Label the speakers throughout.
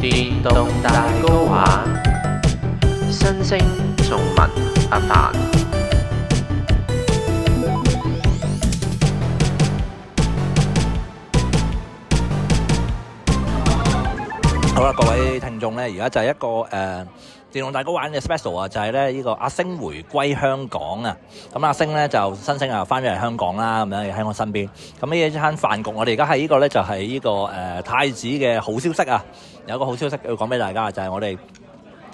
Speaker 1: 電動大 GO 玩，新星仲文阿凡。
Speaker 2: 好啦，各位聽眾咧，而家就係一個誒、呃、電動大 GO 玩嘅 special 啊，就係咧呢個阿星回歸香港啊。咁阿星咧就新星啊，翻咗嚟香港啦，咁樣喺我身邊。咁呢一餐飯局，我哋而家喺呢個咧就係、呢、個誒、呃太子嘅好消息啊！有一個好消息要講俾大家，就係、我哋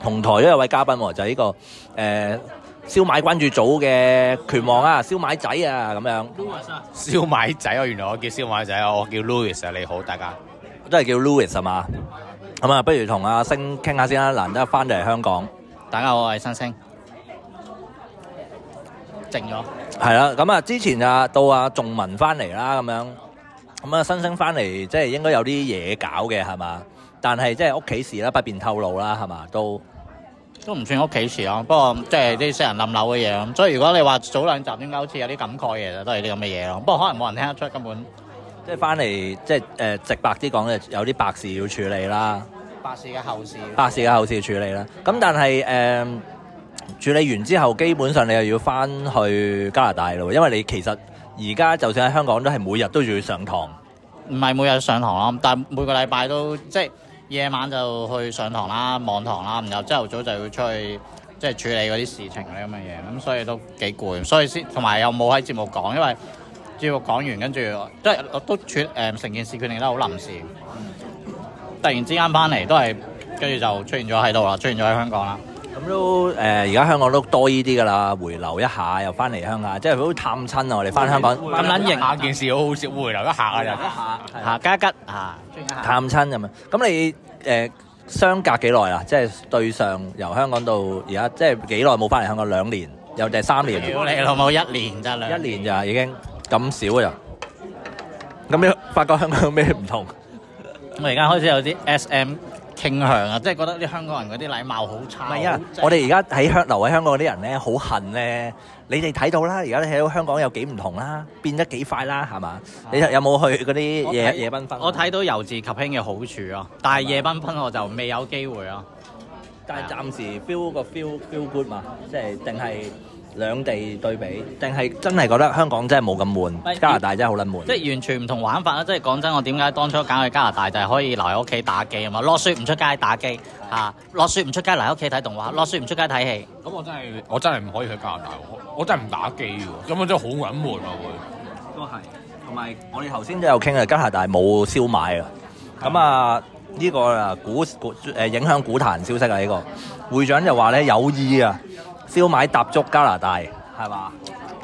Speaker 2: 同台都有位嘉賓喎，就係、呢、個誒、呃、燒賣關注組嘅拳王啊，燒賣仔啊咁樣。
Speaker 3: 燒賣仔啊！原來我叫燒賣仔啊，我叫 Louis 啊！你好，大家
Speaker 2: 都係叫 Louis 係嘛？咁啊，不如同阿星傾下先啦。難得翻嚟香港，
Speaker 3: 大家好，我係新星，靜咗。
Speaker 2: 係啦。咁啊，之前啊到阿仲文翻嚟啦，咁樣咁啊，新星翻嚟即係應該有啲嘢搞嘅係嘛？但係即係屋企事啦，不便透露啦，係嘛？都
Speaker 3: 都唔算屋企事咯，不過即係啲私人冧樓嘅嘢咯。所以如果你話早兩集應該好似有啲感慨嘅，其實都係啲咁嘅嘢咯。不過可能冇人聽得出，根本
Speaker 2: 即係翻嚟即係誒、呃直白啲講咧，有啲白事要處理啦，
Speaker 3: 百事嘅後事。
Speaker 2: 白事嘅後事處理啦。咁但係誒、呃處理完之後，基本上你又要翻去加拿大咯，因為你其實而家就算喺香港都係每日都要上堂。
Speaker 3: 唔係每日上堂咯，但係每個禮拜都即係夜晚就去上堂啦、網堂啦，然後朝頭早就要出去即係處理嗰啲事情嗰啲咁嘅嘢，咁所以都幾攰，所以先同埋又冇喺節目講，因為節目講完跟住即係我都處誒成、件事決定得好臨時，突然之間翻嚟都係跟住就出現咗喺度啦，出現咗喺香港啦。
Speaker 2: 咁都誒，呃而家香港都多呢啲㗎啦，回流一下又翻嚟鄉下，即係好探親啊！我哋翻香港
Speaker 3: 咁撚型啊
Speaker 4: 下件事好好笑，回流一下啊就。
Speaker 3: 下吉吉嚇，出現一下
Speaker 2: 探親咁樣。咁你誒、呃相隔幾耐啦？啊即係對上由香港到而家，即係幾耐冇翻嚟香港？兩年又定係三年？啊
Speaker 3: 屌你老母一年咋兩
Speaker 2: 一年咋已經咁少啊！又咁你發覺香港有咩唔同？
Speaker 3: 我而家開始有啲 S.M. 傾向啊，即係覺得啲香港人嗰啲禮貌好差。
Speaker 2: 唔係啊
Speaker 3: 好！正
Speaker 2: 我哋而家喺香留喺香港嗰啲人咧，好恨咧。你哋睇到啦，而家你睇到香港有幾唔同啦，變得幾快啦，係嘛？你有冇去嗰啲
Speaker 3: 我
Speaker 2: 夜
Speaker 3: 睇
Speaker 2: 夜繽紛？啊
Speaker 3: 我睇到由治及興嘅好處啊，但係夜繽紛我就未有機會啊。
Speaker 2: 但係暫時 feel 個 feel feel good 嘛，即係定係兩地對比，定係真係覺得香港真係冇咁
Speaker 3: 喂
Speaker 2: 悶，加拿大真係好撚悶。
Speaker 3: 即係完全唔同玩法啊啦！即係講真，我點解當初揀去加拿大就係可以留喺屋企打機啊嘛，落雪唔出街打機啊，落雪唔出街留喺屋企睇動畫，落雪唔出街睇戲。
Speaker 4: 咁我真係我真係唔可以去加拿大喎，我我真係唔打機喎，咁我真係好撚悶啊會。
Speaker 2: 都係，同埋我哋頭先都有傾啊，加拿大冇燒賣啊。咁啊，呢個啊股股誒影響股壇消息啊，呢個會長就話咧有意啊，燒賣踏足加拿大係嘛？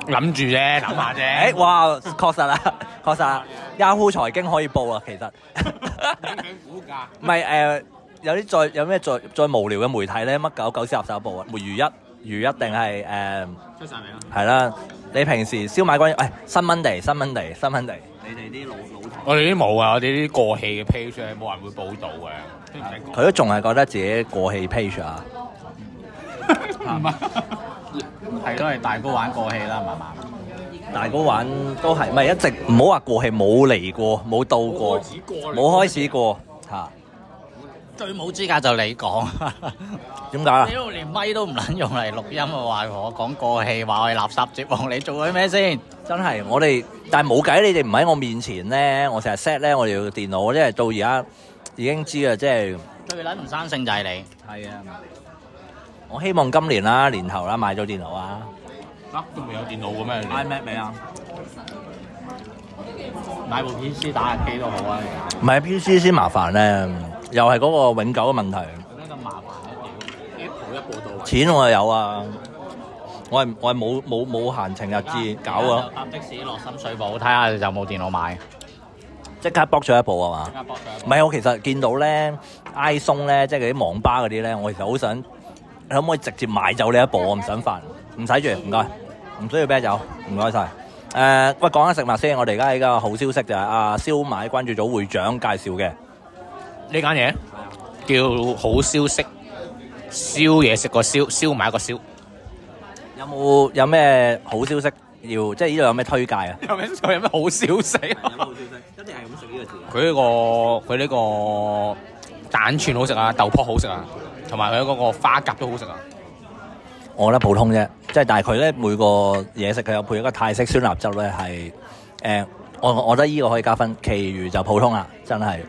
Speaker 4: 諗住啫，諗
Speaker 2: 誒，
Speaker 4: 下
Speaker 3: 嗯
Speaker 4: 啫。
Speaker 2: 哇，確實啊， 確實啊，Yahoo 財經可以報啊， 其實。
Speaker 4: 估價。
Speaker 2: 唔係誒，有啲再有咩再再無聊嘅媒體咧，乜狗狗屎垃圾報啊，如一如一定係誒
Speaker 3: 出晒名啊啦！
Speaker 2: 係啦。你平時燒賣關於誒哎新 Monday 新 Monday 新 Monday，你哋啲老老頭，
Speaker 4: 我哋啲冇啊，我哋啲過氣嘅 page 咧，冇人會報導嘅。都唔使講
Speaker 2: 佢都仲係覺得自己過氣 page 啊。
Speaker 3: 係都係大哥玩過氣啦，麻麻。
Speaker 2: 大哥玩都係，唔係一直唔好話過氣，冇嚟過，冇到過，
Speaker 4: 冇開始過嚟
Speaker 2: 冇開始過嚇。
Speaker 3: 最冇資格就 你講，
Speaker 2: 點解啊
Speaker 3: 你？度連咪都唔撚用嚟錄音啊！話我講過氣，話我係垃圾節目，你做緊咩先？
Speaker 2: 真係，我哋但係冇計，你哋唔喺我面前咧，我成日 set 咧，我哋個電腦，因為到而家已經知啊，即係。
Speaker 3: 最撚唔生性就係你。
Speaker 2: 係啊，我希望今年啦，年頭啦，買咗電腦啊
Speaker 4: 嚇都未有電腦嘅咩？你
Speaker 2: ，iMac 未啊？
Speaker 3: 買部 PC 打下機都好啊！
Speaker 2: 唔係 PC 先麻煩咧，又係嗰個永久嘅問題。
Speaker 3: 有咩咁麻煩咧？屌，Apple 一步到位。
Speaker 2: 錢我又有啊，我係我係冇冇冇閒情逸致搞啊，！
Speaker 3: 搭的士落深水埗，睇下有冇電腦買。
Speaker 2: 即刻 book 咗一部啊嘛。唔係，我其實見到咧 i s o n 咧，即係嗰啲網吧嗰啲咧，我其實好想，你可唔可以直接買走呢一部？我唔想煩，唔使住，唔該，唔需要啤酒，唔該晒。誒、喂，講下食物先，我哋而家喺個好消息就係阿燒賣關注組會長介紹嘅，
Speaker 4: 呢間嘢叫好消息，燒嘢食個燒，燒埋一個燒。
Speaker 2: 有冇有咩好消息要？即係呢度有咩推介啊？
Speaker 4: 有咩有咩好消息？
Speaker 2: 消息？一定係咁食呢個字
Speaker 4: 佢呢、個佢呢個蛋串好食啊，豆泡好食啊，同埋佢嗰個花甲都好食啊。
Speaker 2: 我覺得普通啫，即係但係佢咧每個嘢食佢有配一個泰式酸辣汁咧係誒，我我覺得呢個可以加分，其餘就普通啦，真係。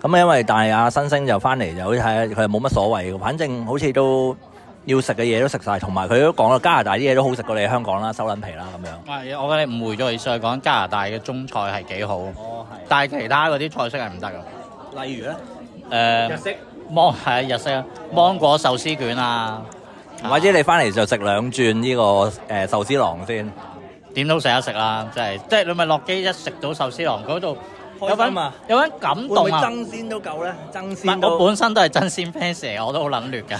Speaker 2: 咁因為但係阿新星就翻嚟就好似係佢又冇乜所謂，反正好似都要食嘅嘢都食晒，同埋佢都講啦，加拿大啲嘢都好食過你香港啦，收撚皮啦咁樣。
Speaker 3: 喂，我覺得你誤會咗，意思係講加拿大嘅中菜係幾好，
Speaker 2: 哦，
Speaker 3: 但係其他嗰啲菜式係唔得嘅。
Speaker 2: 係。例如咧，
Speaker 3: 誒、芒係日式啊，芒果壽司卷啊，
Speaker 2: 或者你翻嚟就食兩轉呢、個誒、壽司郎先。
Speaker 3: 點都食一食啦，即係即係你咪落機一食到壽司郎嗰度，有
Speaker 2: 開
Speaker 3: 份
Speaker 2: 心啊
Speaker 3: 有份感動啊！
Speaker 2: 鮮都夠咧？爭
Speaker 3: 唔係，我本身都係真鮮 fans 嚟，我都好撚劣㗎，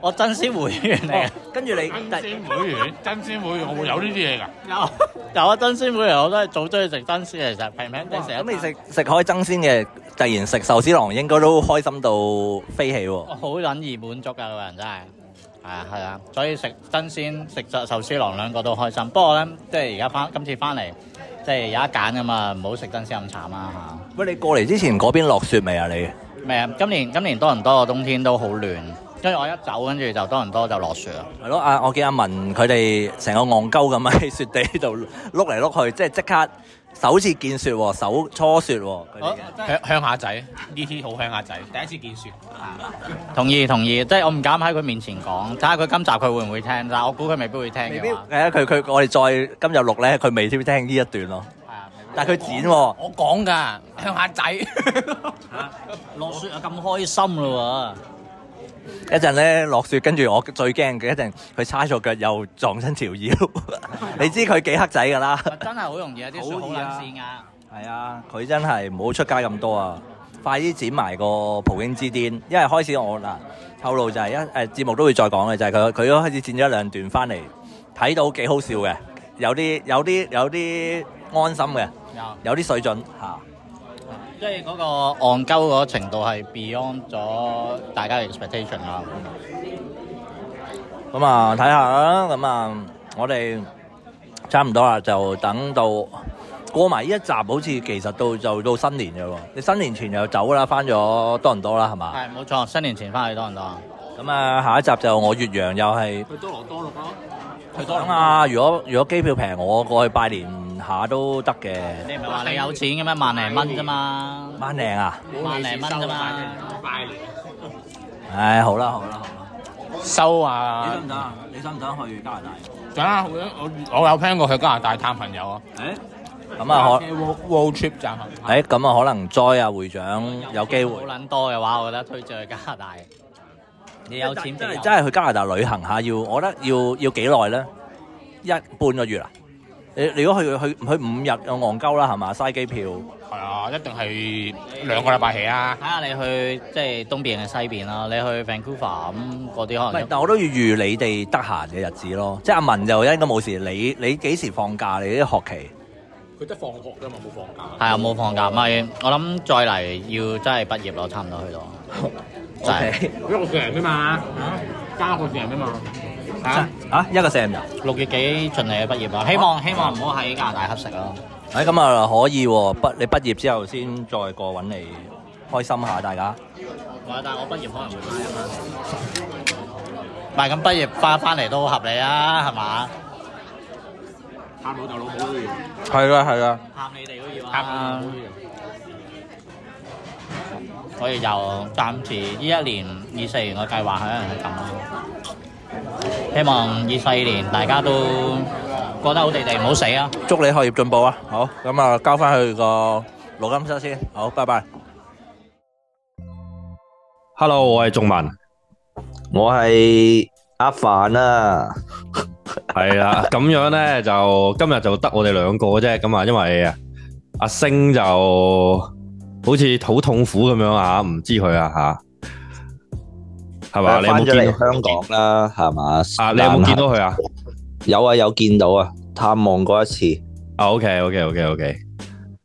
Speaker 3: 我真鮮會員嚟嘅。
Speaker 2: 哦跟住你
Speaker 5: 鮮會員，真鮮會員，我會有呢啲嘢㗎。
Speaker 3: 有有啊，真鮮每人我都係早中意食真鮮，其實平平地食一
Speaker 2: 咁
Speaker 3: 餐。
Speaker 2: 你食食開爭鮮嘅，突然食壽司郎應該都開心到飛起喎、
Speaker 3: 我好撚易滿足㗎，個人真係。係啊，係啊，所以食真鮮食壽壽司郎兩個都開心。不過咧，即係而家翻今次翻嚟，即係有得揀㗎嘛，唔好食真鮮咁慘啦
Speaker 2: 喂，你過嚟之前嗰邊落雪未啊？你
Speaker 3: 嚇。咩啊？今年今年多倫多個冬天都好亂，跟住我一走，跟住就多倫多就落雪啦。
Speaker 2: 係咯，啊，我見阿文佢哋成個戇鳩咁喺雪地度碌嚟碌去，即係即刻首次見雪喎，首初雪喎。佢哋嘅
Speaker 3: 啊
Speaker 4: 鄉鄉下仔呢啲好鄉下仔，第一次見雪。
Speaker 3: 同意同意，即係我唔敢喺佢面前講，睇下佢今集佢會唔會聽，但係我估佢未必會聽
Speaker 2: 未
Speaker 3: 嘅
Speaker 2: 必
Speaker 3: 話。
Speaker 2: 係啊，佢佢我哋再今日錄咧，佢未必聽呢一段咯。
Speaker 3: 係啊，
Speaker 2: 但係佢剪喎，
Speaker 4: 我講㗎，鄉下仔。
Speaker 3: 落雪啊咁開心咯
Speaker 2: 一陣咧落雪，跟住我最驚嘅一陣，佢叉錯腳又撞親條腰。 你知佢幾黑仔㗎啦？
Speaker 3: 喎，真係好容易啊！啲雪好
Speaker 2: 好易啊
Speaker 3: 撚線啊！
Speaker 2: 係啊，佢真係唔好出街咁多啊！快啲剪埋個葡京之巔，因為開始我嗱透露就係一誒節目都會再講嘅，就係佢佢都開始剪咗一兩段翻嚟，睇到幾好笑嘅，有啲有啲有啲安心嘅，
Speaker 3: 有。
Speaker 2: 有啲水準嚇。
Speaker 3: 即係嗰個戇鳩嗰個程度係 beyond 咗大家嘅 expectation 啦。
Speaker 2: 咁啊，睇下啦，咁啊，我哋差唔多啦，就等到過埋呢一集，好似其實到就到新年嘅喎，你新年前又走啦，翻咗多倫多啦，係嘛？
Speaker 3: 係冇錯，新年前翻去多唔多？
Speaker 2: 咁啊，下一集就我越洋又係
Speaker 5: 去多羅多咯，
Speaker 2: 去多啊！如果如果機票平，我過去拜年下都得嘅，
Speaker 3: 你唔係話你有錢嘅咩？萬零蚊啫嘛，
Speaker 2: 萬零啊！
Speaker 3: 萬零蚊啫嘛。
Speaker 5: 拜年。
Speaker 2: 唉，好啦好啦好
Speaker 4: 收啊！
Speaker 2: 唔想？你想唔想去加拿大？
Speaker 4: 等下，我我有 plan 過去加拿大探朋友啊。
Speaker 2: 誒，咁啊可
Speaker 4: road trip 就
Speaker 2: 誒
Speaker 4: 係
Speaker 2: 咁啊可能 Joy 啊會長有機會
Speaker 3: 好，撚多嘅話，我覺得推薦去加拿大。你有
Speaker 2: 真
Speaker 3: 錢俾
Speaker 2: 係
Speaker 3: 我
Speaker 2: 真係去加拿大旅行下，要我覺得要要幾耐咧？一半個月啊！你你如果去去去五日，又戇鳩啦係嘛？嘥機票。
Speaker 4: 係啊，一定係兩個禮拜起啊。
Speaker 3: 睇下你去即係東邊定西邊啦，你去 Vancouver 咁嗰啲
Speaker 2: 唔
Speaker 3: 可能
Speaker 2: 係，
Speaker 3: 都
Speaker 2: 但我都要預你哋得閒嘅日子咯。即係阿文就應該冇事，你你幾時放假？你啲學期？
Speaker 4: 佢得放學啫嘛，冇放假。
Speaker 3: 係啊冇放假，咪我諗再嚟要真係畢業咯，差唔多去到。就係
Speaker 2: OK
Speaker 4: 一個成啫嘛，加個成啫嘛。
Speaker 2: 啊啊一個 sem 啊？
Speaker 3: 六月幾盡力去畢業啦，希望希望唔好喺加拿大乞食咯。
Speaker 2: 誒咁啊可以喎，畢你畢業之後先再過揾你開心下大家。
Speaker 3: 我但係我畢業可能會買啊嘛。唔係咁畢業翻翻嚟都好合理啊，係嘛？
Speaker 5: 探老豆老母都要。
Speaker 2: 係啦係啦，
Speaker 3: 喊你哋都要
Speaker 4: 啊！
Speaker 3: 所以就暫時呢一年二四年嘅計劃可能係咁啦。希望二四年大家都過得好地地，唔好死啊！
Speaker 2: 祝你學業進步啊！好，咁啊交翻去個錄音室先。好，拜拜。
Speaker 6: Hello，我系仲文，
Speaker 7: 我系阿凡啊，
Speaker 6: 系啦，咁样咧就今日就得我哋两个啫，咁啊，因为阿星就好似好痛苦咁样啊， 唔知佢啊吓，系嘛？你有
Speaker 7: 翻
Speaker 6: 冇
Speaker 7: 咗
Speaker 6: 见
Speaker 7: 嚟
Speaker 6: 到
Speaker 7: 香港啦，系嘛？
Speaker 6: 啊？你有冇见到
Speaker 7: 但係？
Speaker 6: 佢啊？
Speaker 7: 有啊，有见到啊，探望過一次。
Speaker 6: 啊，OK，OK，OK，OK，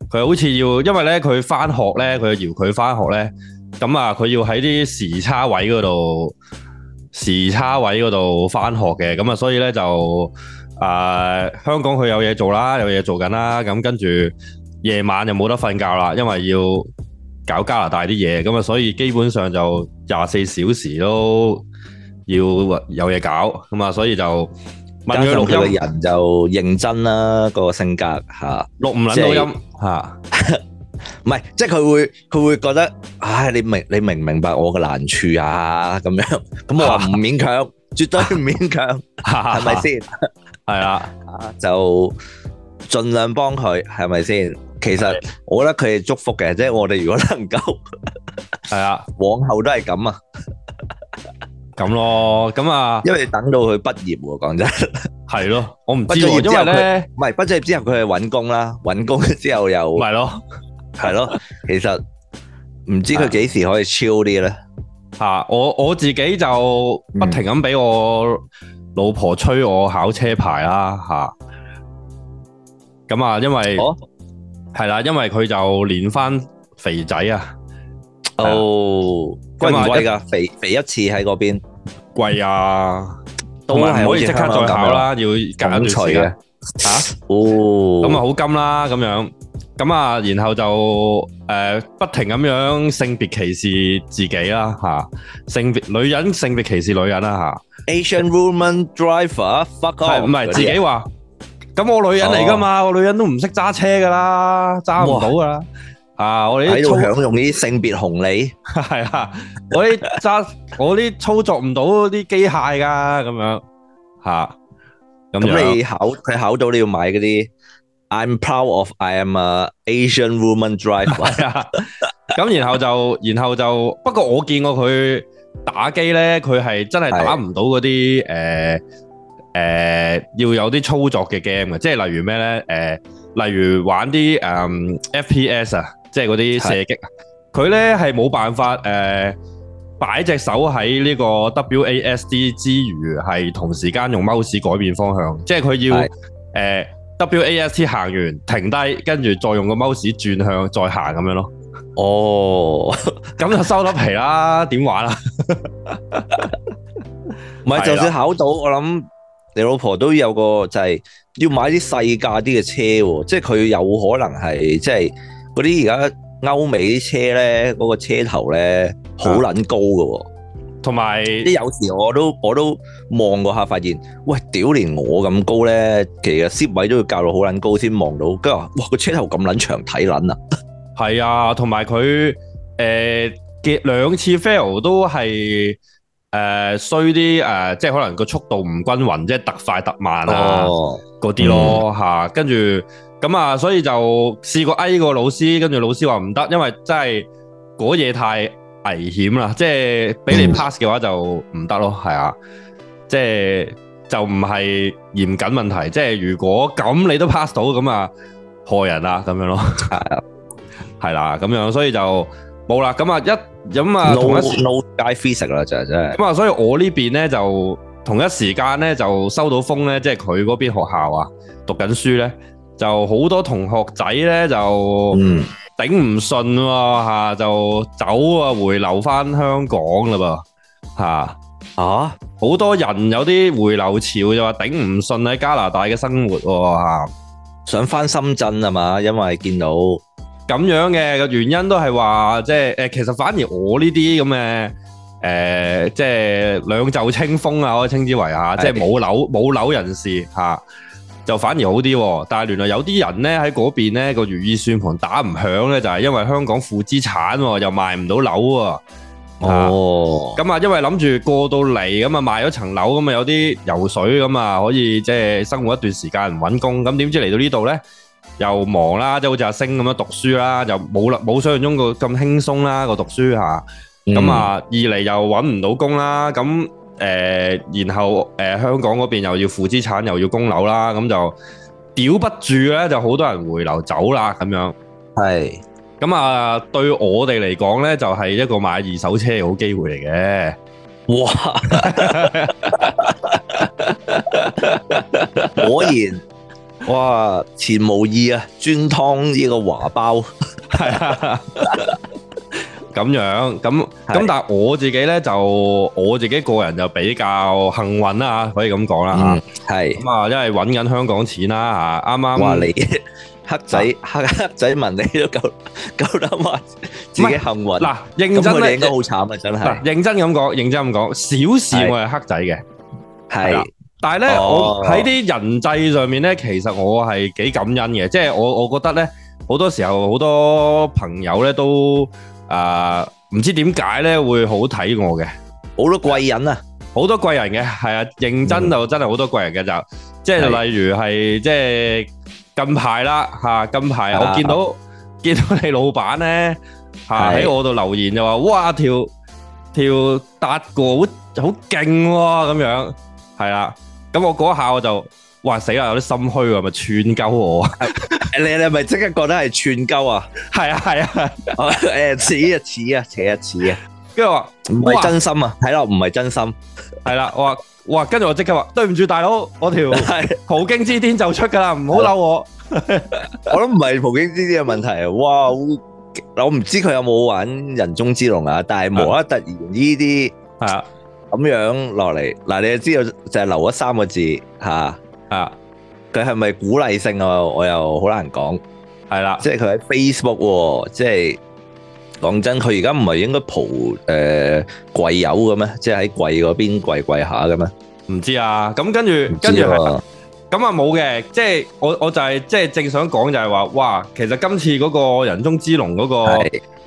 Speaker 6: 佢好似要，因為咧佢翻學咧，佢要佢翻學咧，咁啊，佢要喺啲時差位嗰度，時差位嗰度翻學嘅，咁啊，所以咧就啊、香港佢有嘢做啦，有嘢做緊啦，咁跟住夜晚就冇得瞓覺啦，因為要搞加拿大啲嘢，咁啊，所以基本上就廿四小時都要有嘢搞，咁啊，所以就問
Speaker 7: 加
Speaker 6: 佢
Speaker 7: 上佢
Speaker 6: 錄
Speaker 7: 個
Speaker 6: 音，
Speaker 7: 人就認真啦，個性格嚇，
Speaker 6: 錄唔撚到音嚇，
Speaker 7: 唔係即係佢會佢會覺得，唉，你明你明唔明白我嘅難處啊？咁樣咁我話唔勉強，絕對唔勉強，係
Speaker 6: 係
Speaker 7: 咪？先？
Speaker 6: 係啦，
Speaker 7: 就盡量幫佢，係咪先？其實我覺得佢係祝福嘅，即係我哋如果能夠
Speaker 6: 係啦，
Speaker 7: 往後都係咁啊，
Speaker 6: 咁咯，咁啊，
Speaker 7: 因為等到佢畢業喎，講真，
Speaker 6: 係咯，我唔知
Speaker 7: 畢咗業
Speaker 6: 喎，
Speaker 7: 之
Speaker 6: 因
Speaker 7: 後
Speaker 6: 為咧，
Speaker 7: 唔係畢咗業之後佢係揾工啦，揾工之後又
Speaker 6: 咪咯
Speaker 7: 係咯，其實唔知佢幾時可以超啲咧？
Speaker 6: 嚇，我我自己就不停咁俾我老婆催我考車牌啦嚇，咁啊，因為
Speaker 7: 哦
Speaker 6: 係啦，因為佢就練翻肥仔啊。
Speaker 7: 哦，貴唔貴㗎？肥肥一次喺嗰邊
Speaker 6: 貴啊，
Speaker 7: 都
Speaker 6: 同埋
Speaker 7: 係
Speaker 6: 唔
Speaker 7: 好
Speaker 6: 可以
Speaker 7: 似
Speaker 6: 即刻
Speaker 7: 香
Speaker 6: 再
Speaker 7: 港咁
Speaker 6: 考
Speaker 7: 樣
Speaker 6: 啦，要隔一段
Speaker 7: 咁
Speaker 6: 時
Speaker 7: 除
Speaker 6: 間
Speaker 7: 嘅，
Speaker 6: 嚇，
Speaker 7: 哦，
Speaker 6: 咁啊好金啦咁樣，咁啊然後就誒、呃不停咁樣性別歧視自己啦嚇、性別女人性別歧視女人啦
Speaker 7: ，Asian woman driver，fuck
Speaker 6: 嚇，係
Speaker 7: off，
Speaker 6: 唔係自己話？咁我女人嚟噶嘛，我女人都唔識揸車噶啦，揸唔到噶啦，啊我哋
Speaker 7: 喺
Speaker 6: 啲粗
Speaker 7: 度享用呢啲性別紅利？
Speaker 6: 係啊，我啲揸我啲操作唔到啲機械噶咁樣嚇，咁樣
Speaker 7: 咁你考佢考到你要買嗰啲，I'm proud of I am a Asian woman driver。
Speaker 6: 係啊，咁然後就，然後就，不過我見過佢打機咧，佢係真係打唔到嗰啲誒誒要有啲操作嘅 game 嘅，即係例如咩咧？誒、例如玩啲誒、嗯 FPS 啊，即係嗰啲射擊啊，佢咧係冇辦法誒。呃擺隻手喺呢個 WASD 之餘，係同時間用 mouse 改變方向，即係佢要呃
Speaker 7: 係
Speaker 6: 誒、WAST 行完停低，跟住再用個 mouse 轉向再行咁樣咯。
Speaker 7: 哦，
Speaker 6: 咁就收得皮啦，點玩啊？
Speaker 7: 唔
Speaker 6: 係
Speaker 7: 係
Speaker 6: 啦
Speaker 7: 就算考到，我諗你老婆都有個就係要買啲細價啲嘅車喎，即係佢有可能係即係嗰啲而家歐美啲車咧，嗰、個車頭咧好撚高嘅喎。
Speaker 6: 同埋
Speaker 7: 即係有時我都我都望過下，發現喂屌，連我咁高咧，其實攝位都要教到好撚高先望到。跟住話哇個車頭咁撚長，睇撚啊！
Speaker 6: 係啊，同埋佢誒嘅兩次 fail 都係誒衰啲誒，即係可能個速度唔均勻，即係特快特慢啊。
Speaker 7: 哦，
Speaker 6: 嗰啲咯吓，跟住咁啊，所以就試過嗌個老師，跟住老師話唔得，因為真係嗰嘢太危險啦，即係俾
Speaker 7: 嗯
Speaker 6: 你 pass 嘅話就唔得咯，係啊，即係就唔係嚴謹問題，即係如果咁你都 pass 到咁啊，害人啦咁樣咯，
Speaker 7: 係啊
Speaker 6: 係啦，咁樣所以就冇啦，咁啊一咁啊同
Speaker 7: ，no
Speaker 6: 一時
Speaker 7: no guy physics 啦，就係真係。
Speaker 6: 咁啊，所以我呢邊咧就同一時間咧就收到風咧，即係佢嗰邊學校啊讀緊書咧，就好多同學仔咧就
Speaker 7: 嗯，
Speaker 6: 頂唔順喎嚇，就走啊回流翻香港啦噃嚇。
Speaker 7: 啊，
Speaker 6: 好多人有啲回流潮就話頂唔順喺加拿大嘅生活喎、嚇
Speaker 7: 想翻深圳啊嘛，因為見到
Speaker 6: 咁樣嘅個原因都係話，即係誒，其實反而我呢啲咁嘅誒，即係兩袖清風啊，可以稱之為啊，
Speaker 7: 係
Speaker 6: 即係冇樓冇樓人士嚇、就反而好啲喎。但係原來有啲人咧喺嗰邊咧個如意算盤打唔響咧，就係因為香港負資產喎、又賣唔到樓喎、啊
Speaker 7: 哦，
Speaker 6: 咁啊，因為諗住過到嚟咁啊，賣咗層樓咁啊，有啲游水咁啊，可以即係生活一段時間唔揾工。咁點知嚟到呢度咧，又忙啦，即係好似阿星咁樣讀書啦，又冇啦，冇想象中個咁輕鬆啦個讀書嚇。咁啊，二嚟又揾唔到工啦，咁誒、呃然後誒、呃香港嗰邊又要負資產，又要供樓啦，咁就屌不住咧，就好多人回流走啦咁樣。
Speaker 7: 係
Speaker 6: 咁啊，對我哋嚟講咧，就係、一個買二手車嘅好機會嚟嘅。
Speaker 7: 哇，果然哇前無意啊，專湯呢個華包。
Speaker 6: 咁樣咁咁，
Speaker 7: 係
Speaker 6: 但係我自己咧就我自己個人就比較幸運啦，可以咁講啦啊
Speaker 7: 嗯，係
Speaker 6: 咁啊，因為揾緊香港錢啦嚇，啱
Speaker 7: 哇
Speaker 6: 啱
Speaker 7: 你黑仔黑黑仔問你都夠夠膽話自己
Speaker 6: 唔
Speaker 7: 幸
Speaker 6: 係
Speaker 7: 運，
Speaker 6: 嗱，認
Speaker 7: 咁
Speaker 6: 真
Speaker 7: 佢哋應該
Speaker 6: 咧
Speaker 7: 好，慘啊！真
Speaker 6: 嗱，
Speaker 7: 係
Speaker 6: 認真咁講，認真咁講，小事我係黑仔嘅，
Speaker 7: 係
Speaker 6: 但係咧，
Speaker 7: 哦
Speaker 6: 我喺啲人際上面咧，其實我係幾感恩嘅，即係我我覺得咧，好多時候好多朋友咧都啊唔知點解咧會好睇我嘅。
Speaker 7: 好多貴人啊，
Speaker 6: 好多貴人嘅，係啊，認真就真係好多貴人嘅就，即係
Speaker 7: 係
Speaker 6: 例如係即係近排啦嚇，近排
Speaker 7: 啊
Speaker 6: 我見到見到你老闆咧嚇
Speaker 7: 係
Speaker 6: 喺我度留言就話，哇條條達哥好好勁喎咁樣，係啦，咁我嗰下我就哇死啦，有啲心虛喎，咪串鳩我 啊，
Speaker 7: 你你係咪即刻覺得係串鳩啊？
Speaker 6: 係啊係啊，
Speaker 7: 誒似啊似啊似啊似啊，
Speaker 6: 跟住我話
Speaker 7: 唔
Speaker 6: 哇
Speaker 7: 係真心啊，睇落唔係真心，
Speaker 6: 係啦，我話哇，跟住我即刻話對唔住大佬，我條
Speaker 7: 係
Speaker 6: 途經之巔就出㗎啦，唔好嬲我。
Speaker 7: 我諗唔係葡京呢啲嘅問題啊！哇，好我唔知佢有冇玩人中之龍啊，但係無啦啦突然呢啲。
Speaker 6: 係啊，
Speaker 7: 咁樣落嚟，嗱，你就知道就係留咗三個字吓，
Speaker 6: 係啊，
Speaker 7: 佢係咪鼓勵性啊？我又好難講，
Speaker 6: 係啦，
Speaker 7: 即係佢喺 Facebook，喎即係講真，佢而家唔係應該蒲誒貴友嘅咩？即係喺貴嗰邊貴貴下嘅咩？
Speaker 6: 唔知啊，咁跟住
Speaker 7: 唔知
Speaker 6: 跟住係
Speaker 7: 啊，
Speaker 6: 咁啊冇嘅，即係我我就係即係正想講就係話，哇，其實今次嗰個人中之龍嗰個
Speaker 7: 係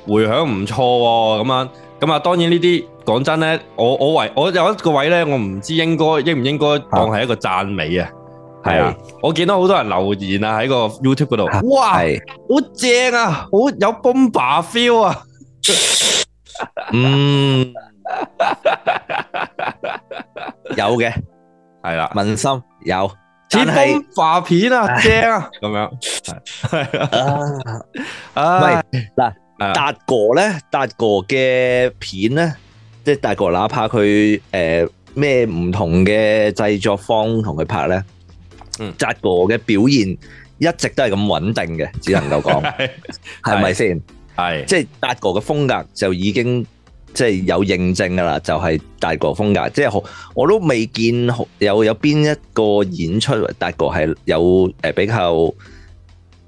Speaker 6: 回響唔錯喎，咁樣咁啊，當然呢啲講真咧，我我為我有一個位咧，我唔知應該應唔應該當係一個讚美啊，係啊，我見到好多人留言啊喺個 YouTube 嗰
Speaker 7: 係
Speaker 6: 度，哇，好
Speaker 7: 係，
Speaker 6: 正啊，好有 bomba feel 啊，
Speaker 7: 嗯，有嘅
Speaker 6: 係啦，
Speaker 7: 問心有，
Speaker 6: 似
Speaker 7: 但係
Speaker 6: bomba 片啊，正啊，咁樣，
Speaker 7: 啊。
Speaker 6: 唉，
Speaker 7: 嗱
Speaker 6: 啊
Speaker 7: 達哥咧，達哥嘅片咧，即係達哥，哪怕佢誒咩唔同嘅製作方同佢拍咧，
Speaker 6: 嗯
Speaker 7: 達哥嘅表現一直都係咁穩定嘅，只能 夠講係咪先？
Speaker 6: 係。
Speaker 7: 即係達哥嘅風格就已經即係有認證㗎啦，就係、達哥風格，即係好我都未見好有有邊一個演出達哥係有誒、呃比較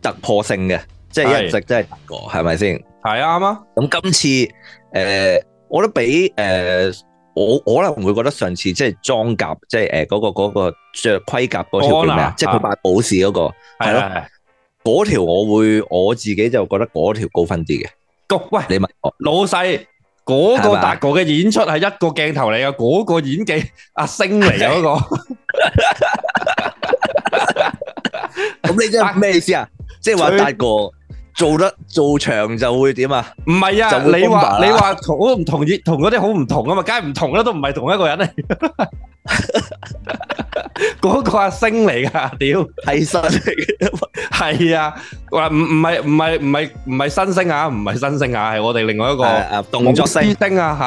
Speaker 7: 突破性嘅，即係
Speaker 6: 係
Speaker 7: 一直都係達哥，係咪先？
Speaker 6: 係啊，啱啊，
Speaker 7: 咁今次誒、呃我都比誒、呃我我可能會覺得上次即係裝甲，即係呃誒嗰個嗰、個着盔甲嗰條叫咩啊
Speaker 6: Honor，
Speaker 7: 即係佢扮武士嗰、個係
Speaker 6: 係
Speaker 7: 咯，
Speaker 6: 咯，
Speaker 7: 嗰條我會我自己就覺得嗰條高分啲嘅，
Speaker 6: 個喂
Speaker 7: 你問我。
Speaker 6: 老細嗰
Speaker 7: 係
Speaker 6: 個
Speaker 7: 嘛
Speaker 6: 達哥嘅演出係一個鏡頭嚟嘅，嗰個演技阿星嚟 嘅嗰個，
Speaker 7: 咁你即係咩意思啊？即係話
Speaker 6: 最
Speaker 7: 達哥做得做長就會點啊？
Speaker 6: 唔係
Speaker 7: 就
Speaker 6: 啊，
Speaker 7: 會
Speaker 6: 你話
Speaker 7: Bomber 啦
Speaker 6: 你話同我唔同意，同嗰啲好唔同啊嘛，梗係唔同啦，都唔係同一個人 嚟，嗰個阿星嚟噶，屌，
Speaker 7: 係實嚟嘅，
Speaker 6: 係啊，話唔唔係唔係唔係唔係新星啊，唔係新星啊，係我哋另外一
Speaker 7: 個
Speaker 6: 個
Speaker 7: 啊動作
Speaker 6: 之
Speaker 7: 聲，
Speaker 6: 星啊，吓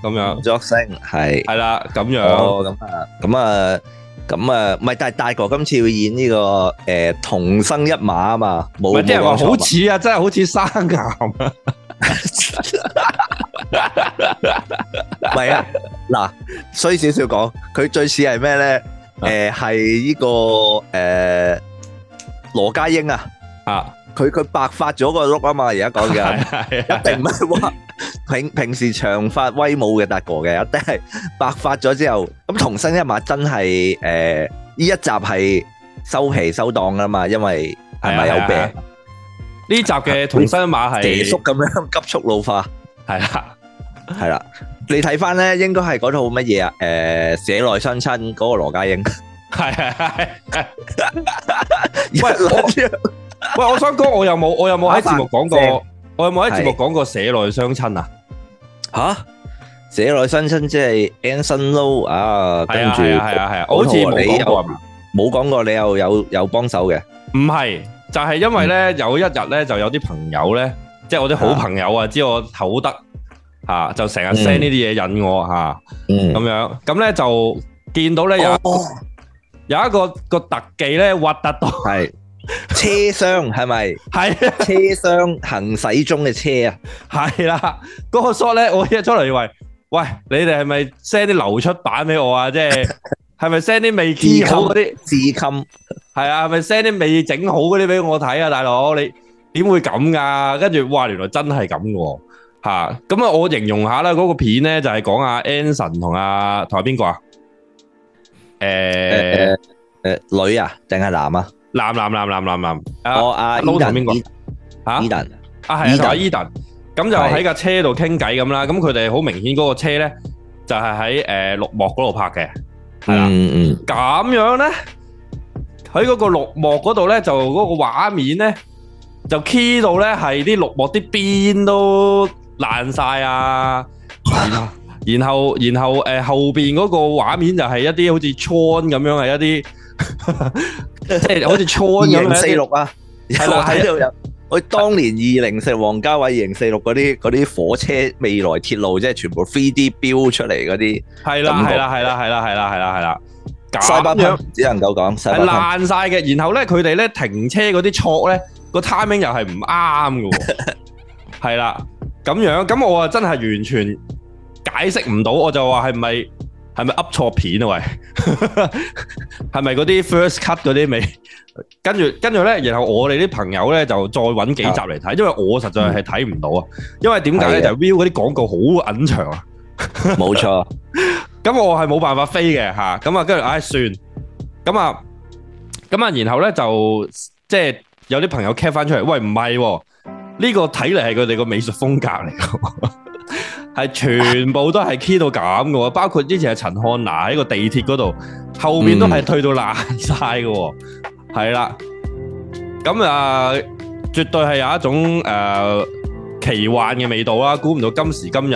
Speaker 6: 吓咁樣
Speaker 7: 動，作聲係
Speaker 6: 係啦，咁樣，
Speaker 7: 哦咁啊，咁啊，咁啊，唔係，但係達哥今次會演呢個誒同生一馬啊嘛，
Speaker 6: 唔
Speaker 7: 冇
Speaker 6: 係啲人話
Speaker 7: 冇
Speaker 6: 好
Speaker 7: 講錯
Speaker 6: 似啊，真係好似生 岩啊。
Speaker 7: 嘛，唔係啊，嗱，衰少少講，佢最似係咩咧？誒係呢個誒羅家英啊，
Speaker 6: 啊，
Speaker 7: 佢佢白髮咗個碌啊嘛，而家講緊。
Speaker 6: 係啊
Speaker 7: 一定唔 係話平平時長髮威武嘅達哥嘅，一定係白髮咗之後，咁同身一馬真係誒呢一集係收皮收檔啦嘛，因為係咪
Speaker 6: 係啊
Speaker 7: 有病
Speaker 6: 係啊呢集嘅童新馬
Speaker 7: 蛇叔
Speaker 6: 係
Speaker 7: 咁 樣急速老化
Speaker 6: 係啦，
Speaker 7: 係啦？你睇翻咧，應該係嗰套乜嘢啊？誒，社內相親嗰個羅家英，
Speaker 6: 係係係。係
Speaker 7: 喂，
Speaker 6: 喂，我想講，我有冇我有冇喺節目講
Speaker 7: 麻煩正
Speaker 6: 過？我有冇喺節目
Speaker 7: 係
Speaker 6: 講過社內相親啊？
Speaker 7: 吓社內相親即係 Anson Lo 啊，
Speaker 6: 係
Speaker 7: 跟
Speaker 6: 啊
Speaker 7: 住
Speaker 6: 係啊係啊係啊，我好似冇講過係嘛？
Speaker 7: 冇講過你又有有幫手嘅，
Speaker 6: 唔係，就係因為咧有一日咧就有啲朋友咧，即係我啲好朋友啊，知我口德嚇，就成日 send 呢啲嘢引我嚇
Speaker 7: 嗯，
Speaker 6: 咁樣，咁咧就見到咧有有一個個特技咧核突到
Speaker 7: 係車廂係咪？
Speaker 6: 係。
Speaker 7: 車廂行駛中嘅車啊，
Speaker 6: 係啦，嗰、個 shot 咧，我一出嚟以為，喂，你哋係咪 send 啲流出版俾我啊？即係系咪 send 啲未
Speaker 7: 自
Speaker 6: 見
Speaker 7: 禁
Speaker 6: 好嗰啲？
Speaker 7: 自禁，
Speaker 6: 系啊，係咪 send 啲未整好嗰啲俾我睇啊，大佬你點會咁噶？跟住哇，原來真係咁嘅喎吓。咁啊，我形容下啦，嗰、個片咧就係講阿 Anson 同阿同阿邊個啊？诶、
Speaker 7: 诶诶，誒女啊定係男啊？
Speaker 6: 男男男男男男啊
Speaker 7: 我阿
Speaker 6: 阿撈同
Speaker 7: Eden
Speaker 6: 邊個
Speaker 7: Eden-
Speaker 6: 啊
Speaker 7: Eden
Speaker 6: 啊，係啊，同阿
Speaker 7: Eden
Speaker 6: Eden，咁就喺架車度傾偈咁啦。咁佢哋好明顯嗰個車咧就係喺诶綠幕嗰度拍嘅，係啦。
Speaker 7: 嗯嗯，
Speaker 6: 咁樣咧，喺嗰個綠幕嗰度咧，就嗰個畫面咧，就 key 到咧係啲綠幕啲邊都爛晒啊！ 然後然後誒、呃、後邊嗰個畫面就係一啲好似 Tron 咁樣係一啲， 即係好似 Tron
Speaker 7: 二
Speaker 6: 咁樣
Speaker 7: 零四
Speaker 6: 一啲
Speaker 7: 六啊， 我
Speaker 6: 係啦係啊
Speaker 7: 喺度有。我當年二零四黃家衞二零四六嗰啲嗰啲火車未來鐵路，即係全部 three D 標出嚟嗰啲，
Speaker 6: 係啦
Speaker 7: 感覺
Speaker 6: 係啦係啦係啦係啦係啦係啦，
Speaker 7: 西
Speaker 6: 咁
Speaker 7: 班
Speaker 6: 樣
Speaker 7: 牙只能夠講西
Speaker 6: 係
Speaker 7: 班牙
Speaker 6: 爛晒嘅。然後咧，佢哋咧停車嗰啲錯咧，個 timing 又係唔啱 嘅喎。係啦，咁樣咁我啊真係完全解釋唔到，我就話係咪係咪噏錯片啊？喂， 係咪嗰啲 first cut 嗰啲未？跟住跟住咧，然後我哋啲朋友咧就再揾幾集嚟睇，因為我實在係睇唔到啊。因為點解咧？
Speaker 7: 係
Speaker 6: 就 view 嗰啲廣告好撚長啊。
Speaker 7: 冇錯，
Speaker 6: 咁我係冇辦法飛嘅嚇，咁啊跟住唉算，咁啊咁啊，然後咧就即係有啲朋友 cap 翻出嚟，喂唔係喎，呢、個睇嚟係佢哋個美術風格嚟嘅 喎，係全部都係 key 到咁嘅喎，包括之前係陳漢娜喺個地鐵嗰度，後面都係退到爛晒嘅喎，係啦，咁啊絕對係有一種誒、呃奇幻嘅味道啦，估唔到今時今日。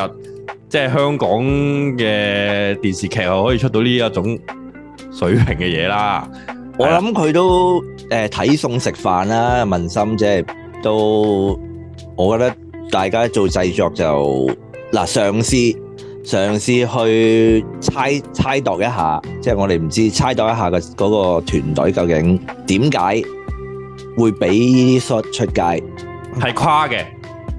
Speaker 6: 即係香港嘅電視劇係可以出到呢一種水平嘅嘢啦。
Speaker 7: 我諗佢都誒睇餸食飯啦，問心即係都，我覺得大家做製作就嗱嘗試嘗試去猜猜度一下，即係我哋唔知猜度一下個嗰個團隊究竟點解會俾呢啲 shot 出街。
Speaker 6: 係跨嘅，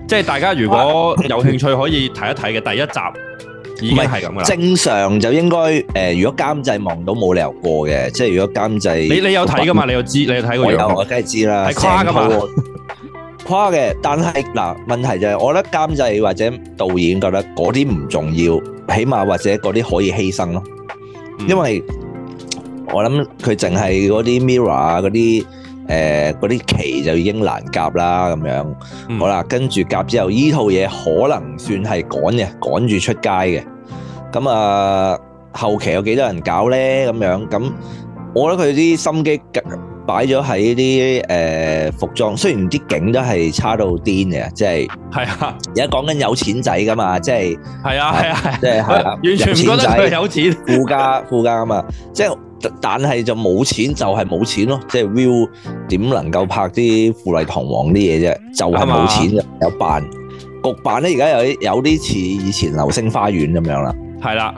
Speaker 6: 即係大家如果有興趣可以睇一睇嘅第一集已經係咁噶啦。
Speaker 7: 正常就應該誒、呃如果監製望到冇理由過嘅，即係如果監製
Speaker 6: 你你有睇噶嘛？你又知，你有睇
Speaker 7: 我
Speaker 6: 過
Speaker 7: 有，啊
Speaker 6: 樣
Speaker 7: 我梗係知啦，
Speaker 6: 係誇㗎嘛
Speaker 7: 成套我， 誇嘅。但係嗱，問題就係、我覺得監製或者導演覺得嗰啲唔重要，起碼或者嗰啲可以犧牲咯。
Speaker 6: 嗯
Speaker 7: 因為我諗佢淨係嗰啲 mirror 啊嗰啲誒嗰啲旗就已經難夾啦咁樣。
Speaker 6: 嗯
Speaker 7: 好啦，跟住夾之後，依套嘢可能算係趕嘅，趕住出街嘅。咁啊，後期有幾多人搞呢？咁樣咁，我覺得佢啲心機擺咗喺啲誒服裝，雖然啲景都係差到癲嘅，即係
Speaker 6: 係啊，
Speaker 7: 而家講緊有錢仔噶嘛，即係
Speaker 6: 係啊，係啊，
Speaker 7: 即係
Speaker 6: 係
Speaker 7: 係
Speaker 6: 啊，
Speaker 7: 啦
Speaker 6: 完全唔覺
Speaker 7: 有
Speaker 6: 得
Speaker 7: 錢
Speaker 6: 佢
Speaker 7: 仔
Speaker 6: 有錢。
Speaker 7: 附加附加啊嘛，即係但係就冇錢就係冇錢咯，即係 Will 點能夠拍啲富麗堂皇啲嘢啫？就係冇錢嘅，有扮局扮咧，而家有啲有啲似以前流星花園咁樣啦，
Speaker 6: 係啦，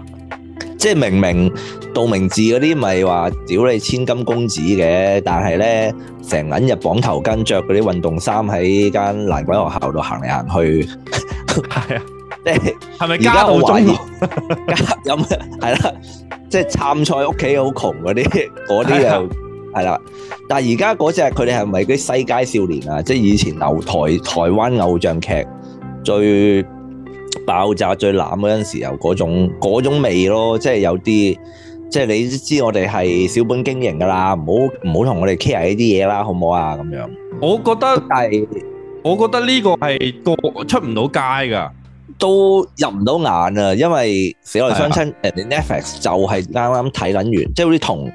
Speaker 7: 即係明明道明寺嗰啲咪話屌你千金公子嘅，但係咧成撚日綁頭巾着嗰啲運動衫喺間爛鬼學校度行嚟行去，
Speaker 6: 係啊，
Speaker 7: 即係。
Speaker 6: 係咪
Speaker 7: 而
Speaker 6: 家
Speaker 7: 家
Speaker 6: 道
Speaker 7: 我懷
Speaker 6: 中
Speaker 7: 疑
Speaker 6: 落？
Speaker 7: 家飲係啦，即係參賽屋企好窮嗰啲， 嗰啲
Speaker 6: 係啊
Speaker 7: 又係啦。但係而家嗰只佢哋係咪嗰啲西街少年啊？即係以前牛台台灣偶像劇最爆炸最濫嗰陣時有嗰種嗰種味咯，即係有啲。即係你知我哋係小本經營㗎啦，唔好唔好同我哋 care 呢啲嘢啦，好唔好啊？咁樣，
Speaker 6: 我覺得
Speaker 7: 但係
Speaker 6: 我覺得呢個係個出唔到街㗎。
Speaker 7: 都入唔到眼啊，因為死內相
Speaker 6: 啊
Speaker 7: 親，人哋 Netflix 就係啱啱睇撚完，即係好似同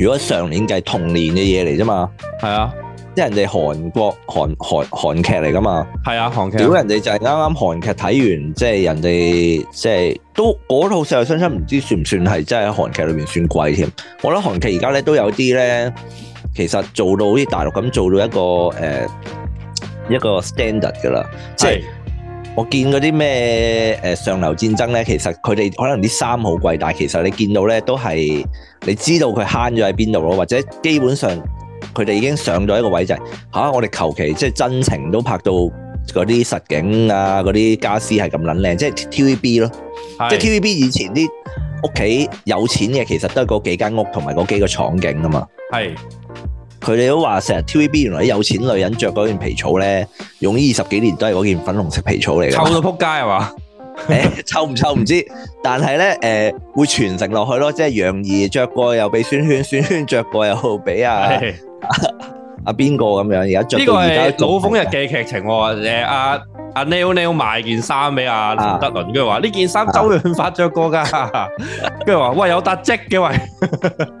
Speaker 7: 如果上年計同年嘅嘢嚟啫嘛，
Speaker 6: 係啊，
Speaker 7: 即係人哋韓國韓韓韓劇嚟噶嘛，
Speaker 6: 係啊，韓劇
Speaker 7: 屌。人哋就係啱啱韓劇睇完，即係人哋即係都嗰套死內相親唔知算唔算係真係喺韓劇裏面算貴添？我覺得韓劇而家咧都有啲咧，其實做到好似大陸咁做到一個誒、呃一個 standard 噶啦，即係。
Speaker 6: 係
Speaker 7: 我見嗰啲咩誒上流戰爭咧，其實佢哋可能啲衫好貴，但係其實你見到咧都係你知道佢慳咗喺邊度咯，或者基本上佢哋已經上咗一個位就係、吓、我哋求其即係真情都拍到嗰啲實啊景啊，嗰啲家私係咁撚靚，即係 TVB 咯，即係
Speaker 6: 係
Speaker 7: TVB 以前啲屋企有錢嘅，其實都係嗰幾間屋同埋嗰幾個廠景啊嘛。
Speaker 6: 係
Speaker 7: 佢哋都話成日 TVB 原來啲有錢女人着嗰件皮草咧，用咗二十幾年都係嗰件粉紅色皮草嚟
Speaker 6: 臭
Speaker 7: 嘅。
Speaker 6: 到撲街係嘛？
Speaker 7: 誒臭唔臭唔知，但係咧誒會傳承落去咯，即係楊怡着過又俾孫圈，孫圈着過又俾阿
Speaker 6: 係
Speaker 7: 阿邊個咁樣，而家
Speaker 6: 呢
Speaker 7: 着
Speaker 6: 個
Speaker 7: 到而家
Speaker 6: 係
Speaker 7: 都
Speaker 6: 老馮日記劇情喎。誒阿阿 Neil Neil 賣件衫俾阿
Speaker 7: 啊
Speaker 6: 陳德倫，跟住話呢件衫周潤發着過㗎， 跟住話喂有特績嘅喂，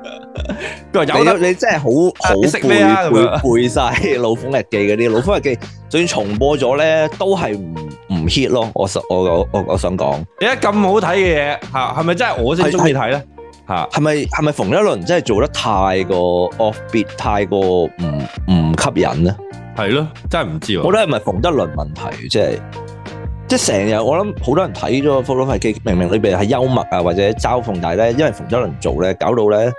Speaker 6: 佢話有得
Speaker 7: 你你真係好好
Speaker 6: 你食咩啊
Speaker 7: 背
Speaker 6: 咁樣
Speaker 7: 背背晒老馮日記嗰啲，老 馮日記就算重播咗咧，都係唔唔 hit 咯。我實我我我我想講，
Speaker 6: 你一咁好睇嘅嘢嚇，係咪真係我先中意睇咧嚇？
Speaker 7: 係咪係咪馮一倫真係做得太過 off beat，太過唔唔吸引咧？
Speaker 6: 係咯，真係唔知
Speaker 7: 我
Speaker 6: 喎。
Speaker 7: 覺得係咪馮德倫問題？即係即係成日我諗好多人睇咗《福佬快記》，明明裏邊係幽默啊或者嘲諷，但係咧因為馮德倫做咧，搞到咧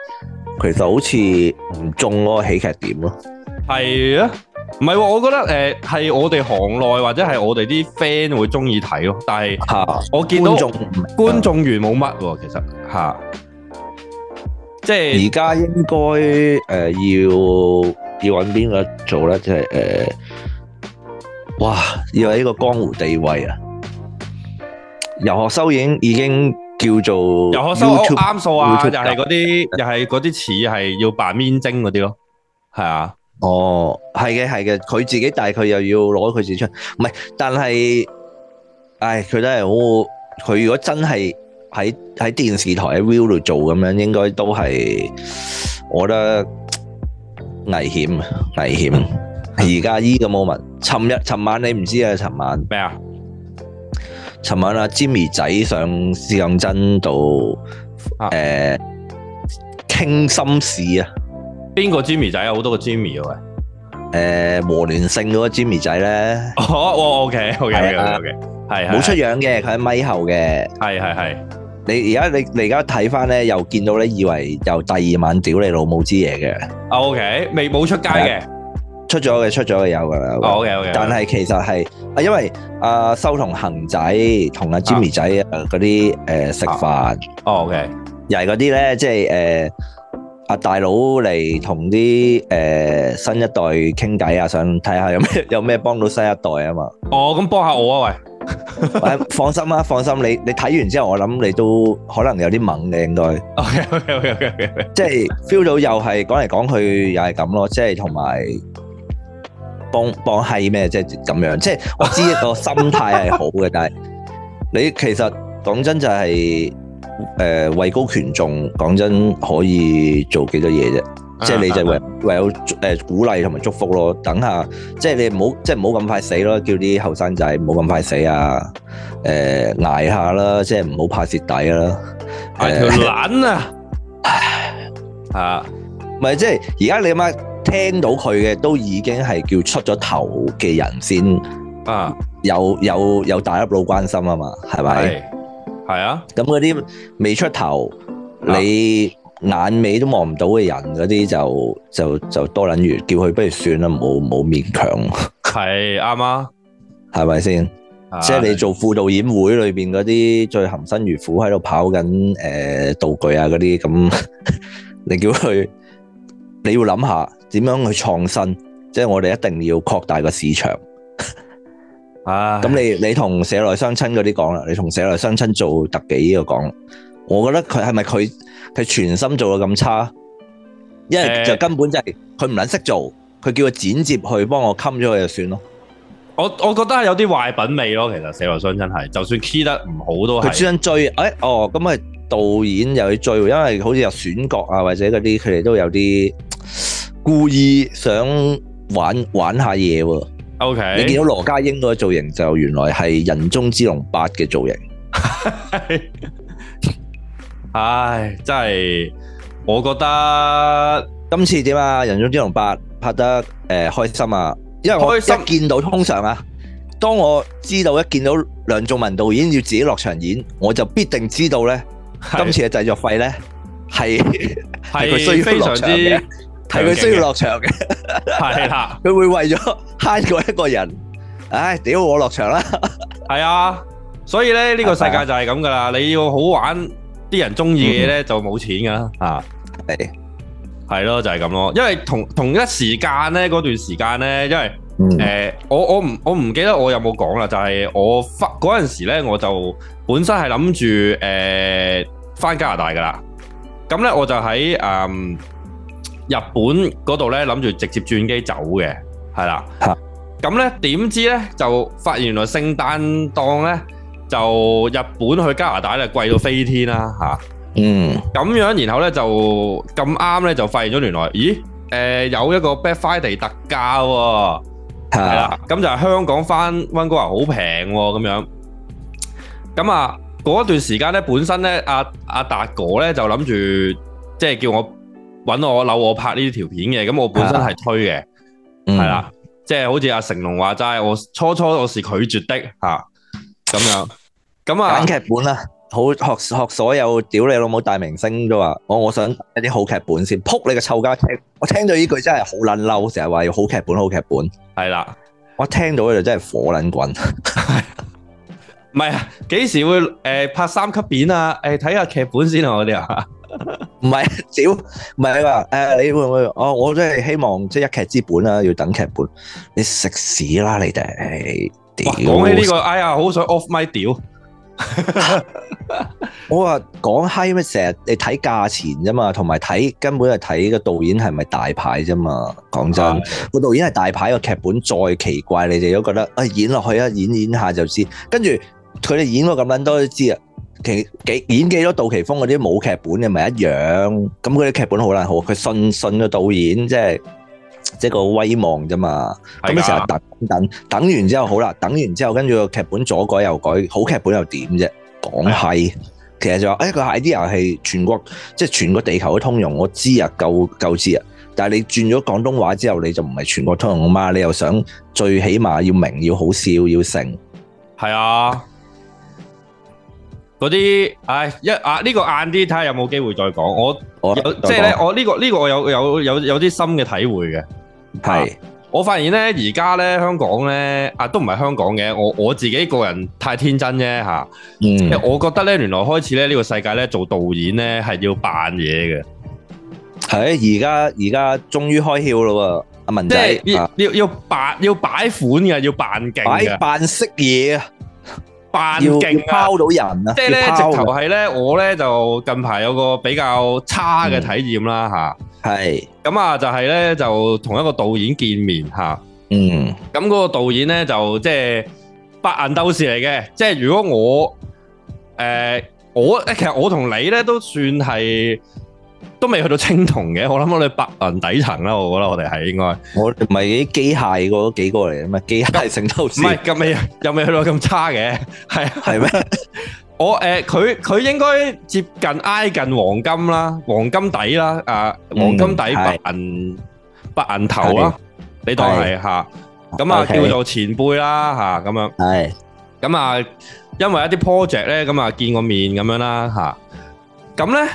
Speaker 7: 其實好似唔中嗰個喜劇點咯。
Speaker 6: 係啊，唔係喎，我覺得誒係我哋行內或者係我哋啲 friend 會中意睇咯，但係
Speaker 7: 嚇、
Speaker 6: 我見到
Speaker 7: 觀眾啊唔
Speaker 6: 觀眾緣冇乜喎，其實嚇，即係。
Speaker 7: 而家應該誒、呃要要揾邊個做咧？即係誒，哇！要喺呢個江湖地位啊！游學修已經已經叫做
Speaker 6: 游學修我
Speaker 7: YouTube
Speaker 6: 啱數啊，又
Speaker 7: YouTube
Speaker 6: 係嗰啲，又係嗰啲似係要扮面精嗰啲咯，係啊，
Speaker 7: 哦，係嘅係嘅，佢自己但係佢又要攞佢自己出，唔係，但係，唉，佢都係好，佢如果真係喺喺電視台喺 View 度做咁樣，應該都係，我覺得危險啊危險。而家依個 moment，尋日尋晚你唔知啊，尋晚
Speaker 6: 咩啊？
Speaker 7: 尋晚啊，Jimmy 仔上試當真度
Speaker 6: 啊
Speaker 7: 誒傾心事啊！
Speaker 6: 邊個 Jimmy 仔啊？好多個 Jimmy 啊喂！
Speaker 7: 誒和聯勝嗰個 Jimmy 仔咧。
Speaker 6: 哦哦，OK，OK，OK，OK，係係
Speaker 7: 冇出樣嘅，佢喺咪後嘅。
Speaker 6: 係係係，
Speaker 7: 你而家你你而家睇翻咧，又見到咧，以為又第二晚屌你老母之嘢嘅，
Speaker 6: 啊 OK，未冇出街嘅，
Speaker 7: 出咗嘅出咗嘅有噶啦。
Speaker 6: 哦 OK OK，
Speaker 7: 但係其實係啊，因為阿修同恒仔同阿 Jimmy 仔啊嗰啲誒食飯，
Speaker 6: 哦 OK，
Speaker 7: 又係嗰啲咧，即係誒阿大佬嚟同啲誒新一代傾偈啊，想睇下有咩 有咩幫到新一代啊嘛。
Speaker 6: 哦咁幫下我啊
Speaker 7: 喂放心啦，放心，你你睇完之後，我諗你都可能有啲猛嘅應該。
Speaker 6: 喂，OK OK OK OK，
Speaker 7: 即係 feel 到又係講嚟講去又係咁咯，即係同埋幫幫閪咩，即係咁樣。即係我知個心態係好嘅，但係你其實講真就係、呃位高權重，講真可以做幾多嘢啫。即係你就唯唯有誒、呃鼓勵同埋祝福咯。等下，即係你唔好即係唔好咁快死咯，叫啲後生仔唔好咁快死啊！誒、捱下啦，即係唔好怕蝕底啦。
Speaker 6: 係條撚啊，啊
Speaker 7: 唔係即係而家你媽聽到佢嘅都已經係叫出咗頭嘅人先
Speaker 6: 啊
Speaker 7: 有有有大粒佬關心啊嘛，係咪？
Speaker 6: 係係啊，
Speaker 7: 咁嗰啲未出頭，
Speaker 6: 啊
Speaker 7: 你眼尾都望唔到嘅人嗰啲就就就多撚餘，叫佢不如算啦，唔好唔好勉強，
Speaker 6: 係啱啊，
Speaker 7: 係咪先？
Speaker 6: 啊
Speaker 7: 即係你做副導演會裏邊嗰啲最含辛茹苦喺度跑緊誒、呃道具啊嗰啲，咁 你叫佢你要諗下點樣去創新，即係我哋一定要擴大個市場。
Speaker 6: 啊
Speaker 7: 咁你你同社內相親嗰啲講啦，你同社內相親做特技呢個講啦，我覺得佢係咪佢佢全心做到咁差？因為
Speaker 6: 誒
Speaker 7: 就根本就係佢唔撚識做，佢叫佢剪接去幫我冚咗佢就算咯。
Speaker 6: 我我覺得係有啲壞品味咯，其實社會上真係，就算 key 得唔好都
Speaker 7: 佢
Speaker 6: 係。
Speaker 7: 專登追，誒、哦，咁啊導演又要追喎，因為好似有選角啊或者嗰啲，佢哋都有啲嗯故意想玩 玩下嘢喎。
Speaker 6: O K，
Speaker 7: 你見到羅家英嗰個造型就原來係人中之龍八嘅造型，
Speaker 6: 唉，真係，我覺得
Speaker 7: 今次點啊？人中之龍八拍得誒、呃、開心啊！因為我一
Speaker 6: 開心
Speaker 7: 見到通常啊，當我知道一見到梁仲文導演要自己落場演，我就必定知道咧，
Speaker 6: 係
Speaker 7: 今次嘅製作費咧係係佢需
Speaker 6: 係
Speaker 7: 要
Speaker 6: 非常
Speaker 7: 落
Speaker 6: 之
Speaker 7: 場嘅，係佢需要落場嘅。
Speaker 6: 係啦，
Speaker 7: 佢會為咗 慳過一個人，唉，屌我落場啦！
Speaker 6: 係啊，所以咧呢個世界就係咁噶啦，你要好玩啲人中意嘅嘢咧就冇錢噶啦，啊
Speaker 7: 係
Speaker 6: 係咯，就係咁咯。因為同同一時間咧，嗰段時間咧，因為誒、我我唔我唔記得我有冇講啦，就係、我翻嗰陣時咧，我就本身係諗住誒翻加拿大噶啦。咁咧我就喺誒、嗯日本嗰度咧諗住直接轉機走嘅，係啦
Speaker 7: 嚇。
Speaker 6: 咁咧點知咧就發現原來聖誕檔咧就日本去加拿大咧貴到飛天啦嚇。
Speaker 7: 嗯，
Speaker 6: 咁樣，然後咧就咁啱咧就發現咗原來，咦誒、有一個 Black Friday 特價喎、
Speaker 7: 係
Speaker 6: 係
Speaker 7: 啦，
Speaker 6: 啦，咁就係香港翻温哥華好平喎，咁樣。咁啊，嗰段時間咧，本身咧，阿阿達哥咧就諗住，即係叫我揾我扭我拍呢條片嘅，咁我本身係推嘅，
Speaker 7: 嗯
Speaker 6: 係，啦，即係好似阿成龍話齋，我初初我是拒絕的嚇，咁樣。咁啊
Speaker 7: 揀，劇本啦，好學學所有屌你老母大明星都話，我我想一啲好劇本先，撲你個臭家聽！我聽到呢句真係好撚嬲，成日話要好劇本好劇本，
Speaker 6: 係啦，
Speaker 7: 我聽到就真係火撚滾，
Speaker 6: 唔係啊，幾時會誒、拍三級片啊？誒睇下劇本先啊，我哋啊，
Speaker 7: 唔係屌，唔係你話誒你會唔會？哦，我真係希望即係一劇之本啦，要等劇本，你食屎啦你哋！屌
Speaker 6: 哇，講起呢、個，哎呀，好想 off my 屌，
Speaker 7: 我話講閪咩？成日你睇價錢啫嘛，同埋睇根本係睇個導演係咪大牌啫嘛。講真，個導演係大牌，個劇本再奇怪，你哋都覺得啊演落去啊，演演下就知。跟住佢哋演過咁撚多都知啊。其幾演幾多杜琪峰嗰啲冇劇本嘅咪一樣，咁佢啲劇本好難好，佢信信個導演即係即係個威望啫嘛。咁你
Speaker 6: 係
Speaker 7: 成日
Speaker 6: 㗎
Speaker 7: 等等等完之後好啦，等完之後跟住個劇本左改右改，好劇本又點啫？講
Speaker 6: 啊
Speaker 7: 係，其實就話哎誒個 idea 係全國即係全個地球都通用，我知啊，夠夠知啊。但係你轉咗廣東話之後，你就唔係全國通用啊嘛，你又想最起碼要明要好笑要成，
Speaker 6: 係啊，嗰啲，唉，一啊呢、個晏啲睇下有冇機會再講。我
Speaker 7: 我
Speaker 6: 有即係咧，我呢、個呢、個我有有有有啲深嘅體會嘅。
Speaker 7: 係
Speaker 6: 我發現咧，而家咧香港咧啊，都唔係香港嘅，我我自己個人太天真啫嚇。即
Speaker 7: 嗯
Speaker 6: 係我覺得咧，原來開始咧呢、個世界咧做導演咧係要扮嘢嘅，
Speaker 7: 係而家而家終於開竅咯喎，阿文
Speaker 6: 即
Speaker 7: 仔
Speaker 6: 係要
Speaker 7: 啊
Speaker 6: 要要扮要擺款嘅，要扮勁
Speaker 7: 擺
Speaker 6: 嘅，
Speaker 7: 扮識嘢啊，
Speaker 6: 扮
Speaker 7: 要要
Speaker 6: 勁啊！
Speaker 7: 拋到人啊，
Speaker 6: 即係咧，
Speaker 7: 要
Speaker 6: 直
Speaker 7: 拋
Speaker 6: 頭係咧，我咧就近排有個比較差
Speaker 7: 嗯
Speaker 6: 嘅體驗啦吓，
Speaker 7: 係
Speaker 6: 咁啊就係咧就同一個導演見面吓，
Speaker 7: 嗯
Speaker 6: 咁嗰個導演咧就即係白銀鬥士嚟嘅，即係如果我誒我其實我同你咧都算係都未去到青銅嘅，我諗我哋白銀底層啦，我覺得我哋係應該
Speaker 7: 我哋唔係啲機械嗰幾個嚟啊嘛，機械聖鬥士
Speaker 6: 唔係咁未又未去到咁差嘅，係啊
Speaker 7: 係咩？
Speaker 6: 我誒佢佢應該接近挨近黃金啦，黃金底啦，啊黃金底白
Speaker 7: 係
Speaker 6: 銀白銀頭啦，你當係嚇，咁啊
Speaker 7: OK
Speaker 6: 叫做前輩啦嚇，咁樣
Speaker 7: 係
Speaker 6: 咁啊，因為一啲 project 咧，咁啊見個面咁樣啦嚇，咁咧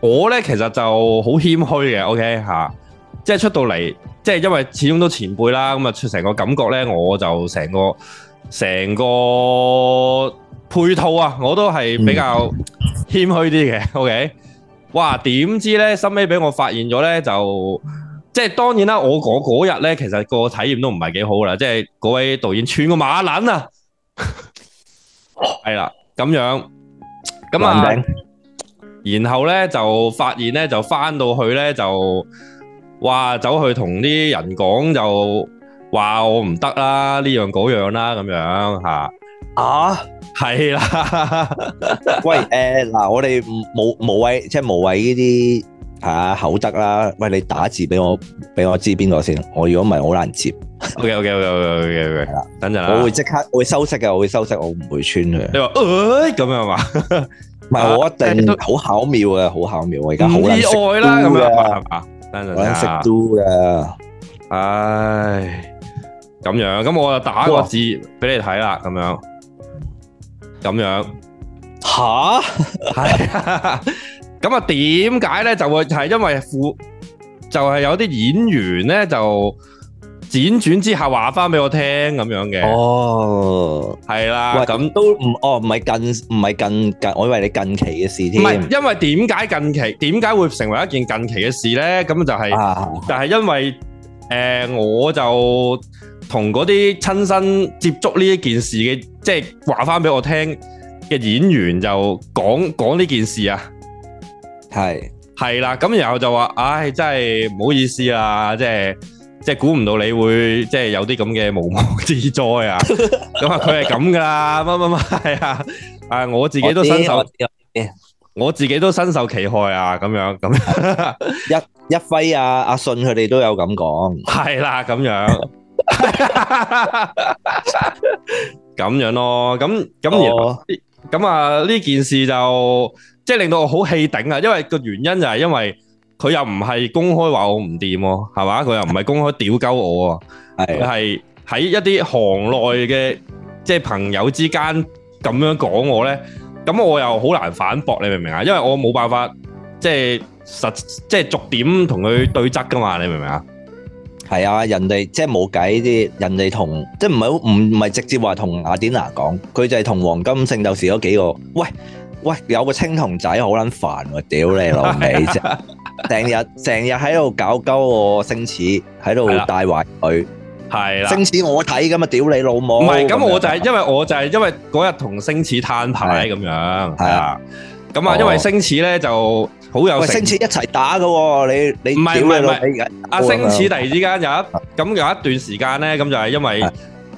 Speaker 6: 我咧其實就好謙虛嘅，OK 嚇，即係出到嚟，即係因為始終都前輩啦，咁啊出成個感覺咧，我就成個成個配套啊，我都係比較謙虛啲嘅，OK。哇！點知咧，收尾俾我發現咗咧，就即係當然啦。我嗰嗰日咧，其實個體驗都唔係幾好啦，即係嗰位導演串個馬撚啊， 係啦，咁樣咁啊。
Speaker 7: 冷冰
Speaker 6: 然後咧就發現咧就翻到去咧就哇走去同啲人講就話我唔得啦，呢樣嗰樣啦咁樣嚇，
Speaker 7: 啊！
Speaker 6: 係啦，
Speaker 7: 喂，誒嗱，我哋唔冇無謂，即係無謂呢啲嚇口德啦。喂，你打字俾我，俾我知邊個先。我如果唔係，我好難接。
Speaker 6: OK OK OK OK OK，
Speaker 7: 係啦
Speaker 6: 等陣
Speaker 7: 我
Speaker 6: 啦
Speaker 7: 會，即刻，我會收息嘅，我會收息，我唔會穿佢。
Speaker 6: 你話誒咁樣嘛？
Speaker 7: 唔係，我一定
Speaker 6: 啊
Speaker 7: 好巧妙嘅，好巧妙。我而家好
Speaker 6: 唔
Speaker 7: 撚
Speaker 6: 意
Speaker 7: 識，
Speaker 6: 外啦，咁樣
Speaker 7: 都
Speaker 6: 係
Speaker 7: 啊
Speaker 6: 嘛？等
Speaker 7: 好
Speaker 6: 陣
Speaker 7: 撚識
Speaker 6: 先
Speaker 7: do 嘅。
Speaker 6: 唉，咁樣咁我就打個
Speaker 7: 哇
Speaker 6: 字俾你睇啦，咁樣，咁樣。
Speaker 7: 吓？
Speaker 6: 系咁啊？點解咧？就會係因為副就係有啲演員咧，就自辗轉之下話翻俾我聽咁樣嘅，
Speaker 7: 哦，
Speaker 6: 係啦，
Speaker 7: 喂，
Speaker 6: 咁
Speaker 7: 咁都唔，哦，唔係近，唔係近近，我以為你近期嘅事
Speaker 6: 唔係
Speaker 7: 添。
Speaker 6: 因為點解近期點解會成為一件近期嘅事咧？咁就係、
Speaker 7: 啊，
Speaker 6: 就係因為誒、呃我就同嗰啲親身接觸呢一件事嘅，即係話翻俾我聽嘅演員就講講呢件事啊。
Speaker 7: 係，
Speaker 6: 係啦，咁然後就話，唉，真係唔好意思啊，即係即係估唔到你會即係有啲咁嘅無妄之災 啊！咁啊，佢係咁噶啦，乜乜乜係啊，啊我自己都身
Speaker 7: 我
Speaker 6: 受
Speaker 7: 知，我
Speaker 6: 我自己都身受其害啊，咁樣 咁樣
Speaker 7: 知一輝啊、阿信佢哋都有咁講。
Speaker 6: 係啦，咁 樣咁樣咯，咁咁然後
Speaker 7: 哦
Speaker 6: 咁啊呢件事就即係令到我好氣頂啊，因為個原因就係因為佢又唔係公開話我唔掂喎，係嘛？佢又唔係公開屌鳩我啊，佢
Speaker 7: 係
Speaker 6: 係喺一啲行內嘅即係朋友之間咁樣講我咧，咁我又好難反駁你明唔明啊？因為我冇辦法即係實即係逐點同佢對質噶嘛，你明唔明啊？
Speaker 7: 係啊，人哋即係冇計啲，人哋同即係唔係好唔唔係直接話同雅典娜講，佢就係同黃金聖鬥士嗰幾個，喂喂，有個青銅仔好撚煩喎，屌你老 味啫！成日成日喺度搞鳩我星矢，喺度
Speaker 6: 係啦
Speaker 7: 帶壞佢。
Speaker 6: 係啦。
Speaker 7: 星矢我睇㗎嘛，屌你老母！
Speaker 6: 唔係，咁我
Speaker 7: 哦樣
Speaker 6: 就係因為我就係因為嗰日同星矢攤牌咁樣，係啊，咁啊，
Speaker 7: 哦
Speaker 6: 因為星矢咧就好有
Speaker 7: 喂
Speaker 6: 成
Speaker 7: 星，矢一齊打㗎喎，你你
Speaker 6: 唔係
Speaker 7: 屌
Speaker 6: 唔係
Speaker 7: 你老
Speaker 6: 唔
Speaker 7: 味而家
Speaker 6: 阿
Speaker 7: 咁樣
Speaker 6: 星矢突然之間有一咁有一段時間咧，咁就係因為
Speaker 7: 係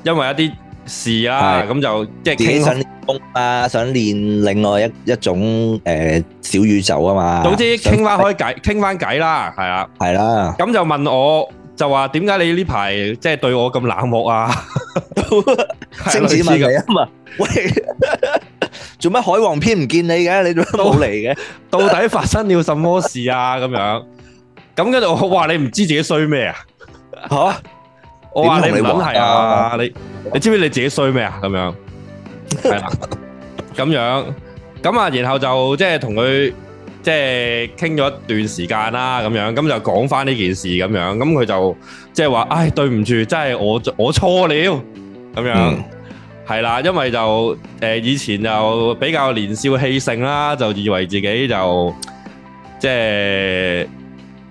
Speaker 6: 因為一啲事啦，
Speaker 7: 係
Speaker 6: 咁就即係
Speaker 7: 自己
Speaker 6: 傾
Speaker 7: 想。練功啊，想練另外一一種誒小宇宙啊嘛。
Speaker 6: 總之傾翻開偈，傾翻偈啦，係啦，
Speaker 7: 係啦。
Speaker 6: 咁就問我就話點解你呢排即係對我咁冷漠 啊？係
Speaker 7: 星子
Speaker 6: 類似
Speaker 7: 問
Speaker 6: 咁
Speaker 7: 你啊嘛， 喂，做乜海王篇唔見你嘅？你做乜冇嚟嘅？
Speaker 6: 到底發生了什麼事啊？咁樣，咁跟住我話你唔知自己衰咩啊？
Speaker 7: 嚇，
Speaker 6: 我話你唔
Speaker 7: 點同
Speaker 6: 撚係
Speaker 7: 你
Speaker 6: 啊！你你知唔知你自己衰咩啊？ 咁樣係啦，咁樣咁啊，然後就即係同佢即係傾咗一段時間啦，咁樣咁就講翻呢件事咁樣，咁佢就即係話：，唉，對唔住，真係我我錯了咁樣
Speaker 7: 嗯。
Speaker 6: 係啦，因為就誒、呃以前就比較年少氣盛啦，就以為自己就即係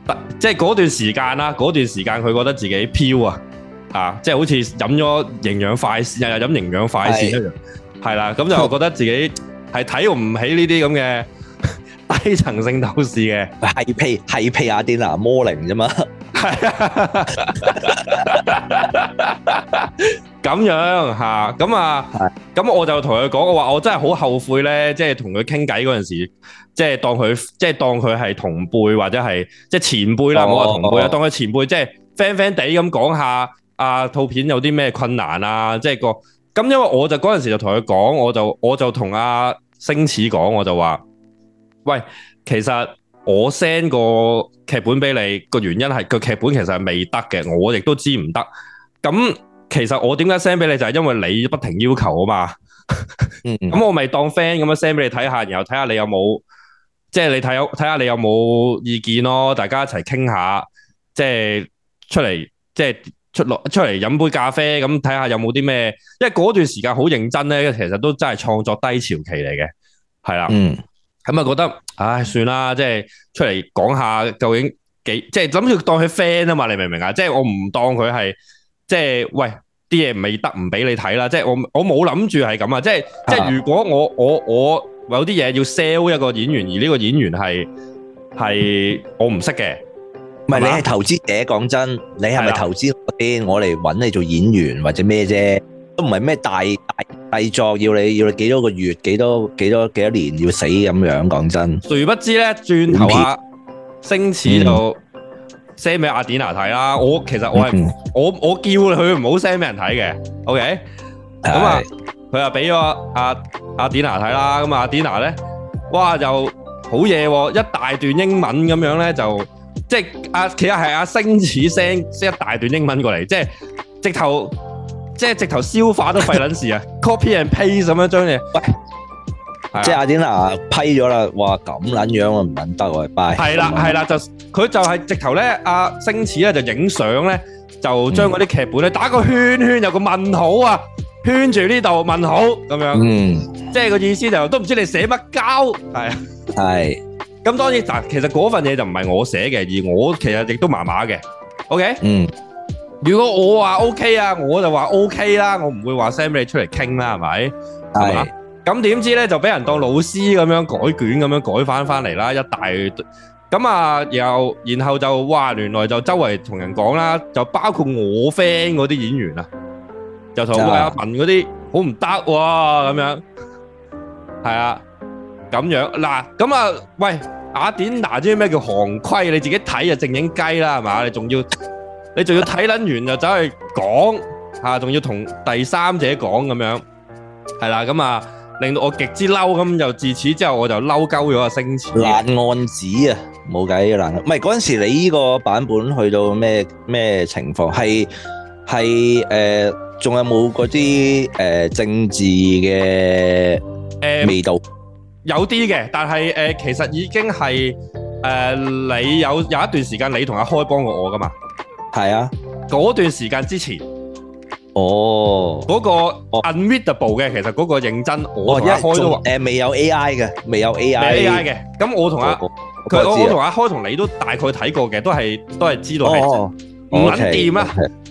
Speaker 6: 得即係嗰段時間啦，嗰段時間佢覺得自己飄啊，啊，即係好似飲咗營養快線，日日飲營養快線一樣，係啦，咁就覺得自己係睇唔起呢啲咁嘅 低層性鬥士嘅，
Speaker 7: 係屁係屁雅典娜魔靈啫嘛，
Speaker 6: 咁樣嚇，咁啊
Speaker 7: 係，
Speaker 6: 咁我就同佢講，我話我真係好後悔咧，即係同佢傾偈嗰陣時，即係當佢即係當佢係同輩或者係即係前輩啦，
Speaker 7: 哦
Speaker 6: 唔好話同輩啦，
Speaker 7: 哦
Speaker 6: 當佢前輩即係 friend friend 地咁講下啊套片有啲咩困難啊，即係個咁，因為我就嗰陣時就同佢講，我就我就同阿星矢講，我就話，喂，其實。我 send 個劇本俾你，個原因係個劇本其實係未得嘅，我亦都知唔得。咁其實我點解 send 俾你就係因為你不停要求啊嘛。
Speaker 7: 嗯，
Speaker 6: 咁我咪當 friend 咁樣 send 俾你睇下，然後睇下你有冇，即係你睇有睇下你有冇意見咯，大家一齊傾下，即係出嚟，即係出落出嚟飲杯咖啡，咁睇下有冇啲咩，因為嗰段時間好認真咧，其實都真係創作低潮期嚟嘅，係啦。
Speaker 7: 嗯
Speaker 6: 咁啊覺得，唉，算啦，即係出嚟講下究竟幾，即係諗住當佢 friend 啊嘛，你明唔明啊？即係我唔當佢係，即係喂啲嘢未得唔俾你睇啦，即係我我冇諗住係咁啊！即係即係如果我我我有啲嘢要 sell 一個演員，而呢個演員係係我唔識嘅，
Speaker 7: 唔係
Speaker 6: 係
Speaker 7: 你
Speaker 6: 嘛
Speaker 7: 係投資者，講真，你係
Speaker 6: 係
Speaker 7: 咪
Speaker 6: 啦
Speaker 7: 投資我先？我嚟揾你做演員或者咩啫？都唔係咩大大製作，要你要你幾多個月、幾多幾多幾多年要死咁樣，講真，
Speaker 6: 誰不知咧轉頭啊，星矢就 send 俾阿典娜睇啦。我其實我係
Speaker 7: 嗯
Speaker 6: 我我叫佢唔好 send 俾人睇嘅，OK？咁啊，佢又俾咗阿阿典娜睇啦，咁啊阿典娜咧，哇又好嘢喎，一大段英文咁樣咧就即係阿其實係阿星矢 send 一大段英文過嚟，即係直頭即係直頭消化都費撚事啊，copy and paste 咁樣將嘢，喂
Speaker 7: 即係阿典娜批咗啦，話咁撚樣我唔撚得喎，拜。
Speaker 6: 嗯係啦，係啦，就佢就係直頭咧，阿星矢咧就影相咧，就將嗰啲劇本咧打個圈圈，有個問號啊，圈住呢度問號咁樣，
Speaker 7: 嗯，
Speaker 6: 即係個意思就都唔知你寫乜交，係啊。
Speaker 7: 系，
Speaker 6: 咁當然，嗱，其實嗰份嘢就唔係我寫嘅，而我其實亦都麻麻嘅。OK，
Speaker 7: 嗯，
Speaker 6: 如果我話 OK 啊，我就話 OK 啦，我唔會話 send 俾你出嚟傾啦，係咪？係嘛
Speaker 7: 系，
Speaker 6: 咁點知咧就俾人當老師咁樣改卷咁樣改翻翻嚟啦，一大咁啊，然後然後就哇，原來就周圍同人講啦，就包括我 friend 嗰啲演員啊，就同
Speaker 7: 啊
Speaker 6: 喂阿文嗰啲好唔得喎咁樣，係啊，咁樣嗱，咁啊喂，雅典娜知咩叫行規？你自己睇就正影雞啦，係嘛？你仲要你仲要睇撚完就走去講嚇，仲、要同第三者講咁樣，係啦，咁啊。令到我極之嬲，咁就自此之後我就嬲鳩咗阿星馳。
Speaker 7: 烂案子啊，冇计烂，唔系嗰阵时你呢个版本去到咩咩情况？系系诶，誒仲、有冇嗰啲诶政治嘅
Speaker 6: 誒
Speaker 7: 味道？
Speaker 6: 有啲嘅，但係誒、呃其實已經係誒、呃你有有一段時間你同阿開幫過我噶嘛？
Speaker 7: 系、啊，
Speaker 6: 嗰段時間之前
Speaker 7: 哦。
Speaker 6: 嗰、
Speaker 7: 哦
Speaker 6: 個 unreadable 嘅，其實嗰個認真我
Speaker 7: 哦，
Speaker 6: 同阿開都
Speaker 7: 仲
Speaker 6: 話
Speaker 7: 誒未有 AI 嘅，未有 AI
Speaker 6: 係 AI 嘅，咁我同阿
Speaker 7: 我
Speaker 6: 佢我我
Speaker 7: 我
Speaker 6: 同阿開同你都大概睇過嘅，都係都係知道係
Speaker 7: 哦，
Speaker 6: 唔撚掂啊！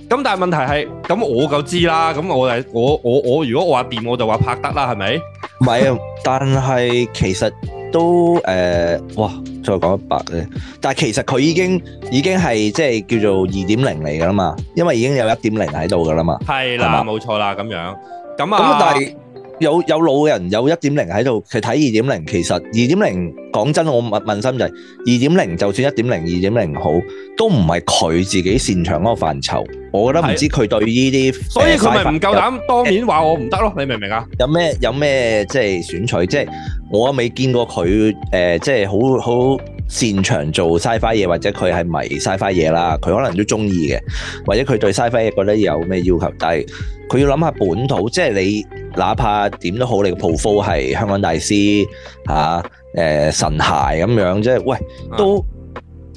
Speaker 6: 咁但係問題係，咁我夠知啦，咁我係我我我如果我話掂我就話拍得啦，係咪？
Speaker 7: 唔係啊，但係其實都誒、呃哇！再講一百咧，但係其實佢已經已經係即係叫做二點零嚟㗎啦嘛，因為已經有一點零喺度㗎啦嘛。
Speaker 6: 係
Speaker 7: 係
Speaker 6: 啦，
Speaker 7: 嘛
Speaker 6: 冇錯啦，咁樣咁
Speaker 7: 咁、
Speaker 6: 啊，
Speaker 7: 但係有有老人有一點零喺度，佢睇二點零，其實二點零講真，我問問心就係二點零，就算一點零、二點零好，都唔係佢自己擅長嗰個範疇。我覺得唔知佢對呢啲，
Speaker 6: 所以佢咪唔夠
Speaker 7: 膽。
Speaker 6: 膽當面話我唔得咯，你明唔明啊？
Speaker 7: 有咩有咩即係選取，即係我未見過佢誒、呃即係好好擅長做 sci-fi 嘢，或者佢係迷 sci-fi 嘢啦。佢可能都中意嘅，或者佢對 sci-fi 嘢覺得有咩要求，但係佢要諗下本土，即係你哪怕點都好，你嘅 profile 係香港大師嚇誒、呃神鞋咁樣，即係喂
Speaker 6: 啊
Speaker 7: 都。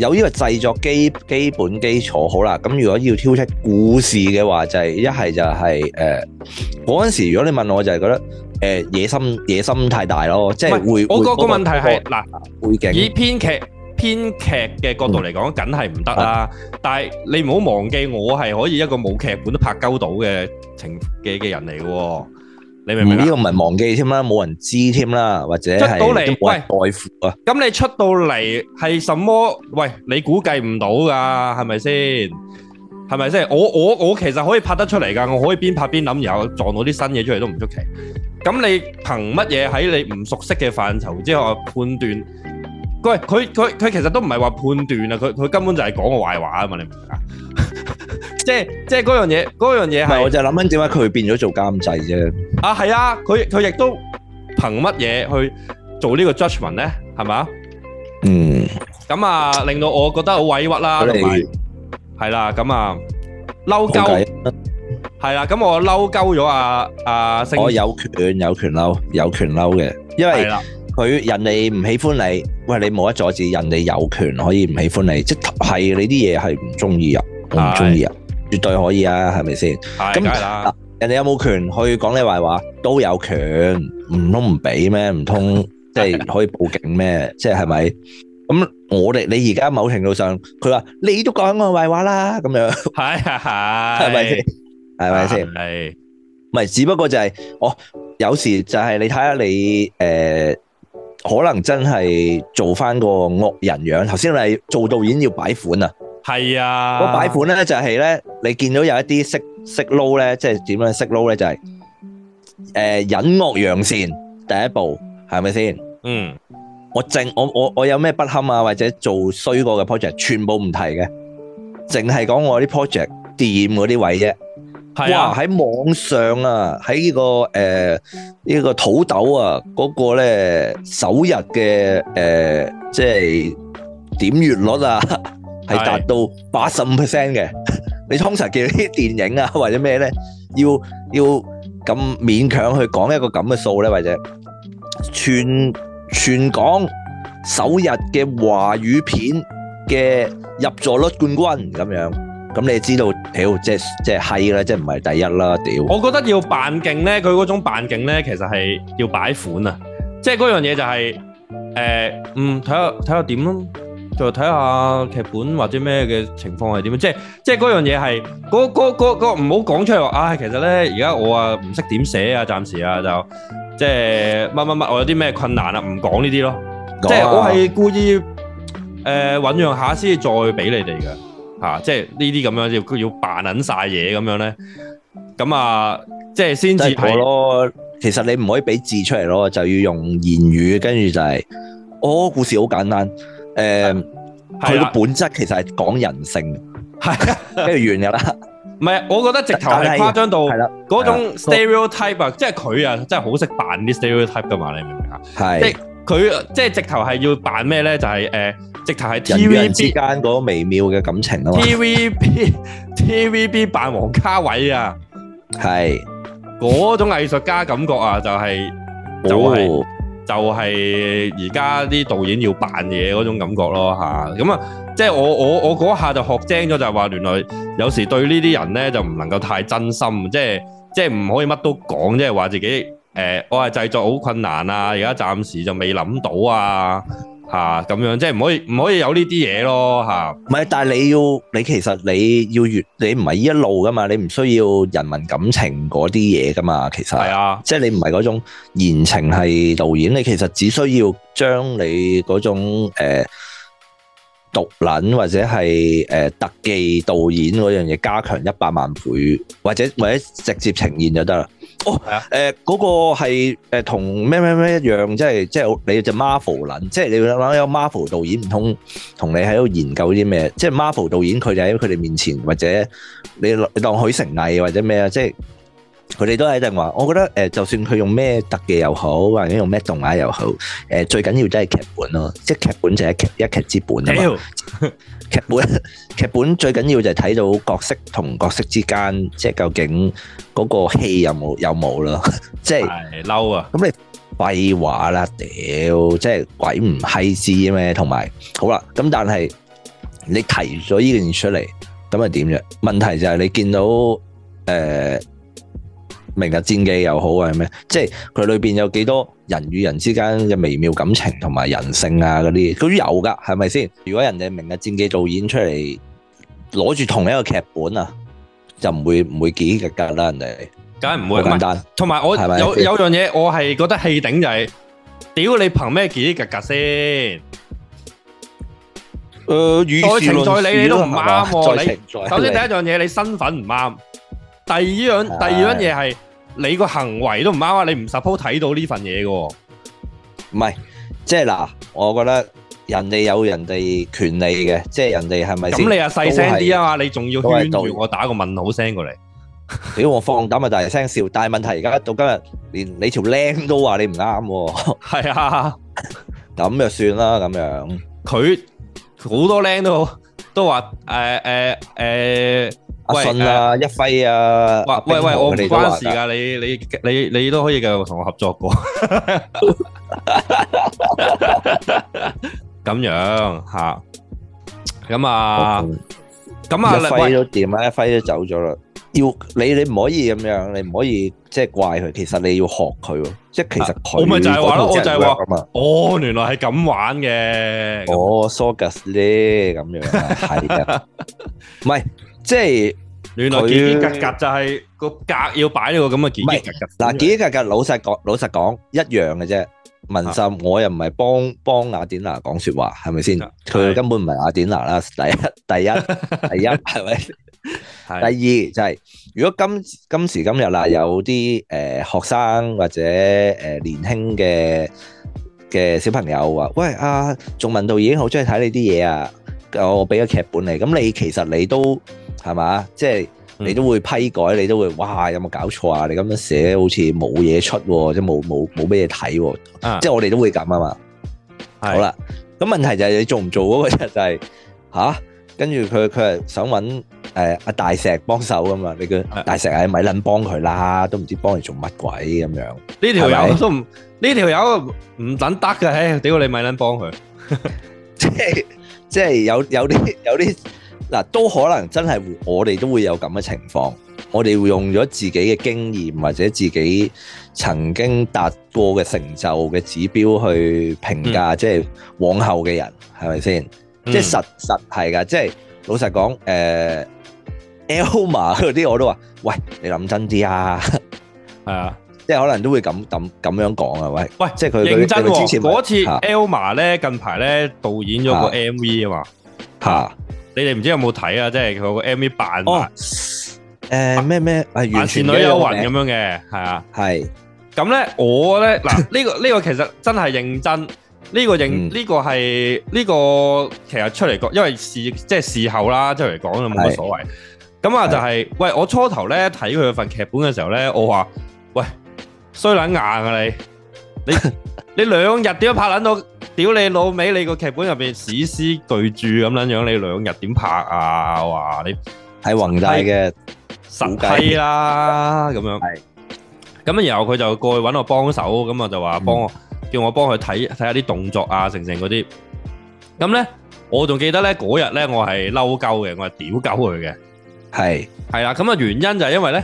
Speaker 7: 有呢個製作基基本基礎好啦，咁如果要挑出故事嘅話，就係一係就係誒嗰陣時，如果你問我就係覺得誒、呃野心野心太大咯，即係
Speaker 6: 唔係
Speaker 7: 會
Speaker 6: 我
Speaker 7: 會
Speaker 6: 個個
Speaker 7: 嗰
Speaker 6: 問題係嗱，
Speaker 7: 背景
Speaker 6: 以編劇編劇嘅角度嚟講，梗係唔得啦。但係你唔好忘記，我係可以一個冇劇本都拍鳩到嘅情嘅嘅人嚟嘅喎，你明唔
Speaker 7: 唔
Speaker 6: 明
Speaker 7: 呢
Speaker 6: 啊？
Speaker 7: 個唔係忘記添啦，冇人知添啦，或者
Speaker 6: 出到嚟
Speaker 7: 係都冇人代付啊，
Speaker 6: 咁你出到嚟係什麼？喂，你估計唔到㗎，係咪先？係咪先？我我我其實可以拍得出嚟㗎，我可以邊拍邊諗，然後撞到啲新嘢出嚟都唔出奇。咁你憑乜嘢喺你唔熟悉嘅範疇之下判斷？佢佢佢佢其實都唔係話判斷啊，佢佢根本就係講我壞話啊嘛！你明唔明啊？ 即係即係嗰樣嘢，嗰樣嘢
Speaker 7: 唔係
Speaker 6: 係
Speaker 7: 我就諗緊點解佢變咗做監製啫，
Speaker 6: 啊係啊，佢佢亦都憑乜嘢去做呢個 judgment 咧？係嘛？
Speaker 7: 嗯，
Speaker 6: 咁啊，令到我覺得好委屈啦，
Speaker 7: 佢
Speaker 6: 同埋
Speaker 7: 哋
Speaker 6: 係啦，咁啊嬲
Speaker 7: 冇計
Speaker 6: 鳩，係啦，咁我嬲鳩咗啊啊星，
Speaker 7: 我有權有權嬲，有權嬲嘅，因為
Speaker 6: 係。啦，
Speaker 7: 佢人哋唔喜歡你，喂你冇得阻止，人哋有權可以唔喜歡你，即係你啲嘢係唔中意啊，我唔中意啊，絕對可以啊，係咪先？
Speaker 6: 係
Speaker 7: 咁
Speaker 6: 梗係啦，
Speaker 7: 人哋有冇權去講你壞話？都有權，唔通唔俾咩？唔通即係可以報警咩？ 即係係咪？咁我哋你而家某程度上，佢話你都講我壞話啦，咁樣
Speaker 6: 係係 係，
Speaker 7: 啊
Speaker 6: 啊
Speaker 7: 係咪先？係咪先？
Speaker 6: 係
Speaker 7: 唔係，只不過就係、我有時就係你睇下你誒、呃可能真係做翻個惡人樣。頭先你做導演要擺款啊，
Speaker 6: 係啊，
Speaker 7: 個、擺款咧就係、咧，你見到有一啲識識撈咧，即係點樣識撈咧，就係、誒隱惡揚善第一步，係咪先？
Speaker 6: 嗯
Speaker 7: 我淨我我我有咩不堪啊，或者做衰過嘅 project，全部唔提嘅，淨係講我啲 project 掂嗰啲位啫。
Speaker 6: 係
Speaker 7: 哇！
Speaker 6: 啊，
Speaker 7: 喺網上啊，喺呢、個誒呢、個土豆啊，嗰、個咧首日嘅誒、呃即係點閱率啊，係
Speaker 6: 係
Speaker 7: 達到八十五 percent 嘅。你通常見到啲電影啊或者咩咧，要要咁勉強去講一個咁嘅數咧，或者全全港首日嘅華語片嘅入座率冠軍咁樣。咁你知道，屌，即係即係閪啦，即係唔係第一啦，屌。
Speaker 6: 我覺得要扮勁咧，佢嗰種扮勁咧，其實係要擺款啊，即係嗰樣嘢就係、誒、嗯，睇下睇下點咯，就睇下劇本或者咩嘅情況係點，即係即係嗰樣嘢係嗰嗰嗰嗰唔好講出嚟話，唉、其實咧而家我啊唔識點寫啊，暫時啊就即係乜乜乜，我有啲咩困難啊，唔講呢啲咯，即
Speaker 7: 啊
Speaker 6: 係我係故意誒、醖釀下先至再俾你哋嘅嚇，即係呢啲咁樣要要扮撚晒嘢咁樣咧。咁啊，即係先至
Speaker 7: 即係我
Speaker 6: 係
Speaker 7: 咯。其實你唔可以俾字出嚟咯，就要用言語，跟住就係、我個故事好簡單，誒、佢
Speaker 6: 係
Speaker 7: 個
Speaker 6: 啦，
Speaker 7: 本質其實係講人性，
Speaker 6: 係啊
Speaker 7: 跟住完㗎啦，
Speaker 6: 唔係？啊我覺得直頭係誇張到
Speaker 7: 係啦，
Speaker 6: 嗰種 stereotype 啊，即係佢啊，真係好識扮啲 stereotype 噶嘛，你明唔明啊？
Speaker 7: 係
Speaker 6: 佢即係直頭係要扮咩咧？就係、呃直頭係
Speaker 7: 人與人之
Speaker 6: TVB
Speaker 7: 間啊嗰個微妙嘅感情啊嘛，
Speaker 6: TVB TVB 扮王家衞啊，
Speaker 7: 係，
Speaker 6: 嗰種藝術家感覺啊，就係、就係、
Speaker 7: 哦，
Speaker 6: 就係而家啲導演要扮嘢嗰種感覺咯吓，咁啊，即係我我我嗰下就學精咗，就係話原來有時對呢啲人咧就唔能夠太真心，即係即係唔可以乜都講，即係話自己誒、呃我係製作好困難啊，而家暫時就未諗到啊吓咁、樣，即係唔可以唔可以有呢啲嘢咯吓。
Speaker 7: 唔係，但係你要你其實你要越你唔係依一路㗎嘛，你唔需要人民感情嗰啲嘢㗎嘛，其實
Speaker 6: 係啊，
Speaker 7: 即係你唔係嗰種言情係導演，你其實只需要將你嗰種呃誒獨撚或者係誒、呃特技導演嗰樣嘢加強一百萬倍，或者或者直接呈現就得啦。哦，誒
Speaker 4: 係
Speaker 7: 嗰
Speaker 4: 啊、
Speaker 7: 個係呃同咩咩咩一樣，即係即係你隻 Marvel 撚，即係你諗下有 Marvel 導演唔通同你喺度研究啲咩？即係 Marvel 導演佢哋喺佢哋面前，或者你你當許成毅或者咩啊，即係。佢哋都喺度話，我覺得誒、呃就算佢用咩特技又好，或者用咩動畫又好，誒、呃最緊要都係劇本咯，即係劇本就係劇一劇之本啊嘛。
Speaker 6: 屌，
Speaker 7: 劇本 劇本最緊要就係睇到角色同角色之間，即係究竟嗰個戲有冇有冇咯， 即係。
Speaker 6: 係嬲啊！
Speaker 7: 廢話啦，屌！即係鬼唔閪知咩？同埋好啦，咁但係你提咗呢件事出嚟，咁係點啫？問題就係你見到誒、呃明日戰記又好係咩？即係佢裏邊有幾多人與人之間嘅微妙感情同埋人性啊嗰啲，佢有噶係咪先？如果人哋明日戰記導演出嚟攞住同一個劇本啊，就唔會唔會幾格格啦，人哋
Speaker 6: 梗係唔
Speaker 7: 好
Speaker 6: 會，唔係
Speaker 7: 簡單
Speaker 6: 同埋我
Speaker 7: 係咪
Speaker 6: 有有樣嘢，我係覺得氣頂就係、屌你憑咩幾格格先？
Speaker 7: 誒，
Speaker 6: 再情在理你都唔啱喎你首
Speaker 7: 首
Speaker 6: 先第一樣嘢，你身份唔啱；第二樣
Speaker 7: 係
Speaker 6: 第二樣嘢係你個行為都唔啱啊！你唔 suppose 睇到呢份嘢嘅喎，
Speaker 7: 唔係，即係嗱，我覺得人哋有人哋權利嘅，即係人哋係咪先？
Speaker 6: 咁你又細聲啲啊嘛，你仲要
Speaker 7: 都係
Speaker 6: 圈
Speaker 7: 道理
Speaker 6: 住我打個問號聲過嚟，
Speaker 7: 屌我放膽啊，大聲笑，但係問題而家到今日， 連你條僆都話你唔啱喎，
Speaker 6: 係啊，
Speaker 7: 咁就算啦，咁樣
Speaker 6: 佢好多僆都都話誒誒誒，
Speaker 7: 阿
Speaker 6: 喂
Speaker 7: 信啊、一輝啊、
Speaker 6: 話喂喂，
Speaker 7: 阿冰
Speaker 6: 我
Speaker 7: 河
Speaker 6: 唔
Speaker 7: 佢哋都話
Speaker 6: 關事㗎，你你你你都可以繼續同我合作 過，咁樣嚇，咁啊
Speaker 7: 嗯
Speaker 6: 咁啊，
Speaker 7: 一
Speaker 6: 喂
Speaker 7: 輝都掂啦，一輝都走咗啦。要你你唔可以咁樣，你唔可以即係怪佢，其實你要學佢喎，即係其實佢
Speaker 6: 我咪就係話咯我就係話
Speaker 7: 嗰套真係 work 啊嘛。
Speaker 6: 哦，原來係咁玩嘅。
Speaker 7: 哦 s o g a s 咧咁樣啊，係啊，唔係即係
Speaker 6: 原來
Speaker 7: 佢
Speaker 6: 結結格格就係個格要擺呢個咁嘅結結格格。
Speaker 7: 嗱，幾格格老實講，老實講一樣嘅啫。文心，
Speaker 6: 啊
Speaker 7: 我又唔係幫幫雅典娜講説話，係咪先？
Speaker 6: 係
Speaker 7: 佢根本唔係雅典娜啦，第一 第一第一係咪？第
Speaker 6: 係
Speaker 7: 二就係、如果今今時今日啦，有啲誒、呃、學生或者誒、呃年輕嘅嘅小朋友話：，喂，阿、仲文導已經好中意睇你啲嘢啊！我俾個劇本你，咁你其實你都係嘛？即係
Speaker 6: 嗯
Speaker 7: 你都會批改，你都會哇有冇搞錯啊？你咁樣寫好似冇嘢出喎，即係冇冇冇咩嘢睇喎，
Speaker 6: 啊
Speaker 7: 即係我哋都會咁啊嘛。
Speaker 6: 係
Speaker 7: 好啦，咁問題就係你做唔做嗰個就係、吓，跟住佢佢係想揾誒阿大石幫手噶嘛？你叫
Speaker 6: 係
Speaker 7: 大石係咪撚幫佢啦？都唔知幫你做乜鬼咁樣。
Speaker 6: 呢條
Speaker 7: 係
Speaker 6: 友
Speaker 7: 咪
Speaker 6: 都唔呢條友唔撚得嘅，唉，屌你咪撚幫佢。
Speaker 7: 即係即係有有啲有啲嗱，都可能真係會我哋都會有咁嘅情況，我哋會用咗自己嘅經驗或者自己曾經達過嘅成就嘅指標去評價，即係往後嘅人係咪先？即係實實係㗎，即係老實講，誒、Elma 嗰啲我都話，喂，你諗真啲啊！
Speaker 6: 系啊，
Speaker 7: 即係可能都會咁咁咁樣講啊，喂，
Speaker 6: 喂，
Speaker 7: 即係佢佢
Speaker 6: 認真
Speaker 7: 佢之
Speaker 6: 喎
Speaker 7: 前
Speaker 6: 嗰次
Speaker 7: 嚇
Speaker 6: Elma 咧，近排咧導演咗個
Speaker 7: 啊
Speaker 6: MV 啊嘛，
Speaker 7: 嚇
Speaker 6: 你哋唔知有冇睇啊？即係佢有個 MV 扮
Speaker 7: 哦
Speaker 6: 埋
Speaker 7: 誒咩咩啊，
Speaker 6: 扮
Speaker 7: 完
Speaker 6: 倩
Speaker 7: 全
Speaker 6: 女
Speaker 7: 一樣
Speaker 6: 幽魂
Speaker 7: 名
Speaker 6: 咁樣嘅，係啊。
Speaker 7: 係
Speaker 6: 咁咧，我咧 嗱，呢個呢個其實真係認真，呢個認
Speaker 7: 嗯
Speaker 6: 呢個係呢個其實出嚟講，因為事即係事後啦，出嚟講就冇乜
Speaker 7: 係
Speaker 6: 所謂。咁啊，
Speaker 7: 係
Speaker 6: 就係喂，我初頭咧睇佢份劇本嘅時候咧，我話喂衰撚硬啊你，你 你兩日點樣拍撚到？屌你老味！你個劇本入邊史詩巨著咁撚樣，你兩日點拍啊？哇！你
Speaker 7: 係宏大嘅，
Speaker 6: 實批啦咁樣。
Speaker 7: 係
Speaker 6: 咁然後佢就過去揾我幫手，咁我就話幫我、叫我幫佢睇睇下啲動作啊，成成嗰啲。咁咧，我仲記得咧嗰日咧，我係嬲鳩嘅，我係屌鳩佢嘅。
Speaker 7: 係
Speaker 6: 係啦，咁啊原因就係因為咧，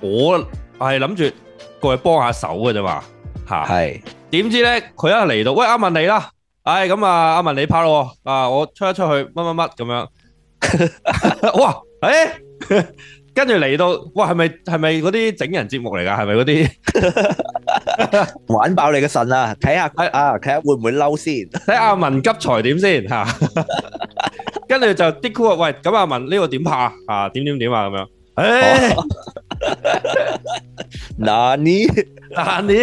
Speaker 6: 我係諗住過去幫下手嘅啫嘛，嚇、
Speaker 7: 係。
Speaker 6: 點知咧佢一嚟到，喂阿文你啦，唉咁啊阿文你拍咯喎，啊我出一出去乜乜乜咁樣，哇，诶、跟住嚟到， 哇係咪係咪嗰啲整人節目嚟㗎？係咪嗰啲？
Speaker 7: 玩爆你嘅腎啊！睇下
Speaker 6: 係
Speaker 7: 啊，睇下會唔會嬲先？
Speaker 6: 睇阿文急才點先吓， 跟住就啲 cool 喂，咁阿文呢個點拍啊？點點點啊咁樣，诶、
Speaker 7: 嗱，你
Speaker 6: 但你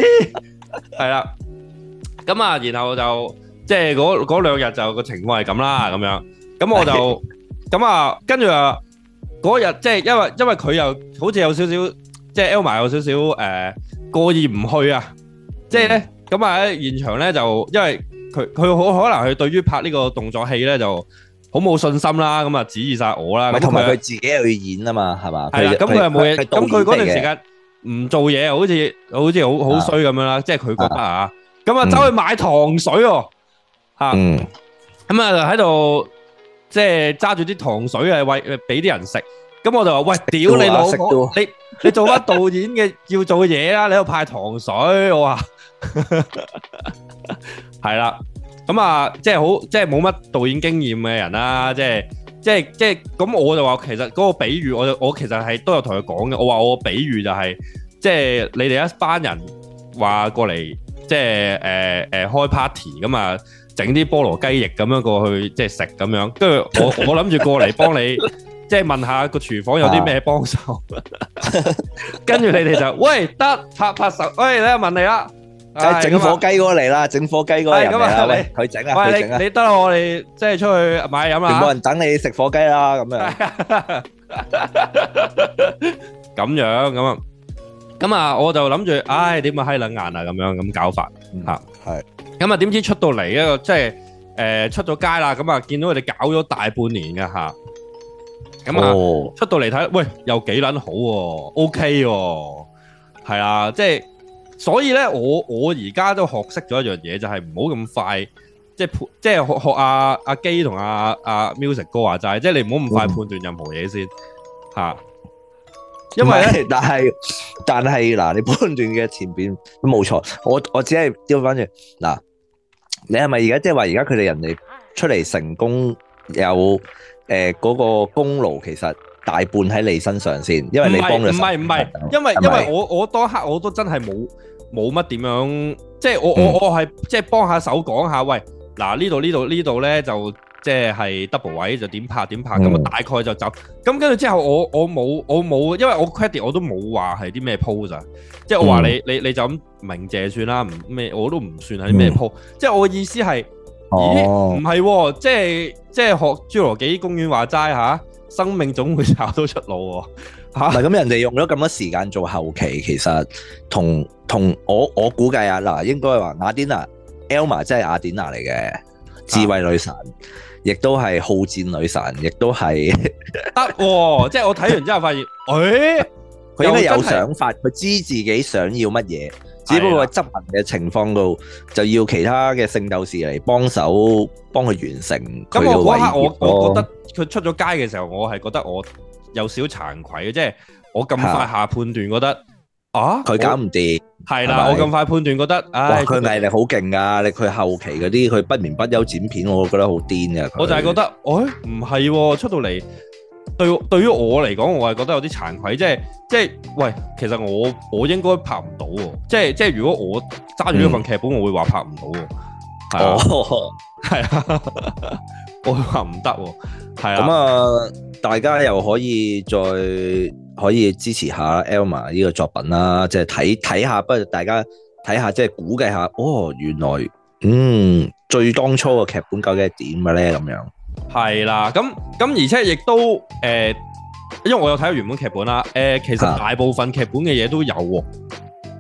Speaker 6: 係啦，咁啊，然後就即係嗰嗰兩日就個情況係咁啦，咁樣，咁 我就咁啊，跟住啊，嗰日即係因為因為佢又好似有少少，即係 Elma 有少少誒、呃、過意唔去啊，即係咧咁啊喺現場咧就因為佢佢好可能佢對於拍呢個動作戲咧就好冇信心啦，咁啊指意晒我啦，咁
Speaker 7: 同埋
Speaker 6: 啊
Speaker 7: 佢自己去演啊嘛，係嘛？
Speaker 6: 係啦，咁佢又冇嘢，
Speaker 7: 導
Speaker 6: 咁佢嗰段時
Speaker 7: 演嚟嘅
Speaker 6: 間唔做嘢，好似好似好好
Speaker 7: 啊
Speaker 6: 衰咁樣啦，即係佢覺得啊，咁啊
Speaker 7: 嗯
Speaker 6: 走去買糖水喎，嚇，
Speaker 7: 嗯
Speaker 6: 咁啊喺度即係揸住啲糖水係喂呃俾啲人食，咁我就話喂，屌
Speaker 7: 到啊
Speaker 6: 你老
Speaker 7: 食
Speaker 6: 母，你你做翻導演嘅要做嘅嘢啊啦，你喺度派糖水，我話 係啦，咁啊即係好即係冇乜導演經驗嘅人啦，即係。即係即係咁，我就話其實嗰個比喻，我就我其實係都有同佢講嘅。我話我個比喻就係、 即係你哋一班人話過嚟，即係誒誒開 party 咁啊，整啲菠蘿雞翼咁樣過去即係食咁樣。跟住我我諗住過嚟幫你，即係問下個廚房有啲咩幫手。跟住你哋就喂得拍拍手，喂咧問你啦，
Speaker 7: 就係整火雞嗰個嚟啦，整火雞嗰個人嚟
Speaker 6: 係咁啊
Speaker 7: 啦，
Speaker 6: 你
Speaker 7: 喂，佢整啊，佢
Speaker 6: 喂
Speaker 7: 整啊
Speaker 6: 你，你得啦，我哋即係出去買飲
Speaker 7: 全
Speaker 6: 啦
Speaker 7: 部。人等你食火雞啦，咁樣
Speaker 6: 咁樣咁啊，咁啊，我就諗住，唉，點啊閪撚硬啊，咁樣咁搞法嚇，
Speaker 7: 係
Speaker 6: 咁啊，點知出到嚟咧，即係誒出咗街啦，咁啊，見到佢哋搞咗大半年嘅嚇，咁啊，
Speaker 7: 哦
Speaker 6: 出到嚟睇，喂，又幾撚好喎，OK 喎，係啦，即係所以咧，我我而家都學識咗一樣嘢，就係唔好咁快。即係判即係學學阿阿基同阿阿 music 哥話齋，即係你唔好咁快
Speaker 7: 嗯
Speaker 6: 判斷任何嘢先嚇、因為咧
Speaker 7: 唔係但係但係嗱，你 判斷嘅前邊都冇錯，我我只係調翻轉嗱，你係咪而家即係話而家佢哋人哋出嚟成功有誒嗰個功勞，其實大半喺你身上先，因為你
Speaker 6: 唔係，
Speaker 7: 幫咗手
Speaker 6: 唔係，唔係，因為-
Speaker 7: 係咪？
Speaker 6: 因為我-我當刻我都真係冇-冇乜點樣，即係我-我-
Speaker 7: 嗯。
Speaker 6: 我係即係幫下手講下，喂，嗱，呢度-呢度-呢度呢，就即係係double 位，就點拍，點拍，咁啊，
Speaker 7: 嗯。
Speaker 6: 大概就走。咁跟住之後，我-我冇-我冇，因為我credit我都冇話係啲咩pose啊，即係我話
Speaker 7: 嗯。
Speaker 6: 你-你-你就咁鳴謝算啦，唔-咩-我都唔算係啲咩 pose。即係我嘅意思係
Speaker 7: 哦，
Speaker 6: 咦，唔係喎，即係-即係學侏羅紀公園話齋吓，生命總會找到出路喎，吓。
Speaker 7: 唔係咁人哋用咗咁多時間做後期，其實同同我我估計啊，嗱，應該話雅典娜 Elma 真係雅典娜嚟
Speaker 6: 啊
Speaker 7: 嘅智慧女神，亦都係好 戰女神，亦都係
Speaker 6: 得喎，即係我睇完之後發現，誒啊
Speaker 7: 佢應該
Speaker 2: 又
Speaker 7: 有
Speaker 2: 真係
Speaker 7: 想法，佢知自己想要乜嘢，只不過執行嘅情況度就要其他嘅聖鬥士嚟幫手幫佢完成
Speaker 6: 咁
Speaker 7: 佢嘅
Speaker 6: 我嗰刻
Speaker 7: 偉
Speaker 6: 我
Speaker 7: 業
Speaker 6: 我覺
Speaker 7: 咯。
Speaker 6: 得佢出咗街嘅時候，我係覺得我有少慚愧嘅，即係我咁快
Speaker 7: 嚇
Speaker 6: 下判斷覺得啊，
Speaker 7: 佢搞唔掂，
Speaker 6: 係
Speaker 7: 係
Speaker 6: 啦，
Speaker 7: 咪
Speaker 6: 我咁快判斷覺得，
Speaker 7: 哇！
Speaker 6: 唉，
Speaker 7: 佢毅力好勁噶，你佢後期嗰啲佢不眠不休剪片，我覺得好癲噶。
Speaker 6: 我就係覺得，哎，唔係喎，出到嚟對對於我嚟講，我係覺得有啲慚愧，即係即係，喂，其實我我應該拍唔到喎，即係即係如果我揸住呢份劇本，我會話拍唔到喎，係啊，
Speaker 7: 哦，
Speaker 6: 係啊， 我會話唔得喎，係
Speaker 7: 咁
Speaker 6: 啊，
Speaker 7: 啊，大家又可以再可以支持下 Elma 呢個作品啦，即係睇睇下，不如大家睇下即係估計下，哦，原來嗯最當初嘅劇本究竟係點嘅咧咁樣。
Speaker 6: 係啦，咁咁而且亦都誒，因為我有睇原本劇本啦，誒，其實
Speaker 7: 啊
Speaker 6: 大部分劇本嘅嘢都有喎，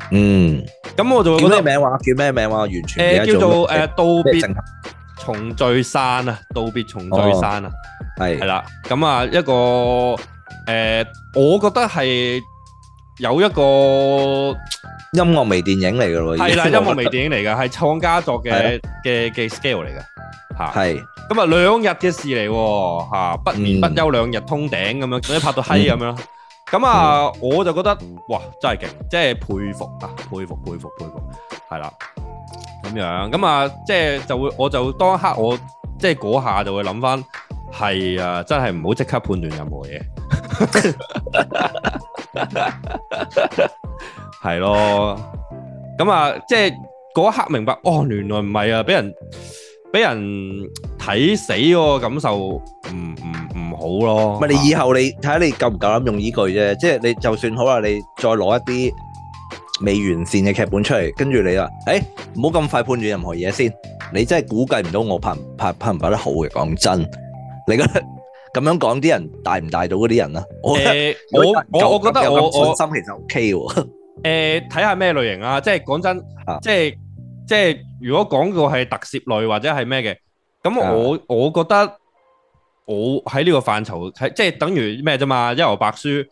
Speaker 7: 嗯，
Speaker 6: 咁我就會
Speaker 7: 叫
Speaker 6: 覺
Speaker 7: 咩
Speaker 6: 得
Speaker 7: 名話？叫咩名話？完全唔
Speaker 6: 誒
Speaker 7: 記得
Speaker 6: 叫
Speaker 7: 咗
Speaker 6: 做呃
Speaker 7: 咩
Speaker 6: 誒道
Speaker 7: 咩
Speaker 6: 別
Speaker 7: 正
Speaker 6: 重聚山啊，道別重聚山啊。
Speaker 7: 係
Speaker 6: 系啦，咁啊一個诶、我覺得係有一個
Speaker 7: 音樂微電影嚟嘅咯，已經
Speaker 6: 係啦，音樂微電影嚟嘅，係創家作嘅嘅嘅 scale 嚟嘅吓。
Speaker 7: 係
Speaker 6: 咁啊兩日嘅事嚟喎吓，不眠不休兩日通頂咁樣，總之拍到閪咁樣啦。咁啊，我就覺得哇，真係勁，即係佩服啊，佩服佩服佩服，係啦，咁樣咁啊，即係就會，我就當刻我即係嗰下就會諗翻，係啊，真係唔好即刻判斷任何嘢，係咯，咁啊，即係嗰一刻明白，哦，原來唔係啊，俾人俾人睇死嗰個感受唔唔唔好咯，
Speaker 7: 唔係你以後你睇下你夠唔夠膽用依句啫，即係你就算好啦，你再攞一啲未完善嘅劇本出嚟，跟住你話，誒唔好咁快判斷任何嘢先，你真係估計唔到我拍唔拍拍唔拍得好嘅，講真，你覺 得咁樣講啲人大唔大到嗰啲人啊？我覺得
Speaker 6: 誒我我我覺得
Speaker 7: 有
Speaker 6: 我
Speaker 7: 咁
Speaker 6: 我
Speaker 7: 信。心其實 OK
Speaker 6: 誒
Speaker 7: 喎，
Speaker 6: 睇下咩類型啊，即係講真
Speaker 7: 啊，
Speaker 6: 即係即係如果講到係特攝類或者係咩嘅，咁
Speaker 7: 啊
Speaker 6: 我我覺得我喺呢個範疇係即係等於咩啫嘛，一游白書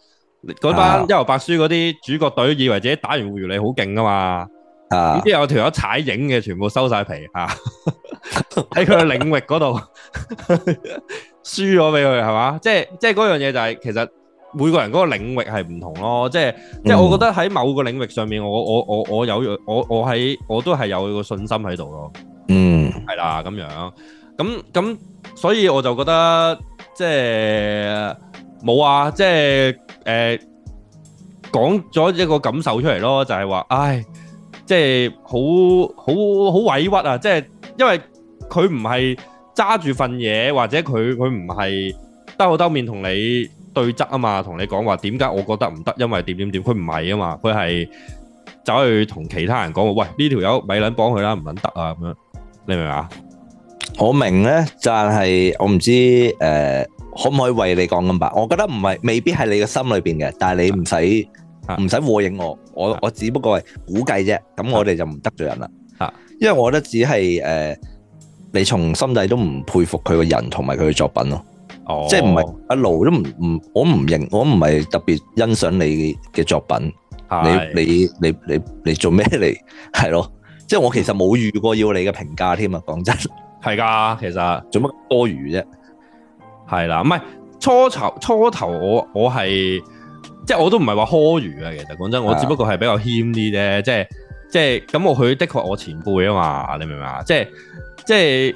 Speaker 6: 嗰班
Speaker 7: 啊
Speaker 6: 一游白書嗰啲主角隊以為自己打完護魚你好勁噶嘛，
Speaker 7: 啊
Speaker 6: 點知有條友踩影嘅，全部收晒皮嚇， 喺佢嘅領域嗰度 輸咗俾佢係嘛？即係即係嗰樣嘢就係其實每個人嗰個領域係唔同咯，即係。即係我覺得喺某個領域上面，我我我我有我我喺我都係有個信心喺度咯，
Speaker 7: 嗯
Speaker 6: 係啦咁樣，咁咁所以我就覺得即係冇啊，即係誒講咗一個感受出嚟咯，就係話，唉，即係好好好委屈啊！即係因為佢唔係揸住份嘢，或者佢佢唔係兜口兜面同你對質啊嘛，同你講話點解我覺得唔得，因為點點點，佢唔係啊嘛，佢係走去同其他人講話，喂呢條友咪撚幫佢啦，唔撚得啊咁樣，你明唔明啊？
Speaker 7: 我明咧，但係我唔知誒、呃可唔可以為你講咁白？我覺得唔係，未必係你嘅心裏邊嘅，但係你唔
Speaker 6: 啊
Speaker 7: 使唔使和應我，我
Speaker 6: 啊
Speaker 7: 我只不過係估計啫。咁我哋就唔得罪人啦。
Speaker 6: 啊
Speaker 7: 因為我覺得只係誒、呃你從心底都唔佩服佢個人同埋佢嘅作品咯，
Speaker 6: 哦，
Speaker 7: 即係唔係一路都唔唔，我唔認，我唔係特別欣賞你嘅作品。
Speaker 6: 係
Speaker 7: 你你你你你做咩嚟？係咯，即係我其實冇遇過要你嘅評價添啊！講真，
Speaker 6: 係㗎，其實。
Speaker 7: 做乜多餘啫？
Speaker 6: 係啦，唔係初頭初頭我我係即係我都唔係話呵魚啊，其實講真，我
Speaker 7: 啊
Speaker 6: 只不過係比較謙啲啫，即係即係咁我佢的確係我前輩啊嘛，你明唔明啊？即係即係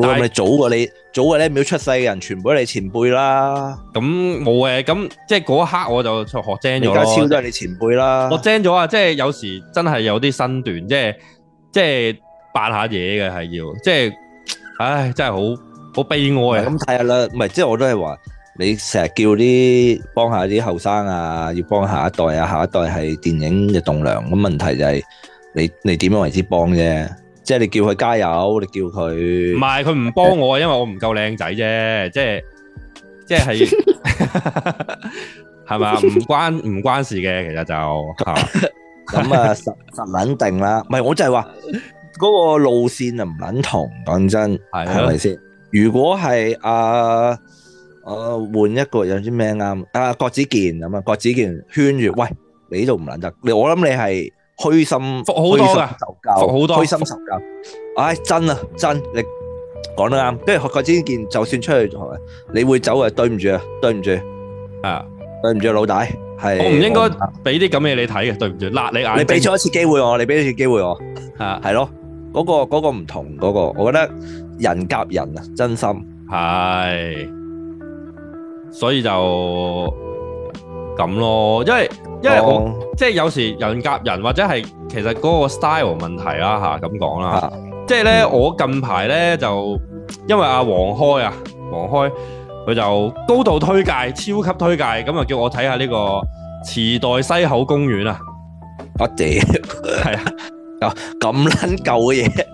Speaker 6: 但係
Speaker 7: 咁你早過你早過你一秒出世嘅人，全部都係你前輩啦，
Speaker 6: 咁冇嘅，咁即係嗰一刻我就學精
Speaker 7: 李
Speaker 6: 咗
Speaker 7: 家超
Speaker 6: 咯
Speaker 7: 都係你前輩啦。
Speaker 6: 我精咗啊！即係有時真係有啲身段，即係即係扮下嘢嘅係要，即係唉真係好好悲哀啊！
Speaker 7: 咁睇下啦，唔係即係我都係話，你成日叫啲幫下啲後生啊，要幫下一代啊，下一代係電影嘅棟梁。咁問題就係你你點樣為之幫啫？即係你叫佢加油，你叫
Speaker 6: 唔
Speaker 7: 佢
Speaker 6: 係佢唔幫我啊，因為我唔夠靚仔啫，即係即係 係嘛？唔關唔關事嘅，其實就嚇
Speaker 7: 咁啊，實實撚定啦。唔係我就係話嗰個路線啊，唔撚同，講真。
Speaker 6: 係
Speaker 7: 係
Speaker 6: 咯
Speaker 7: 咪先？如果係阿我換一個有啲咩啱啊？郭子健咁啊，郭子健圈住，喂，你呢度唔撚得，你我諗你係虛心，
Speaker 6: 服好多㗎
Speaker 7: 虛心受教，
Speaker 6: 服好多
Speaker 7: 虛心受教。唉，真啊，真，你講得啱。跟住郭子健就算出去，你會走啊，對唔住啊，對唔住，
Speaker 6: 啊，
Speaker 7: 對唔住啊老大，係
Speaker 6: 我唔應該
Speaker 7: 我
Speaker 6: 俾啲咁嘅你睇嘅，對唔住，辣你眼睛。
Speaker 7: 你俾咗一次機會我，你俾咗一次機會我。
Speaker 6: 啊，
Speaker 7: 系咯，嗰、個嗰、個唔同嗰、個，我覺得人夾人啊，真心
Speaker 6: 係，所以就咁咯，因為因為我。
Speaker 7: 我
Speaker 6: 即係有時人夾人或者係其實嗰個 style 問題啦吓，咁講啦
Speaker 7: 啊，
Speaker 6: 即係咧我近排咧就因為阿黃開啊，黃開佢就高度推介、超級推介，咁啊叫我睇下呢個池袋西口公園啊，
Speaker 7: 我哋
Speaker 6: 係啊，
Speaker 7: 咁撚舊嘅嘢，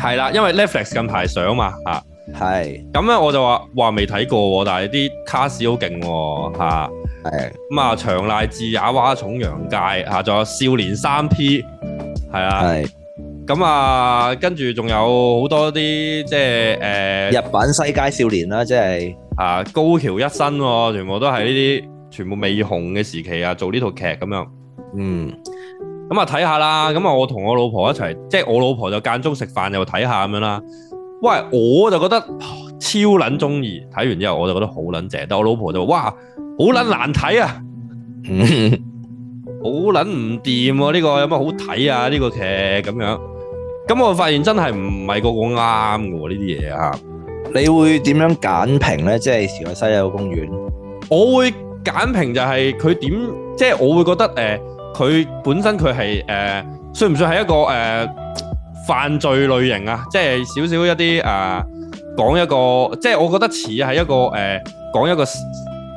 Speaker 6: 係啦，因為 Netflix 近排上嘛吓。
Speaker 7: 係
Speaker 6: 咁咧我就話話未睇過喎，但係啲卡 a 好勁喎嚇
Speaker 7: 係
Speaker 6: 咁啊長賴智也蛙重陽界嚇，仲有少年三 P 係啊。
Speaker 7: 係
Speaker 6: 咁啊，跟住仲有好多啲即係誒、呃
Speaker 7: 日版西街少年啦，即係
Speaker 6: 啊高橋一生喎、全部都係呢啲全部未紅嘅時期啊，做呢套劇咁樣。
Speaker 7: 嗯
Speaker 6: 咁啊睇下啦，咁啊我同我老婆一齊，即係我老婆就間中食飯又睇下咁樣啦。喂，我就覺得啊超撚中意，睇完之後我就覺得好撚正，但我老婆就話：哇，好撚難睇啊，
Speaker 7: 嗯
Speaker 6: 好撚唔掂喎，呢、個有乜好睇啊？呢、個劇咁樣。咁我發現真係唔係個個啱嘅喎呢啲嘢啊！
Speaker 7: 你會點樣揀評咧？即係時代西有公園，
Speaker 6: 我會簡評就係佢點，即係我會覺得誒，佢、本身佢係誒，算唔算係一個誒、呃犯罪類型啊？即係少少一啲誒、呃、講一個，即係我覺得似係一個誒、呃、講一個誒、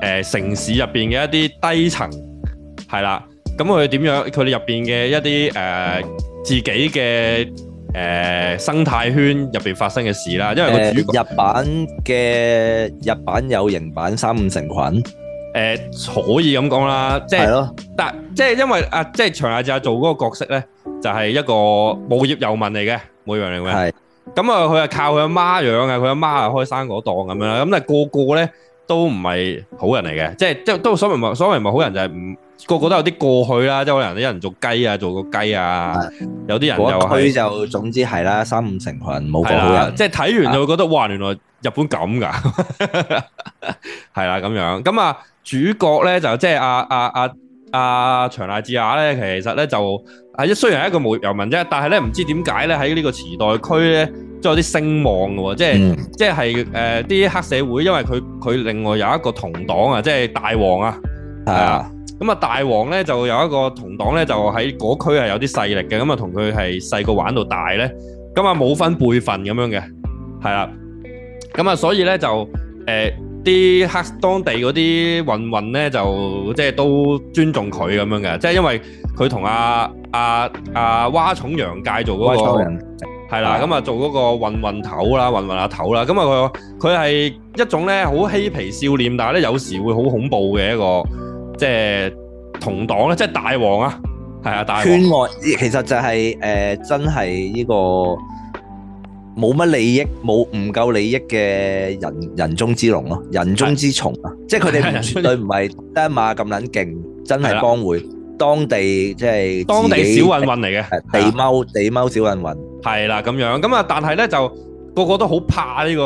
Speaker 6: 呃城市入邊嘅一啲呃低層係啦。咁佢點樣？佢哋入邊嘅一啲誒、呃自己嘅誒、呃生態圈入邊發生嘅事啦，因為個
Speaker 7: 誒
Speaker 6: 主角。
Speaker 7: 日版嘅日版有型版三五成群，
Speaker 6: 誒、可以呃咁講啦，即係
Speaker 7: 係咯，
Speaker 6: 但即係因為啊，即係長亞志做嗰個角色咧，就係、一個無業遊民嚟嘅，冇樣嚟嘅。
Speaker 7: 係
Speaker 6: 咁啊，佢係靠佢阿媽養嘅，佢阿媽啊開生果檔咁樣啦。咁但係個個咧都唔係好人嚟嘅，即係即係都所謂唔係所謂唔係好人就係唔個個都有啲過去啦，即係可能有人做雞啊，做個雞啊，有啲人又
Speaker 7: 嗰一區
Speaker 6: 係
Speaker 7: 就總之係啦，三五成群冇個
Speaker 6: 係
Speaker 7: 好
Speaker 6: 啦
Speaker 7: 人，，
Speaker 6: 即係睇完就會覺得哇，原來日本咁㗎， 係啦咁樣。咁啊，主角咧就即係阿阿阿阿長瀨智也咧，其實咧就係雖然係一個無業遊民啫，但係咧唔知點解咧喺呢個池袋區咧都有啲聲望嘅喎，即係。
Speaker 7: 嗯
Speaker 6: 即係誒啲黑社會，因為佢佢另外有一個同黨啊，即係大王啊。
Speaker 7: 係啊，
Speaker 6: 咁啊，大王咧就有一個同黨咧，就喺嗰區係有啲勢力嘅，咁啊同佢係細個玩到大咧，咁啊冇分輩份咁樣嘅，係啦。咁啊，所以咧就誒啲、黑當地嗰啲運運咧，就即係都尊重佢咁樣嘅，即係因為佢同阿阿阿蛙重陽介做嗰、
Speaker 7: 外
Speaker 6: 個
Speaker 7: 抽。人。
Speaker 6: 係啦，咁啊做嗰個混混頭啦，混混阿頭啦，咁啊佢佢係一種咧好嬉皮笑臉，但係咧有時會好恐怖嘅一個即係同黨咧，即係大王啊，係啊大王，
Speaker 7: 圈外，其實就係、呃真係呢個冇乜利益、冇唔夠利益嘅人人中之龍咯，人中之蟲啊！即係 佢哋唔絕對唔係單馬咁撚勁，真
Speaker 6: 係啦
Speaker 7: 係幫會當地即係
Speaker 6: 當地
Speaker 7: 自己
Speaker 6: 小混混嚟嘅，
Speaker 7: 呃地踎地踎小混混，
Speaker 6: 係啦咁樣，咁啊但係咧就個個都好怕呢個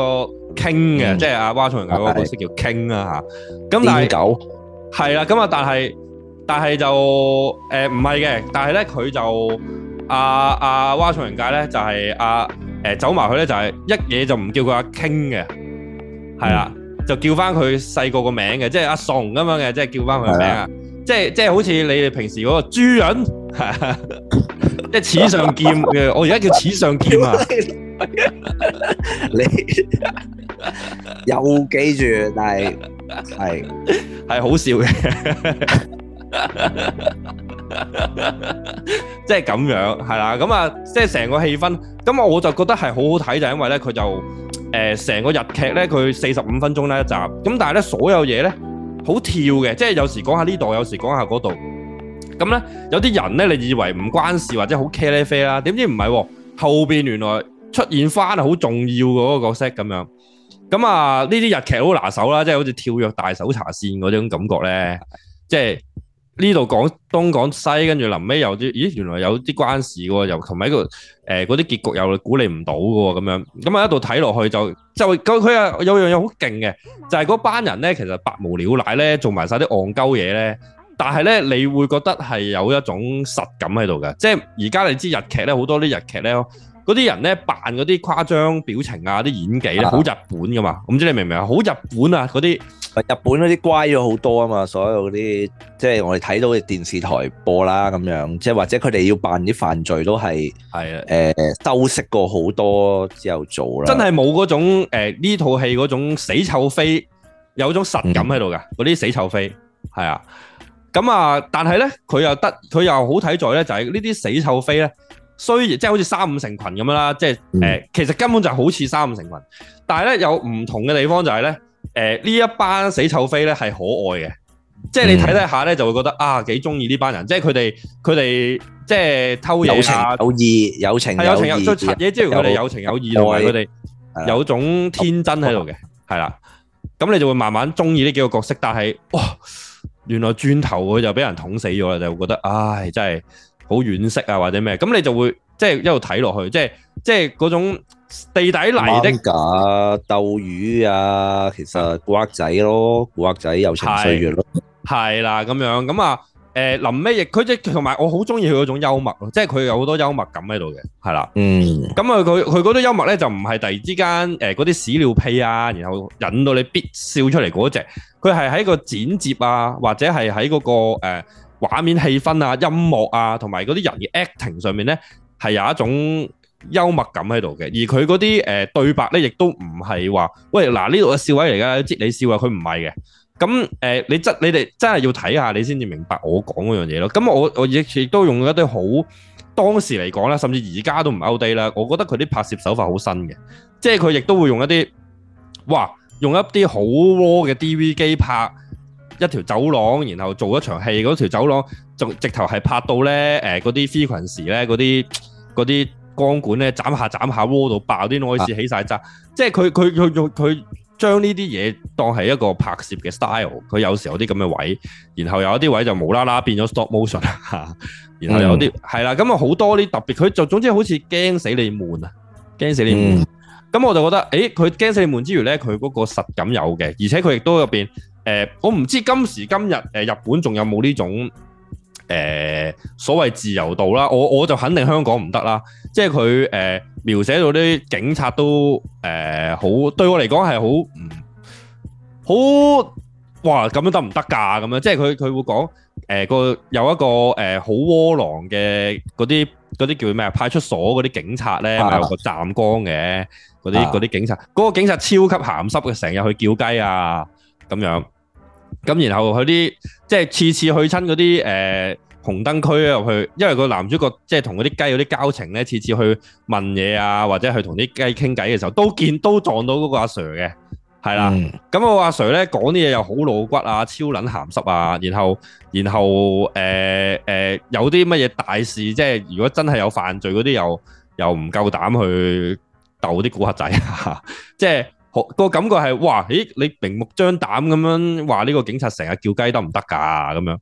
Speaker 6: 傾嘅，
Speaker 7: 嗯
Speaker 6: 即係阿蛙松人嗰個角色叫傾啦嚇，咁但係
Speaker 7: 癲。狗
Speaker 6: 係啦，咁啊，但係但係就誒唔係嘅，但係咧佢就阿阿蛙松人界咧就係阿誒走埋去咧就係、一嘢就唔叫佢阿傾嘅，係啦，就叫翻佢細個個名嘅，即係阿宋咁樣嘅，即係叫翻佢個名啊，即係即係好似你哋平時嗰個豬人，啊即係齒上劍嘅，我而家叫齒上劍啊，
Speaker 7: 你 又記住，但係係
Speaker 6: 係好笑嘅。即係咁樣，係啦，咁啊，即係成個氣氛，咁啊我就覺得係好好睇，就係因為咧佢就誒成、個日劇咧，佢四十五分鐘呢一集，咁但係咧所有嘢咧好跳嘅，即係有時講下呢度，有時講下嗰度，咁咧有啲人咧，你以為唔關事或者好茄喱啡啦，點知唔係喎，後邊原來出現翻好重要嘅嗰個角色咁樣，咁啊，呢啲日劇好拿手啦，即係好似跳躍大搜查線嗰種感覺咧，即係呢度講東講西，跟住臨尾又啲，咦，原來有啲關事喎，又琴日個誒嗰啲結局又估你唔到嘅喎，咁樣，咁啊一度睇落去就就佢佢啊有樣嘢好勁嘅，就係嗰班人咧其實百無聊賴咧，做埋晒啲戇鳩嘢咧。但係咧，你會覺得係有一種實感喺度嘅，即係而家你知日劇咧，好多啲日劇咧，嗰啲人咧扮嗰啲誇張表情啊，啲演技咧，好日本噶嘛，我唔知你明唔明啊？好日本啊，嗰啲
Speaker 7: 日本嗰啲乖咗好多啊嘛，所有嗰啲即係我哋睇到嘅電視台播啦咁樣，即係或者佢哋要扮啲犯罪都係
Speaker 6: 係啊，
Speaker 7: 誒修飾過好多之後做啦。
Speaker 6: 真係冇嗰種呃呢套戲嗰種死臭飛，有種實感喺度
Speaker 7: 嗯
Speaker 6: 㗎，嗰啲死臭飛係啊。咁啊，但係咧，佢又得，佢又好睇在咧，就係呢啲死臭飛咧，雖然即係好似三五成群咁樣啦，即係誒、呃
Speaker 7: 嗯
Speaker 6: 其實根本就好似三五成群，但係咧有唔同嘅地方就係、咧，誒、呢一班死臭飛咧係可愛嘅，即係
Speaker 7: 嗯
Speaker 6: 你睇睇下咧就會覺得啊幾中意呢班人，即係佢哋佢哋即係偷
Speaker 7: 有
Speaker 6: 嘢
Speaker 7: 情
Speaker 6: 啊，
Speaker 7: 有義，有情
Speaker 6: 係有情有
Speaker 7: 義
Speaker 6: 義，拆嘢之餘佢哋有情有義，同埋佢哋
Speaker 7: 係啦啊
Speaker 6: 有種天真喺度嘅，係啦。咁你就會慢慢中意呢幾個角色，但係哇，原來轉頭佢就俾人捅死咗啦，就會覺得唉，真係好惋惜啊，或者咩？咁你就會即係一路睇落去，即係即係嗰種地底嚟的
Speaker 7: 嚟的啊，鬥魚啊，其實古惑仔咯，古惑仔有情歲月咯，
Speaker 6: 係啦，咁樣咁啊，誒臨尾亦佢即係同埋我好中意佢嗰種幽默咯，即係佢有好多幽默感喺度嘅，係啦。
Speaker 7: 嗯，
Speaker 6: 咁啊，佢佢嗰啲幽默咧就唔係突然之間誒嗰啲屎尿屁啊，然後引到你必笑出嚟嗰只，佢係喺個剪接啊，或者係喺嗰個誒、呃、畫面氣氛啊、音樂啊，同埋嗰啲人嘅 acting 上面咧係有一種幽默感喺度嘅。而佢嗰啲誒對白咧，亦都唔係話喂嗱呢度嘅笑位嚟㗎，即你笑啊，佢唔係嘅。咁誒、呃你真你哋真係要睇下，你先至明白我講嗰樣嘢咯。咁我我亦亦都用一啲好。當時嚟講啦，甚至而家都唔 out date 啦。我覺得佢啲拍攝手法好新嘅，即係佢亦都會用一啲哇，用一啲好 raw 嘅 DV 機拍一條走廊，然後做一場戲。嗰條走廊仲直頭係拍到咧誒嗰啲 frequency 咧嗰啲嗰啲光管咧斬下斬下 raw 到爆啲 noise 起晒渣，即係佢佢佢佢佢將呢啲嘢當係一個拍攝嘅 style。佢有時有啲咁嘅位，然後有一啲位就無啦啦變咗 stop motion 啦。 然後有啲係啦，咁啊好多啲特別，佢就總之好似驚死你悶啊，驚死你悶。咁、我就覺得，誒佢驚死你悶之餘咧，佢嗰個實感有嘅，而且佢亦都入邊誒，我唔知今時今日誒、日本仲有冇呢種誒、所謂自由度啦。我我就肯定香港唔得啦，即係佢誒描寫到啲警察都誒、好，對我嚟講係好嗯唔好哇咁樣得唔得㗎？咁樣即係佢佢會講。誒個有一個呃誒好窩囊嘅嗰啲嗰啲叫咩啊？派出所嗰啲警察咧，咪有個湛江嘅嗰啲
Speaker 7: 啊
Speaker 6: 嗰啲警察，嗰個警察超級鹹濕嘅，成日去叫雞啊咁樣。咁然後佢啲即係次次去親嗰啲誒紅燈區啊入去，因為個男主角即係同嗰啲雞有啲交情咧，次次去問嘢啊，或者去同啲雞傾偈嘅時候，都見都撞到嗰個阿 Sir 嘅，係啦。
Speaker 7: 嗯
Speaker 6: 咁我阿 Sir 咧講啲嘢又好露骨啊，超撚鹹濕啊，然後然後誒誒、呃呃有啲乜嘢大事，即係如果真係有犯罪嗰啲，又又唔夠膽去鬥啲古惑仔啊， 即係好個感覺係哇，咦你明目張膽咁樣話呢個警察成日叫雞得唔得㗎咁樣？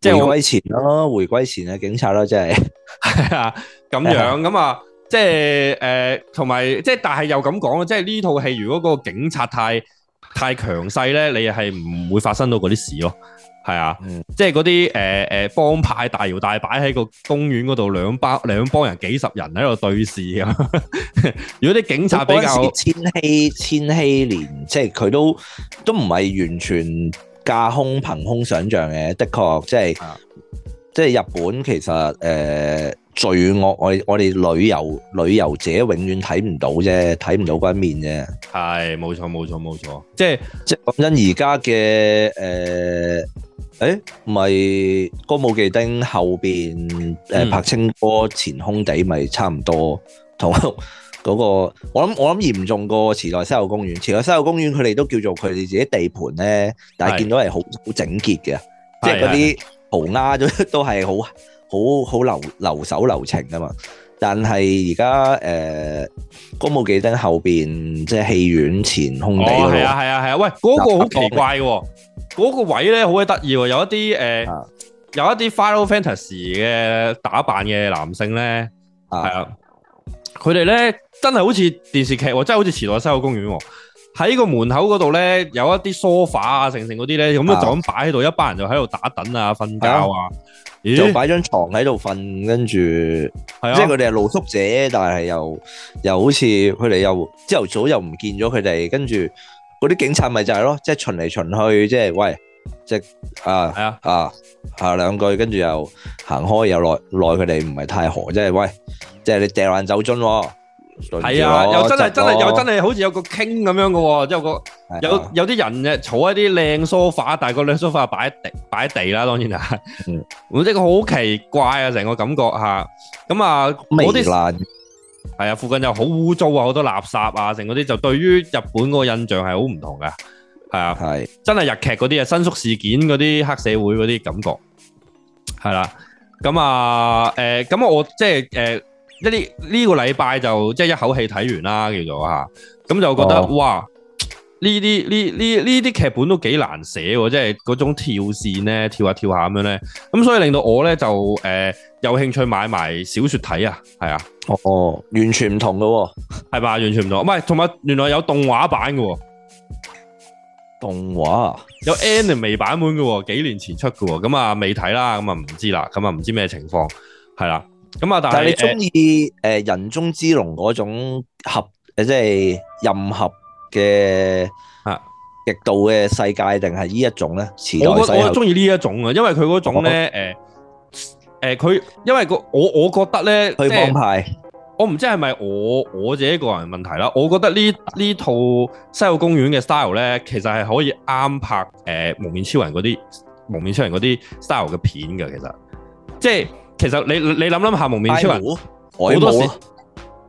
Speaker 6: 即係我
Speaker 7: 回歸前咯，回歸前嘅警察咯，即係
Speaker 6: 係啊，咁樣咁啊，即係誒，同埋即係，但係又咁講啊，即係呢套戲如果個警察太太強勢咧，你係唔會發生到嗰啲事咯。係啊，
Speaker 7: 嗯
Speaker 6: 即係嗰啲誒誒幫派大搖大擺喺個公園嗰度，兩包兩幫人幾十人喺度對視咁。 如果啲警察比較
Speaker 7: 嗰陣時千禧千禧年，即係佢都都唔係完全架空憑空想像嘅，的確即係
Speaker 6: 啊
Speaker 7: 即係日本其實誒、呃罪惡，我哋我哋旅遊旅遊者永遠睇唔到啫，睇唔到嗰一面啫。
Speaker 6: 係冇錯冇錯冇錯，即係
Speaker 7: 即係講真，而家嘅誒，誒唔係歌舞伎町後邊
Speaker 6: 嗯
Speaker 7: 誒柏青哥前空地咪差唔多同 嗰、個，我諗我諗嚴重過池袋西口公園。池袋西口公園佢哋都叫做佢哋自己地盤咧，但
Speaker 6: 係
Speaker 7: 係見到係好好整潔嘅，即
Speaker 6: 係
Speaker 7: 係 嗰啲塗鴉都都係好好好流留手留情噶嘛。但係而家誒歌舞伎町後邊即係戲院前空地
Speaker 6: 哦，
Speaker 7: 嗰
Speaker 6: 係
Speaker 7: 度，
Speaker 6: 啊，係啊，係啊，喂，嗰、個好奇怪嘅喎，嗰個位咧好鬼得意喎，有一啲誒、呃
Speaker 7: 啊
Speaker 6: 有一啲 Final Fantasy 嘅打扮嘅男性咧，係
Speaker 7: 啊，
Speaker 6: 啊，佢哋咧真係好似電視劇喎，真係好似《池袋西口公園》喎。喺個門口嗰度咧，有一啲 sofa 啊，成成嗰啲咧，咁啊
Speaker 7: 啊
Speaker 6: 就咁擺喺度，一班人就喺度打躉啊、瞓覺啊，咦，
Speaker 7: 就擺張床喺度瞓，跟住。
Speaker 6: 係啊
Speaker 7: 即係，佢哋係露宿者，但係又又好似佢哋又朝頭早又唔見咗佢哋，跟住嗰啲警察咪就係咯，即係巡嚟巡去，即係喂，即係啊
Speaker 6: 係啊，
Speaker 7: 啊下兩句，跟住又行開，又耐耐佢哋唔係太河，即係喂，即係你掟爛酒樽喎，
Speaker 6: 係啊，又真係真係又真
Speaker 7: 係
Speaker 6: 係好似有個傾咁樣嘅喎，有個。
Speaker 7: 啊
Speaker 6: 有有啲人嘅坐喺啲靚 sofa，但係個靚 sofa 擺喺地擺喺地啦，當然係。
Speaker 7: 嗯
Speaker 6: 咁即係好奇怪啊，成個感覺嚇。咁啊，
Speaker 7: 微
Speaker 6: 嗰啲
Speaker 7: 爛
Speaker 6: 係啊，附近又好污糟啊，好多垃圾啊，成嗰啲就對於日本嗰個印象係好唔同嘅。係啊，
Speaker 7: 係
Speaker 6: 真係日劇嗰啲啊，新宿事件嗰啲黑社會嗰啲感覺係啦。咁啊，誒、咁我即係誒一啲呢個禮拜就即係一口氣睇完啦，叫做嚇。咁就覺得、
Speaker 7: 哦
Speaker 6: 哇，呢啲呢呢呢啲劇本都幾難寫喎，即係嗰種跳線咧，跳下跳下咁樣咧。咁所以令到我咧就誒、有興趣買埋小説睇啊，係啊，
Speaker 7: 哦，完全唔同嘅喎，
Speaker 6: 係吧？完全唔同，唔係同埋原來有動畫版嘅喎。
Speaker 7: 動畫啊
Speaker 6: 有 anime 版本嘅喎，幾年前出嘅喎，咁啊未睇啦，咁啊唔知啦，咁啊唔知咩情況，係啦，咁啊但
Speaker 7: 但係你
Speaker 6: 係
Speaker 7: 中意誒人中之龍嗰種合誒，即係任合嘅
Speaker 6: 啊
Speaker 7: 極度嘅世界，定係呢一種咧？時
Speaker 6: 呃
Speaker 7: 代
Speaker 6: 我覺我
Speaker 7: 西
Speaker 6: 中意呢一種啊，因為佢嗰種
Speaker 7: 哦
Speaker 6: 咧誒誒佢，因為個我我覺得咧，
Speaker 7: 去
Speaker 6: 即係
Speaker 7: 幫派
Speaker 6: 我唔知係咪我我自己個人問題啦，我覺得呢呢套《西澳公園》嘅 style 咧，其實係可以啱拍誒、呃蒙面超人》嗰啲《蒙面超人》嗰啲 style 嘅片嘅，其實即係其實你你諗諗下《蒙面超人》
Speaker 7: 海
Speaker 6: 好多
Speaker 7: 姆
Speaker 6: 時
Speaker 7: 咯，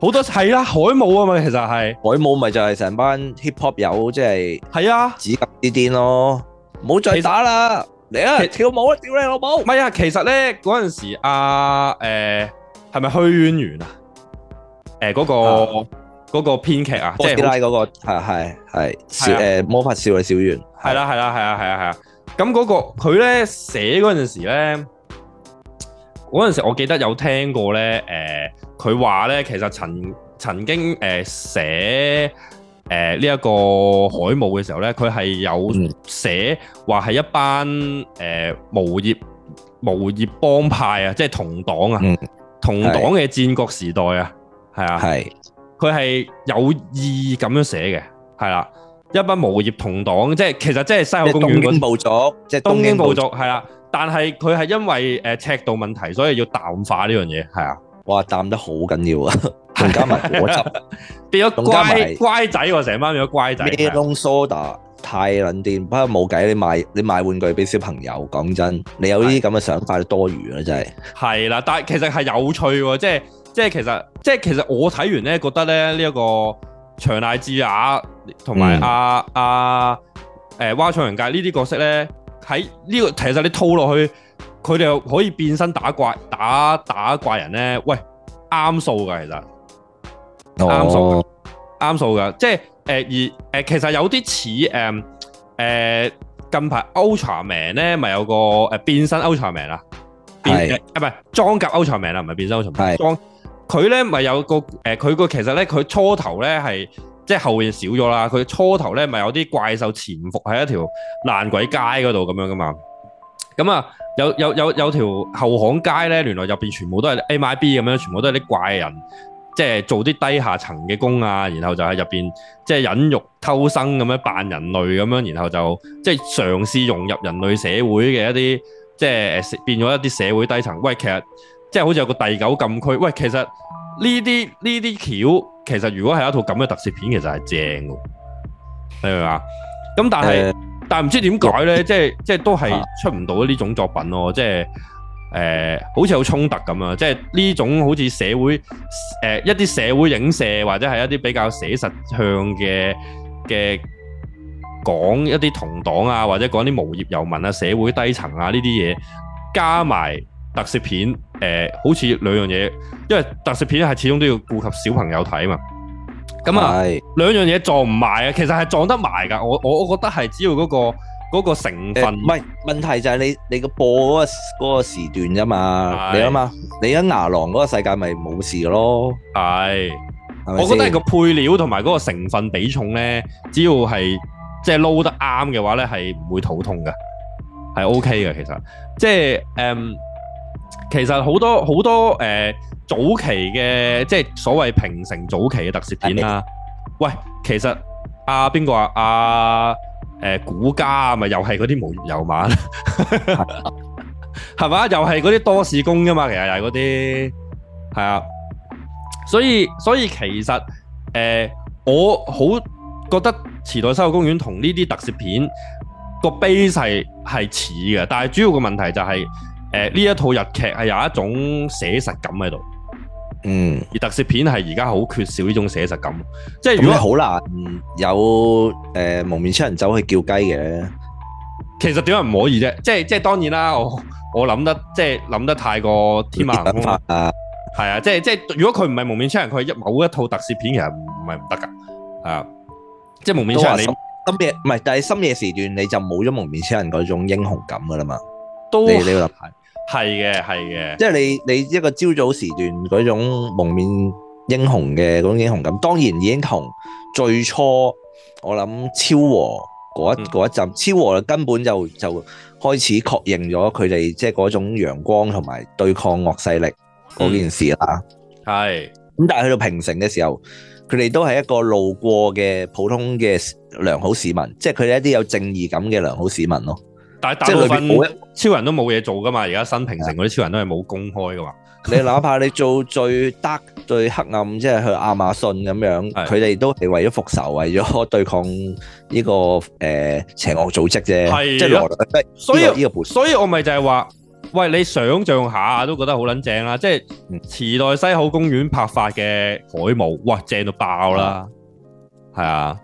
Speaker 6: 好多係啦，海姆啊嘛，其實係。
Speaker 7: 海姆咪就係成班 hip hop 友，即係
Speaker 6: 係啊，
Speaker 7: 指甲啲癲咯，唔好
Speaker 6: 其
Speaker 7: 再
Speaker 6: 實
Speaker 7: 打啦，嚟啊
Speaker 6: 其
Speaker 7: 跳舞啊，屌你老母
Speaker 6: 唔！係啊，其實咧嗰陣時啊，誒係咪虛淵源啊？誒、嗰、個嗰、個編劇啊，即
Speaker 7: 哥斯拉
Speaker 6: 係
Speaker 7: 嗰個係係係小
Speaker 6: 係啊
Speaker 7: 誒魔法少女小圓
Speaker 6: 係啦係啦係啊係啊係啊，咁嗰、個佢咧寫嗰陣時咧，嗰陣時我記得有聽過咧，誒佢話咧其實曾曾經誒、寫誒呢一個海姆嘅時候咧，佢係有
Speaker 7: 嗯
Speaker 6: 寫話係一班誒、無業無業幫派啊，即係同黨啊，
Speaker 7: 嗯
Speaker 6: 同黨嘅戰國時代啊，係啊。
Speaker 7: 係
Speaker 6: 佢係有意咁樣寫嘅，係啦，一班無業同黨，即係其實即係西
Speaker 7: 即係
Speaker 6: 口公園
Speaker 7: 東
Speaker 6: 嗰
Speaker 7: 京部族，即係
Speaker 6: 東京部
Speaker 7: 族
Speaker 6: 族，係啦。但係佢係因為誒、呃尺度問題，所以要淡化呢樣嘢，係啊，
Speaker 7: 哇，淡得好緊要啊， 仲加埋果汁。
Speaker 6: 變咗
Speaker 7: 仲加
Speaker 6: 乖
Speaker 7: 埋
Speaker 6: 乖仔喎，成班變咗乖仔。
Speaker 7: 咩窿 soda 太撚癲，不過冇計，你賣你賣玩具俾小朋友，講真，你有呢啲咁嘅想法多餘啦，真係。
Speaker 6: 係啦，但係其實係有趣喎，即係即係其實即係其實我睇完咧，覺得咧呢一、個長瀨智也同埋
Speaker 7: 嗯
Speaker 6: 阿阿誒蛙唱人界呢啲角色咧，喺呢、個其實你套落去，佢哋又可以變身打怪打打怪人咧，喂啱數㗎其實。啱數
Speaker 7: 哦，
Speaker 6: 啱數噶，即係誒、呃而誒、呃其實有啲似誒誒近排 Ultra Man 咧，咪有個誒變身 Ultra Man 啊，變
Speaker 7: 係
Speaker 6: 誒啊唔係裝甲 Ultra Man 啊，唔係變身 Ultra Man，
Speaker 7: 係
Speaker 6: 裝佢咧咪有個誒佢個其實咧佢初頭咧係即係後面少咗啦，佢初頭咧咪有啲怪獸潛伏喺一條爛鬼街嗰度咁樣噶嘛，咁啊。有有有有條後巷街咧，原來入邊全部都係 A 買 B 咁樣，全部都係啲怪人，即係做啲低下層嘅工啊，然後就喺入邊即係忍辱偷生咁樣扮人類咁樣，然後就即係嘗試融入人類社會嘅一啲即係誒變咗一啲社會低層。喂，其實即係好似有個第九禁區。喂，其實呢啲呢啲橋其實如果係一套咁嘅特攝片，其實係正嘅，你明嘛？咁但係。
Speaker 7: 誒
Speaker 6: 但唔知點解咧，即係即係都係
Speaker 7: 啊
Speaker 6: 出唔到呢種作品咯，即係誒、呃好似好衝突咁啊！即係呢種好似社會誒、呃一啲社會影射或者係一啲比較寫實向嘅嘅講一啲同黨啊，或者講啲無業遊民啊、社會低層啊呢啲嘢，加埋特攝片，诶、好似兩樣嘢，因為特攝片係始終都要顧及小朋友睇嘛。咁啊，
Speaker 7: 係
Speaker 6: 兩樣嘢撞唔埋啊，其實係撞得埋㗎。我我我覺得係只要嗰、個嗰、個成
Speaker 7: 誒
Speaker 6: 分
Speaker 7: 唔係問題就係你你個播嗰個嗰個時段啫嘛，
Speaker 6: 係
Speaker 7: 你啊嘛，你喺牙狼嗰個世界咪冇事咯，
Speaker 6: 係。
Speaker 7: 係咪
Speaker 6: 我覺得係
Speaker 7: 先
Speaker 6: 個配料同埋嗰個成分比重咧，只要係即係撈得啱嘅話咧，係唔會肚痛嘅，係 OK 嘅。其實即係誒、嗯其實好多好多誒、呃早期嘅即係所謂平成早期嘅特攝片啦。喂，其實阿邊個啊？阿、誒古家啊，咪又係嗰啲無業遊馬啦， 係嘛？又係嗰啲多士工噶嘛，其實又係嗰啲係啊，所以所以其實誒、呃我好覺得《時代修公園》同呢啲特攝片個 base 係係似嘅，但係主要個問題就係誒呢一套日劇係有一種寫實感喺度，
Speaker 7: 嗯。
Speaker 6: 而特攝片係而家好缺少呢種寫實感，即係
Speaker 7: 咁啊
Speaker 6: 如
Speaker 7: 你
Speaker 6: 果
Speaker 7: 好難有誒蒙面超人走去叫雞嘅，
Speaker 6: 其實點解唔可以啫？即係即係當然啦，我我諗得即係諗得太過天馬行 空
Speaker 7: 諗
Speaker 6: 啦
Speaker 7: 法，啊，
Speaker 6: 係啊，即係即係如果佢唔係蒙面超人，佢係一某一套特攝片其實唔唔係唔得㗎，係啊，即係蒙面
Speaker 7: 都
Speaker 6: 超
Speaker 7: 話
Speaker 6: 人
Speaker 7: 深
Speaker 6: 你
Speaker 7: 深夜唔係，但係深夜時段你就冇咗蒙面超人嗰種英雄感噶啦嘛，
Speaker 6: 都
Speaker 7: 你你要諗，
Speaker 6: 係嘅係嘅，
Speaker 7: 即係你你一個朝早時段嗰種蒙面英雄嘅嗰種英雄感，當然已經同最初我諗超和嗰一
Speaker 6: 嗯
Speaker 7: 嗰一陣超和根本就就開始確認咗佢哋即係嗰種陽光同埋對抗惡勢力嗰件事啦。
Speaker 6: 嗯係
Speaker 7: 咁但係去到平成嘅時候，佢哋都係一個路過嘅普通嘅良好市民，即係佢哋一啲有正義感嘅良好市民咯。
Speaker 6: 但係
Speaker 7: 即係
Speaker 6: 大部
Speaker 7: 裏邊冇
Speaker 6: 分
Speaker 7: 一，
Speaker 6: 超人都冇嘢做㗎嘛，而家新平成嗰啲超人都係冇公開㗎嘛，
Speaker 7: 你哪怕你做最 dark 最黑暗，即係去亞馬遜咁樣，
Speaker 6: 係
Speaker 7: 佢哋都係為咗復仇，為咗對抗呢、個誒、呃邪惡組織
Speaker 6: 係啊
Speaker 7: 啫。即係羅倫，
Speaker 6: 所以
Speaker 7: 呢個呢個本身
Speaker 6: 所以我咪就係話，喂，你想象下都覺得好撚正啊啦，即係
Speaker 7: 嗯
Speaker 6: 池袋西口公園拍法嘅海霧，哇，正到爆啦，係啊，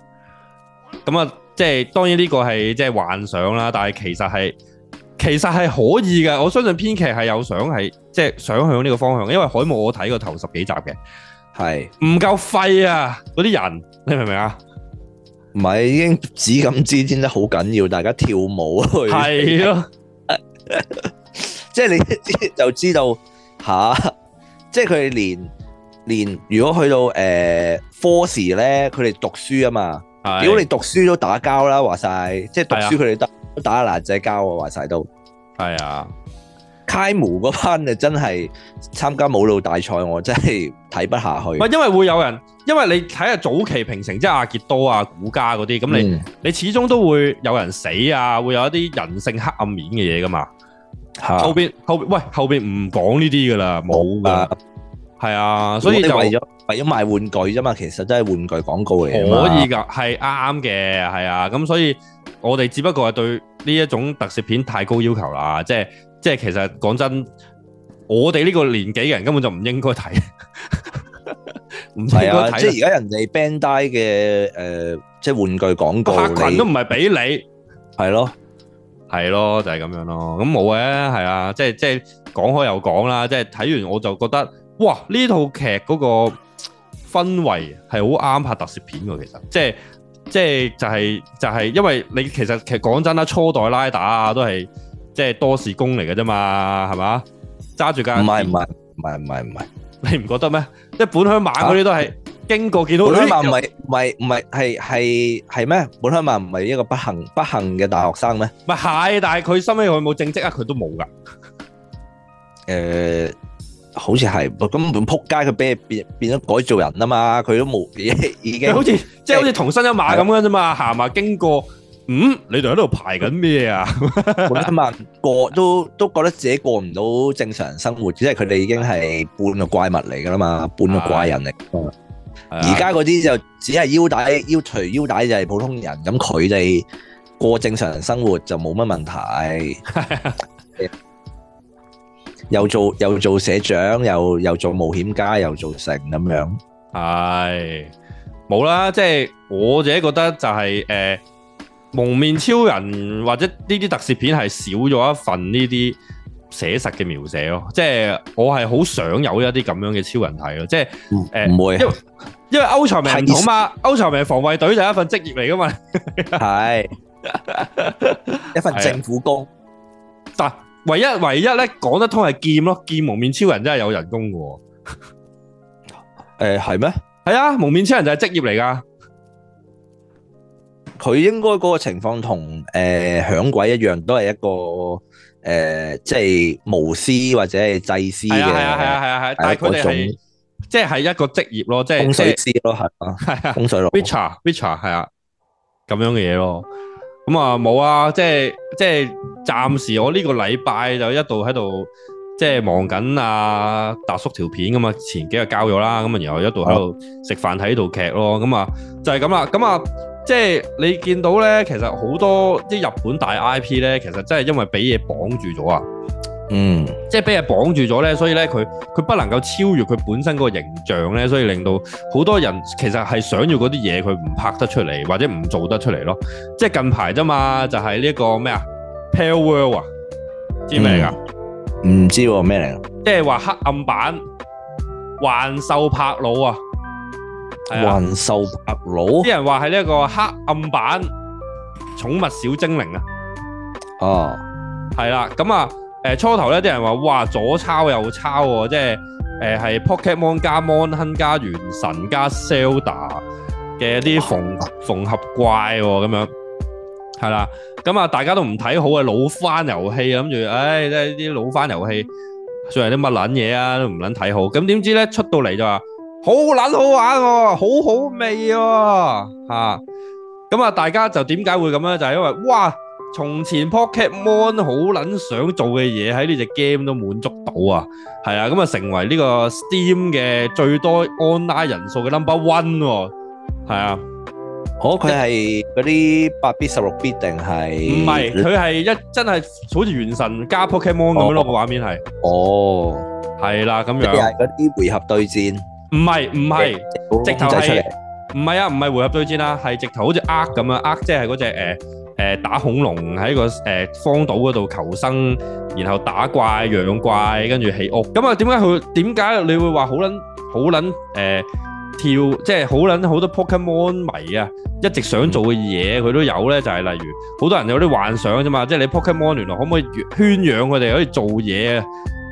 Speaker 6: 咁啊，即係當然呢個係即係幻想啦，但係其實係其實係可以嘅，我相信編劇係有想係即係想向呢個方向，因為海霧我睇過頭十幾集嘅，
Speaker 7: 係
Speaker 6: 唔夠廢啊，嗰啲人你明唔明啊？
Speaker 7: 唔係已經指咁指天得好緊要，大家跳舞去。
Speaker 6: 係咯，
Speaker 7: 即係你 一知就知道吓、即係佢哋連連如果去到诶、呃科時咧，佢哋讀書啊嘛，
Speaker 6: 係
Speaker 7: 屌你讀書都打交啦，話晒，即係讀
Speaker 6: 係啊
Speaker 7: 書佢哋得都打爛仔交啊，話晒都。
Speaker 6: 係啊，
Speaker 7: 開模嗰班就真係參加舞蹈大賽，我真係睇不下
Speaker 6: 唔
Speaker 7: 去。
Speaker 6: 係因為會有人，因為你睇下早期平成即係阿傑多啊、古家嗰啲，咁你。
Speaker 7: 嗯
Speaker 6: 你始終都會有人死啊，會有一啲人性黑暗面嘅嘢噶嘛。
Speaker 7: 嚇
Speaker 6: 後邊後邊喂後邊唔講呢啲噶啦，冇
Speaker 7: 啊
Speaker 6: 噶，係啊，所以
Speaker 7: 我
Speaker 6: 就
Speaker 7: 哋為
Speaker 6: 可
Speaker 7: 咗為咗賣玩具啫嘛，其實真係玩具廣告嚟㗎嘛
Speaker 6: 以噶，係啱嘅，係啊，咁所以我哋只不過係對呢一種特攝片太高要求啦，即係即係其實講真，我哋呢個年紀嘅人根本就唔應該睇， 唔應
Speaker 7: 係
Speaker 6: 該
Speaker 7: 啊，即
Speaker 6: 睇
Speaker 7: 係而家人哋 Bandai 嘅诶，呃即係玩具廣
Speaker 6: 啦，
Speaker 7: 告，
Speaker 6: 客群都
Speaker 7: 你
Speaker 6: 唔係俾你。
Speaker 7: 係咯。
Speaker 6: 係咯，就係咁樣咯。咁冇嘅，係啊，即係即係講開又講啦，即係睇完我就覺得，哇！呢套劇嗰個氛圍係好啱拍特攝片嘅，其實即係即係就係、就係、因為你其實其實講真啦，初代拉打啊都係即係多士工嚟嘅啫嘛，係嘛？揸住架
Speaker 7: 唔係唔係唔係唔係唔係，
Speaker 6: 你唔覺得咩？即係本鄉猛嗰啲都係、經過見到，哎
Speaker 7: 本鄉
Speaker 6: 咦
Speaker 7: 曼唔係唔係唔係係係係咩？本鄉曼唔係一個不幸不幸嘅大學生咩？
Speaker 6: 咪係，但係佢收尾佢有冇正職啊？佢都冇㗎。
Speaker 7: 誒、好似係，不過根本撲街佢俾變變咗改造人啊嘛，佢都冇已經
Speaker 6: 佢好似即係好似同身一馬咁樣啫嘛，行埋經過，嗯，你哋喺度排緊咩啊？
Speaker 7: 本鄉曼過都都覺得自己過唔到正常人生活，即係佢哋已經係半個怪物嚟㗎啦嘛，半個怪人嚟㗎嘛。
Speaker 6: 啊
Speaker 7: 而家嗰啲就只係腰帶腰除腰帶就係普通人，咁佢哋過正常人生活就冇乜問題。又做又做社長，又又做冒險家，又做成咁樣。
Speaker 6: 係冇啦，即係我自己覺得就係、呃蒙面超人或者呢啲特攝片係少咗一份呢啲寫實嘅描寫咯。即係我係好想有一啲咁樣嘅超人睇咯。即係誒
Speaker 7: 唔會
Speaker 6: 因為因為歐才明唔同嘛，歐才明防衛隊就係一份職業嚟噶嘛。
Speaker 7: 係一份
Speaker 6: 係啊
Speaker 7: 政府工，
Speaker 6: 但唯一唯一咧講得通係劍咯，劍蒙面超人真係有人工嘅喎。
Speaker 7: 誒係咩？
Speaker 6: 係啊，蒙面超人就係職業嚟噶。
Speaker 7: 佢應該嗰個情況同誒響鬼一樣，都係一個誒、呃即係無私或者係祭司嘅
Speaker 6: 係啊係啊係啊係啊係啊，但係佢哋係即係一個職業咯，即係
Speaker 7: 風
Speaker 6: 即係
Speaker 7: 水師咯，係啊，
Speaker 6: 係啊。
Speaker 7: 風水佬
Speaker 6: Witcher Witcher 係啊，咁樣嘅嘢咯。咁啊冇啊，即係即係暫時我呢個禮拜就一度喺度即係忙緊啊達叔條片咁啊，前幾日交咗啦，咁啊然後一度喺度食飯睇套劇咯，咁啊就係咁啦，咁啊。即係你見到咧，其實好多啲日本大 IP 咧，其實真係因為俾嘢綁住咗啊！
Speaker 7: 嗯，
Speaker 6: 即係俾人綁住咗咧，所以咧佢佢不能夠超越佢本身嗰個形象咧，所以令到好多人其實係想要嗰啲嘢，佢唔拍得出嚟或者唔做得出嚟咯。即係近排啫嘛，就係呢一個咩啊，Pale World 啊，知咩嚟㗎？
Speaker 7: 唔知喎咩嚟㗎？啊
Speaker 6: 即係話黑暗版幻獸拍腦啊，係啊，
Speaker 7: 雲獸白佬
Speaker 6: 啲人話係呢一個黑暗版寵物小精靈啊。
Speaker 7: 哦，
Speaker 6: 係啦，咁啊，誒、初頭咧啲人話哇左抄右抄喎、即係誒係 Pokemon 加 Mon Hun 加原神加 Zelda 嘅啲縫縫合怪喎、咁樣係啦，咁啊大家都唔睇好啊老番遊戲，諗住唉即係啲老番遊戲算係啲乜撚嘢啊，都唔撚睇好，咁點知咧出到嚟就話好撚好玩喎、好好味喎、啊咁啊大家就點解會咁咧？就係、因為哇！從前 Pokemon 好撚想做嘅嘢喺呢只 game 都滿足到啊，係啊，咁啊成為呢個 Steam 嘅最多 online 人數嘅 number one 喎，係啊，
Speaker 7: 哦佢係嗰啲八 bit 十六 bit 定
Speaker 6: 唔
Speaker 7: 係？
Speaker 6: 係佢係一真係好似原神加 Pokemon 咁咯個畫面係，
Speaker 7: 哦，
Speaker 6: 係啦咁
Speaker 7: 即係啊
Speaker 6: 樣，
Speaker 7: 嗰啲回合對戰，
Speaker 6: 唔係唔係直頭
Speaker 7: 公仔出
Speaker 6: 係
Speaker 7: 嚟，
Speaker 6: 唔係啊，唔係回合對戰啦，係直頭好似呃咁樣，呃即係嗰隻誒誒打恐龍喺個誒、呃荒島嗰度求生，然後打怪養怪，跟住起屋。咁啊，點解佢點解你會話好撚好撚誒跳，即係好撚好多 Pokemon 迷啊，一直想做嘅嘢佢都有咧，就係、例如好多人有啲幻想啫嘛，即係你 Pokemon 原來可唔可以圈養佢哋可以做嘢啊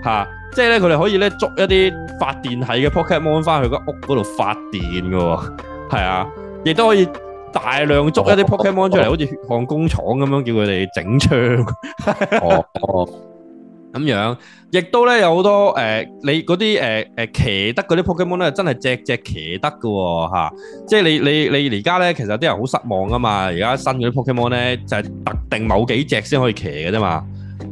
Speaker 6: 嚇？即係咧，佢哋可以咧捉一啲發電系嘅 Pokemon 翻去個屋嗰度發電嘅喎、係啊，亦都可以大量捉一啲 Pokemon 出嚟，好似血汗工廠咁樣，叫佢哋整槍
Speaker 7: 哦哦，
Speaker 6: 咁樣。亦都咧有好多誒、呃你嗰啲誒誒騎得嗰啲 Pokemon 咧，真係隻隻騎得嘅喎、嚇即係你你你而家咧，其實啲人好失望啊嘛。而家新嗰啲 Pokemon 咧，就係、特定某幾隻先可以騎嘅啫嘛，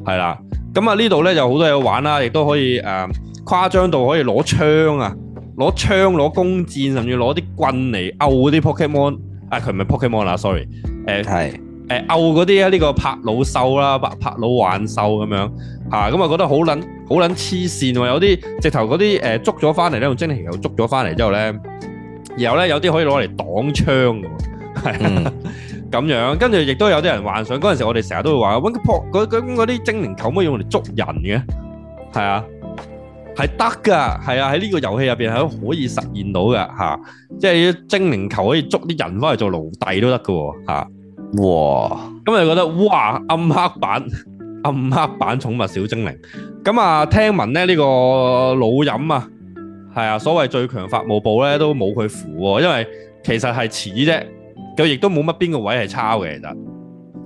Speaker 6: 係啦。咁啊呢度咧就好多嘢玩啦，亦都可以誒、呃、誇張到可以攞槍啊，攞槍攞弓箭，甚至攞啲棍嚟毆啲 Pokemon。啊，佢唔係 Pokemon 啦，sorry。誒
Speaker 7: 係
Speaker 6: 誒摳嗰啲啊呢個拍腦獸啦，拍拍腦幻獸咁樣嚇，咁啊覺得好撚好撚黐線喎！有啲直頭嗰啲誒捉咗翻嚟咧，用精靈球捉咗翻嚟之後咧，然後咧有啲可以攞嚟擋槍嘅喎， 係啊
Speaker 7: 嗯。
Speaker 6: 咁樣，跟住亦都有啲人幻想嗰陣時，我哋成日都會話揾個撲嗰嗰嗰啲精靈球可以用嚟捉人嘅，係啊，係得㗎，係啊，喺呢個遊戲入邊係可以實現到嘅嚇、即係精靈球可以捉啲人翻去做奴隸都得嘅喎嚇
Speaker 7: 哇，
Speaker 6: 咁你覺得哇暗黑版 暗黑版寵物小精靈，咁啊聽聞咧呢、個老飲啊，係啊所謂最強法務部咧都冇佢符喎，因為其實係似啫，佢亦都冇乜邊個位係抄嘅，其實。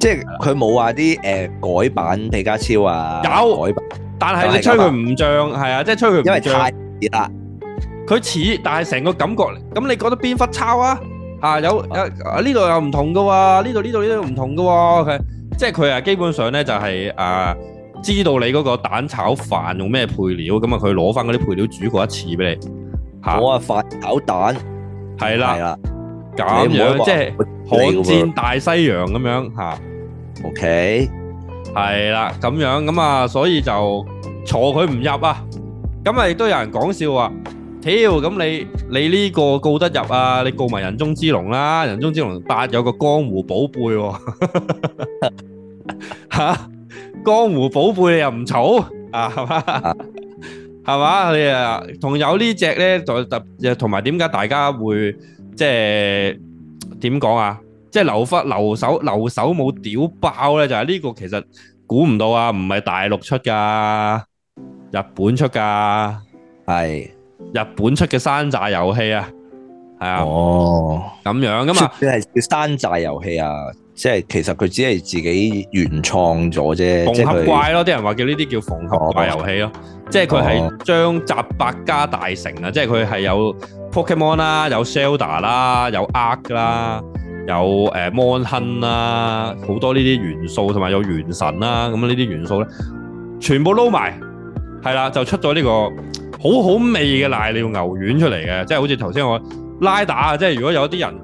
Speaker 7: 即係佢冇話啲誒改版皮卡超啊，
Speaker 6: 有
Speaker 7: 改版，
Speaker 6: 但係你吹佢唔漲，係啊，即係吹佢唔
Speaker 7: 因為
Speaker 6: 漲
Speaker 7: 太。熱啦，
Speaker 6: 佢似，但係成個感覺，咁你覺得邊忽抄啊？啊有有啊呢度又唔同嘅喎，呢度呢度呢度唔同嘅喎，佢即係佢啊基本上咧就係、啊知道你嗰個蛋炒飯用咩配料，咁啊佢攞翻嗰啲配料煮過一次俾你，嚇
Speaker 7: 我啊發炒蛋
Speaker 6: 係
Speaker 7: 係
Speaker 6: 啦
Speaker 7: 啦，
Speaker 6: 咁
Speaker 7: 你唔可以
Speaker 6: 樣
Speaker 7: 話
Speaker 6: 即係
Speaker 7: 我
Speaker 6: 海
Speaker 7: 嚟㗎喎
Speaker 6: 戰大西洋咁樣嚇。
Speaker 7: ，OK，
Speaker 6: 係啦，咁樣咁啊，所以就坐佢唔入啊。咁啊，亦都有人講笑話，屌咁你你呢個告得入啊？你告埋人中之龍啦，人中之龍八有個江湖寶貝 喎、吓、江湖寶貝你又唔嘈，啊，系嘛，系嘛，你啊，同有呢只咧，就特又同埋點解大家會即係點講啊？即係留忽留手留手冇屌爆咧，就係呢個其實估唔到啊，唔係大陸出噶，日本出噶，
Speaker 7: 係
Speaker 6: 日本出嘅山寨遊戲啊，係啊，
Speaker 7: 哦，
Speaker 6: 咁樣噶
Speaker 7: 咁
Speaker 6: 嘛
Speaker 7: 啊，，佢係叫山寨遊戲啊，即係其實佢只係自己原創咗啫，
Speaker 6: 縫
Speaker 7: 即係
Speaker 6: 合
Speaker 7: 佢
Speaker 6: 怪咯，啲人話叫呢啲叫縫合怪遊戲咯，即係佢
Speaker 7: 哦
Speaker 6: 係將集百家大成啊，即係佢係有 Pokemon 啦，有 Zelda 啦，有 Ark 啦，有誒 Mon Hun 啦，好多呢啲元素，同埋有元神啦，咁呢啲元素咧，全部撈埋，係啦，就出咗呢個好好味嘅瀨尿牛丸出嚟嘅，即係好似頭先我拉打啊，即係如果有啲人，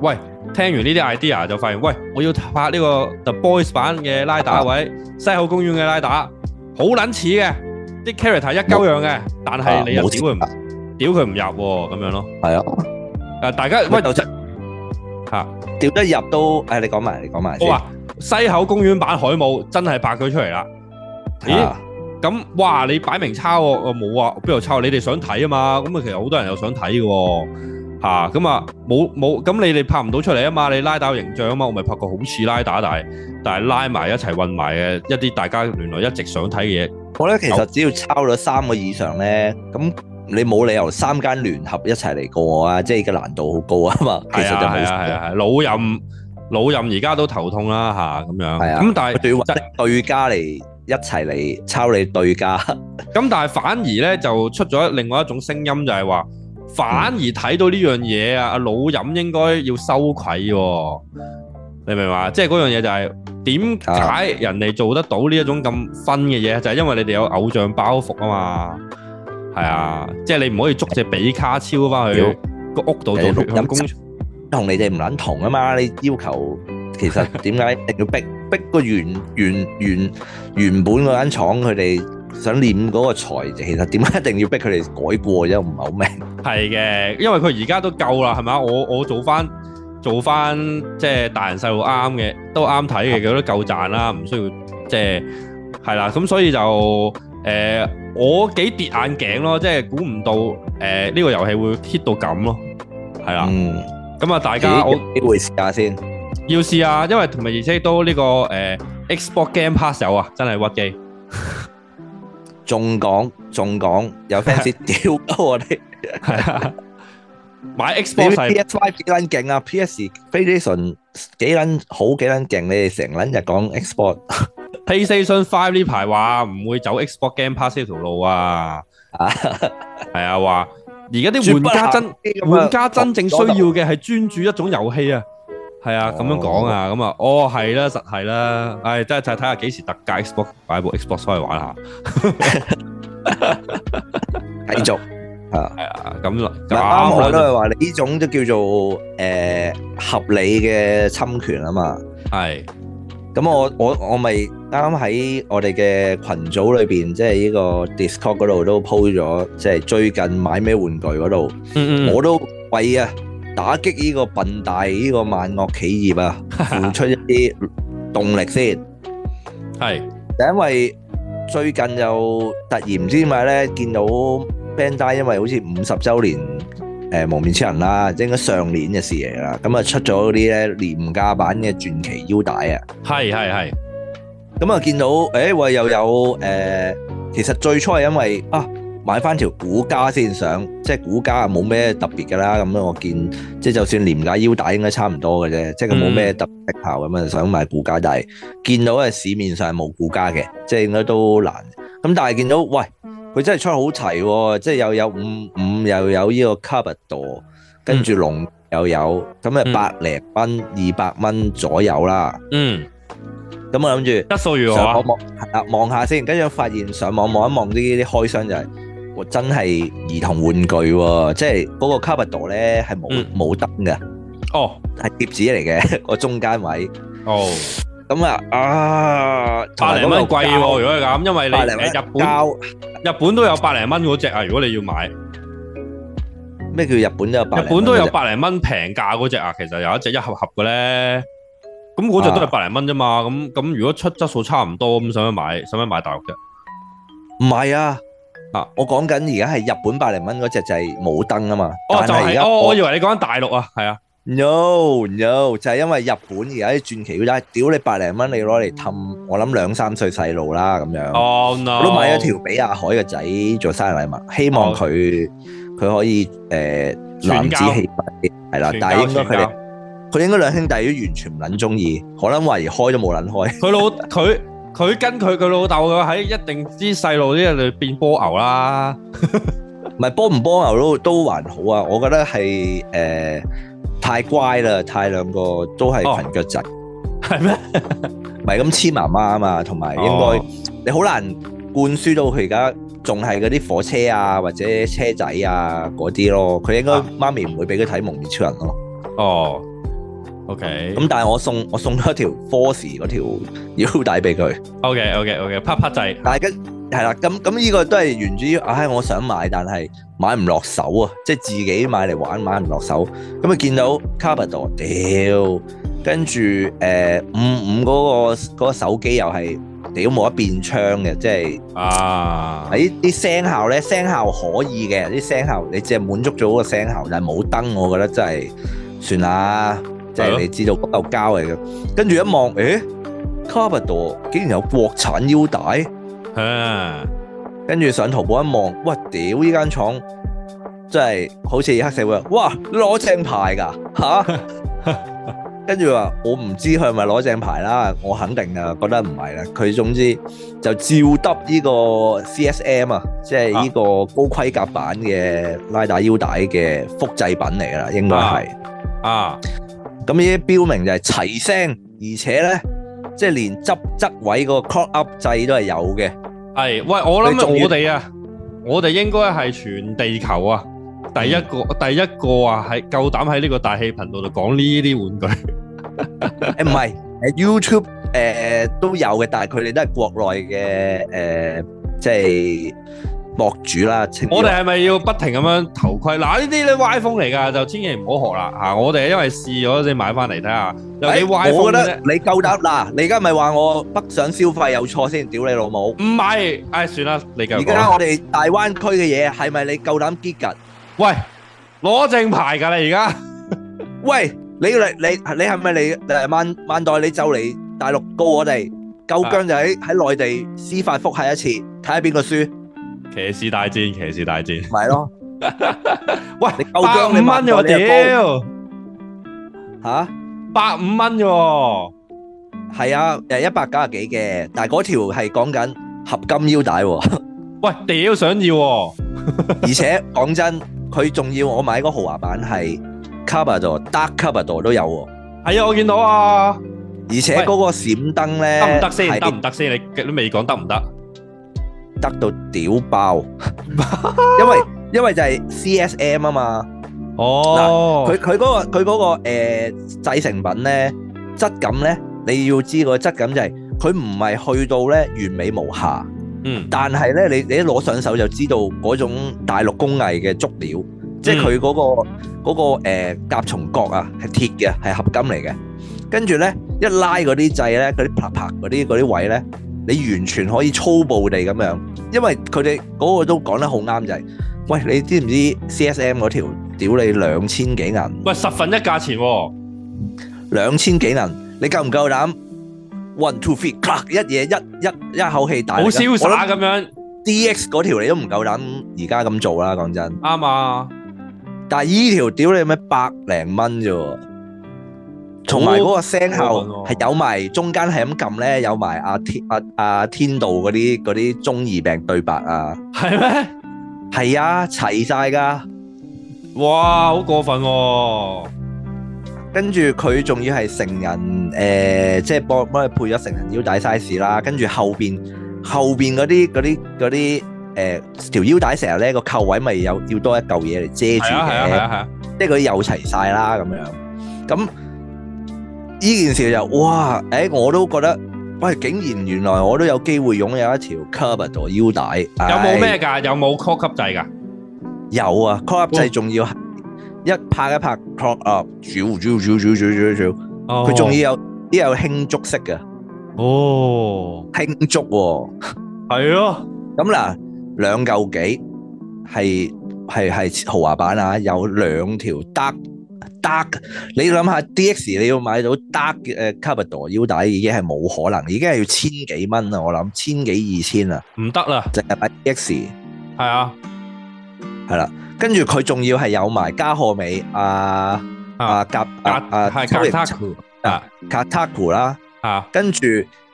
Speaker 6: 喂。聽完呢啲 idea 就發現，喂，我要拍呢個 The Boys 版嘅拉打位，西口公園嘅拉打，好撚似嘅，啲 character 一鳩樣嘅，但
Speaker 7: 啊
Speaker 6: 係你又屌佢唔屌佢唔入喎，咁樣咯。
Speaker 7: 係啊，
Speaker 6: 誒，大 家
Speaker 7: 喂，
Speaker 6: 喂
Speaker 7: 就真
Speaker 6: 啊嚇，啊
Speaker 7: 掉得入都，誒，你講埋，你講埋
Speaker 6: 我
Speaker 7: 先。
Speaker 6: 話西口公園版海姆真係拍佢出嚟啦。咦？
Speaker 7: 啊
Speaker 6: 咁哇，你擺明抄我，我冇啊，邊度抄？你哋想睇啊嘛，咁啊其實好多人又想睇嘅喎，嚇咁啊冇冇，咁你哋拍唔到出嚟啊嘛，你拉打有形象啊嘛，我咪拍個好似拉打，但係但係拉埋一齊混埋嘅一啲大家原來一直想睇嘅嘢，
Speaker 7: 我咧其實只要抄咗三個以上咧，咁你冇理由三間聯合一齊嚟告我啊！ 即係個難度好高啊嘛，其
Speaker 6: 係
Speaker 7: 實
Speaker 6: 啊
Speaker 7: 就
Speaker 6: 係啊係
Speaker 7: 冇。
Speaker 6: 啊，老任老任而家都頭痛啦嚇咁樣，
Speaker 7: 係啊
Speaker 6: 咁但
Speaker 7: 佢仲要
Speaker 6: 係
Speaker 7: 揾對家嚟一齊嚟抄你對家，
Speaker 6: 咁但係反而咧就出咗另外一種聲音就係話，反而睇到呢樣嘢啊，阿老飲應該要羞愧喎、你明嘛？即係嗰樣嘢就係點解人哋做得到呢一種咁分嘅嘢，就係、因為你哋有偶像包袱啊嘛。係啊，即係你唔可以捉只比卡超翻去
Speaker 7: 屌
Speaker 6: 個屋度
Speaker 7: 人哋
Speaker 6: 度
Speaker 7: 老
Speaker 6: 向
Speaker 7: 飲
Speaker 6: 公
Speaker 7: 同你哋唔撚同啊嘛！你要求 其實點解一定要逼逼個原原原原本嗰間廠佢哋想念嗰個財，其實點解一定要逼佢哋改過啫？我唔係好明。
Speaker 6: 係嘅，因為佢而家都夠啦，係咪啊？我我做翻做翻即係大人細路啱嘅，都啱睇嘅，佢都夠賺啦，唔需要即係係啦。咁所以就誒、呃我幾跌眼鏡咯，即係估唔到誒呢、個遊戲會 hit 到咁咯，係啦。
Speaker 7: 嗯，
Speaker 6: 咁啊，大
Speaker 7: 大
Speaker 6: 家我
Speaker 7: 機會試下先。
Speaker 6: 要試啊，因為同埋而且都呢、個誒、呃 Xbox Game Pass 有啊，真係屈機。
Speaker 7: 仲講仲講，有 fans 屌鳩我哋。
Speaker 6: 係啊，買
Speaker 7: 你
Speaker 6: Xbox 係
Speaker 7: PS Five 幾撚勁啊？PS PlayStation 幾撚好幾撚勁？你哋成撚日講 export
Speaker 6: PlayStation Five 呢排話唔會走 Xbox Game Pass 呢條路啊，
Speaker 7: 啊，
Speaker 6: 係啊話而家啲玩家真玩家真正需要嘅係專注一種遊戲啊，係啊咁樣講啊，咁啊哦係啦，實係啦，唉真係就係睇下幾時特價 Xbox 買部 Xbox 翻去玩下，
Speaker 7: 繼續。
Speaker 6: 係啊咁啦，
Speaker 7: 唔
Speaker 6: 咁
Speaker 7: 係啱我
Speaker 6: 啱
Speaker 7: 都
Speaker 6: 啦，
Speaker 7: 係話你呢種都叫做誒合理嘅侵權啊嘛。
Speaker 6: 係
Speaker 7: 咁我我我咪啱啱喺我哋嘅群組裏邊，即係呢個 Discord 嗰度都 po 咗，即係最近買咩玩具嗰度。
Speaker 6: 嗯嗯
Speaker 7: 我都為啊打擊呢個笨大呢個萬惡 企業啊，付出一啲動力先。
Speaker 6: 係
Speaker 7: 就因為最近又突然唔知點解咧，見到 Bandai 因為好似五十週年誒、呃、無面超人啦，應該上年嘅事嚟啦，咁啊出咗嗰啲咧廉價版嘅傳奇腰帶啊，
Speaker 6: 係係係
Speaker 7: 咁啊見到誒喂、又有誒、呃其實最初係因為啊。買翻條股價先上，即係股價啊冇咩特別㗎啦。咁我見即係就算廉價腰帶應該差唔多嘅啫，即係佢冇咩特別特效咁啊，想買股價，但係見到係市面上冇股價嘅，即係應該都難。咁但係見到喂，佢真係出好齊喎，即係又有五五又有呢個 cover 度，跟住龍又有，咁啊
Speaker 6: 嗯
Speaker 7: 百零蚊、二百蚊左右啦。
Speaker 6: 嗯
Speaker 7: 咁我諗住。
Speaker 6: 質素如何
Speaker 7: 上
Speaker 6: 啊
Speaker 7: 網？望啊望下先，跟住發現上網望一望呢啲開箱就係、我真係兒童玩具喎、即係嗰個 cover 度咧係冇
Speaker 6: 嗯
Speaker 7: 冇燈嘅，
Speaker 6: 哦
Speaker 7: 係貼紙嚟嘅個中間位。
Speaker 6: 哦，
Speaker 7: 咁啊啊，同
Speaker 6: 百
Speaker 7: 埋
Speaker 6: 零
Speaker 7: 嗰個
Speaker 6: 蚊貴喎，如果係咁，因為你
Speaker 7: 百零蚊
Speaker 6: 誒日本
Speaker 7: 膠
Speaker 6: 日本都有百零蚊嗰只啊，如果你要買。
Speaker 7: 咩叫日本都有百
Speaker 6: 日
Speaker 7: 零蚊
Speaker 6: 本都有
Speaker 7: 嘅啫
Speaker 6: 百零蚊平價嗰只啊，其實有一隻一盒盒嘅咧，咁嗰只都係
Speaker 7: 啊
Speaker 6: 百零蚊啫嘛，咁咁如果出質素差唔多，咁使乜買使乜買大陸啫？
Speaker 7: 唔係啊，
Speaker 6: 啊
Speaker 7: 我講緊而家係日本百零蚊嗰只就係冇燈啊嘛。
Speaker 6: 哦，就
Speaker 7: 但係而
Speaker 6: 係
Speaker 7: 家
Speaker 6: 哦，我以為你講緊大陸啊，係啊，
Speaker 7: no no 就係因為日本而家啲傳奇嗰啲，屌你百零蚊你攞嚟氹，我諗兩三歲細路啦咁樣。
Speaker 6: 哦 no，
Speaker 7: 我都買咗條俾阿海嘅仔做生日禮物，希望佢佢可以誒男
Speaker 6: 哦傳
Speaker 7: 子
Speaker 6: 教
Speaker 7: 氣魄啲，係啦
Speaker 6: 傳。
Speaker 7: 但
Speaker 6: 教
Speaker 7: 係應該佢
Speaker 6: 傳
Speaker 7: 哋佢應該兩兄弟都完全唔撚中意，可能懷疑開都冇撚開。
Speaker 6: 佢老佢佢跟佢佢老豆嘅喺一定啲細路啲裏變波牛啦，
Speaker 7: 唔係幫唔幫牛都都還好啊，我覺得係誒、呃太乖啦，太兩個都係
Speaker 6: 哦
Speaker 7: 裙腳仔，
Speaker 6: 係咩？
Speaker 7: 唔係咁黐媽媽啊嘛，同埋應該、
Speaker 6: 哦
Speaker 7: 你好難灌輸到佢而家仲係嗰啲火車啊或者車仔啊嗰啲咯，佢應該
Speaker 6: 啊
Speaker 7: 媽咪唔會俾佢睇蒙面超人咯。
Speaker 6: 哦，OK，
Speaker 7: 咁但係我送我送咗條 Force 嗰條 腰帶俾佢，
Speaker 6: OK OK OK，啪啪掣，
Speaker 7: 但係跟係啦，咁咁呢個都係源自於，唉、我想買，但係買唔落手啊，即係自己買嚟玩，買唔落手。咁啊見到 Carbador，屌，跟住誒五五嗰個嗰、個手機又係屌冇得變槍嘅，即係
Speaker 6: 啊，
Speaker 7: 喺啲聲效咧，聲效可以嘅，啲聲效你只係滿足咗嗰個聲效，但係冇燈，我覺得真係算啦，即
Speaker 6: 係咯
Speaker 7: 係你知道嗰嚿膠嚟嘅。跟住一望，誒 Carbador 竟然有國產腰帶。
Speaker 6: 啊
Speaker 7: 跟住上淘寶一望，哇！屌呢間廠真係好似黑社會，啊哇！攞正牌㗎吓，跟住話我唔知佢係咪攞正牌啦，我肯定啊，覺得唔係啦。佢總之就照得呢個 CSM 啊，即係呢個高規格版嘅拉帶腰帶嘅複製品嚟㗎啦，應該係。
Speaker 6: 啊，
Speaker 7: 咁呢啲標明就係齊聲，而且咧即係連執側位嗰個 clock up 掣都係有嘅。
Speaker 6: 係，喂，我諗
Speaker 7: 你仲要
Speaker 6: 我哋啊，我哋應該係全地球啊。第一個
Speaker 7: 嗯
Speaker 6: 第一個啊，係夠膽喺呢個大氣頻道度講呢啲 玩具，
Speaker 7: 誒唔係誒 YouTube ờ, 誒、都有嘅，但係佢哋都係國內嘅誒、即係博主啦。稱之為
Speaker 6: 我哋係咪要不停咁樣頭盔？嗱，呢啲咧歪風嚟㗎，就千祈唔好學啦嚇！我哋因為試咗先買翻嚟睇下，有幾
Speaker 7: 誒
Speaker 6: 歪
Speaker 7: 哎我
Speaker 6: 風
Speaker 7: 覺
Speaker 6: 啫
Speaker 7: 得。你夠膽嗱，你而家咪話我北上消費有錯先，屌你老母！
Speaker 6: 唔係，唉，算啦，你繼
Speaker 7: 而
Speaker 6: 續講
Speaker 7: 家
Speaker 6: 啦。
Speaker 7: 我哋大灣區嘅嘢係咪你夠膽結㗎？
Speaker 6: 喂，攞正牌㗎啦，而家
Speaker 7: 喂，你嚟你你係咪你誒萬萬代你就嚟大陸告我哋？夠姜就喺喺內地司法覆核一次，睇下邊個輸，
Speaker 6: 騎士大戰，騎士大戰。
Speaker 7: 咪咯
Speaker 6: 喂，
Speaker 7: 你夠姜
Speaker 6: 百
Speaker 7: 你
Speaker 6: 五
Speaker 7: 萬
Speaker 6: 蚊啫喎，
Speaker 7: 代你就告
Speaker 6: 屌，
Speaker 7: 嚇！
Speaker 6: 百五蚊啫喎，
Speaker 7: 係啊，誒一百九十幾嘅，但係嗰條係講緊合金腰帶喎，
Speaker 6: 喂，屌想要喎，
Speaker 7: 而且講真，佢仲要我買嗰個豪華版係 cover 度，dark cover 度都有喎，
Speaker 6: 係啊，我見到啊，
Speaker 7: 而且嗰個閃燈咧
Speaker 6: 得唔得先？得
Speaker 7: 係
Speaker 6: 唔得先？你都未講得唔得？
Speaker 7: 得到屌 爆，因為因為就係 CSM 啊嘛，
Speaker 6: 哦
Speaker 7: 佢，佢嗰個佢嗰個誒製成品咧質感咧，你要知個質感就係佢唔係去到咧完美無瑕。
Speaker 6: 嗯，
Speaker 7: 但係咧，你你一攞上手就知道嗰種大陸工藝嘅足料，即係佢嗰個嗰、個、呃、甲蟲角啊，係鐵嘅，係合金嚟嘅。跟住咧，一拉嗰啲掣咧，嗰啲啪啪嗰啲嗰啲位咧，你完全可以粗暴地咁樣，因為佢哋嗰個都講得好啱就係、喂，你知唔知 CSM 嗰條屌你兩千幾銀？
Speaker 6: 喂，十分一價錢喎，
Speaker 7: 兩千幾銀，你夠唔夠膽？One two three，咔一嘢一一一口氣大
Speaker 6: 好
Speaker 7: 力咁，
Speaker 6: 瀟
Speaker 7: 我諗
Speaker 6: 灑咁樣，
Speaker 7: DX 嗰條你都唔夠膽而家咁做啦，講真。
Speaker 6: 啱啊，
Speaker 7: 但係依條屌你咩百零蚊啫喎，同埋嗰個聲效
Speaker 6: 好好穩
Speaker 7: 係有埋中間係咁撳咧，有埋阿天阿阿天道嗰啲嗰啲中二病對白啊，
Speaker 6: 係咩？
Speaker 7: 係啊，齊晒㗎。
Speaker 6: 哇，好過分喎，
Speaker 7: 跟住佢仲要係成人誒、呃即係幫幫佢配咗成人腰帶 size 啦。跟住後邊後邊嗰啲嗰啲嗰啲誒條腰帶成日咧個扣位咪有要多一嚿嘢嚟遮住
Speaker 6: 係啊，係啊，
Speaker 7: 嘅
Speaker 6: 係。啊，係啊，
Speaker 7: 即係佢又齊晒啦咁樣。咁呢件事就哇，誒、我都覺得，喂，竟然原來我都有機會擁有一條 Carbador 腰帶。
Speaker 6: 有冇
Speaker 7: 唉
Speaker 6: 咩㗎？有冇 call 級制㗎？
Speaker 7: 有啊，clock up 制仲要係一拍一拍 clock up，啾啾啾啾啾啾啾，佢仲要有啲有輕觸式嘅
Speaker 6: 哦，
Speaker 7: 輕觸喎、
Speaker 6: 係咯，
Speaker 7: 咁嗱，兩嚿幾係係係豪華版啊，有兩條 dark dark，你諗下 DX 你要買到 dark 嘅 Carbador 腰帶已經係冇可能，已經係要千幾蚊啊！我諗千幾二千啊，
Speaker 6: 唔得啦，
Speaker 7: 淨係買 DX。
Speaker 6: 係啊，
Speaker 7: 跟住佢仲要係有埋加賀美啊啊夾
Speaker 6: 格
Speaker 7: 啊啊
Speaker 6: 係
Speaker 7: sorry，
Speaker 6: Kataku 啊
Speaker 7: 卡塔庫啦，
Speaker 6: 啊，
Speaker 7: 跟住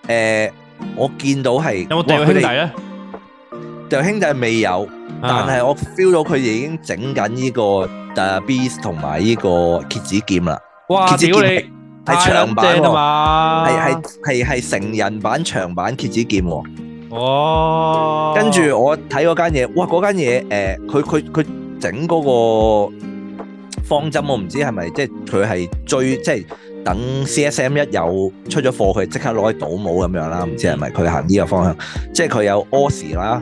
Speaker 7: 誒我見到係
Speaker 6: 有冇掉兄弟？
Speaker 7: 哇
Speaker 6: 咧？
Speaker 7: 佢哋掉兄弟未有。
Speaker 6: 啊
Speaker 7: 但係我 feel 到佢哋已經整緊呢個誒 Beast 同埋呢個蝎子劍啦，
Speaker 6: 哇，
Speaker 7: 傑子
Speaker 6: 屌
Speaker 7: 劍
Speaker 6: 你，
Speaker 7: 係長版
Speaker 6: 太撚正啊
Speaker 7: 喎，
Speaker 6: 嘛，
Speaker 7: 係係係係成人版長版蝎子劍喎。
Speaker 6: 哦，
Speaker 7: 跟住我睇嗰間嘢，哇嗰間嘢誒，佢佢佢整嗰個方針，我唔知係咪即係佢係追即係等 CSM 一有出咗貨，佢即刻攞去倒模咁樣啦，唔知係咪佢行呢個方向，即係佢有 o s 啦。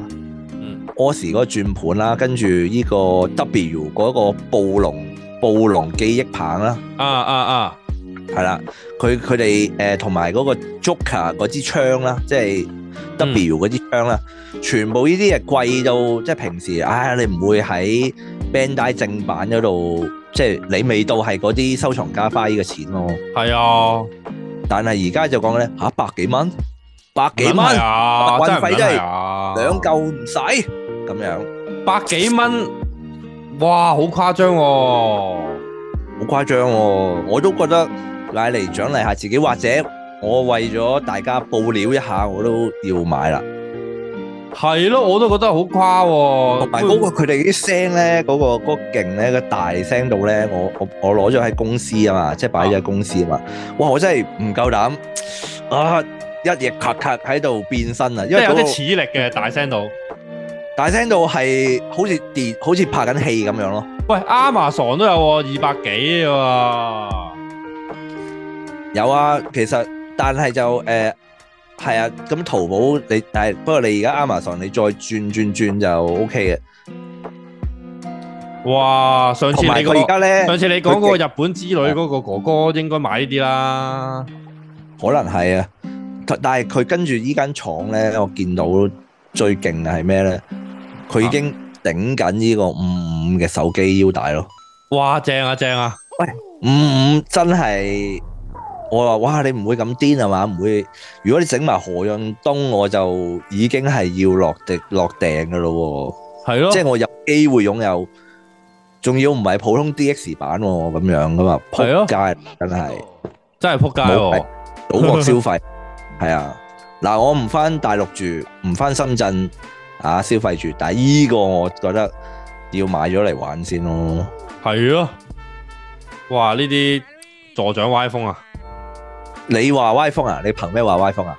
Speaker 7: 柯時嗰個轉盤啦，跟住呢個 W 嗰個暴龍暴龍記憶棒啦，
Speaker 6: 啊啊啊，
Speaker 7: 係啦，佢佢哋誒同埋嗰個 Joker 嗰支槍啦，即係
Speaker 6: 嗯
Speaker 7: W 嗰支槍啦，全部呢啲係貴到即係平時，唉、你唔會喺 Bandai 正版嗰度，即係你未到係嗰啲收藏家花呢個錢咯。
Speaker 6: 係啊，
Speaker 7: 但係而家就講咧嚇百幾蚊，百幾蚊
Speaker 6: 唔撚係啊，
Speaker 7: 運
Speaker 6: 真係
Speaker 7: 費
Speaker 6: 唔
Speaker 7: 真係
Speaker 6: 撚係啊，
Speaker 7: 兩嚿唔使咁樣，
Speaker 6: 百幾蚊，哇，好誇張喎！
Speaker 7: 好誇張喎、我都覺得買嚟獎勵下自己，或者我為咗大家報料一下，我都要買啦。
Speaker 6: 係咯，我都覺得好誇喎。
Speaker 7: 同埋嗰
Speaker 6: 嗯
Speaker 7: 個佢哋啲聲咧，嗰、個嗰、個勁咧，個大聲度咧，我我我攞咗喺公司啊嘛，即係擺咗喺公司啊嘛。哇！我真係唔夠膽啊！一夜咔咔喺度變身啊，因
Speaker 6: 即係
Speaker 7: 為
Speaker 6: 有
Speaker 7: 嗰
Speaker 6: 啲
Speaker 7: 個
Speaker 6: 似力嘅大聲度。
Speaker 7: 大聲度係好似電，好似拍緊戲咁樣咯。
Speaker 6: 喂，Amazon 都有喎，二百幾嘅喎。
Speaker 7: 有啊，其實但係就誒係、啊，咁淘寶你但係不過你而家 Amazon 你再轉轉轉就 OK 嘅。
Speaker 6: 哇！上次
Speaker 7: 同
Speaker 6: 你
Speaker 7: 埋
Speaker 6: 嗰個
Speaker 7: 佢而家啊咧，
Speaker 6: 上次你講嗰個日本之旅嗰個哥哥應該買呢啲啦。
Speaker 7: 可能係啊，但但係佢跟住依間廠咧，我見到最勁嘅係咩咧？佢已經頂緊呢個五五嘅手機腰帶咯。
Speaker 6: 哇！正啊正啊！
Speaker 7: 五五真係我話哇，你唔會咁癲係啊嘛？唔會。如果你整埋何潤東，我就已經係要落地落訂嘅咯
Speaker 6: 係咯
Speaker 7: 喎。即，係我有機會擁有，仲要唔係普通 DX 版喎，咁樣噶嘛？
Speaker 6: 係咯
Speaker 7: 撲街真係。
Speaker 6: 真係撲街喎！
Speaker 7: 賭博消費，係啊。嗱，我唔翻大陸住，唔翻深圳啊消費住，但係依個我覺得要買咗嚟玩先咯。
Speaker 6: 係咯。哇！呢啲助長歪風啊，
Speaker 7: 你話歪風啊？你憑咩話歪風啊？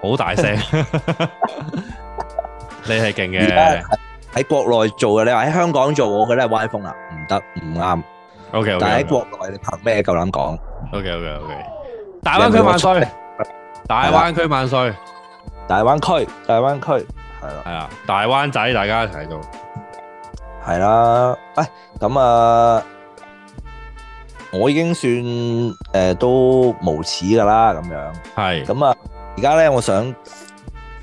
Speaker 6: 好大聲。 你係勁
Speaker 7: 而
Speaker 6: 嘅
Speaker 7: 家。喺國內做嘅，你話喺香港做，我覺得係歪風啦，唔得，唔啱。
Speaker 6: O K O
Speaker 7: 但係
Speaker 6: K
Speaker 7: 喺國內，你憑咩夠膽講？
Speaker 6: O K O K O K。大灣區萬歲！大灣區萬歲！
Speaker 7: 大灣區，大灣區，係啦，
Speaker 6: 係啊，大灣仔大家一齊做。
Speaker 7: 係啦。喂，咁啊，我已經算誒、呃都無恥㗎啦，咁樣。
Speaker 6: 係。
Speaker 7: 咁啊，而家咧，我想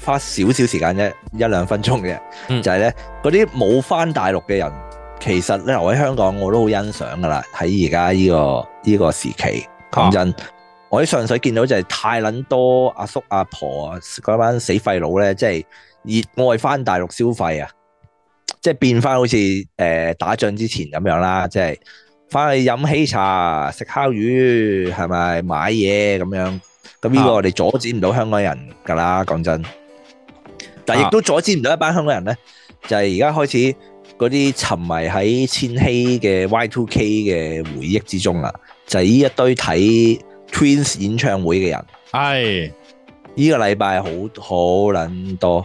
Speaker 7: 花少少時間啫，一兩分鐘嘅，
Speaker 6: 嗯
Speaker 7: 就係咧嗰啲冇翻大陸嘅人，其實咧留喺香港我都好欣賞噶啦。喺而家呢個呢、個時期，
Speaker 6: 啊
Speaker 7: 講真，我喺上水見到就係太撚多阿叔阿婆啊，嗰班死廢佬咧，即係熱愛翻大陸消費啊，即係變翻好似誒、呃打仗之前咁樣啦，即係。翻去飲喜茶、食烤魚，係咪買嘢咁樣？咁呢個我哋阻止唔到香港人㗎啦，講真。但係亦都阻止唔到一班香港人咧，就係而家開始嗰啲沉迷喺千禧嘅 Y2K 嘅回憶之中啦，就係呢一堆睇 Twins 演唱會嘅人，
Speaker 6: 係。
Speaker 7: 呢個禮拜好好撚多。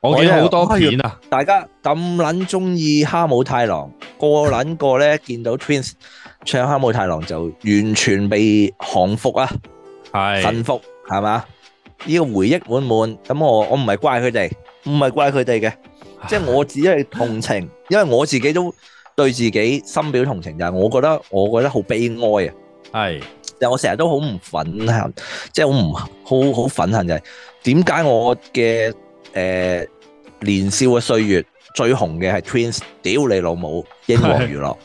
Speaker 6: 我見到好多片啊。
Speaker 7: 大家咁撚中意哈姆太郎，個撚個咧見到 Twins 唱哈姆太郎就完全被降服啊！
Speaker 6: 係。
Speaker 7: 幸福係嘛？呢、個回憶滿滿，咁我我唔係怪佢哋，唔係怪佢哋嘅，即係我只係同情，因為我自己都對自己深表同情，就係我覺得我覺得好悲哀啊！
Speaker 6: 係。
Speaker 7: 但我成日都好唔憤恨，即係好唔好好憤恨就係點解我嘅诶年少嘅歲月最紅嘅係 Twins，屌你老母，英皇娛樂，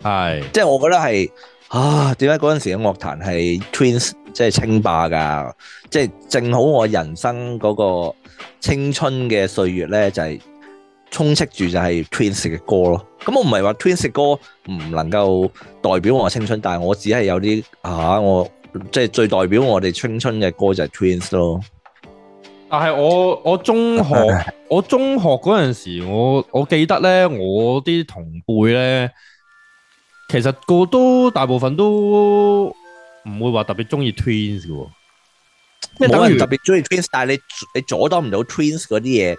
Speaker 6: 系
Speaker 7: 即係我覺得係啊，點解嗰陣時嘅樂壇係 Twins 即係稱霸㗎？即係正好我人生嗰個青春嘅歲月咧，就係、充斥住就係 Twins 嘅歌咯。咁我唔係話 Twins 嘅歌唔能夠代表我嘅青春，但係我只係有啲啊，我即係最代表我哋青春嘅歌就係 Twins 咯。
Speaker 6: 但係我我中 學我中學嗰阵时，我我记得咧，我啲同輩咧，其實個都大部分都唔會話特別中意 Twins 嘅喎，即係
Speaker 7: 冇
Speaker 6: 等
Speaker 7: 人
Speaker 6: 於
Speaker 7: 特別中意 Twins，但係你你阻擋唔到 Twins 嗰啲嘢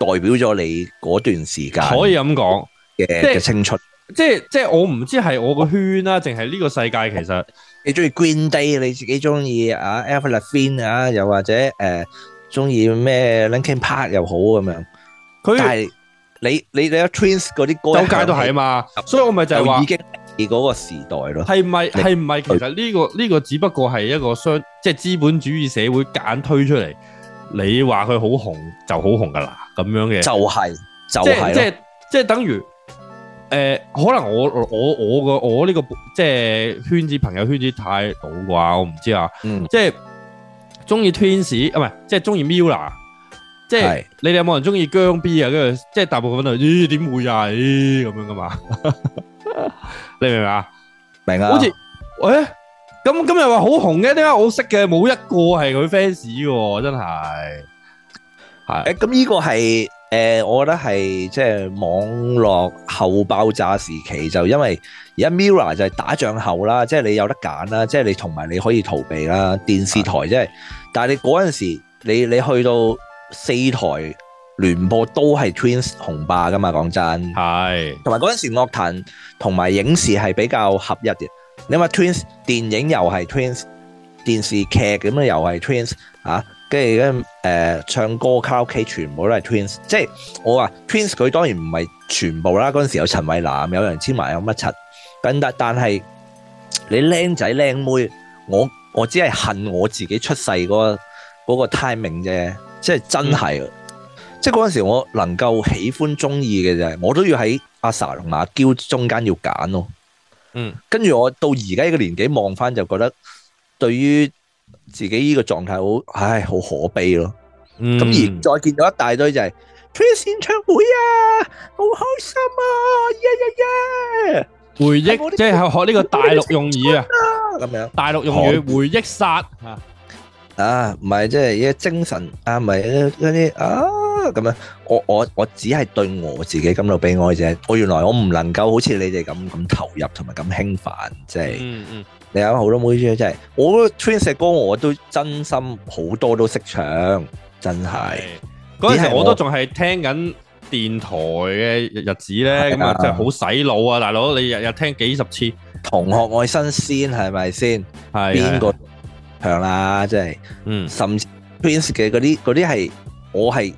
Speaker 7: 代表咗你嗰段時間
Speaker 6: 可以咁講。即
Speaker 7: 嘅
Speaker 6: 係
Speaker 7: 嘅青春。
Speaker 6: 即係即系我唔知係我個圈啦，淨係呢個世界其實
Speaker 7: 你中意 Green Day，你自己中意啊 a l p h a Levine 啊，又或者誒中意咩 Linkin Park 又好咁樣，但
Speaker 6: 佢
Speaker 7: 係你你你有 Twins 嗰啲歌
Speaker 6: 周街都係啊嘛，所以我咪就係
Speaker 7: 就
Speaker 6: 話
Speaker 7: 已經係嗰個時代咯。
Speaker 6: 係咪
Speaker 7: 你
Speaker 6: 係咪其實呢、個呢、個只不過係一個商即係資本主義社會揀推出嚟，你話佢好紅就好紅㗎啦，咁樣嘅
Speaker 7: 就係、就
Speaker 6: 即
Speaker 7: 係、
Speaker 6: 係即係即係等於誒、可能我我我個我呢、個即係圈子朋友圈子太老啩，我唔知啊。
Speaker 7: 嗯
Speaker 6: 即係中意 Twins 啊，唔係即係中意 Mila，即係
Speaker 7: 係
Speaker 6: 你哋有冇人中意姜 B 啊？跟住即係大部分都係咦點會啊？咦咁樣噶嘛， 你明唔明啊？
Speaker 7: 明啊，
Speaker 6: 好似誒咁咁又話好紅嘅，點解我識嘅冇一個係佢 fans 嘅喎？真係係
Speaker 7: 誒咁呢個係誒、我覺得係即係網絡後爆炸時期，就因為而家 Mirror 就係打仗後啦，即係你有得揀啦，即係你同埋你可以逃避啦。電視台即係，但係你嗰陣時，你你去到四台聯播都係 Twins 紅霸噶嘛，講真。
Speaker 6: 係
Speaker 7: 同埋嗰陣時樂壇同埋影視係比較合一嘅。你話 Twins 電影又係 Twins，電視劇咁啊又係 Twins 啊，跟住跟誒唱歌卡拉 OK 全部都係 Twins。即係我話 Twins 佢當然唔係全部啦，嗰陣時有陳慧琳，有楊千嬅，有乜柒，咁但但係你僆仔僆妹，我我只係恨我自己出世嗰、個嗰、個 timing 啫，即係真係。即係嗰陣時，我能夠喜歡中意嘅就係，我都要喺阿 sa 同阿嬌中間要揀咯。
Speaker 6: 嗯，
Speaker 7: 跟住我到而家呢個年紀望翻，就覺得對於自己呢個狀態好，唉，好可悲咯。
Speaker 6: 咁
Speaker 7: 咁、而再見到一大堆就係 Twins 演唱會啊，好開心啊，耶耶耶
Speaker 6: 回憶
Speaker 7: 係我啲
Speaker 6: 即係學呢個大陸用語啊，
Speaker 7: 咁樣
Speaker 6: 大陸用語回憶殺啊，
Speaker 7: 啊，唔係即係一精神啊，唔係嗰啲啊咁樣。我我我只係對我自己感到悲哀啫。我原來我唔能夠好似你哋咁咁投入同埋咁興奮，即係。
Speaker 6: 嗯嗯，
Speaker 7: 你有好多妹仔真係，我嗰個 Twins 嘅歌我都真心好多都識唱，真係。
Speaker 6: 嗰陣
Speaker 7: 只
Speaker 6: 時
Speaker 7: 係
Speaker 6: 我
Speaker 7: 我
Speaker 6: 都仲係聽緊電台嘅日子咧，咁啊
Speaker 7: 係啊
Speaker 6: 真係好洗腦啊，大佬你日日聽幾十次，
Speaker 7: 同學愛新鮮係咪先？
Speaker 6: 係
Speaker 7: 邊？個唱啦？即係
Speaker 6: 嗯
Speaker 7: 甚至 Twins 嘅嗰啲嗰啲係我係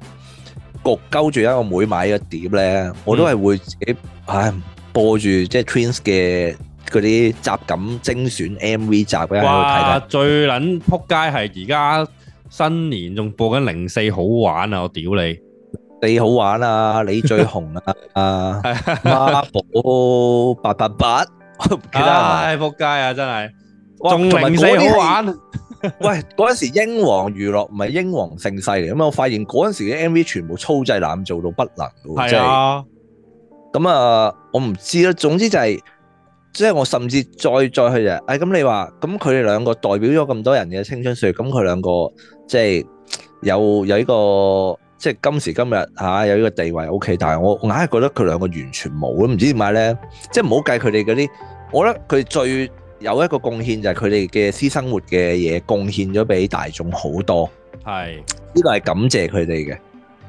Speaker 7: 焗鳩住一個妹買嘅碟咧，我都係會自己唉播住即係 Twins 嘅嗰啲集感精選 MV 集嘅喺度睇
Speaker 6: 哇！
Speaker 7: 睇。
Speaker 6: 最撚撲街係而家新年仲播緊零四好玩啊！我屌你，
Speaker 7: 你好 玩啊！你最紅啊！啊，孖寶八八八，我唔記得係咪
Speaker 6: 唉撲街啊！真係
Speaker 7: 哇
Speaker 6: 仲
Speaker 7: 同埋
Speaker 6: 零四
Speaker 7: 嗰啲係
Speaker 6: 好玩，
Speaker 7: 喂，嗰陣時英皇娛樂唔係英皇盛世嚟，咁我發現嗰陣時嘅 MV 全部粗製濫造到不能嘅喎，即
Speaker 6: 係
Speaker 7: 係
Speaker 6: 啊，
Speaker 7: 咁啊，我唔知啦。總之就係、即係我甚至再再去就係，哎咁你話，咁佢哋兩個代表咗咁多人嘅青春歲月，咁佢兩個即係有有呢個即係今時今日嚇、有呢個地位 OK，但係我我硬係覺得佢兩個完全冇咯，唔知點解咧，即係唔好計佢哋嗰啲，我覺得佢最有一個貢獻就係佢哋嘅私生活嘅嘢貢獻咗俾大眾好多，
Speaker 6: 係
Speaker 7: 呢個係感謝佢哋嘅。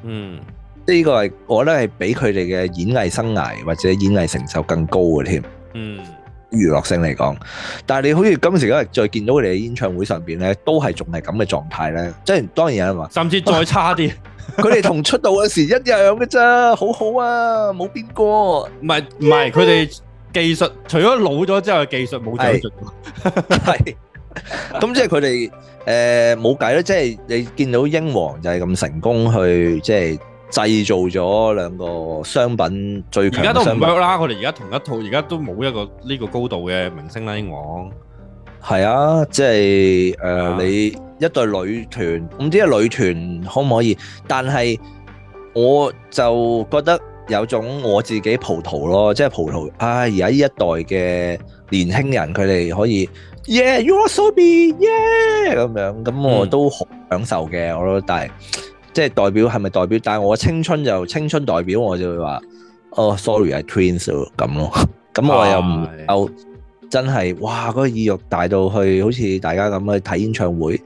Speaker 6: 嗯。
Speaker 7: 呢個係我覺得係比佢哋嘅演藝生涯或者演藝成就更高嘅添，
Speaker 6: 嗯，
Speaker 7: 娛樂性嚟講。但係你好似今時今日再見到佢哋嘅演唱會上邊咧，都係仲係咁嘅 狀態咧。即係當然有人話，
Speaker 6: 甚至再差啲，
Speaker 7: 佢哋同出道嗰時一樣嘅咋，好好啊，冇變過。
Speaker 6: 唔係唔係，佢哋技術除咗老咗之後，技術冇長進。
Speaker 7: 係咁即係佢哋誒冇計啦，即係你見到英皇就係咁成功去即係製造咗兩個商品最
Speaker 6: 而
Speaker 7: 強
Speaker 6: 家都
Speaker 7: 嘅
Speaker 6: 唔
Speaker 7: 商品，
Speaker 6: work 啦，我哋而家同一套，而家都冇一個呢個高度嘅明星啦，英皇。
Speaker 7: 係啊，即係誒、呃
Speaker 6: 啊
Speaker 7: 你一隊女團，唔知係女團可唔可以？但係我就覺得有種我自己葡萄咯，即係葡萄啊！而家呢一代嘅年輕人，佢哋可以 yeah you are so be yeah 咁樣，咁我
Speaker 2: 嗯
Speaker 7: 都好享受嘅，我都但係即係代表係咪代表？但係我青春就青春代表，我就會話哦，sorry 係 twins 喎咁咯， 咁我又唔
Speaker 6: 係
Speaker 7: 夠。真係哇！嗰、個意欲大到去，好似大家咁去睇演唱會，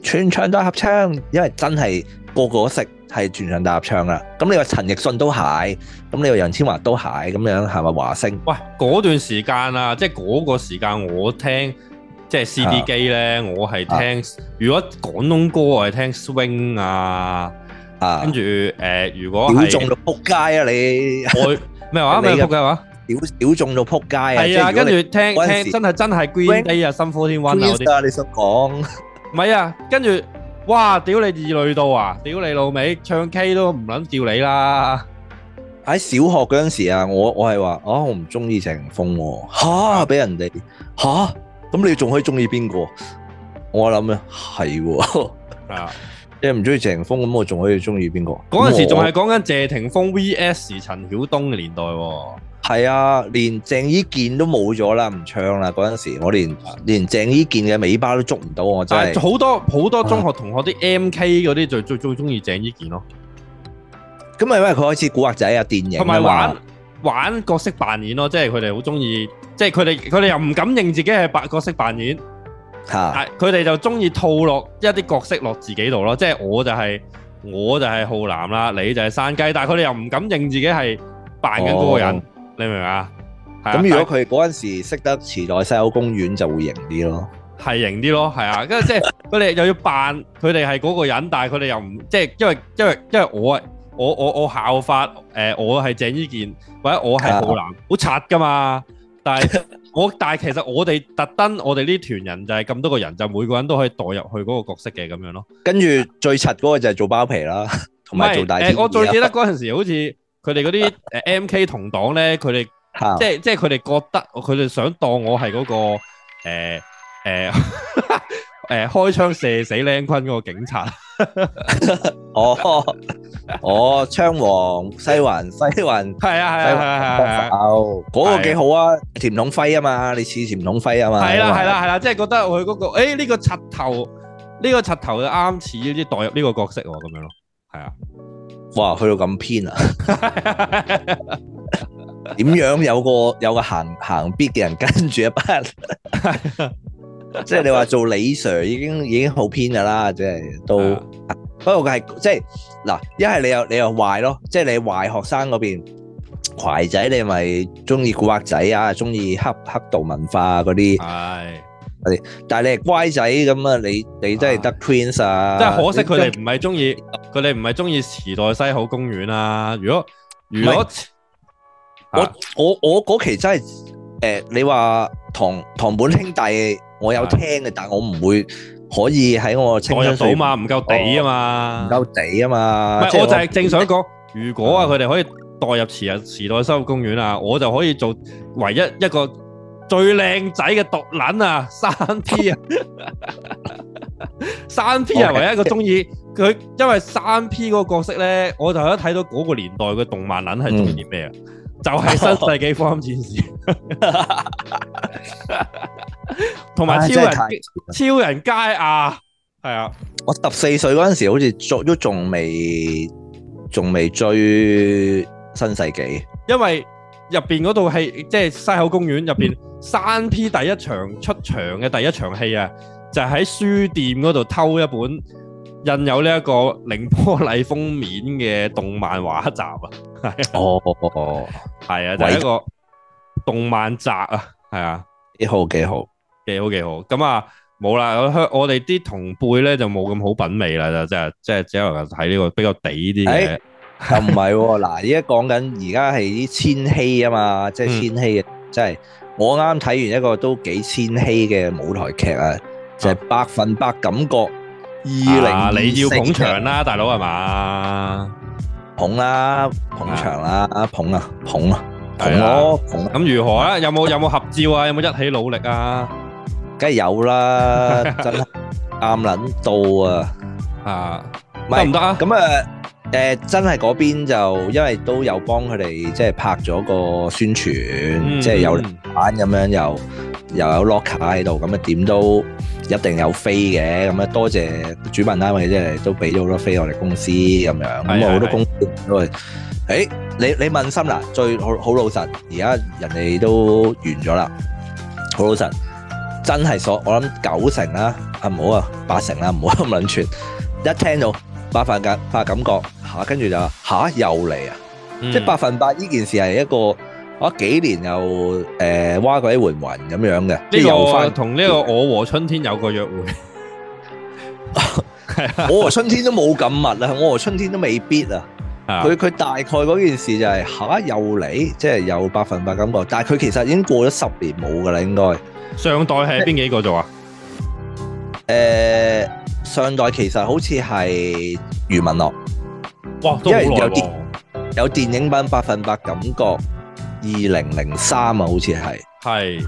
Speaker 7: 全場大合唱，因為真係個個都識係全場大合唱啦。咁你話陳奕迅都係，咁你話楊千嬅都係，咁樣係咪華星？
Speaker 6: 喂，嗰段時間啊，即係嗰個時間，我聽即係 CD 機咧，我係聽。如果廣東歌，我係聽 swing 啊，
Speaker 7: 啊
Speaker 6: 跟，住誒，如果
Speaker 7: 屌中
Speaker 6: 係
Speaker 7: 到撲街啊你！
Speaker 6: 外咩話
Speaker 7: 你
Speaker 6: 咩
Speaker 7: 嘅
Speaker 6: 曲嘅話，
Speaker 7: 屌屌中到撲街啊！
Speaker 6: 係啊，
Speaker 7: 即係
Speaker 6: 跟
Speaker 7: 如果
Speaker 6: 住聽
Speaker 7: 嗰陣時
Speaker 6: 聽真係真係 Green
Speaker 7: Green-
Speaker 6: Day 啊，心火天
Speaker 7: 你
Speaker 6: 温啊嗰
Speaker 7: Queens
Speaker 6: 啲。
Speaker 7: 啊，你想講
Speaker 6: 唔係啊，跟住哇，屌你二女到啊，屌你老味，唱 K 都唔撚叫你啦，
Speaker 7: 喺小學嗰陣時啊，我我係話哦，我唔中意謝霆鋒喎，嚇俾人哋吓，咁你仲可以中意邊個？我諗啊，係喎。
Speaker 6: 啊！
Speaker 7: 即係唔中意鄭峰咁，我仲可以中意邊個？
Speaker 6: 嗰陣時仲係
Speaker 7: 咁
Speaker 6: 講緊謝霆鋒 VS 陳曉東嘅年代喎，
Speaker 7: 我係啊，連鄭伊健都冇咗啦，唔唱啦。嗰陣時我連連鄭伊健嘅尾巴都捉唔到，我真
Speaker 6: 但係
Speaker 7: 係
Speaker 6: 好多好多中學同學啲 MK 嗰啲最最最中意鄭伊健咯，
Speaker 7: 咁咪因為佢開始古惑仔啊、電影啊
Speaker 6: 同埋玩
Speaker 7: 嘛
Speaker 6: 玩角色扮演咯，即係佢哋好中意，即係佢哋佢哋又唔敢認自己係扮角色扮演。
Speaker 7: 嚇
Speaker 6: 但係佢哋就中意套落一啲角色落自己度咯，即係我就係、我就係浩南啦，你就係山雞，但係佢哋又唔敢認自己係扮緊嗰個人，
Speaker 7: 哦
Speaker 6: 你明唔明啊？係啊
Speaker 7: 咁如果佢嗰陣時識得時代西口公園就會型啲咯。
Speaker 6: 但係係型啲咯，係啊，跟住即係 佢哋又要扮佢哋係嗰個人，但係佢哋又唔即係因為因為因為我係我我我效法誒、呃我係鄭伊健或者我係
Speaker 7: 啊
Speaker 6: 浩南，好柒噶嘛，但 係。我但係其實我哋特登，我哋呢團人就係咁多個人，就每個人都可以代入去嗰個角色嘅咁樣咯。
Speaker 7: 跟住最柒嗰個就係做包皮啦， 同埋做大
Speaker 6: 唔係
Speaker 7: 天啊
Speaker 6: 誒我最
Speaker 7: 二
Speaker 6: 記
Speaker 7: 啦
Speaker 6: 得嗰陣時，好似佢哋嗰啲誒 MK 同黨咧，佢哋
Speaker 7: 嚇
Speaker 6: 即係即係佢哋覺得，佢哋想當我係嗰、個誒誒 誒呃開槍射死靚坤嗰個警 察，
Speaker 7: 哦 哦，槍王西環西環
Speaker 6: 係啊係啊係啊係啊。
Speaker 7: 哦，嗰個幾好啊！甜筒輝啊嘛，你似甜筒輝啊嘛，
Speaker 6: 係
Speaker 7: 因
Speaker 6: 啦
Speaker 7: 為
Speaker 6: 係啦係啦，即係覺得佢嗰、個誒呢、個柒頭呢、個柒頭就啱似呢啲代入呢個角色喎，咁樣咯，係啊，
Speaker 7: 哇，去到咁 偏啊！點樣有個有個行行必嘅人跟住一班， 即係你話做李 Sir 已經已經好偏噶啦，即係都。
Speaker 6: 係啊
Speaker 7: 不過佢係即係嗱，一係你又你又壞咯，即係你壞學生嗰邊，壞仔你咪中意古惑仔啊，中意黑黑道文化啊嗰啲，
Speaker 6: 係，
Speaker 7: 但係你係乖仔咁啊，你你真係得 Twins 啊，
Speaker 6: 真係可惜佢哋唔係中意佢哋唔係中意時代西口公園啦、如果如果
Speaker 7: 我我我嗰期真係誒、你話堂堂本兄弟，我有聽嘅，但我唔會可以喺我青
Speaker 6: 代
Speaker 7: 春
Speaker 6: 入
Speaker 7: 歲
Speaker 6: 到
Speaker 7: 月
Speaker 6: 嘛，唔夠地啊嘛，
Speaker 7: 唔夠地啊
Speaker 6: 唔
Speaker 7: 嘛。即
Speaker 6: 係，
Speaker 7: 係
Speaker 6: 我就係正想 講，如果啊佢哋可以代入時日時代生活公園啊，我就可以做唯一一個最靚仔嘅毒撚啊，三 P 啊， 三 P 係
Speaker 7: OK
Speaker 6: 唯一一個中意佢，因為三 P 嗰個角色咧，我就一睇到嗰個年代嘅動漫撚係中意啲咩啊，就 係新世紀福音戰士，同埋
Speaker 7: 唉
Speaker 6: 超
Speaker 7: 真係
Speaker 6: 人
Speaker 7: 太
Speaker 6: 超人街啊，係啊。
Speaker 7: 我十四歲嗰陣時，好似仲都仲未仲未追新世紀。
Speaker 6: 因為入邊嗰套戲，即係西口公園入邊山 P 第一場出場嘅第一場戲啊，就喺、書店嗰度偷一本印有呢一個寧波麗封面嘅動漫畫集啊，
Speaker 7: 哦，
Speaker 6: 係啊，就係、一個動漫集啊，係啊，
Speaker 7: 幾好幾好。
Speaker 6: 幾好幾好，咁啊冇啦，我香我哋啲同輩咧就冇咁好品味啦，就真係即係只能夠睇呢個比較地啲嘅
Speaker 7: 誒，又唔係喎，嗱，而家講緊而家係啲千禧啊嘛，即係
Speaker 6: 嗯
Speaker 7: 千禧嘅，即係我啱睇完一個都幾千禧嘅舞台劇啊，就係百分百感覺。二
Speaker 6: 啊
Speaker 7: 零
Speaker 6: 你要捧場啦，大佬係嘛？
Speaker 7: 捧啦，捧場啦，捧啊捧啊
Speaker 6: 係
Speaker 7: 捧
Speaker 6: 啊
Speaker 7: 咯捧啊，
Speaker 6: 咁如何啊？有冇有冇合照啊？有冇一起努力啊？
Speaker 7: 梗係 有啦，真係啱撚到啊！
Speaker 6: 啊，
Speaker 7: 唔
Speaker 6: 得
Speaker 7: 係
Speaker 6: 唔得啊？
Speaker 7: 咁啊，誒、真係嗰邊就因為都有幫佢哋即係拍咗個宣傳，
Speaker 6: 嗯
Speaker 7: 即係有
Speaker 6: 嗯
Speaker 7: 玩咁樣又又有 locker 喺度，咁啊點都一定有飛嘅，咁啊多謝主辦單位即係都俾咗好多飛我哋公司咁樣，咁
Speaker 6: 係
Speaker 7: 啊好多
Speaker 6: 係
Speaker 7: 公司都係，誒、你你問心啦，最好好老實，而家人哋都完咗啦，好老實。真係所我諗九成啦，啊唔好啊八成啦，唔好咁撚串。一聽到百分百百感覺嚇，跟住就話吓又嚟啊！
Speaker 6: 嗯
Speaker 7: 即係百分百呢件事係一個啊幾年又誒蛙鬼回魂咁樣嘅，即係 又
Speaker 6: 呢個
Speaker 7: 翻
Speaker 6: 同呢個我和春天有個約會，
Speaker 7: 我和春天都冇咁密啊，我和春天都未必啊。
Speaker 6: 啊
Speaker 7: 佢佢大概嗰件事就係、吓又嚟，即係有百分百感覺，但係佢其實已經過咗十年冇㗎啦，應該。
Speaker 6: 上代係邊幾個做啊？
Speaker 7: 誒、上代其實好似係余文樂。
Speaker 6: 哇，都好耐
Speaker 7: 因為有
Speaker 6: 喎
Speaker 7: 啲。有電影版百分百感覺，二零零三啊，好似係
Speaker 6: 係，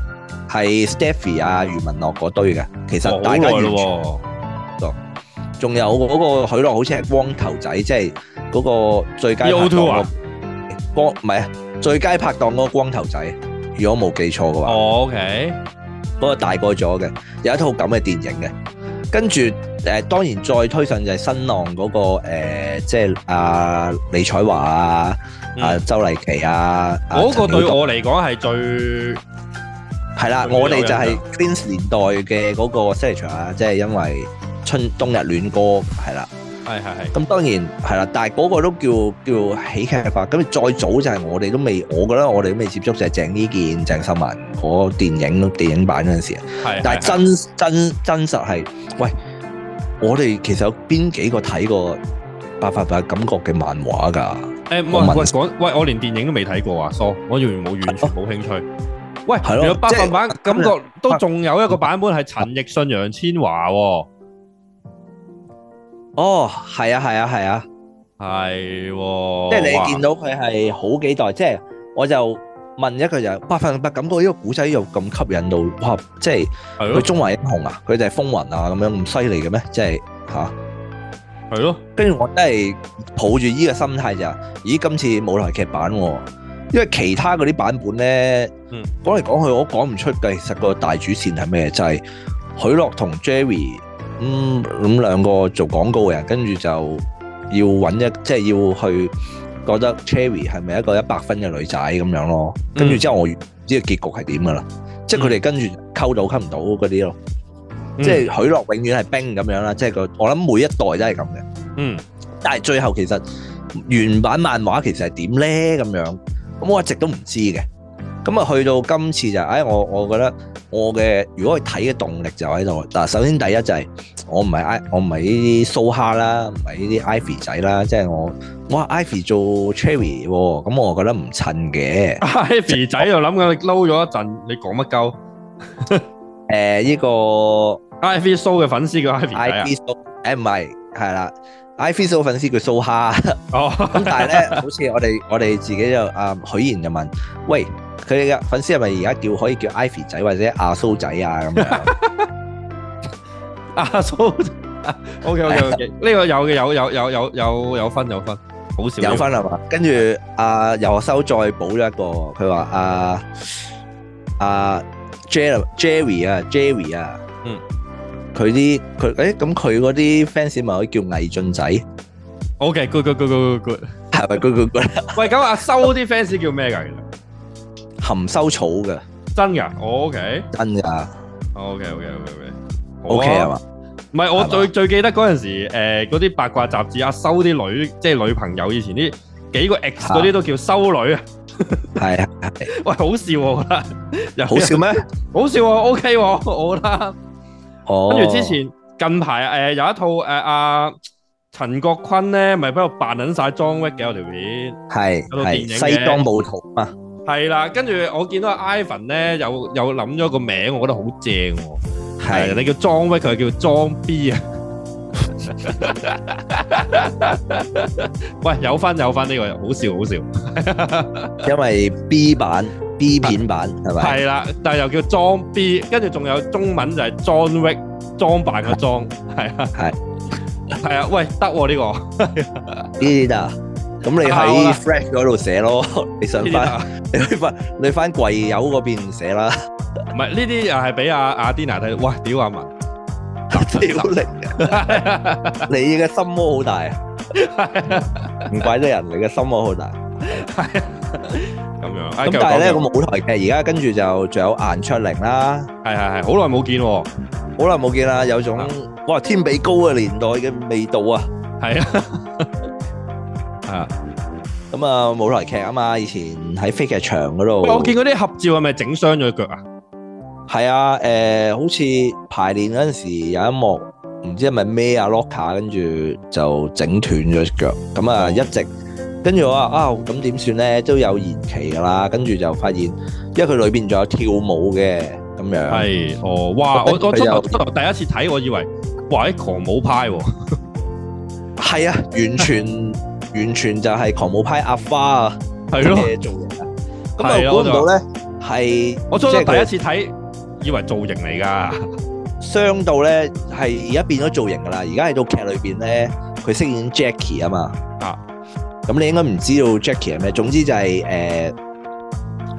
Speaker 7: 係 Stephy 啊、余文樂嗰堆嘅。其
Speaker 6: 哇
Speaker 7: 實
Speaker 6: 好
Speaker 7: 大
Speaker 6: 耐
Speaker 7: 家完全
Speaker 6: 咯
Speaker 7: 仲有嗰個許樂，好似係光頭仔，即係嗰個最佳拍
Speaker 6: E.O.
Speaker 7: 檔
Speaker 6: Two 啊
Speaker 7: 嗰個光唔係啊，最佳拍檔嗰個光頭仔。如果冇記錯嘅
Speaker 6: 喎。
Speaker 7: 話，
Speaker 6: 哦，OK，
Speaker 7: 嗰個大個咗嘅，有一套咁嘅電影嘅。跟住誒、當然再推上就係新浪嗰、個、誒即係啊李彩華啊、啊
Speaker 6: 嗯
Speaker 7: 周麗淇啊，啊
Speaker 6: 嗰個
Speaker 7: 陳曉
Speaker 6: 對
Speaker 7: 東
Speaker 6: 我嚟講係最
Speaker 7: 係啦，
Speaker 6: 對
Speaker 7: 我哋
Speaker 6: 有
Speaker 7: 就係
Speaker 6: 印
Speaker 7: Twins 年代嘅嗰個 signature 啊，即係因為春冬日戀歌係啦。
Speaker 6: 係係係。
Speaker 7: 咁當然係啦，但係嗰個都叫叫喜劇化。咁再早就係我哋都未，我覺得我哋都未接觸就係鄭伊健、鄭秀文嗰電影電影版嗰陣時啊。
Speaker 6: 係，
Speaker 7: 但係
Speaker 6: 係
Speaker 7: 真真真實係，喂，我哋其實有邊幾個睇過《百發百感覺》嘅漫畫㗎？
Speaker 6: 誒，唔
Speaker 7: 我
Speaker 6: 係
Speaker 7: 問
Speaker 6: 喂講喂，我連電影都未睇過啊，疏，我完全冇完全冇興趣。喂，
Speaker 7: 係咯
Speaker 6: 原來百
Speaker 7: 即係
Speaker 6: 分版感
Speaker 7: 今
Speaker 6: 覺都仲有一個版本係陳奕迅、楊千嬅喎，
Speaker 7: 哦，係啊，係啊，係啊。
Speaker 6: 係喎，
Speaker 7: 即係
Speaker 6: 哇
Speaker 7: 你見到佢係好幾代，即係我就問一句就係百分百感覺呢個古仔又咁吸引到，哇！即係
Speaker 6: 係
Speaker 7: 佢
Speaker 6: 咯
Speaker 7: 中華英雄啊，佢哋係風雲啊咁樣咁犀利嘅咩？即係嚇，
Speaker 6: 係咯，
Speaker 7: 跟、住我真係抱住依個心態就係，咦今次舞台劇版喎、因為其他嗰啲版本咧
Speaker 6: 嗯，
Speaker 7: 講嚟講去我講唔出嘅，其實個大主線係咩？就係、許樂同 Jerry 嗯咁兩個做廣告嘅人，跟住就要揾一即係要去覺得 Cherry 係咪一個一百分嘅女仔咁樣咯。跟住之後我唔知個結局係點噶啦，即係佢哋跟住溝到溝唔到嗰啲咯。
Speaker 6: 嗯
Speaker 7: 即係許樂永遠係冰咁樣啦，即係個我諗每一代都係咁嘅。
Speaker 6: 嗯，
Speaker 7: 但係最後其實原版漫畫其實係點咧咁樣，咁我一直都唔知嘅。咁啊，去到今次就，唉、我我覺得我嘅如果去睇嘅動力就喺度。嗱，首先第一就係、我唔係 I，我唔係呢啲蘇蝦啦，唔係呢啲 Ivy 仔啦，即係我哇 Ivy 做 Cherry 喎，咁我覺得唔襯嘅。
Speaker 6: Ivy 仔又諗緊你撈咗一陣，你講乜鳩
Speaker 7: 誒、呢、個。
Speaker 6: ？Ivy 蘇嘅粉絲叫 Ivy 仔
Speaker 7: I
Speaker 6: 啊
Speaker 7: V，蘇誒唔係係啦，I V 蘇粉絲叫蘇蝦，
Speaker 6: 哦，
Speaker 7: 咁但係咧，好似我哋我哋自己就啊許賢就問，喂佢哋嘅粉絲係咪而家叫可以叫 Ivy 仔或者阿蘇仔啊 咁樣？
Speaker 6: 阿蘇，OK OK OK，呢個有嘅有有有有有有分有分，好少
Speaker 7: 有分係嘛？跟住阿游學修再補咗一個，佢話啊啊 Jerry Jerry 啊 Jerry 啊，
Speaker 6: 嗯，
Speaker 7: 佢啲佢誒咁佢嗰啲 fans 咪可以叫魏俊仔，係
Speaker 6: ，OK，good good good good good，
Speaker 7: 咪佢佢佢
Speaker 6: 喂，咁阿蘇啲 fans 叫咩㗎？其實
Speaker 7: 含羞草㗎？
Speaker 6: 真㗎，OK。
Speaker 7: 真㗎
Speaker 6: OK OK OK OK
Speaker 7: ，OK 係嘛？？
Speaker 6: 唔係我
Speaker 7: 係嘛
Speaker 6: 最最記得嗰陣時，誒嗰啲八卦雜誌啊，收啲女即係女朋友以前啲幾個 X
Speaker 7: 啊
Speaker 6: 嗰啲都叫收女啊，
Speaker 7: 係 啊，
Speaker 6: 喂好笑我覺 得，又
Speaker 7: 好笑咩？
Speaker 6: 好笑喎，OK 喎，我覺得。
Speaker 7: 哦，
Speaker 6: 跟住之前近排誒呃有一套誒阿陳國坤咧，咪喺度扮撚晒裝 w 嘅有條片，
Speaker 7: 係
Speaker 6: 有套電影
Speaker 7: 係
Speaker 6: 嘅
Speaker 7: 西裝暴徒嘛，
Speaker 6: 係啦，跟住我見到阿 Ivan 咧又又諗咗個名，我覺得好正喎，係人
Speaker 7: 係
Speaker 6: 哋叫裝逼，佢係叫裝 B 啊。喂，有分有分呢、個好笑好笑，
Speaker 7: 因為 B 版 B 片版係咪？
Speaker 6: 係啦，但係又叫裝 B，跟住仲有中文就係 John Wick，裝扮個裝，係啊，
Speaker 7: 係
Speaker 6: 係啊，喂，得喎呢個。
Speaker 7: 呢啲得啊。咁你
Speaker 6: 好啦
Speaker 7: 喺 Fresh 嗰度寫咯， 你上
Speaker 6: 呢啲
Speaker 7: 翻
Speaker 6: 啊
Speaker 7: 你去翻你翻貴友嗰邊 寫啦。
Speaker 6: 唔係呢啲又係俾阿阿 Dina 睇到，哇！屌阿文，
Speaker 7: 屌你！ 你嘅心魔好大啊！唔怪得人，你嘅心魔好大。
Speaker 6: 咁樣。
Speaker 7: 咁但係咧個舞台劇而家跟住就仲有顏卓靈啦，
Speaker 6: 係係係，好耐冇見喎，
Speaker 7: 好耐冇見啦，有種哇天比高嘅年代嘅味道啊！
Speaker 6: 係 啊，啊！
Speaker 7: 咁啊舞台劇啊嘛，以前喺飛劇場嗰
Speaker 6: 喂，我見
Speaker 7: 度，
Speaker 6: 嗰啲合照係咪整傷咗腳啊？
Speaker 7: 係啊，誒好似排練嗰陣時有一幕，唔知係咪咩啊 locker，跟住就整斷咗腳，咁啊一直。跟住我話啊，咁點算咧？都有延期㗎啦。跟住就發現，因為佢裏邊仲有跳舞嘅咁樣。
Speaker 6: 係，哦，哇！我
Speaker 7: 覺得
Speaker 6: 我
Speaker 7: 佢
Speaker 6: 出頭
Speaker 7: 有
Speaker 6: 出頭第一次睇，我以為，哇！啲狂舞派喎，
Speaker 7: 係啊，完全完全就係狂舞派阿花啊
Speaker 6: 係咯，
Speaker 7: 嘅造型啊！
Speaker 6: 係
Speaker 7: 咁
Speaker 6: 啊
Speaker 7: 啊，估唔到咧，係
Speaker 6: 我初
Speaker 7: 即
Speaker 6: 頭第
Speaker 7: 係
Speaker 6: 一
Speaker 7: 佢
Speaker 6: 次睇，以為造型嚟㗎，
Speaker 7: 傷到咧，係而家變咗造型噶啦。而家喺套劇裏邊咧，佢飾演 Jackie 啊嘛。
Speaker 6: 啊！
Speaker 7: 咁你應該唔知道 Jackie 係咩？總之就係、誒、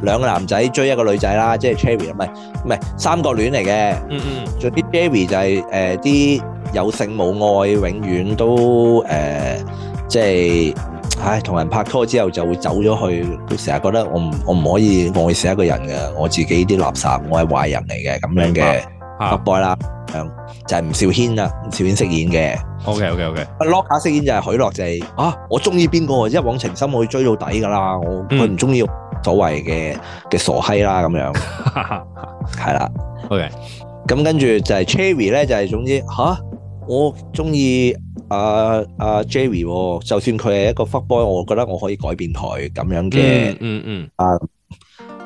Speaker 7: 兩個男仔追一個女仔啦，即係 Cherry 啊，唔係唔係三角戀嚟嘅。
Speaker 6: 嗯嗯，
Speaker 7: 仲有啲 Jerry 就係誒啲有性冇愛，永遠都誒、呃即係唉同人拍拖之後就會走咗去，都成日覺得我唔我唔可以愛死一個人嘅，我自己啲垃圾，我係壞人嚟嘅咁樣
Speaker 6: 明
Speaker 7: 嘅
Speaker 6: 白
Speaker 7: 黑
Speaker 6: 嚇
Speaker 7: boy 啦，咁樣就係吳兆軒啦，吳兆軒飾演嘅。
Speaker 6: ，OK OK OK，
Speaker 7: 阿 Lock 下飾演就係許樂就係、啊，我中意邊個一往情深，我會追到底㗎啦，我
Speaker 6: 嗯
Speaker 7: 佢唔中意我所謂嘅嘅傻閪啦咁樣，係啦。
Speaker 6: OK，
Speaker 7: 咁跟住就係 Cherry 咧，就係、總之吓，我中意阿阿 Jerry，喎就算佢係一個 fuck boy，我覺得我可以改變佢咁樣嘅
Speaker 6: 嗯。嗯嗯，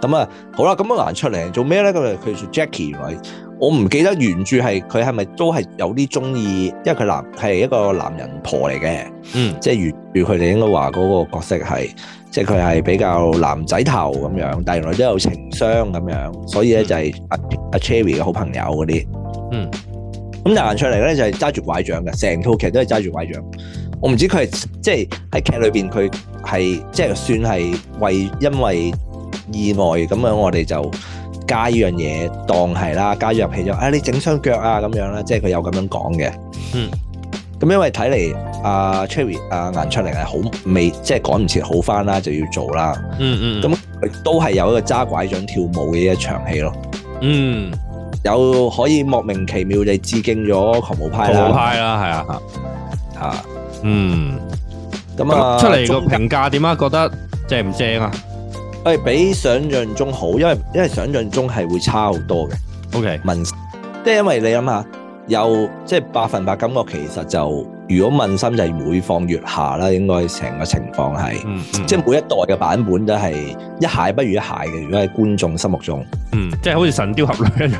Speaker 7: 咁啊、好啦，咁啊顏卓靈做咩咧？咁啊，佢做 Jackie 原來我唔記得原著係佢係咪都係有啲中意，因為佢男係一個男人婆嚟嘅，
Speaker 6: 嗯，
Speaker 7: 即係原著佢哋應該話嗰個角色係，即係佢係比較男仔頭咁樣，但係原來都有情商咁樣，所以咧就係阿阿 Cherry 嘅好朋友嗰啲，
Speaker 6: 嗯，
Speaker 7: 咁但係顏卓靈咧就係揸住拐杖嘅，成套劇都係揸住拐杖。我唔知佢係即係喺劇裏邊佢係即係算係為因為意外咁樣，我哋就加呢樣嘢當係啦，加咗入戲咗。啊，你整傷腳啊咁樣啦，即係佢有咁樣講嘅。
Speaker 6: 嗯。
Speaker 7: 咁因為睇嚟阿 Cherry 啊阿顏卓靈係好未即係趕唔切好翻啦，就要做啦。
Speaker 6: 嗯嗯，
Speaker 7: 咁佢都係有一個揸拐杖跳舞嘅一場戲咯，
Speaker 6: 嗯，
Speaker 7: 有可以莫名其妙地致敬咗狂舞派
Speaker 6: 狂舞
Speaker 7: 啦
Speaker 6: 派啦，係啊嚇，
Speaker 7: 嚇。
Speaker 6: 嗯。
Speaker 7: 咁啊
Speaker 6: 咁出嚟
Speaker 7: 中
Speaker 6: 個評價點啊？覺得正唔正啊
Speaker 7: 誒比想象中好，因為因為想象中係會差好多嘅
Speaker 6: ？OK，
Speaker 7: 問，即係因為你諗下，有即係百分百感覺其實就如果問心就係每況愈下啦，應該成個情況係，
Speaker 6: 嗯，嗯
Speaker 7: 即係每一代嘅版本都係一蟹不如一蟹嘅。如果喺觀眾心目中，
Speaker 6: 嗯，即係好似神雕俠侶一樣。
Speaker 7: 誒、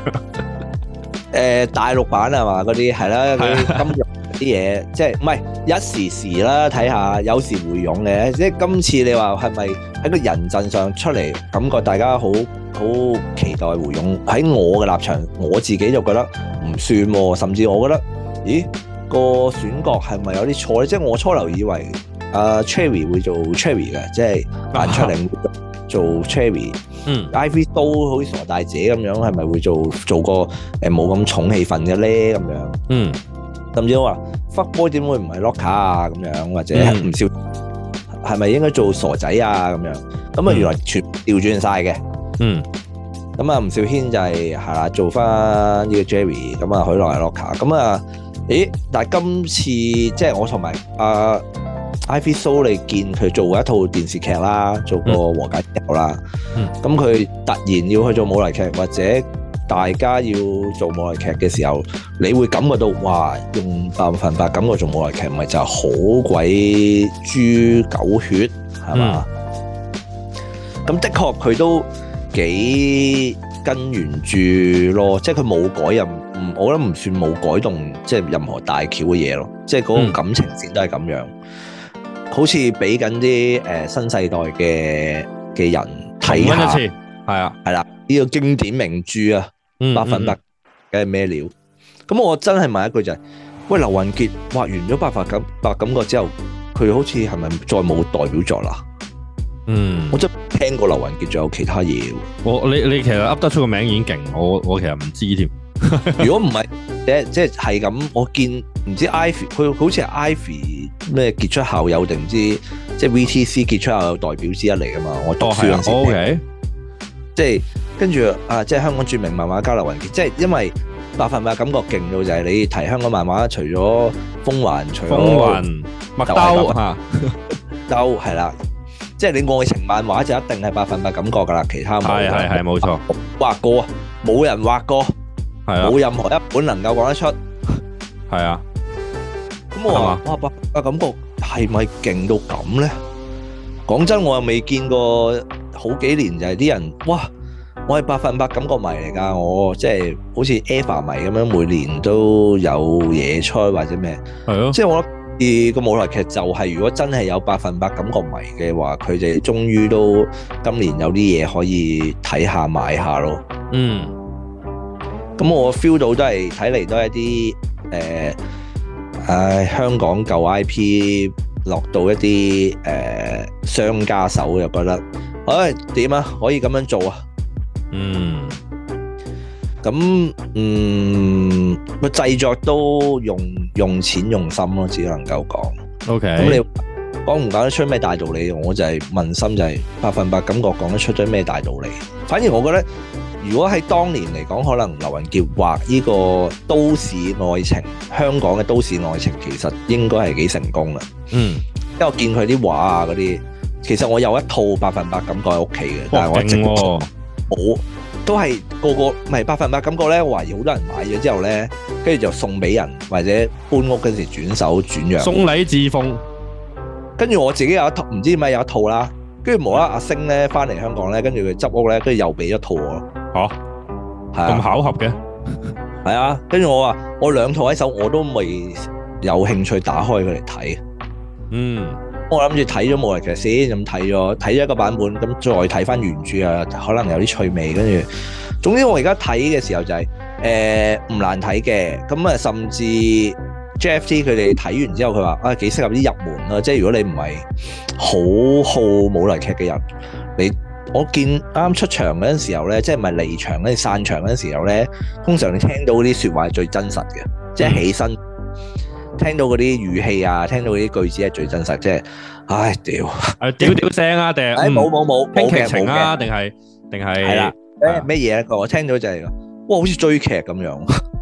Speaker 7: 呃大陸版係嘛嗰啲係啦，嗰啲金融啲嘢，即係唔係一時時啦，睇下有時會用嘅。即係今次你話係咪喺個人陣上出嚟，感覺大家好好期待回勇。喺我嘅立場，我自己就覺得唔算喎，甚至我覺得，咦個選角係咪有啲錯咧？即係我初頭以為啊 Cherry 會做 Cherry 嘅，即係顏卓靈會做 Cherry。
Speaker 6: 嗯
Speaker 7: Ivy 都好似傻大姐咁樣，係咪會做做個誒冇咁重氣氛嘅咧？咁樣
Speaker 6: 嗯
Speaker 7: 甚至我話 fuck boy 點會唔係 locker 啊？咁樣或者
Speaker 6: 嗯
Speaker 7: 唔少係咪應該做傻仔啊？咁樣咁啊，
Speaker 6: 嗯
Speaker 7: 原來全部調轉晒嘅。
Speaker 6: 嗯
Speaker 7: 咁啊，吳兆軒就係係啦，做翻呢個 Jerry，咁啊，許樂係 locker，咁啊，咦？但係今次即係我同埋啊 Ivy So，你見佢做過一套電視劇啦，做過和解之後啦
Speaker 6: 嗯，
Speaker 7: 咁佢、突然要去做舞台劇或者大家要做舞台劇嘅時候，你會感覺到哇，用呃百分百感覺做舞台劇，咪就係好鬼豬狗血係嘛？咁的確佢都幾跟原著咯，即係佢冇改任，唔我覺得唔算冇改動，即係任何大橋嘅嘢咯，即係嗰
Speaker 4: 嗯
Speaker 7: 個感情線都係咁樣，好似俾緊啲誒新世代嘅嘅人睇
Speaker 6: 重温
Speaker 7: 下
Speaker 6: 一次，係啊，
Speaker 7: 呢個經典名著啊！
Speaker 6: 嗯
Speaker 7: 百分百，梗係咩料？咁我真係問一句就係、喂，劉雲傑畫完咗百分感百感覺之後，佢好似係咪再冇代表作啦？
Speaker 6: 嗯，嗯
Speaker 7: 我真係聽過劉雲傑仲有其他嘢喎。
Speaker 6: 我你你其實噏得出個名已經勁，我我其實唔知添，
Speaker 7: 如果唔係，即即係咁，我見唔知 Ivy 佢好似係 Ivy 咩傑出校友定唔知即係 VTC 傑出校友代表之一嚟噶嘛？我讀
Speaker 6: 哦
Speaker 7: 書
Speaker 6: 係
Speaker 7: 嗰
Speaker 6: 啊
Speaker 7: 陣時
Speaker 6: 哦
Speaker 7: 聽
Speaker 6: ，OK，
Speaker 7: 即係跟住啊，即係香港著名漫畫家劉雲傑，即係因為百分百感覺勁到就係你提香港漫畫，除咗風雲，除咗
Speaker 6: 風雲麥
Speaker 7: 就係
Speaker 6: 兜
Speaker 7: 百分
Speaker 6: 嚇，
Speaker 7: 兜係啦，即係你愛情漫畫就一定係百分百感覺㗎啦，其他冇
Speaker 6: 係
Speaker 7: 㗎
Speaker 6: 係係冇錯，
Speaker 7: 畫過啊，冇人畫過，
Speaker 6: 係啦
Speaker 7: 冇任何一本能夠講得出。
Speaker 6: 係啊，
Speaker 7: 咁我話哇，百分百感覺係咪勁到咁咧？講真，我又未見過好幾年就係啲人哇，我係百分百感覺迷嚟㗎，我即係好似 Eva 迷咁樣，每年都有嘢出或者咩。
Speaker 6: 係咯，
Speaker 7: 即係我諗，而個舞台劇就係如果真係有百分百感覺迷嘅話，佢哋終於都今年有啲嘢可以睇下買下咯。
Speaker 6: 嗯，
Speaker 7: 咁我 feel 到都係睇嚟都係一啲誒，唉、香港舊 IP 落到一啲誒、商家手，又覺得，唉、點啊，可以咁樣做啊！
Speaker 6: 嗯，
Speaker 7: 咁嗯，個製作都用用錢用心咯，只能夠講。咁
Speaker 6: OK，
Speaker 7: 你講唔講得出咩大道理？我就係問心就係百分百感覺講得出咗咩大道理。反而我覺得，如果喺當年嚟講，可能劉雲傑畫呢個都市愛情，香港嘅都市愛情其實應該係幾成功啦。
Speaker 6: 嗯，
Speaker 7: 因為我見佢啲畫啊嗰啲，其實我有一套百分百感覺喺屋企嘅，
Speaker 6: 哇
Speaker 7: 但係我一直
Speaker 6: 勁喎，
Speaker 7: 冇，都係個個唔係百分百感覺咧。我懷疑好多人買咗之後咧，跟住就送俾人或者搬屋嗰時轉手轉讓。
Speaker 6: 送禮自奉，
Speaker 7: 跟住我自己有一套，唔知點解有一套啦。跟住無
Speaker 6: 嗯
Speaker 7: 啦啦阿星咧翻嚟香港咧，跟住佢執屋咧，跟住又俾咗套我。
Speaker 6: 嚇
Speaker 7: 係
Speaker 6: 咁
Speaker 7: 啊，
Speaker 6: 巧合嘅，
Speaker 7: 係啊。跟住我話我兩套喺手，我都未有興趣打開佢嚟睇。
Speaker 6: 嗯，
Speaker 7: 我諗住睇咗舞台劇先，咁睇咗睇咗一個版本，咁再睇翻原著啊，可能有啲趣味。跟住，總之我而家睇嘅時候就係誒唔難睇嘅，咁啊甚至 JFT 佢哋睇完之後，佢話啊幾適合啲入門啦，即係如果你唔係好好舞台劇嘅人，你我見啱出場嗰陣時候咧，即係唔係離場嗰陣散場嗰陣時候咧，通常你聽到嗰啲説話係最真實嘅，即係起身。聽到嗰啲語氣啊，聽到嗰啲句子係最真實，即係，唉，屌，
Speaker 6: 誒屌屌聲啊，定係
Speaker 7: 唉，
Speaker 6: 嗯
Speaker 7: 冇冇冇
Speaker 6: 拼
Speaker 7: 冇
Speaker 6: 劇
Speaker 7: 嘅
Speaker 6: 情
Speaker 7: 冇
Speaker 6: 啊，
Speaker 7: 嘅，
Speaker 6: 定係定係
Speaker 7: 係啦，誒咩嘢咧？我聽到就係，哇，好似追劇咁 樣，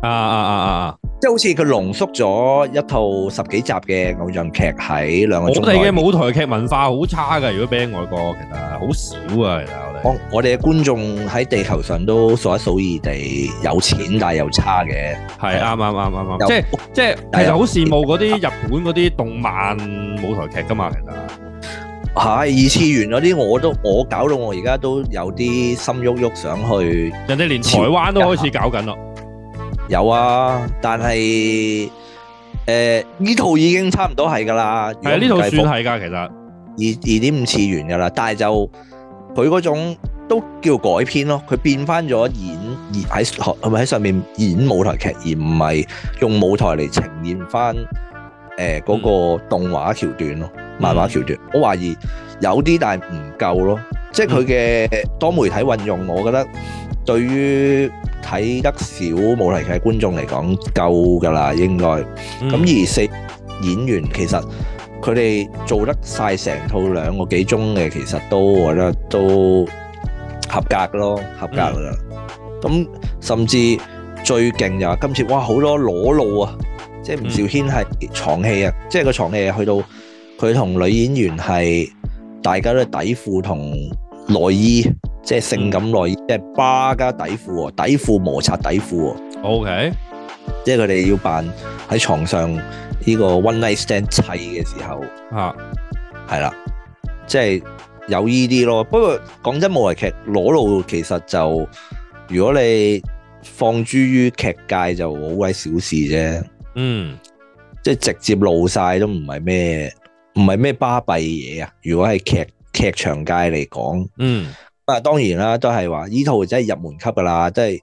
Speaker 6: 啊啊啊啊啊！
Speaker 7: 即係好似佢濃縮咗一套十幾集嘅偶像劇喺兩個
Speaker 6: 我
Speaker 7: 鐘
Speaker 6: 哋
Speaker 7: 內
Speaker 6: 嘅舞台劇文化好差㗎，如果俾外國其實好少啊，其實我哋
Speaker 7: 我我哋嘅觀眾喺地球上都數一數二地有錢，但係又差嘅，
Speaker 6: 係啱啱啱啱啱，
Speaker 7: 有
Speaker 6: 即係即係其實好羨慕嗰啲日本嗰啲動漫舞台劇㗎嘛，其實
Speaker 7: 係二次元嗰啲我都我搞到我而家都有啲心喐喐想去
Speaker 6: 人哋連台灣都開始搞緊咯，
Speaker 7: 有啊，但係誒呢套已經差唔多係㗎啦。
Speaker 6: 係啊呢套算係㗎，其實
Speaker 7: 二二點五次元㗎啦，但係就佢嗰種都叫改編咯，佢變翻咗演演喺係咪喺上面演舞台劇，而唔係用舞台嚟呈現翻誒嗰個動畫橋段咯，漫畫橋段。我懷疑有啲，但係唔夠咯，即係佢嘅多媒體運用，我覺得對於睇得少舞台劇嘅觀眾嚟講夠㗎啦，應該。咁
Speaker 6: 嗯
Speaker 7: 而四演員其實佢哋做得晒成套兩個幾鐘嘅，其實都我覺得都合格咯，合格啦。咁、甚至最勁就係今次哇好多裸露啊，即係吳兆軒係床戲啊，即係個床戲係去到佢同女演員係大家都係底褲同內衣，即係性感內衣，即係巴加底褲喎，底褲摩擦底褲喎。
Speaker 6: OK
Speaker 7: 即係佢哋要扮喺床上呢個 one night stand 砌嘅時候，
Speaker 6: 嚇
Speaker 7: 係啦，即係有依啲咯。不過講真，舞台劇裸露其實就如果你放諸於劇界就好鬼小事啫，
Speaker 6: 嗯，
Speaker 7: 即係直接露晒都唔係咩唔係咩巴閉嘢啊！如果係劇劇場界嚟講。
Speaker 6: 嗯，
Speaker 7: 啊，當然啦，都係話呢套真係入門級噶啦，即係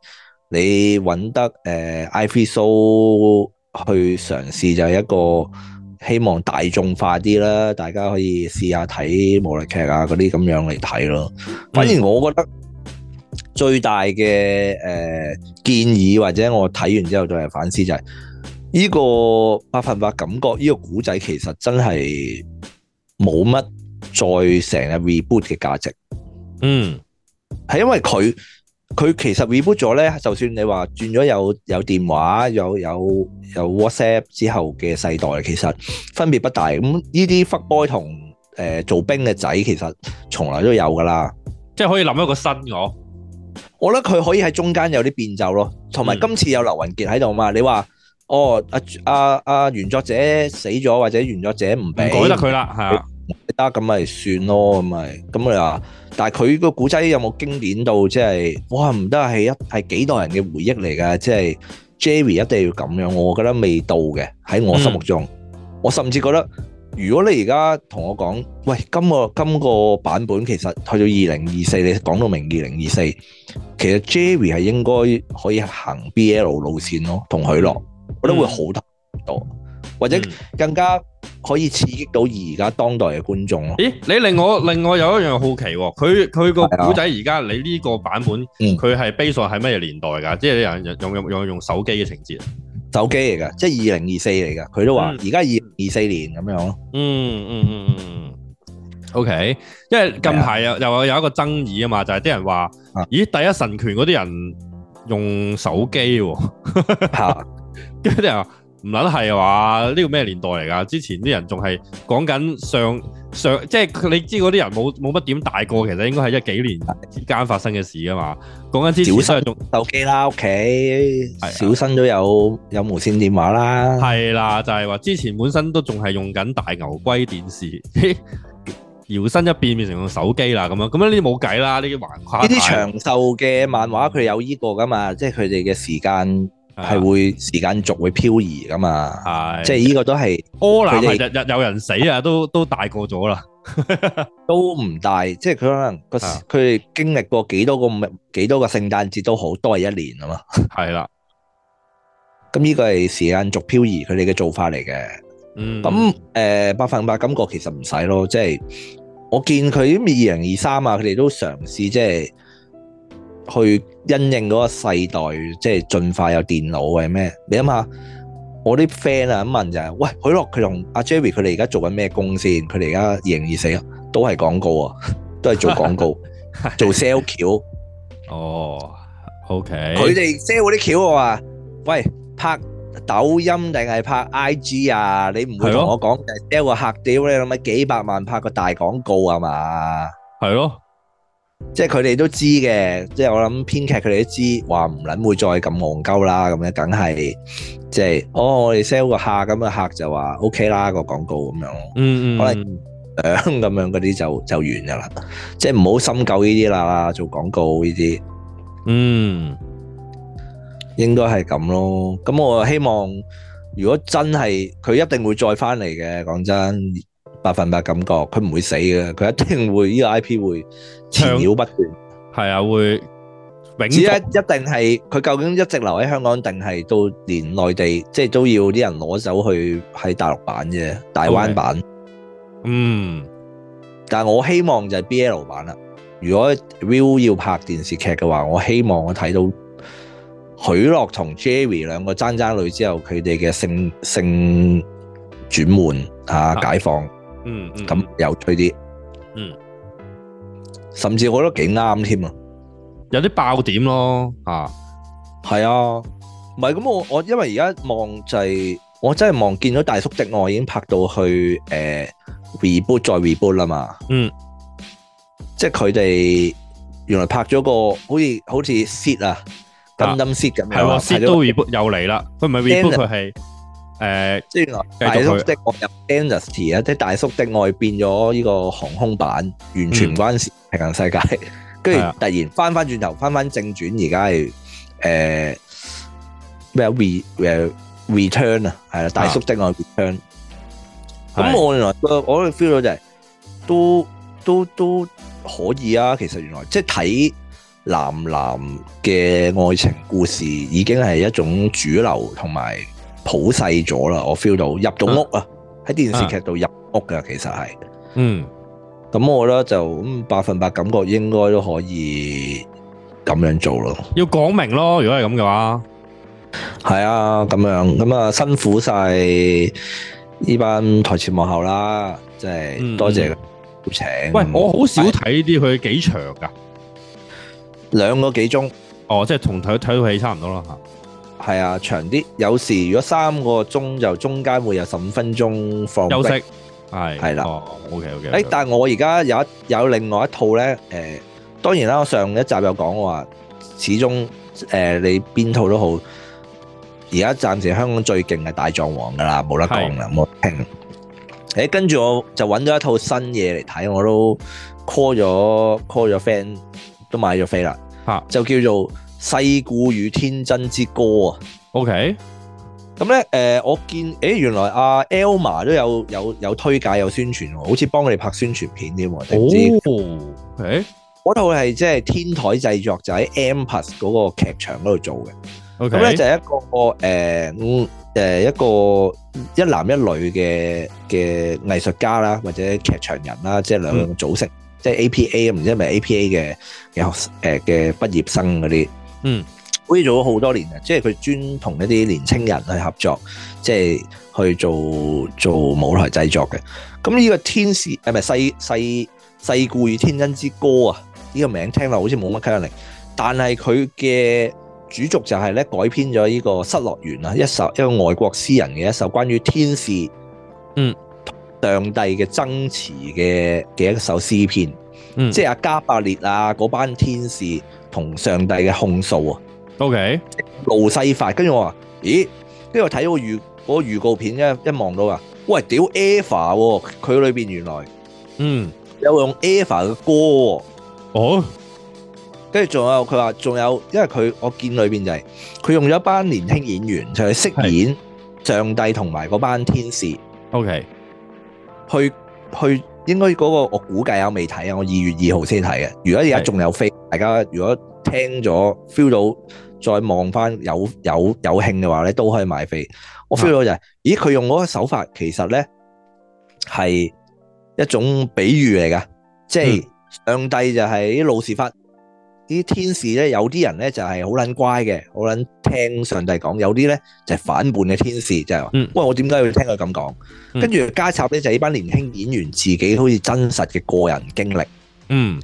Speaker 7: 你揾得誒 Ivy So 去嘗試就係一個希望大眾化啲啦，大家可以試下睇無力劇啊嗰啲咁樣嚟睇咯。反而我覺得最大嘅誒、呃建議或者我睇完之後再嚟反思就係、呢、個百分百感覺，呢、個古仔其實真係冇乜再成日 reboot 嘅價值。
Speaker 6: 嗯，
Speaker 7: 係因為佢佢其實 reboot 咗咧，就算你話轉咗有有電話有有有 WhatsApp 之後嘅世代，其實分別不大。咁呢啲 fuck boy 同誒、呃做兵嘅仔，其實從來都有噶啦。
Speaker 6: 即係可以諗一個新我，
Speaker 7: 我覺得佢可以喺中間有啲變奏咯，同埋
Speaker 6: 嗯
Speaker 7: 今次有劉雲傑喺度嘛。你話哦，阿阿阿原作者死咗或者原作者唔
Speaker 6: 唔
Speaker 7: 俾
Speaker 6: 改得佢啦，係啊，
Speaker 7: 得咁咪算咯，咁咪咁你話，但係佢個古仔有冇經典到即係，哇唔得係一係幾代人嘅回憶嚟㗎，即係 Jerry 一定要咁樣，我覺得未到嘅喺我心目中，我甚至覺得如果你而家同我講，喂今個今個版本其實去到二零二四，你講到明二零二四，其實 Jerry 係應該可以行 BL 路線咯，同許樂，我覺得會好得多，或者
Speaker 6: 嗯
Speaker 7: 更加可以刺激到而家當代嘅觀眾咯。
Speaker 6: 咦，你令我令我有一樣好奇喎，佢佢個
Speaker 7: 係啊
Speaker 6: 古仔而家你呢個版本，
Speaker 7: 嗯
Speaker 6: 佢係 base on 係乜嘢年代㗎？即係有人用用用用手機嘅情節，
Speaker 7: 手機嚟㗎，即係二零二四嚟㗎。佢都話
Speaker 6: 嗯
Speaker 7: 而家二零二四年咁 樣咯。
Speaker 6: 嗯嗯嗯嗯嗯，OK，因為近排又又有一個爭議啊嘛，就係啲人話，
Speaker 7: 啊
Speaker 6: 咦，第一神權嗰啲人用手機喎。
Speaker 7: 嚇，
Speaker 6: 跟住啲人話唔撚係話呢個咩年代嚟㗎？之前啲人仲係講緊上上，即係佢你知嗰啲人冇冇乜點大個，其實應該係一幾年之間發生嘅事啊嘛。講緊之前都係仲
Speaker 7: 手機啦，屋企
Speaker 6: 啊
Speaker 7: 小新都有有無線電話啦。
Speaker 6: 係啦，就係話之前本身都仲係用緊大牛龜電視， 搖身一變變成用手機啦咁樣，咁樣呢啲冇計啦，呢啲橫跨
Speaker 7: 呢啲
Speaker 6: 太
Speaker 7: 長壽嘅漫畫佢有依個㗎嘛，即係佢哋嘅時間
Speaker 6: 啊
Speaker 7: 係會時間軸會漂移㗎嘛。
Speaker 6: 係
Speaker 7: 即係呢個都係
Speaker 6: 柯南
Speaker 7: 佢
Speaker 6: 係日日有人死啊，都都大個咗啦，
Speaker 7: 都唔大，即係佢可能個
Speaker 6: 啊
Speaker 7: 佢哋經歷過幾多個幾多個聖誕節都好，都係一年啊嘛。
Speaker 6: 係啦，
Speaker 7: 咁呢個係時間軸漂移佢哋嘅做法嚟嘅。
Speaker 6: 嗯，
Speaker 7: 咁誒百分百感覺其實唔使咯，即係我見佢二零二三啊，佢哋都嘗試即係去因應嗰個世代，即係進化有電腦或者咩？你諗下，我啲 friend 啊咁問就係、喂，許樂佢同阿 Jerry 佢哋而家做緊咩工先？佢哋而家二零二四啊，都係廣 告啊，都係做廣告，做 sell 橋。
Speaker 6: 哦，OK，
Speaker 7: 佢哋 sell 嗰啲橋我話，喂拍抖音定係拍 IG 啊？你唔會
Speaker 6: 係咯
Speaker 7: 同我講就係 sell 個客屌你諗下幾百萬拍個大廣告啊嘛？
Speaker 6: 係咯。
Speaker 7: 即係佢哋都知嘅，即係我諗編劇佢哋都知，話唔撚會再咁戇鳩啦，咁樣梗係即係哦，我哋 sell 個客咁嘅客就話 OK 啦個廣告咁樣 咯。
Speaker 6: 嗯嗯，
Speaker 7: 可咁樣嗰啲就就完噶啦，即係唔好深究呢啲啦，做廣告呢啲。
Speaker 6: 嗯
Speaker 7: 應該係咁咯。咁我希望，如果真係佢一定會再翻嚟嘅，講真，百分百感覺佢唔會死嘅，佢一定會呢、個 I P 會纏繞不斷。
Speaker 6: 係啊，會永
Speaker 7: 只一一
Speaker 6: 續
Speaker 7: 定係佢究竟一直留喺香港，定係到連內地，即係都要啲人攞走去喺大陸版啫，大灣版。
Speaker 6: 嗯
Speaker 7: 但係我希望就係 B L 版啦。如果 Will 要拍電視劇嘅話，我希望我睇到許樂同 Jerry 兩個爭爭女之後，佢哋嘅性性轉換啊解放，
Speaker 6: 嗯嗯
Speaker 7: 咁有趣啲。
Speaker 6: 嗯，
Speaker 7: 甚至我覺得幾啱添啊！
Speaker 6: 有啲爆點咯吓，
Speaker 7: 係啊，唔係咁我我因為而家望就係、我真係望見咗大叔的愛已經拍到去誒、呃 reboot 再 reboot 啦嘛。
Speaker 6: 嗯，
Speaker 7: 即係佢哋原來拍咗個好似好似 set 啊，
Speaker 6: 啊
Speaker 7: 金金 set 咁樣
Speaker 6: 係喎
Speaker 7: 啊，
Speaker 6: s
Speaker 7: 拍
Speaker 6: e
Speaker 7: 咗
Speaker 6: 都 reboot 又嚟啦，佢唔係 reboot 佢係誒
Speaker 7: 即係原來大叔的愛入 Dynasty 啊，即係大叔的愛變咗呢個航空版，完全唔關事，平行世界。跟住
Speaker 6: 係啊
Speaker 7: 突然翻翻轉頭，翻翻正轉，而家係誒咩啊 re 誒 return 啊，係啦，大叔的愛 return。咁
Speaker 6: 係
Speaker 7: 我原來我我 feel 到就係、都都都可以啊，其實原來即係睇男男嘅愛情故事已經係一種主流同埋普世咗啦，我 feel 到入到屋啊，喺電視劇度入屋㗎，其實係。
Speaker 6: 嗯，
Speaker 7: 咁我覺得就咁百分百感覺應該都可以咁樣做咯。
Speaker 6: 要講明咯，如果係咁嘅話，
Speaker 7: 係啊，咁樣咁啊，辛苦晒呢班台前幕後啦，即
Speaker 6: 嗯
Speaker 7: 係多謝邀請。
Speaker 6: 喂，我好少睇呢啲，佢幾長噶？
Speaker 7: 兩個幾鐘，
Speaker 6: 哦，即係同睇睇套戲差唔多啦吓。
Speaker 7: 係啊，長啲。有時如果三個鐘就中間會有十五分鐘放
Speaker 6: 休
Speaker 7: break
Speaker 6: 息係
Speaker 7: 係啦
Speaker 6: 哦，OK OK。
Speaker 7: 誒，但係我而家有一有另外一套咧，誒、當然啦，我上一集有講話，始終誒、你邊套都好，而家暫時香港最勁嘅大狀王噶啦，冇得講啦，冇得傾。誒、跟住我就揾咗一套新嘢嚟睇，我都 call 咗 call 咗 friend 都買咗飛啦，
Speaker 6: 嚇
Speaker 7: 就叫做《世故與天真之歌》啊！
Speaker 6: OK，
Speaker 7: 咁咧，誒、我見，誒，原來阿 Elma 都有有有推介有宣傳喎，好似幫佢哋拍宣傳片添喎，定唔知
Speaker 6: 哦，OK
Speaker 7: 嗰套係即係天台製作，就喺 M Plus 嗰個劇場嗰度做嘅。
Speaker 6: OK，
Speaker 7: 咁咧就係一個誒、呃嗯呃一個一男一女嘅嘅藝術家啦，或者劇場人啦，即係兩
Speaker 6: 嗯
Speaker 7: 個組成，即係 APA 唔知係咪 APA 嘅嘅學誒嘅畢業生嗰啲，
Speaker 6: 嗯，
Speaker 7: 好似做咗好多年啊，即係佢專同一啲年青人去合作，即係去做做舞台製作嘅。咁呢個天使誒呃唔係世世世故與天真之歌啊，呢、個名聽落好似冇乜吸引力，但係佢嘅主軸就係咧改編咗呢個《失樂園》啊，一首一個外國詩人嘅一首關於天使
Speaker 6: 嗯
Speaker 7: 上帝嘅爭持嘅嘅一首詩篇，
Speaker 6: 嗯
Speaker 7: 即係阿加百列啊嗰班天使同上帝嘅控訴啊，
Speaker 6: OK，
Speaker 7: 路西法。跟住我話：咦？跟住我睇嗰個預嗰個預告片一一望到啊，喂屌 Eva 喎、佢裏邊原來
Speaker 6: 嗯，
Speaker 7: 有用 Eva 嘅歌喎、
Speaker 6: 哦，
Speaker 7: 跟住仲有佢話仲有，因為佢我見裏邊就係、佢用咗一班年輕演員就去飾演上帝同埋嗰班天使，
Speaker 6: OK，
Speaker 7: 去去應該嗰、個我估計啊，我未睇啊，我二月二號先睇嘅。如果而家
Speaker 6: 係
Speaker 7: 仲有飛，大家如果聽咗 feel 到再望翻有有有興嘅話咧，都可以買飛。我 feel 到就係、咦，佢用嗰個手法其實咧係一種比喻嚟噶，即係上帝就係啲老士忽。啲天使咧，有啲人咧就係好撚乖嘅，好撚聽上帝講；有啲咧就係反叛嘅天使，就係話：
Speaker 6: 嗯
Speaker 7: 喂，我點解要聽佢咁講？
Speaker 6: 嗯
Speaker 7: 跟住加插咧就係呢班年輕演員自己好似真實嘅個人經歷，
Speaker 6: 嗯，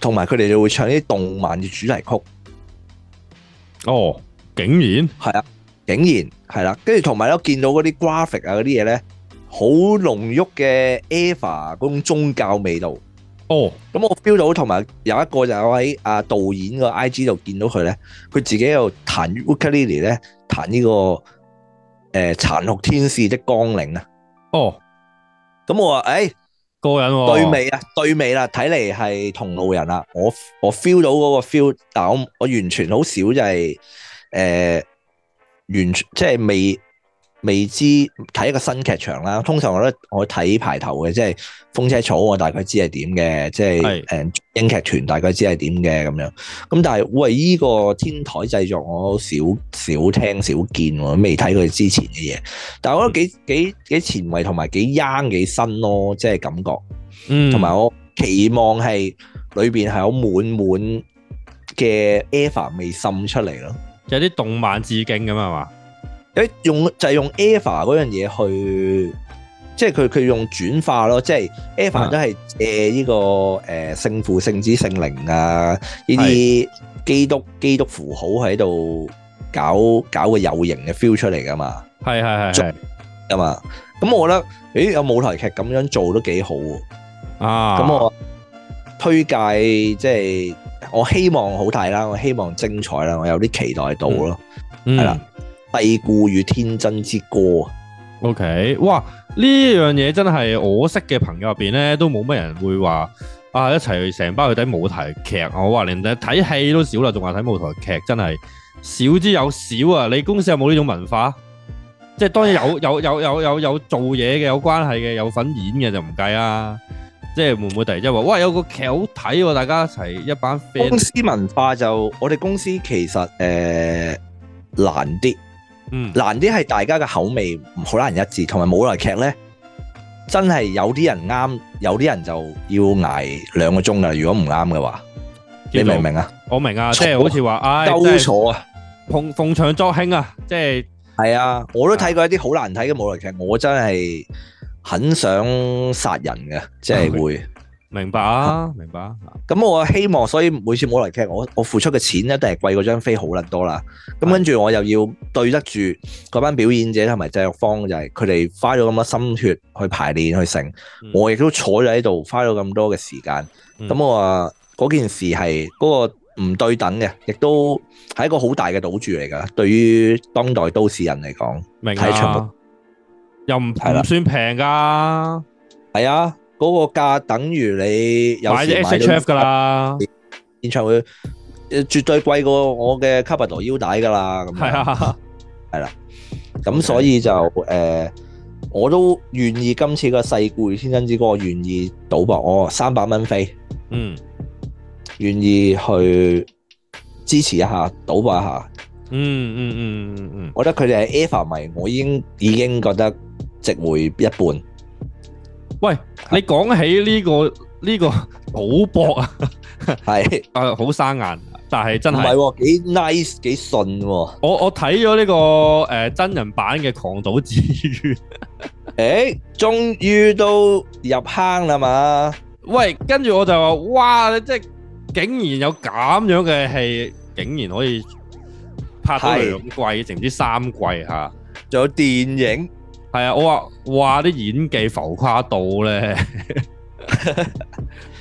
Speaker 7: 同埋佢哋就會唱啲動漫嘅主題曲，
Speaker 6: 哦，竟然
Speaker 7: 竟然係啦。跟住同埋咧，我見到嗰啲 graphic 啊嗰啲嘢咧，好濃郁嘅 Eva 嗰種宗教味道。
Speaker 6: 哦，
Speaker 7: 咁我 feel 到，同埋有一個就係我喺啊導演個 IG 度見到佢咧，佢自己喺度彈 ukulele 咧，彈呢、個誒、呃、殘酷天使的光領啊！
Speaker 6: 哦，
Speaker 7: 咁我話誒。哎
Speaker 6: 過癮喎，
Speaker 7: 對尾啊，對尾啦，睇嚟係同路人啦。我我 feel 到嗰個 feel，但我我完全好少就係、呃完全即係未未知睇一個新劇場啦。通常我咧我睇排頭嘅，即係風車草，我大概知係點嘅，即係
Speaker 6: 係
Speaker 7: 誒英劇團大概知係點嘅咁樣。咁但係喂，依、個天台製作我少少聽少見喎，未睇佢之前嘅嘢。但係我覺得幾幾幾前衞同埋幾 young 幾新咯，即係感覺。
Speaker 6: 嗯，
Speaker 7: 同埋我期望係裏邊係有滿滿嘅 Eva 未滲出嚟咯。
Speaker 6: 有啲動漫致敬咁啊係嘛？
Speaker 7: 誒用就係、用 Eva 嗰樣嘢去，即係佢佢用轉化咯，即係 Eva
Speaker 6: 啊
Speaker 7: 都係借呢個誒、呃、聖父、聖子、聖靈啊呢啲基督基督符號喺度搞搞個有形嘅 feel 出嚟噶嘛，
Speaker 6: 係係係
Speaker 7: 噶嘛。咁我覺得，咦有舞台劇咁樣做都幾好喎。
Speaker 6: 係啊，
Speaker 7: 咁我推介即係我希望好睇啦，我希望精彩啦，我有啲期待到咯。
Speaker 6: 係
Speaker 7: 係啦帝故與天真之歌啊，
Speaker 6: O K，哇！呢樣嘢真係我識嘅朋友入邊咧，都冇乜人會話啊一齊成班去睇舞台劇，我話連睇戲都少啦，仲話睇舞台劇，真係少之又少啊！你公司有冇呢種文化？即係當然 有有有有有有做嘢嘅，有關係嘅，有份演嘅就唔計啦。即係會唔會突然之間話，哇有個劇好睇喎，大家一齊一班 friend，
Speaker 7: 公司文化就我哋公司其實诶、呃、難啲，
Speaker 6: 嗯
Speaker 7: 難啲係大家嘅口味唔好難一致，同埋舞台劇咧真係有啲人啱，有啲人就要挨兩個鐘噶。如果唔啱嘅話，你明唔明啊？
Speaker 6: 我明啊，即係好似話，唉，
Speaker 7: 鳩
Speaker 6: 即係
Speaker 7: 坐啊！
Speaker 6: 逢逢場作興啊，即係
Speaker 7: 係啊，我都睇過一啲好難睇嘅舞台劇，我真係很想殺人嘅，即係會。
Speaker 6: 明白啊，明白啊。
Speaker 7: 咁我希望，所以每次舞台劇，我我付出嘅錢一定係貴過張飛好撚多啦。咁跟住我又要對得住嗰班表演者同埋製作方，就係佢哋花咗咁多心血去排練去成，
Speaker 6: 嗯
Speaker 7: 我亦都坐咗喺度花咗咁多嘅時間。
Speaker 6: 嗯
Speaker 7: 咁我話嗰件事係嗰個唔對等嘅，亦都係一個好大嘅賭注嚟㗎。對於當代都市人嚟講。
Speaker 6: 明
Speaker 7: 睇場
Speaker 6: 啊
Speaker 7: 目，
Speaker 6: 又唔
Speaker 7: 係啦
Speaker 6: 唔算平噶，
Speaker 7: 系啊，嗰、個價等於你有
Speaker 6: 買
Speaker 7: 時
Speaker 6: 咗
Speaker 7: 買
Speaker 6: S H
Speaker 7: 咗
Speaker 6: F 噶啦，
Speaker 7: 演唱會，誒絕對貴過我嘅 c a p i t a 腰帶噶啦，咁
Speaker 6: 係
Speaker 7: 樣
Speaker 6: 啊，
Speaker 7: 咁所以就誒、我都願意今次個世故與天真之歌，我願意賭博，我三百蚊飛，
Speaker 6: 嗯
Speaker 7: 願意去支持一下，賭博一下。
Speaker 6: 嗯嗯嗯嗯嗯，
Speaker 7: 我覺得佢哋係 Eva 迷，我已經已經覺得值回一半。
Speaker 6: 你講起呢個呢個賭博啊，
Speaker 7: 係，
Speaker 6: 啊好生硬，但係 真
Speaker 7: 唔
Speaker 6: 係
Speaker 7: 係喎？幾 nice，幾順喎、
Speaker 6: 我我睇咗呢個誒真人版嘅《狂賭之淵》，
Speaker 7: 誒，終於都入坑啦嘛！
Speaker 6: 喂，跟住我就話哇，你即係竟然有咁樣嘅戲，竟然可以拍到
Speaker 7: 係
Speaker 6: 兩季，定唔知三季嚇。
Speaker 7: 仲有電影，
Speaker 6: 系啊，我話哇啲演技浮誇到咧，係啊，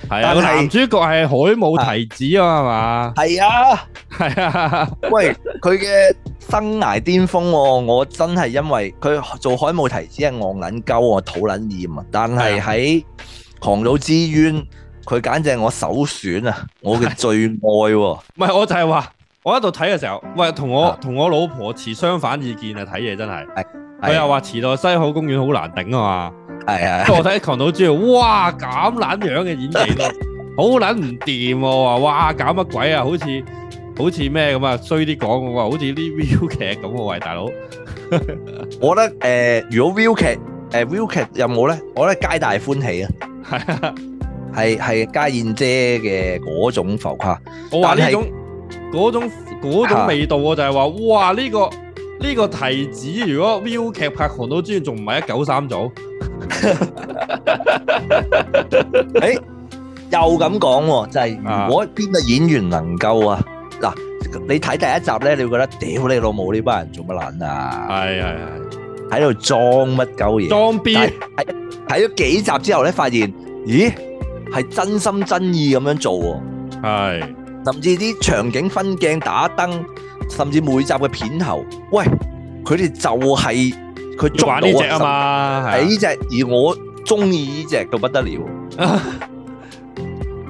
Speaker 7: 但係
Speaker 6: 個男主角係海姆提子啊嘛，
Speaker 7: 係啊，
Speaker 6: 係嘛，係啊，
Speaker 7: 喂，佢嘅生涯巔峰喎、我真係因為佢做海姆提子係戇撚鳩，我肚撚厭啊！但係喺狂賭之淵，佢簡直係我首選啊，我嘅最愛喎、
Speaker 6: 唔係我就係話，我喺度睇嘅時候，喂，同我
Speaker 7: 啊
Speaker 6: 同我老婆持相反意見啊，睇嘢真係，佢
Speaker 7: 係
Speaker 6: 又話池袋西口公園好難頂啊嘛，
Speaker 7: 係 啊，
Speaker 6: 跟住我睇《狂賭之淵》，哇咁撚樣嘅演技都好撚唔掂喎，我話哇搞乜鬼啊，好似好似咩咁啊，衰啲講我話好似啲 view 劇咁喎，喂大佬。
Speaker 7: 我覺得誒、如果 view 劇誒、view 劇有冇咧？我覺得皆大歡喜啊！係係家燕姐嘅嗰種浮誇，
Speaker 6: 我話呢
Speaker 7: 但係
Speaker 6: 種嗰種嗰種
Speaker 7: 啊
Speaker 6: 味道，我就係話，哇！呢、個呢、個提子，如果 view 劇拍《狂賭之源》，仲唔係一九三組？
Speaker 7: 又咁講喎，就係、
Speaker 6: 啊
Speaker 7: 如果邊個演員能夠啊？嗱，你睇第一集咧，你會覺得屌你老母呢班人做乜撚啊？
Speaker 6: 係係係，
Speaker 7: 喺度裝乜鳩嘢？
Speaker 6: 裝逼
Speaker 7: 但係睇咗幾集之後咧，發現咦係真心真意咁樣做喎，
Speaker 6: 係
Speaker 7: 甚至啲場景分鏡打燈，甚至每集嘅片頭，喂，佢哋就係佢
Speaker 6: 要
Speaker 7: 捉
Speaker 6: 玩
Speaker 7: 到
Speaker 6: 呢只啊，嘛，
Speaker 7: 係
Speaker 6: 係
Speaker 7: 呢只，而我中意呢只到不得了。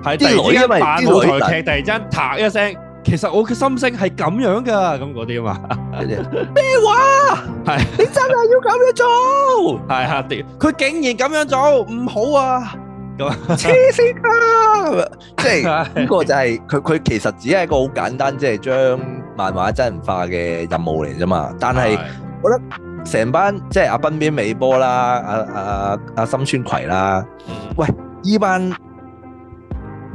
Speaker 6: 係突
Speaker 7: 啲
Speaker 6: 然之
Speaker 7: 女因
Speaker 6: 間
Speaker 7: 為
Speaker 6: 扮
Speaker 7: 啲
Speaker 6: 舞
Speaker 7: 女
Speaker 6: 台劇，突然之間嗒一聲，其實我嘅心聲係咁樣噶，咁嗰啲啊嘛，
Speaker 7: 咩話？
Speaker 6: 係
Speaker 7: 你真係要咁樣做？
Speaker 6: 係啊，屌佢竟然咁樣做，唔好啊！
Speaker 7: 黐線啊！即係呢
Speaker 6: 係
Speaker 7: 個就係佢佢其實只係一個好簡單，即係將漫畫真人化嘅任務嚟啫嘛。但係啊成班即係阿濱邊美波啦，阿阿阿深川葵啦，喂，呢班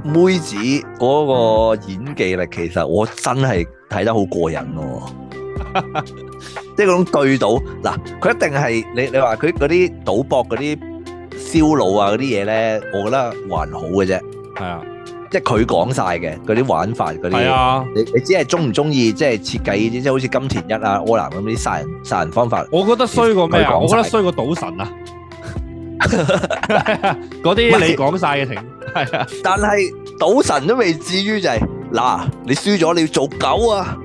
Speaker 7: 妹子嗰個演技力，其實我真係睇得好過癮喎、即係嗰種對賭嗱，佢一定係你你話佢嗰啲賭博嗰啲燒腦啊嗰啲嘢咧，我覺得還好嘅啫，
Speaker 6: 係啊，
Speaker 7: 即係佢講晒嘅嗰啲玩法嗰啲
Speaker 6: 係。啊。
Speaker 7: 你你只係中唔中意即係設計呢啲，即係好似金田一啊、柯南咁啲殺人殺人方法。
Speaker 6: 我覺得衰過咩
Speaker 7: 佢
Speaker 6: 啊？
Speaker 7: 講
Speaker 6: 我覺得
Speaker 7: 晒
Speaker 6: 衰過賭神啊！ 嗰啲你講晒嘅停，係啊，
Speaker 7: 但係賭神都未至於就係、 嗱，你輸咗你要做狗啊！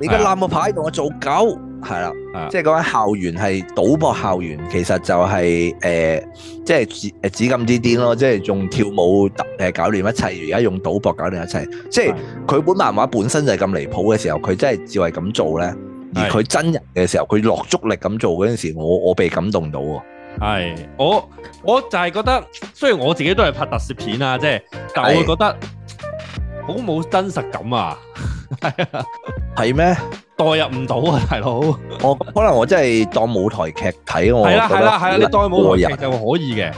Speaker 7: 你而家攬個牌同我做狗，系啦
Speaker 6: 啊，
Speaker 7: 即係講緊校園係賭博校園，其實就係、呃即係指誒指禁之巔咯，即係用跳舞誒、呃搞亂一切，而家用賭博搞亂一切。即係佢本漫畫本身就係咁離譜嘅時候，佢真係照係咁做咧。而
Speaker 6: 係
Speaker 7: 佢真人嘅時候，佢落足力咁做嗰陣時，我我被感動到喎。
Speaker 6: 系我我就係覺得，雖然我自己都係拍特攝片啊，即係，但我會
Speaker 7: 係
Speaker 6: 覺得好冇真實感啊，
Speaker 7: 係咩？
Speaker 6: 代入唔到啊，大佬。係
Speaker 7: 我可能我真係當舞台劇睇，哦我
Speaker 6: 啦
Speaker 7: 覺
Speaker 6: 係
Speaker 7: 得
Speaker 6: 啦係啦，你代舞
Speaker 7: 過
Speaker 6: 台
Speaker 7: 癮
Speaker 6: 劇就可以嘅，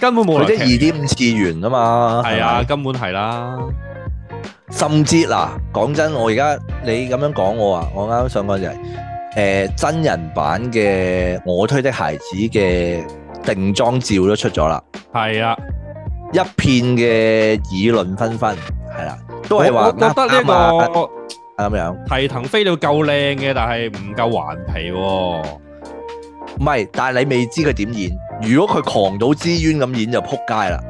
Speaker 6: 根本冇
Speaker 7: 佢
Speaker 6: 來
Speaker 7: 即
Speaker 6: 劇。
Speaker 7: 係二點五次元啊嘛，
Speaker 6: 係
Speaker 7: 咪
Speaker 6: 啊，根本係啦，
Speaker 7: 甚至嗱，講真，我而家你咁樣講我啊，我啱啱想講就係、呃真人版嘅《我推的孩子》嘅定妝照都出咗啦，
Speaker 6: 係啊。
Speaker 7: 一片嘅議論紛紛，係啦，都係
Speaker 6: 我
Speaker 7: 話
Speaker 6: 我覺得呢
Speaker 7: 啱啊
Speaker 6: 個
Speaker 7: 啱咁樣，
Speaker 6: 提騰飛到夠靚嘅，但係唔夠頑皮喎。
Speaker 7: 唔係，但係你未知佢點演，如果佢狂到之冤咁演就撲街啦，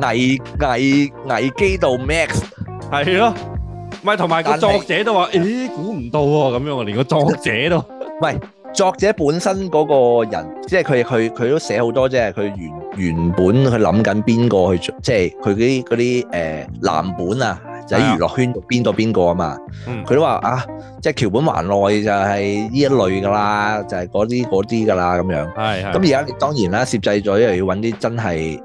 Speaker 7: 危危危機到 max，
Speaker 6: 係咯，唔係同埋個
Speaker 7: 但
Speaker 6: 作
Speaker 7: 係
Speaker 6: 者都話：咦，估唔到喎咁樣喎，連個作者都
Speaker 7: 作者本身嗰個人，即係佢佢佢都寫好多，即係佢原原本佢諗緊邊個去做，即係佢嗰啲嗰啲誒藍本啊，就喺
Speaker 6: 係啊
Speaker 7: 娛樂圈度邊個邊個啊嘛
Speaker 6: 嗯。
Speaker 7: 佢都話啊，即係橋本環奈就係呢一類噶啦，就係嗰啲嗰啲噶啦咁樣。
Speaker 6: 係係
Speaker 7: 咁而家你當然啦，攝製咗又要揾啲真係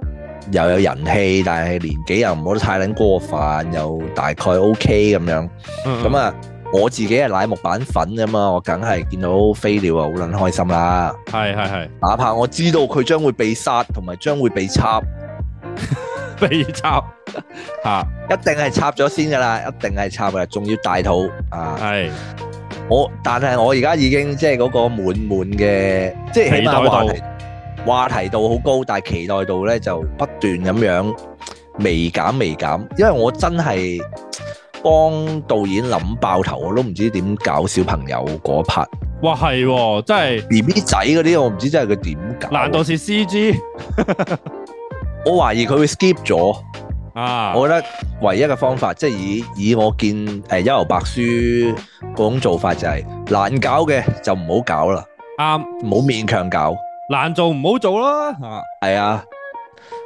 Speaker 7: 又有人氣，但係年紀又唔好得太撚過分，又大概 OK 咁樣。咁
Speaker 6: 啊，
Speaker 7: 啊，我自己係乃木坂粉噶嘛，我梗係見到飛鳥啊，好撚開心啦！
Speaker 6: 係係
Speaker 7: 哪怕我知道佢將會被殺同埋將會被插，
Speaker 6: 係被插嚇，
Speaker 7: 一定係插咗先噶啦，一定係插噶啦，仲要大肚啊！
Speaker 6: 係
Speaker 7: 我但係我而家已經即係嗰個滿滿嘅，即係起碼話題話題度好高，但係期待度咧就不斷咁樣微減微減，因為我真係幫導演諗爆頭，我都唔知點搞小朋友嗰 part
Speaker 6: 哇係喎，真係
Speaker 7: B B 仔嗰啲，我唔知真係佢點搞。
Speaker 6: 難道是 C G
Speaker 7: 我懷疑佢會 skip 咗？
Speaker 6: 啊？
Speaker 7: 我覺得唯一嘅方法，即係以以我見誒、呃、幽遊白書嗰種做法就係、難搞嘅就唔好搞啦，
Speaker 6: 啱
Speaker 7: 唔好勉強搞，
Speaker 6: 難做唔好做啦嚇，
Speaker 7: 係啊。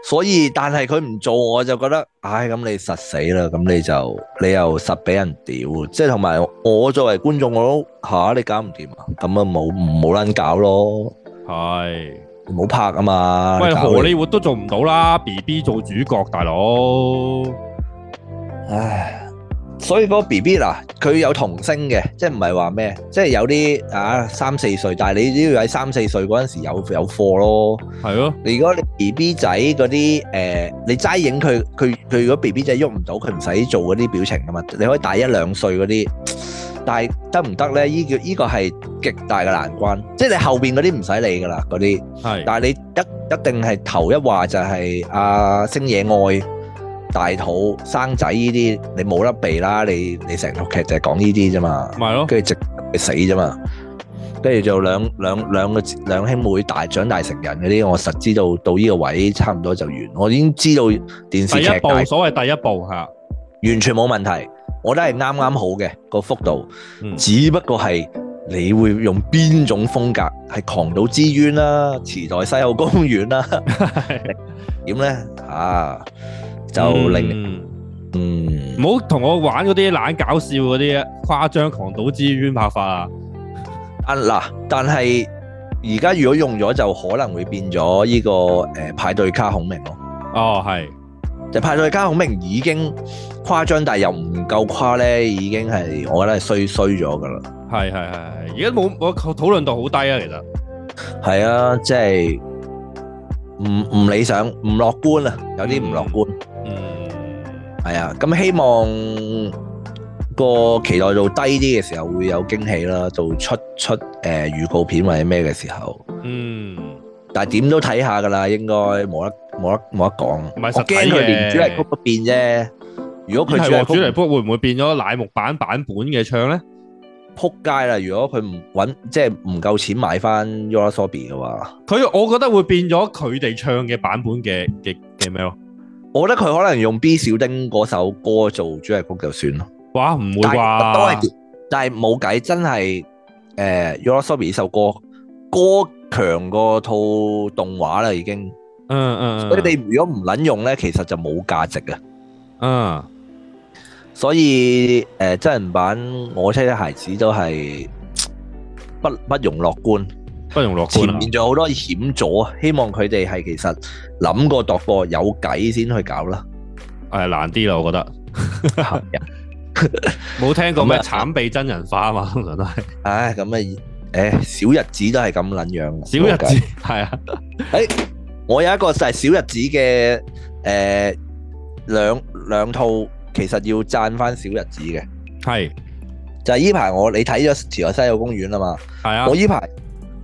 Speaker 7: 所以但係佢唔做，我就覺得，唉，咁你實死啦，咁你就你又實俾人屌，即係同埋我作為觀眾，我都吓、你搞唔掂啊，咁啊冇冇撚搞咯，
Speaker 6: 係
Speaker 7: 唔好拍啊嘛。
Speaker 6: 喂
Speaker 7: 你搞
Speaker 6: 荷
Speaker 7: 你
Speaker 6: 里活都做唔到啦，B B 做主角大佬。
Speaker 7: 唉，所以嗰個 B B 嗱，佢有童星嘅，即係唔係話咩，即係有啲啊三四歲，但係你都要喺三四歲嗰陣時有有貨咯。
Speaker 6: 係咯，
Speaker 7: 你如果你 B B 仔嗰啲誒，你齋影佢，佢佢如果 B B 仔喐唔到，佢唔使做嗰啲表情噶嘛，你可以大一兩歲嗰啲，但係得唔得咧？依個依個係極大嘅難關，即係你後邊嗰啲唔使理噶啦，嗰啲。
Speaker 6: 係
Speaker 7: 但係你一一定係頭一話就係、啊、星野愛大肚生仔呢啲，你冇得避啦！你你成套劇就係講呢啲啫嘛，
Speaker 6: 咪咯，
Speaker 7: 跟住直佢死啫嘛，跟住就兩兩兩個兩兄妹大長大成人嗰啲，我實知道到呢個位差唔多就完，我已經知道電視
Speaker 6: 第
Speaker 7: 劇
Speaker 6: 一步
Speaker 7: 大
Speaker 6: 所謂第一步嚇。
Speaker 7: 完全冇問題，我都係啱啱好嘅個幅度，
Speaker 6: 嗯
Speaker 7: 只不過係你會用邊種風格，係狂賭之淵啦、池袋西口公 園啦，點咧啊？就令你
Speaker 6: 嗯
Speaker 7: 嗯
Speaker 6: 唔好同我玩嗰啲懶搞笑嗰啲誇張狂賭之冤拍法啊！
Speaker 7: 啊嗱，但係而家如果用咗就可能會變咗呢、個誒、呃派對卡孔明咯，
Speaker 6: 哦，係
Speaker 7: 就派對卡孔明已經誇張，但係又唔夠誇咧，已經係我覺得係衰衰咗㗎啦。
Speaker 6: 係係係，係而家冇我討論度好低啊，其實
Speaker 7: 係啊，即係唔唔理想，唔樂觀啊，有啲唔樂觀。
Speaker 6: 嗯
Speaker 7: 係啊，咁希望個期待度低啲嘅時候會有驚喜啦，到出出誒、呃、預告片或者咩嘅時候，
Speaker 6: 嗯，
Speaker 7: 但係點都睇下㗎啦，應該冇得冇得冇得講。
Speaker 6: 唔係實
Speaker 7: 我
Speaker 6: 體
Speaker 7: 驚佢連
Speaker 6: 嘅
Speaker 7: 主題曲都變啫。如果佢
Speaker 6: 係喎，主
Speaker 7: 主題
Speaker 6: 題
Speaker 7: 曲
Speaker 6: 曲會唔會變咗乃木版版本嘅唱咧？
Speaker 7: 撲街啦，如果佢唔揾即係唔夠錢買翻 Yoasobi 嘅話，
Speaker 6: 佢我覺得會變咗佢哋唱嘅版本嘅嘅嘅咩咯？
Speaker 7: 我覺得佢可能用 B 小丁嗰首歌做主題曲就算咯。
Speaker 6: 哇，唔會
Speaker 7: 但係都係
Speaker 6: 啩？
Speaker 7: 但係冇計，真係诶 y o r o s o b i 呢首歌歌強過套動畫啦，已經。
Speaker 6: 嗯嗯，
Speaker 7: 所以你如果唔撚用咧，其實就冇價值嘅。
Speaker 6: 嗯
Speaker 7: 所以诶、呃真人版我妻的孩子都係不不容樂觀。
Speaker 6: 不容樂
Speaker 7: 前
Speaker 6: 觀啊
Speaker 7: 面仲有好多險阻啊，希望佢哋係其實諗過度過有計先去搞啦。
Speaker 6: 誒難啲啦，我覺得 冇聽過咩慘被真人化啊嘛，通常都係
Speaker 7: 唉，啊咁啊，诶，小日子都係咁撚樣嘅。
Speaker 6: 小日
Speaker 7: 冇計
Speaker 6: 子，係啊，
Speaker 7: 我有一個就係小日子嘅诶兩兩套，其實要讚翻小日子嘅，
Speaker 6: 係
Speaker 7: 就係呢排我你睇咗《潮西有公園》啦嘛，
Speaker 6: 係啊
Speaker 7: 我，呢排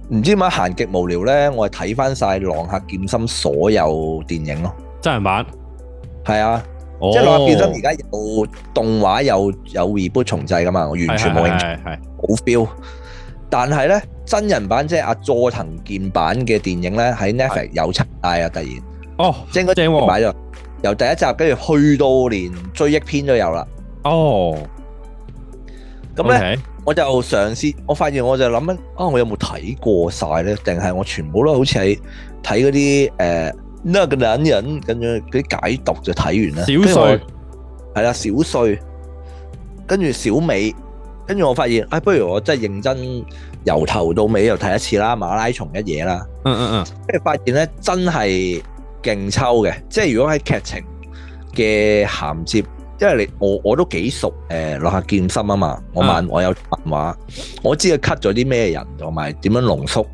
Speaker 7: 唔知點解閒極無聊咧，我係睇翻晒《浪客劍心》所有電影咯，
Speaker 6: 真人版，
Speaker 7: 係啊。
Speaker 6: 哦
Speaker 7: 即係《浪客劍心》而家有動畫有有 reboot 重製噶嘛，我完全冇興趣，
Speaker 6: 係係係係
Speaker 7: 冇 feel。但係咧真人版即係阿佐藤健版嘅電影咧，喺 Netflix 有出帶啊！突然
Speaker 6: 哦，
Speaker 7: 即係應該
Speaker 6: 正喎
Speaker 7: 買咗，由第一集跟住去到連追憶篇都有啦。
Speaker 6: 哦，
Speaker 7: 咁咧
Speaker 6: OK，
Speaker 7: 我就嘗試，我發現我就諗緊啊，我有冇睇過晒咧？定係我全部都好似係睇嗰啲誒那個男人咁樣嗰啲解讀就睇完啦。跟住
Speaker 6: 小
Speaker 7: 我
Speaker 6: 歲
Speaker 7: 係啦，小碎，跟住小尾，跟住我發現，啊、不如我真係認真由頭到尾又睇一次啦，馬拉松一嘢啦，
Speaker 6: 嗯嗯
Speaker 7: 跟住發現咧真係勁抽嘅，即係如果喺劇情嘅銜接，因為你我我都幾熟誒《落、下劍心》啊嘛，我漫我有漫畫，我知佢 cut 咗啲咩人同埋點樣濃縮，
Speaker 6: 嗯，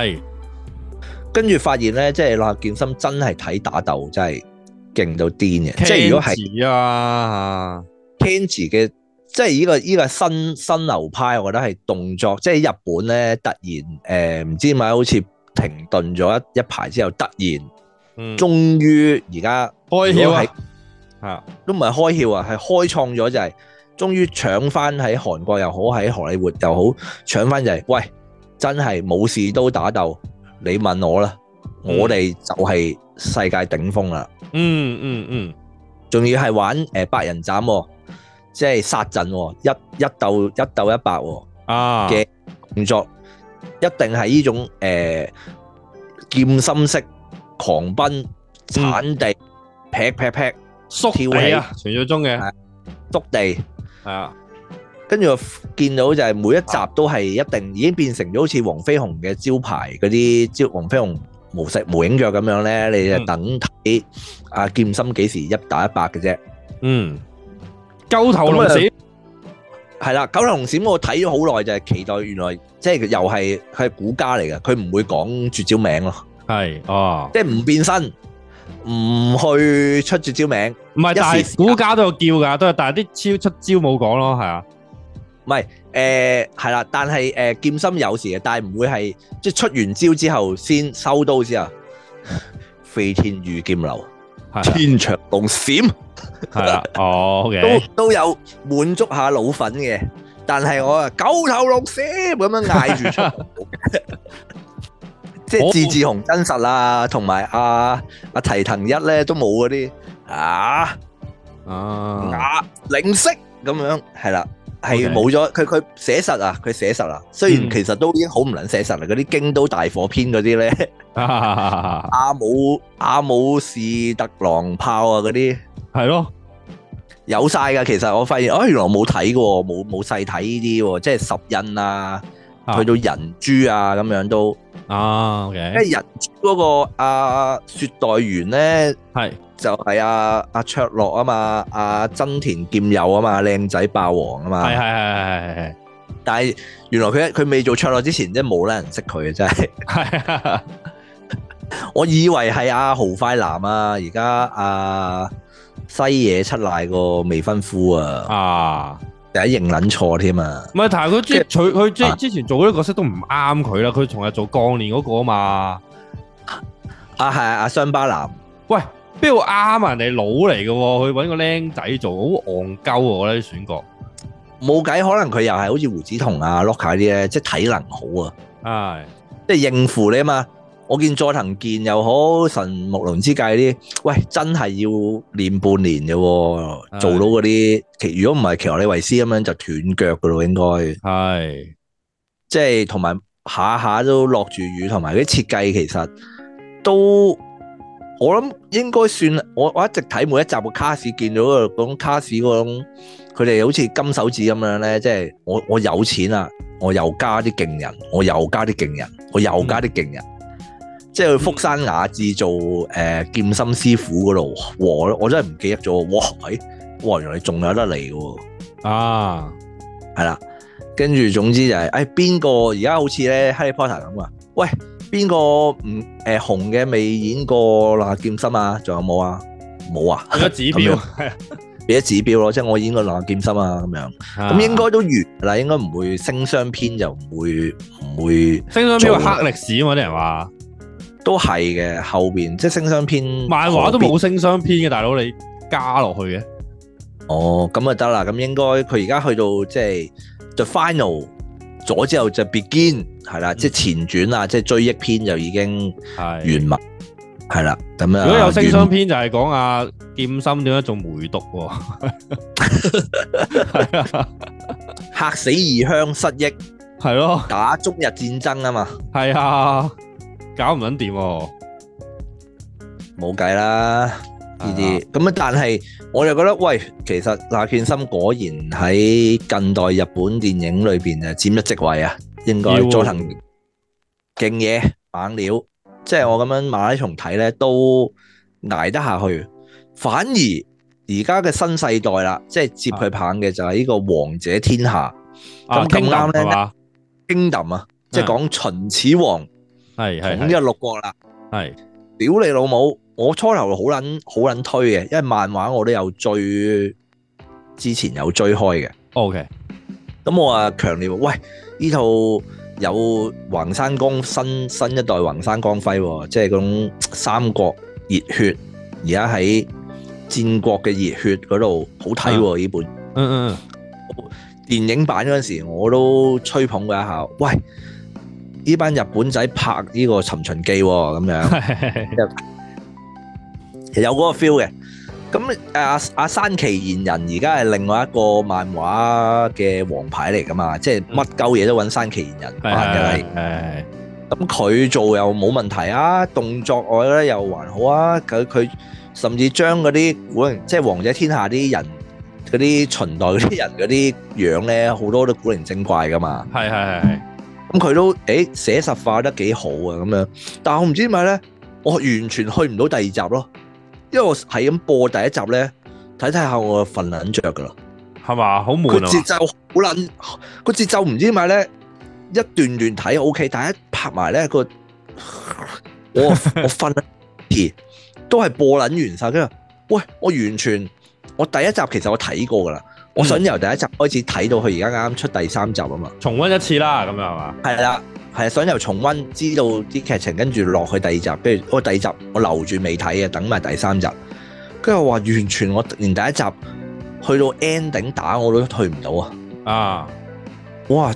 Speaker 6: 係
Speaker 7: 跟住發現咧，即係《落下劍心》真係睇打鬥真係勁到癲嘅，即係如果係。
Speaker 6: 係啊，
Speaker 7: Kenji 嘅，即係呢、個呢、個新新流派，我覺得係動作，即係日本咧突然誒唔、知點解好似停頓咗一一排之後，突然
Speaker 6: 嗯
Speaker 7: 終於而家
Speaker 6: 開竅啊
Speaker 7: 如果
Speaker 6: 係啊，
Speaker 7: 都唔係開竅啊，係開創咗就係、終於搶翻喺韓國又好，喺荷里活又好，搶翻就係、喂，真係武士刀打鬥，你問我啦，
Speaker 6: 嗯
Speaker 7: 我哋就係世界頂峰啦。
Speaker 6: 嗯嗯嗯，
Speaker 7: 仲要係玩誒、呃百人斬喎、即係殺陣喎、一一鬥一鬥一百喎、
Speaker 6: 啊
Speaker 7: 嘅動作，一定係呢種誒、呃劍心式狂
Speaker 6: 嗯
Speaker 7: 奔、鏟地、劈劈劈、
Speaker 6: 縮地啊，傳咗中嘅
Speaker 7: 係篤地，
Speaker 6: 係啊，
Speaker 7: 跟住我見到就係每一集都係一定已經變成咗好似黃飛鴻嘅招牌嗰啲招黃飛鴻無食無影腳咁樣咧，你就
Speaker 6: 嗯
Speaker 7: 等睇啊劍心幾時一打一百嘅啫。
Speaker 6: 嗯，鳩頭龍
Speaker 7: 咁啊
Speaker 6: 死，
Speaker 7: 係啦，九龍閃我睇咗好耐就係期待，原來即係又係佢係古家嚟嘅，佢唔會講絕招名咯，
Speaker 6: 係哦，
Speaker 7: 即係唔變身，唔去出絕招名，
Speaker 6: 唔係，
Speaker 7: 一
Speaker 6: 但
Speaker 7: 時時啊
Speaker 6: 係股價都有叫㗎，都係，但係啲超出招冇講咯，係啊，
Speaker 7: 誒係啦，但係誒、呃劍心有時嘅，但係唔會係即係出完招之後先收刀之後， 飛天御劍流，
Speaker 6: 係啊
Speaker 7: 天長龍閃。
Speaker 6: 係啦，哦，OK，
Speaker 7: 都都有滿足下老粉嘅，但係我啊九頭六舌咁樣嗌住出 嚟，即係自志雄真實啊，同埋阿阿提藤一咧都冇嗰啲啊
Speaker 6: 啊，
Speaker 7: 啊領色咁樣係啦。係
Speaker 6: OK
Speaker 7: 冇咗佢佢寫實啊，佢寫實啊。雖然
Speaker 6: 嗯
Speaker 7: 其實都已經好唔撚寫實啦，嗰啲京都大火篇嗰 啲咧，阿姆阿姆士特狼炮啊嗰啲。
Speaker 6: 係咯，
Speaker 7: 有晒㗎，其實我發現，哦，原來我冇睇嘅喎，冇冇細睇呢啲喎，即係十印啊，
Speaker 6: 啊
Speaker 7: 去到人珠啊咁樣都，
Speaker 6: 啊
Speaker 7: 因
Speaker 6: ，OK，
Speaker 7: 為人珠嗰、個啊雪代緣咧，
Speaker 6: 係
Speaker 7: 就係阿阿卓樂啊嘛，阿、真田劍佑啊嘛，靚仔霸王啊
Speaker 6: 係係
Speaker 7: 嘛，
Speaker 6: 係
Speaker 7: 但係原來佢佢未做卓樂之前，真係冇人識佢嘅，真係，
Speaker 6: 係係係 係，
Speaker 7: 我以為係阿、豪快男啊，而家阿西野七瀨個未婚夫啊，
Speaker 6: 啊。
Speaker 7: 第一認撚錯添啊！
Speaker 6: 唔係，但係佢之佢佢
Speaker 7: 啊
Speaker 6: 之之前做嗰啲角色都唔啱佢啦，佢從日做鋼鍊嗰個啊嘛，
Speaker 7: 啊，係啊阿雙巴男。
Speaker 6: 喂，邊度啱啊？人哋佬嚟嘅喎，佢揾個僆仔做，好戇鳩喎，我覺得啲選角
Speaker 7: 冇計，可能佢又係好似胡子彤啊、Locker 啲咧，即係體能好啊，
Speaker 6: 唉，
Speaker 7: 即係應付你啊嘛。我見佐藤健又好，神木龍之介啲，喂，真係要練半年嘅喎、
Speaker 6: 係
Speaker 7: 做到嗰啲，其如果唔係，其實李維斯咁樣就斷腳嘅咯，應該
Speaker 6: 係
Speaker 7: 即係同埋下下都落住雨，同埋嗰啲設計其實都我諗應該算我我一直睇每一集嘅卡士見到嗰種卡士嗰種，佢哋好似金手指咁樣咧，即係我我有錢啦，我又加啲勁人，我又加啲勁人，我又加啲勁人。即係去福山雅治做誒、呃劍心師傅嗰度，哇！我真係唔記得咗，哇！咦哇！原來仲有得嚟嘅喎。
Speaker 6: 啊，
Speaker 7: 係啦，跟住總之就係、哎邊個而家好似咧 Harry Potter 咁啊？喂，邊個唔誒紅嘅未演過《嗱劍心》啊？仲有冇啊？冇啊，
Speaker 6: 有咗指
Speaker 7: 咁
Speaker 6: 標
Speaker 7: 樣，俾咗指標咯，即係我演過《嗱劍心》啊咁樣，咁
Speaker 6: 啊
Speaker 7: 應該都完啦，應該唔會升雙篇就唔會唔會
Speaker 6: 星星標係黑歷史啊嘛，啲人話
Speaker 7: 都係嘅，後邊即係升雙篇
Speaker 6: 漫畫都冇星相篇嘅，大佬你加落去嘅，
Speaker 7: 哦，咁就得啦，咁應該佢而家去到即係 the final 咗之後就 begin 係
Speaker 6: 嗯
Speaker 7: 啦，即係前傳啦，即係追憶篇就已經。
Speaker 6: 係。
Speaker 7: 原文系啦，咁啊，
Speaker 6: 如果有星相
Speaker 7: 原
Speaker 6: 篇就係講阿劍心點樣做梅毒喎，
Speaker 7: 嚇死異鄉失憶，
Speaker 6: 係咯，
Speaker 7: 打中日戰爭啊嘛，
Speaker 6: 係啊，搞唔撚掂喎，
Speaker 7: 冇計啦呢啲。咁啊，但係我就覺得，喂，其實那劍心果然喺近代日本電影裏邊啊，佔一席位啊，應該
Speaker 6: 要喎
Speaker 7: 佐藤勁嘢猛料，即係我咁樣馬拉松睇咧都捱得下去，反而而家嘅新世代啦，即係接佢棒嘅就係呢個王者天下。
Speaker 6: 啊
Speaker 7: 咁咁啱咧
Speaker 6: 係嘛？
Speaker 7: Kingdom 啊，即係講秦始皇
Speaker 6: 係係
Speaker 7: 統
Speaker 6: 係
Speaker 7: 一六國啦。
Speaker 6: 係
Speaker 7: 屌你老母！我初頭好撚好撚推嘅，因為漫畫我都有追，之前有追開嘅。
Speaker 6: ，OK，
Speaker 7: 咁我啊強烈話喂，呢套有橫山光新新一代橫山光輝喎，即係嗰種三國熱血，而家喺戰國嘅熱血嗰度好睇喎呢本。
Speaker 6: 嗯嗯 嗯，
Speaker 7: 電影版嗰陣時，我都吹捧過一下。喂，呢班日本仔拍呢個《尋秦記》喎，咁樣有嗰個 feel 嘅。咁阿阿山崎賢人而家係另外一個漫畫嘅王牌嚟噶嘛，即係乜鳩嘢都揾山崎賢人
Speaker 6: 係
Speaker 7: 扮嘅係
Speaker 6: 係。係
Speaker 7: 咁佢做又冇問題啊，動作我覺得又還好啊。佢佢甚至將嗰啲古靈，即係王者天下啲人嗰啲秦代嗰啲人嗰啲樣咧，好多都古靈精怪噶嘛。
Speaker 6: 係係係
Speaker 7: 咁佢都誒寫實化得幾好啊咁樣。但係我唔知點解咧，我完全去唔到第二集咯，因為我係咁播第一集咧，睇睇下我瞓撚着噶啦。
Speaker 6: 係嘛？好
Speaker 7: 個
Speaker 6: 悶啊
Speaker 7: 節奏好撚，個節奏唔知點解咧，一段段睇 O K，但係一拍埋咧個，我我瞓一次都係播撚完晒，跟住喂，我完全我第一集其實我睇過噶啦，
Speaker 6: 嗯
Speaker 7: 我想由第一集開始睇到佢而家啱啱出第三集啊嘛，
Speaker 6: 嘛，重温一次啦，咁樣係嘛？
Speaker 7: 係啦，係啊想由重温知道啲劇情，跟住落去第二集，跟住我第二集我留住未睇嘅，等埋第三集，跟住我話完全我連第一集去到 ending 打我都退唔到啊！
Speaker 6: 啊，
Speaker 7: 哇！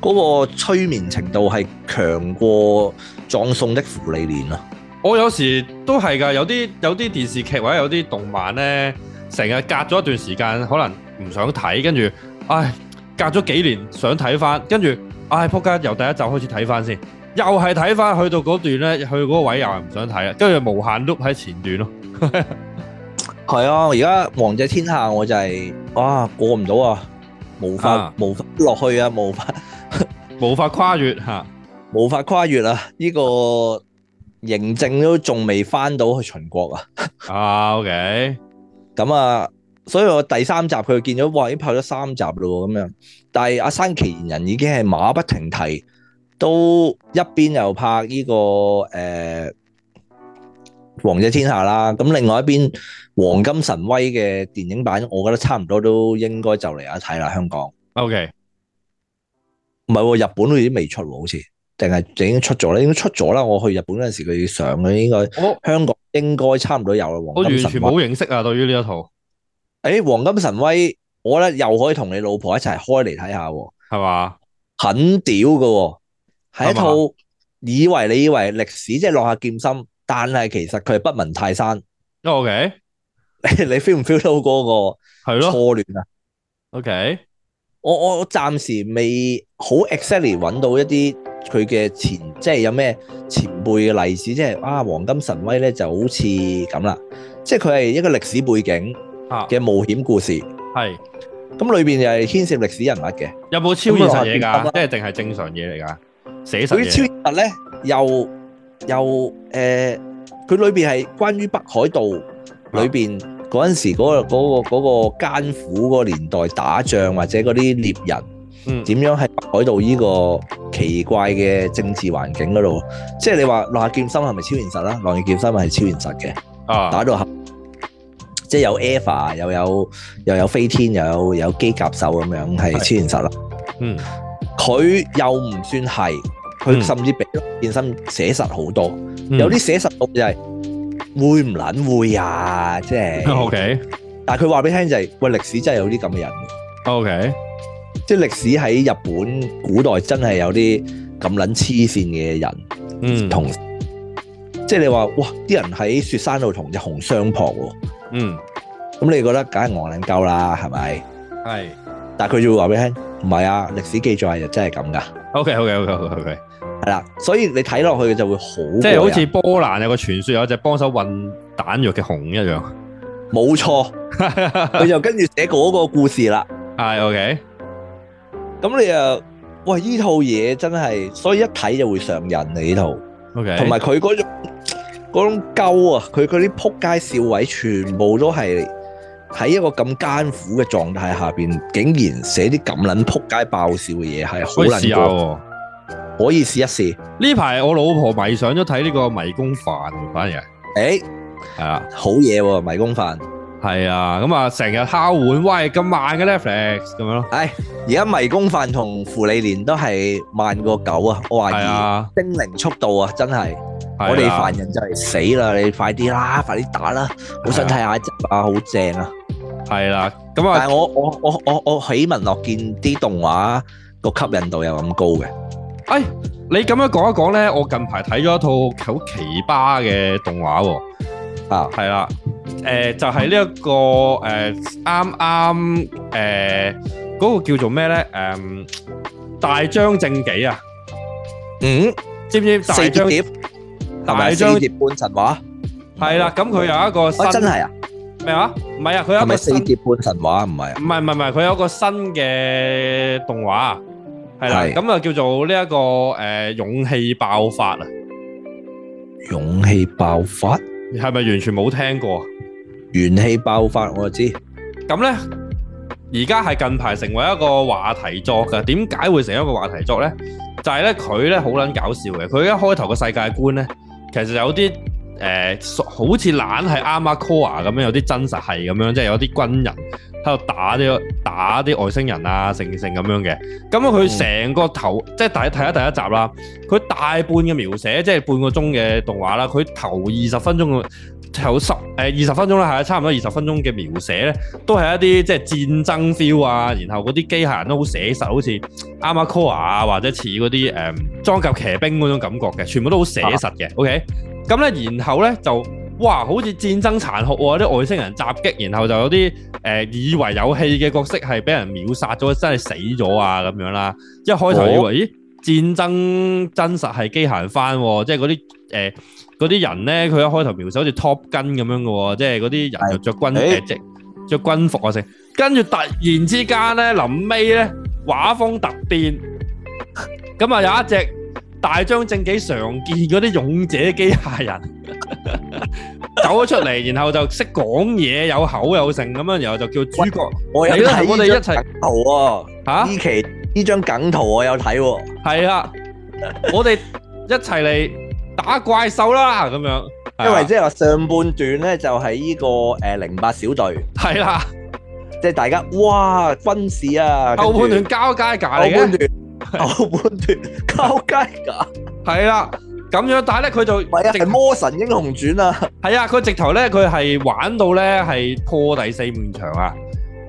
Speaker 7: 嗰、個催眠程度係強過葬送的芙莉蓮啊！
Speaker 6: 我有時都係㗎，有啲有啲電視劇或者有啲動漫咧，成日隔咗一段時間，可能唔想睇，跟住唉，隔咗幾年想睇翻，跟住唉仆街，由第一集開始睇翻先，又係睇翻去到嗰段咧，去嗰個位又係唔想睇啦，跟住無限 loop 喺前段咯。
Speaker 7: 係啊！而家王者天下我就係、哇過唔到啊，無法、
Speaker 6: 啊
Speaker 7: 無法落去啊，無法
Speaker 6: 無法跨越嚇，
Speaker 7: 無法跨越啊！呢、個嬴政都仲未翻到去秦國啊！
Speaker 6: 啊 OK，
Speaker 7: 咁啊，所以我第三集佢見咗，哇，已經拍咗三集咯喎咁樣。但係阿山崎賢人已經係馬不停蹄，都一邊又拍呢、個誒《王者天下》啦，咁另外一邊《黃金神威》嘅電影版，我覺得差唔多都應該就嚟有得睇啦，香港。
Speaker 6: OK，
Speaker 7: 唔係喎，日本好似未出喎，好似定係已經出咗啦，應該出咗啦。我去日本嗰陣時佢上嘅應該，
Speaker 6: 我
Speaker 7: 香港應該差唔多有啦。
Speaker 6: 我
Speaker 7: 黃
Speaker 6: 完
Speaker 7: 金神
Speaker 6: 全
Speaker 7: 威
Speaker 6: 冇認識啊，對於呢一套
Speaker 7: 誒《黃金神威》，我咧又可以同你老婆一齊開嚟睇下喎，
Speaker 6: 係嘛？
Speaker 7: 很屌嘅喎，係
Speaker 6: 係
Speaker 7: 一
Speaker 6: 嘛
Speaker 7: 套以為你以為歷史即係落下劍心，但係其實佢係不聞泰山，
Speaker 6: 哦 OK，
Speaker 7: 你 feel 唔 feel 到嗰個
Speaker 6: 係咯
Speaker 7: 錯亂啊？
Speaker 6: ，OK，
Speaker 7: 我我我暫時未好 exactly 揾到一啲佢嘅前，即係有咩前輩嘅例子，即係啊黃金神威咧就好似咁啦，即係佢係一個歷史背景
Speaker 6: 啊
Speaker 7: 嘅冒險故事，
Speaker 6: 系
Speaker 7: 咁裏邊又係牽涉歷史人物嘅。
Speaker 6: 有冇超現實嘢
Speaker 7: 咁啊
Speaker 6: 㗎？即係定係正常嘢嚟㗎？寫實
Speaker 7: 佢超
Speaker 6: 嘢
Speaker 7: 現實咧，又又誒，佢裏邊係關於北海道裏邊嗰陣時嗰、個嗰、個嗰、個艱苦嗰個年代打仗或者嗰啲獵人。
Speaker 6: 嗯
Speaker 7: 點樣喺北海道呢個奇怪嘅政治環境嗰度？即係你話《浪客劍心》係咪超現實啦？《浪客劍心》係超現實嘅，
Speaker 6: 啊，
Speaker 7: 打到合即係有 Eva，又有又有飛天，又有有機甲手咁樣，係超現實啦。
Speaker 6: 嗯
Speaker 7: 佢又唔算係，
Speaker 6: 嗯
Speaker 7: 佢甚至比《浪客劍心》寫實好多。
Speaker 6: 嗯
Speaker 7: 有啲寫實到就係、會唔撚會啊？即 係，
Speaker 6: OK
Speaker 7: 但係佢話俾你聽就係、喂歷史真係有啲咁嘅人嘅
Speaker 6: OK
Speaker 7: 即係歷史喺日本古代真係有啲咁撚黐線嘅人，
Speaker 6: 嗯
Speaker 7: 同即係你話哇啲人喺雪山度同只熊相撲喎，
Speaker 6: 嗯
Speaker 7: 咁你覺得梗係戇撚鳩啦，係咪？
Speaker 6: 係
Speaker 7: 但係佢就會話俾你聽，唔係啊，歷史記載係真係咁噶，
Speaker 6: OK OK OK OK OK，
Speaker 7: 係啦，所以你睇落去就會好過癮，
Speaker 6: 即係好似波蘭有個傳說有隻幫手運彈藥嘅熊一樣。
Speaker 7: 冇 錯，佢就跟住寫嗰個故事啦。
Speaker 6: 係 OK
Speaker 7: 咁你啊，喂，呢套嘢真係，所以一睇就會上癮你呢套。
Speaker 6: OK，
Speaker 7: 同埋佢嗰種嗰種鳩啊，佢嗰啲撲街笑位全部都係喺一個咁艱苦嘅狀態下邊，竟然寫啲咁撚撲街爆笑嘅嘢，係好
Speaker 6: 可以試
Speaker 7: 撚
Speaker 6: 下
Speaker 7: 過，
Speaker 6: 喎。
Speaker 7: 可以試一試。
Speaker 6: 呢排我老婆迷上咗睇呢個迷宮飯喎，反而係
Speaker 7: 誒、
Speaker 6: 係啦。
Speaker 7: 好嘢喎、迷宮飯！
Speaker 6: 係啊，咁啊，成日敲碗，喂，咁慢嘅 Netflix 咁樣咯，
Speaker 7: 而家迷宮飯同芙莉蓮都係慢過狗啊，我懷
Speaker 6: 係
Speaker 7: 疑。
Speaker 6: 啊，
Speaker 7: 精靈速度啊，真係
Speaker 6: 係啊
Speaker 7: 我哋凡人就係死啦！你快啲啦，快啲打啦！好想睇下一集啊，好正啊！
Speaker 6: 係啦，咁啊
Speaker 7: 但，係我我我我我喜聞樂見啲動畫個吸引度又咁高嘅，
Speaker 6: 哎，你咁樣講一講咧，我近排睇咗一套好奇葩嘅動畫喎，
Speaker 7: 啊
Speaker 6: 係啦，誒就係呢一個誒啱啱誒嗰個叫做咩咧誒大張正己啊，
Speaker 7: 嗯，
Speaker 6: 知唔知大
Speaker 7: 四
Speaker 6: 張
Speaker 7: 碟同
Speaker 6: 大
Speaker 7: 埋
Speaker 6: 張
Speaker 7: 四碟半神話，
Speaker 6: 係啦？咁佢有一個
Speaker 7: 啊真
Speaker 6: 新
Speaker 7: 係啊，
Speaker 6: 咩啊？唔係啊，佢有
Speaker 7: 係
Speaker 6: 一個
Speaker 7: 咪四
Speaker 6: 新
Speaker 7: 碟半神話唔係啊？
Speaker 6: 唔係唔係唔係，佢有個新嘅動畫啊，係啦，
Speaker 7: 係
Speaker 6: 咁啊叫做呢、一個誒、呃勇氣爆發啊，
Speaker 7: 勇氣爆發、
Speaker 6: 係咪完全冇聽過？
Speaker 7: 元氣爆發，我就知
Speaker 6: 咁咧，而家係近排成為一個話題作㗎。點解會成為一個話題作咧？就係咧佢咧好撚搞笑嘅，佢一開頭個世界觀咧，其實有啲誒、呃好似懶係啱啊 core 咁樣，有啲真實係咁樣，即係有啲軍人喺度打啲打啲外星人啊，成成咁樣嘅。咁啊，佢成個頭即係睇睇咗第一集啦，佢大半嘅描寫即係半個鐘嘅動畫啦，佢頭二十分鐘嘅頭十誒二十分鐘啦，係啊差唔多二十分鐘嘅描寫咧。都係一啲即係戰爭 feel 啊，然後嗰啲機械人都好寫實，好似 Armored Core 啊，或者似嗰啲誒裝甲騎兵嗰種感覺嘅，全部都好寫實嘅。OK，咁咧，然後咧就哇，好似戰爭殘酷喎、啲外星人襲擊，然後就有啲誒、呃以為有戲嘅角色係俾人秒殺咗，真係死咗啊咁樣啦。一開頭以為、咦戰爭真實係機械人翻喎、即係嗰啲誒。呃嗰啲人咧，佢一開頭描寫好似 Top 跟咁樣嘅喎，即係嗰啲人就着軍
Speaker 7: 係
Speaker 6: 誒，即着軍服啊成，跟住突然之間咧，臨尾咧畫風突變，咁啊有一隻大張正己常見嗰啲勇者機械人 走咗出嚟，然後就識講嘢，有口有剩咁樣，然後就叫主角
Speaker 7: 我有
Speaker 6: 你啦
Speaker 7: 睇
Speaker 6: 我哋
Speaker 7: 呢
Speaker 6: 一齊
Speaker 7: 張梗圖喎，
Speaker 6: 吓，
Speaker 7: 呢期呢張梗圖我有睇喎，
Speaker 6: 係啊，我哋一齊嚟打怪獸啦咁樣，
Speaker 7: 因
Speaker 6: à?
Speaker 7: 為即係話上半段咧就係呢個誒零八小隊，
Speaker 6: 係啦，
Speaker 7: 即係大家哇軍事啊，跟
Speaker 6: 後
Speaker 7: 住
Speaker 6: 半段交街架嚟
Speaker 7: 後
Speaker 6: 嘅
Speaker 7: 半。 段，後半段交街 㗎，
Speaker 6: 係啦，咁樣，但係咧佢就
Speaker 7: 唔係啊，
Speaker 6: 直
Speaker 7: 係魔神英雄傳啊！
Speaker 6: 係啊，佢直頭咧佢係玩到咧係破第四面牆啊，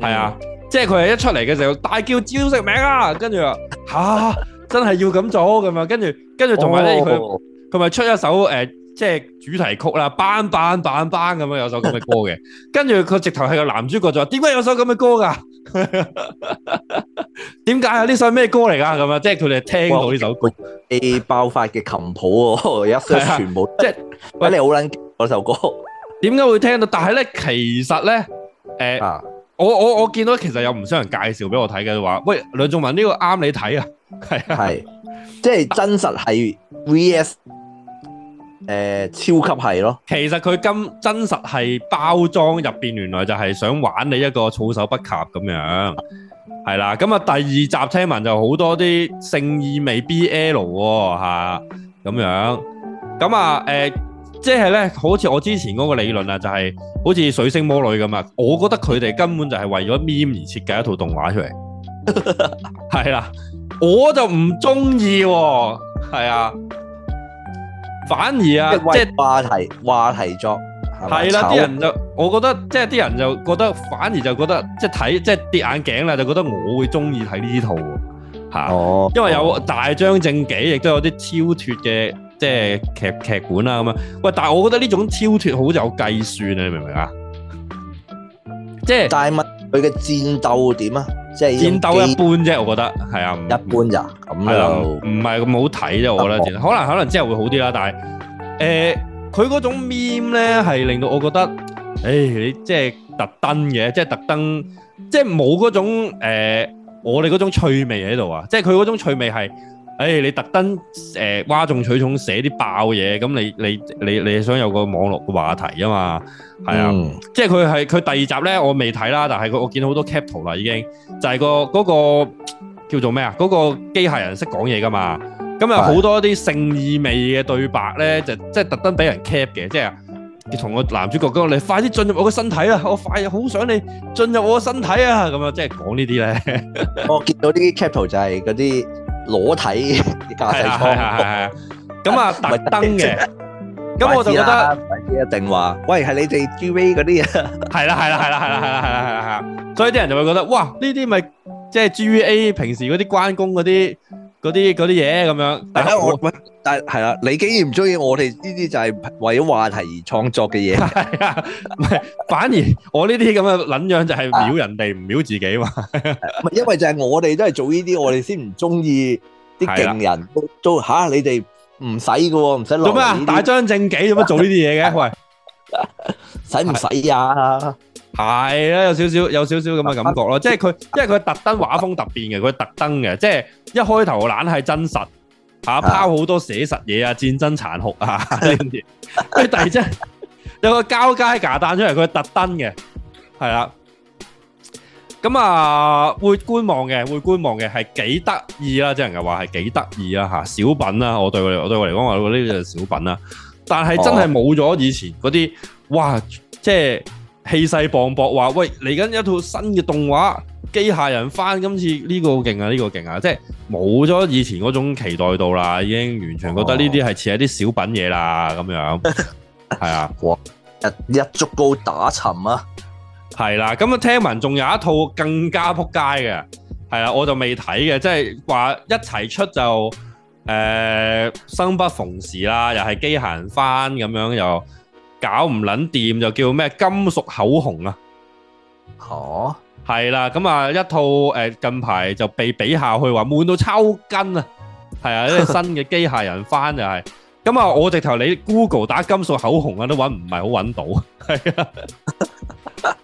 Speaker 6: 係啊，即係佢係一出嚟嘅時候大叫招式名啊，跟住話吓真係要咁做咁樣，跟住跟住同埋咧佢
Speaker 7: 哦
Speaker 6: 佢咪出一首誒、呃即係主題曲啦，bang bang bang bang 咁樣有首咁嘅歌嘅，跟住佢直頭係個男主角就話點解有首咁嘅歌㗎？ 點解啊？呢首咩歌嚟㗎？咁啊，即係佢哋聽到呢首歌，
Speaker 7: A 爆發嘅琴譜喎， 我而家 search 全部，
Speaker 6: 即
Speaker 7: 即
Speaker 6: 係
Speaker 7: 係喂你好撚勁嗰首歌
Speaker 6: 點解會聽到？但係咧，其實咧，诶、
Speaker 7: 啊，
Speaker 6: 我我我見到其實有唔少人介紹俾我睇嘅話，喂，梁仲文呢個啱你睇啊，係啊，
Speaker 7: 係即係真實係 VS 誒超級係咯，
Speaker 6: 其實佢今真實係包裝入边，原來就係想玩你一個措手不及咁樣，係啦。咁啊，第二集聽聞就好多啲性意味 BL 喎吓咁樣。咁啊，诶、即係咧，好似我之前嗰個理論啊，就係好似水星魔女咁啊。我覺得佢哋根本就係為咗 meme 而設計一套動畫出嚟，係啦。我就唔中意喎，係啊，反而啊，即
Speaker 7: 即
Speaker 6: 係。
Speaker 7: 係話題話題作係咪
Speaker 6: 係啦，啲
Speaker 7: 炒
Speaker 6: 人就我覺得即係啲人就覺得反而就覺得即係睇即係跌眼鏡啦，就覺得我會中意睇呢套喎嚇，
Speaker 7: 哦，
Speaker 6: 因為有大張正己，亦都有啲超脱嘅即係劇劇本啊啦咁樣。喂，但係我覺得呢種超脱好有計算啊，你明唔明啊？即係
Speaker 7: 但係問佢嘅戰鬥點啊？即係呢
Speaker 6: 戰
Speaker 7: 種
Speaker 6: 鬥
Speaker 7: 機
Speaker 6: 一般啫，我覺得係啊，唔
Speaker 7: 一般咋
Speaker 6: 系啦，嗯唔
Speaker 7: 咁就哦
Speaker 6: 唔係咁好睇啫，我覺得其實可能可能之後會好啲啦，但係誒佢嗰種 meme 咧係令到我覺得，誒你即係特登嘅，即係特登，即係冇嗰種、呃、我哋嗰種趣味喺度啊，即係佢嗰種趣味係。誒、你特登誒嘩眾取寵寫啲爆嘢，咁你你你你想有個網絡嘅話題啊嘛，係啊，
Speaker 7: 嗯
Speaker 6: 即係佢係佢第二集咧，我未睇啦，但係佢我見到好多 cap 圖啦，已經就係、個嗰、個叫做咩啊？嗰、個機械人識講嘢噶嘛，咁有好多啲性意味嘅對白咧，就即係特登俾人 cap 嘅，即係。同個男主角講：你快啲進入我個身體啦！我快好想你進入我個身體啊！咁啊，即係講呢啲咧，
Speaker 7: 我見到呢啲 cap 圖就係嗰啲裸體
Speaker 6: 係
Speaker 7: 嘅駕駛
Speaker 6: 啊係啊係
Speaker 7: 艙。
Speaker 6: 啊，咁 啊特登嘅，咁我就覺得。
Speaker 7: 得一定話，喂係你哋 G V 嗰啲啊，
Speaker 6: 係啦，係啦，係啦，係啦，係啦，係啦，係啦，係啦，所以啲人就會覺得，哇，呢啲咪即係 G V A 平時嗰啲關公嗰啲嗰啲嗰啲嘢咁樣。
Speaker 7: 但
Speaker 6: 但
Speaker 7: 係
Speaker 6: 係
Speaker 7: 我
Speaker 6: 我
Speaker 7: 喂，但係係啦，你竟然唔中意我哋呢啲就係為咗話題而創 作嘅嘢，
Speaker 6: 係啊， 唔係，反而我呢啲咁嘅撚樣就係秒人哋，唔秒自己
Speaker 7: 啊
Speaker 6: 嘛。
Speaker 7: 唔係因為就係我哋都係做呢啲，我哋先唔中意啲
Speaker 6: 係啦
Speaker 7: 勁人都都吓你哋唔使嘅喎，唔使落
Speaker 6: 做咩啊
Speaker 7: 嚟？呢
Speaker 6: 大
Speaker 7: 啲
Speaker 6: 張正己做乜做呢啲嘢 嘅？喂，
Speaker 7: 使唔使啊？
Speaker 6: 係啦，有少少有少少咁嘅感覺 咯。即係佢，因為佢特登畫風突變嘅，佢特登嘅，即係一開頭懶係真實。嚇
Speaker 7: 啊
Speaker 6: 拋好多寫實嘢啊，戰爭殘酷 啊呢啲，佢突然之間有個交街架彈出嚟，佢係特登嘅，係啦。咁啊，會觀望嘅，會觀望嘅，係幾得意啦，即係人話係幾得意啦嚇，小品啦，我對我嚟我對我嚟講，我呢個小品啦。但係真係冇咗以前嗰啲，哇！即係氣勢磅礴，話喂嚟緊一套新嘅動畫《機械人翻》，今次呢個勁啊，呢、個勁啊，即係冇咗以前嗰種期待度啦，已經完全覺得呢啲係似係啲小品嘢啦咁樣，係啊。
Speaker 7: 一一足高打沉啊！
Speaker 6: 係啦，咁啊聽聞仲有一套更加撲街嘅，係啦，我就未睇嘅，即係話一齊出就诶、呃生不逢時啦，又係機械人翻咁樣又搞唔撚掂，就叫咩金屬口紅啊，
Speaker 7: 哦，
Speaker 6: 係啦，咁啊一套诶、呃近排就被比下去話悶到抽筋啊，係啊，呢個新嘅機械人翻就係，咁啊我直頭你 Google 打金屬口紅啊都揾唔係好揾到， 係啊。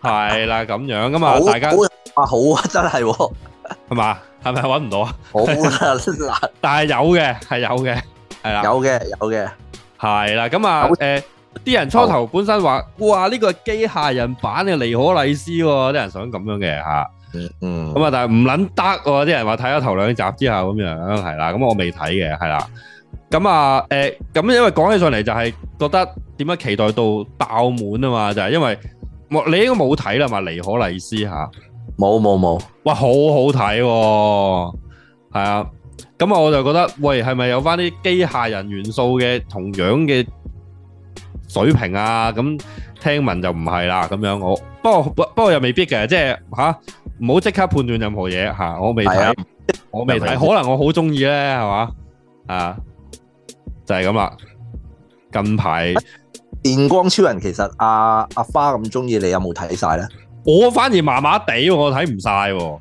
Speaker 6: 係啦，咁樣咁啊，
Speaker 7: 好
Speaker 6: 大家
Speaker 7: 好啊好啊，真係喎，
Speaker 6: 係嘛？係咪揾唔到啊？
Speaker 7: 好啊嗱。
Speaker 6: 但係有嘅，係有嘅，係啦，
Speaker 7: 有嘅，有嘅，
Speaker 6: 係啦。咁啊
Speaker 7: 有，
Speaker 6: 誒，啲人初頭本身話，哇，呢個係機械人版嘅尼可麗斯喎，啲人想咁樣嘅嚇。
Speaker 7: 嗯，
Speaker 6: 咁啊，但係唔撚得喎，啲人話睇咗頭兩集之後咁樣，係啦。咁我未睇嘅，係啦。咁啊，誒，咁因為講起上嚟就係覺得點解期待到爆滿啊嘛，就係因為我你應該冇睇啦嘛，尼可麗斯嚇。
Speaker 7: 冇冇冇，
Speaker 6: 哇，好好睇喎、係啊，咁啊我就覺得，喂，係咪有翻啲機械人元素嘅同樣嘅水平啊？咁聽聞就唔係啦，咁樣我不過不不過又未必嘅，即係吓唔好即刻判斷任何嘢吓、我未
Speaker 7: 係
Speaker 6: 睇
Speaker 7: 啊，
Speaker 6: 我未睇，
Speaker 7: 係咪
Speaker 6: 可能我好中意咧，係嘛啊，就係咁啦。近排
Speaker 7: 電光超人其實阿阿花咁中意，你有冇睇晒咧？
Speaker 6: 我反而麻麻地喎，我睇唔晒喎。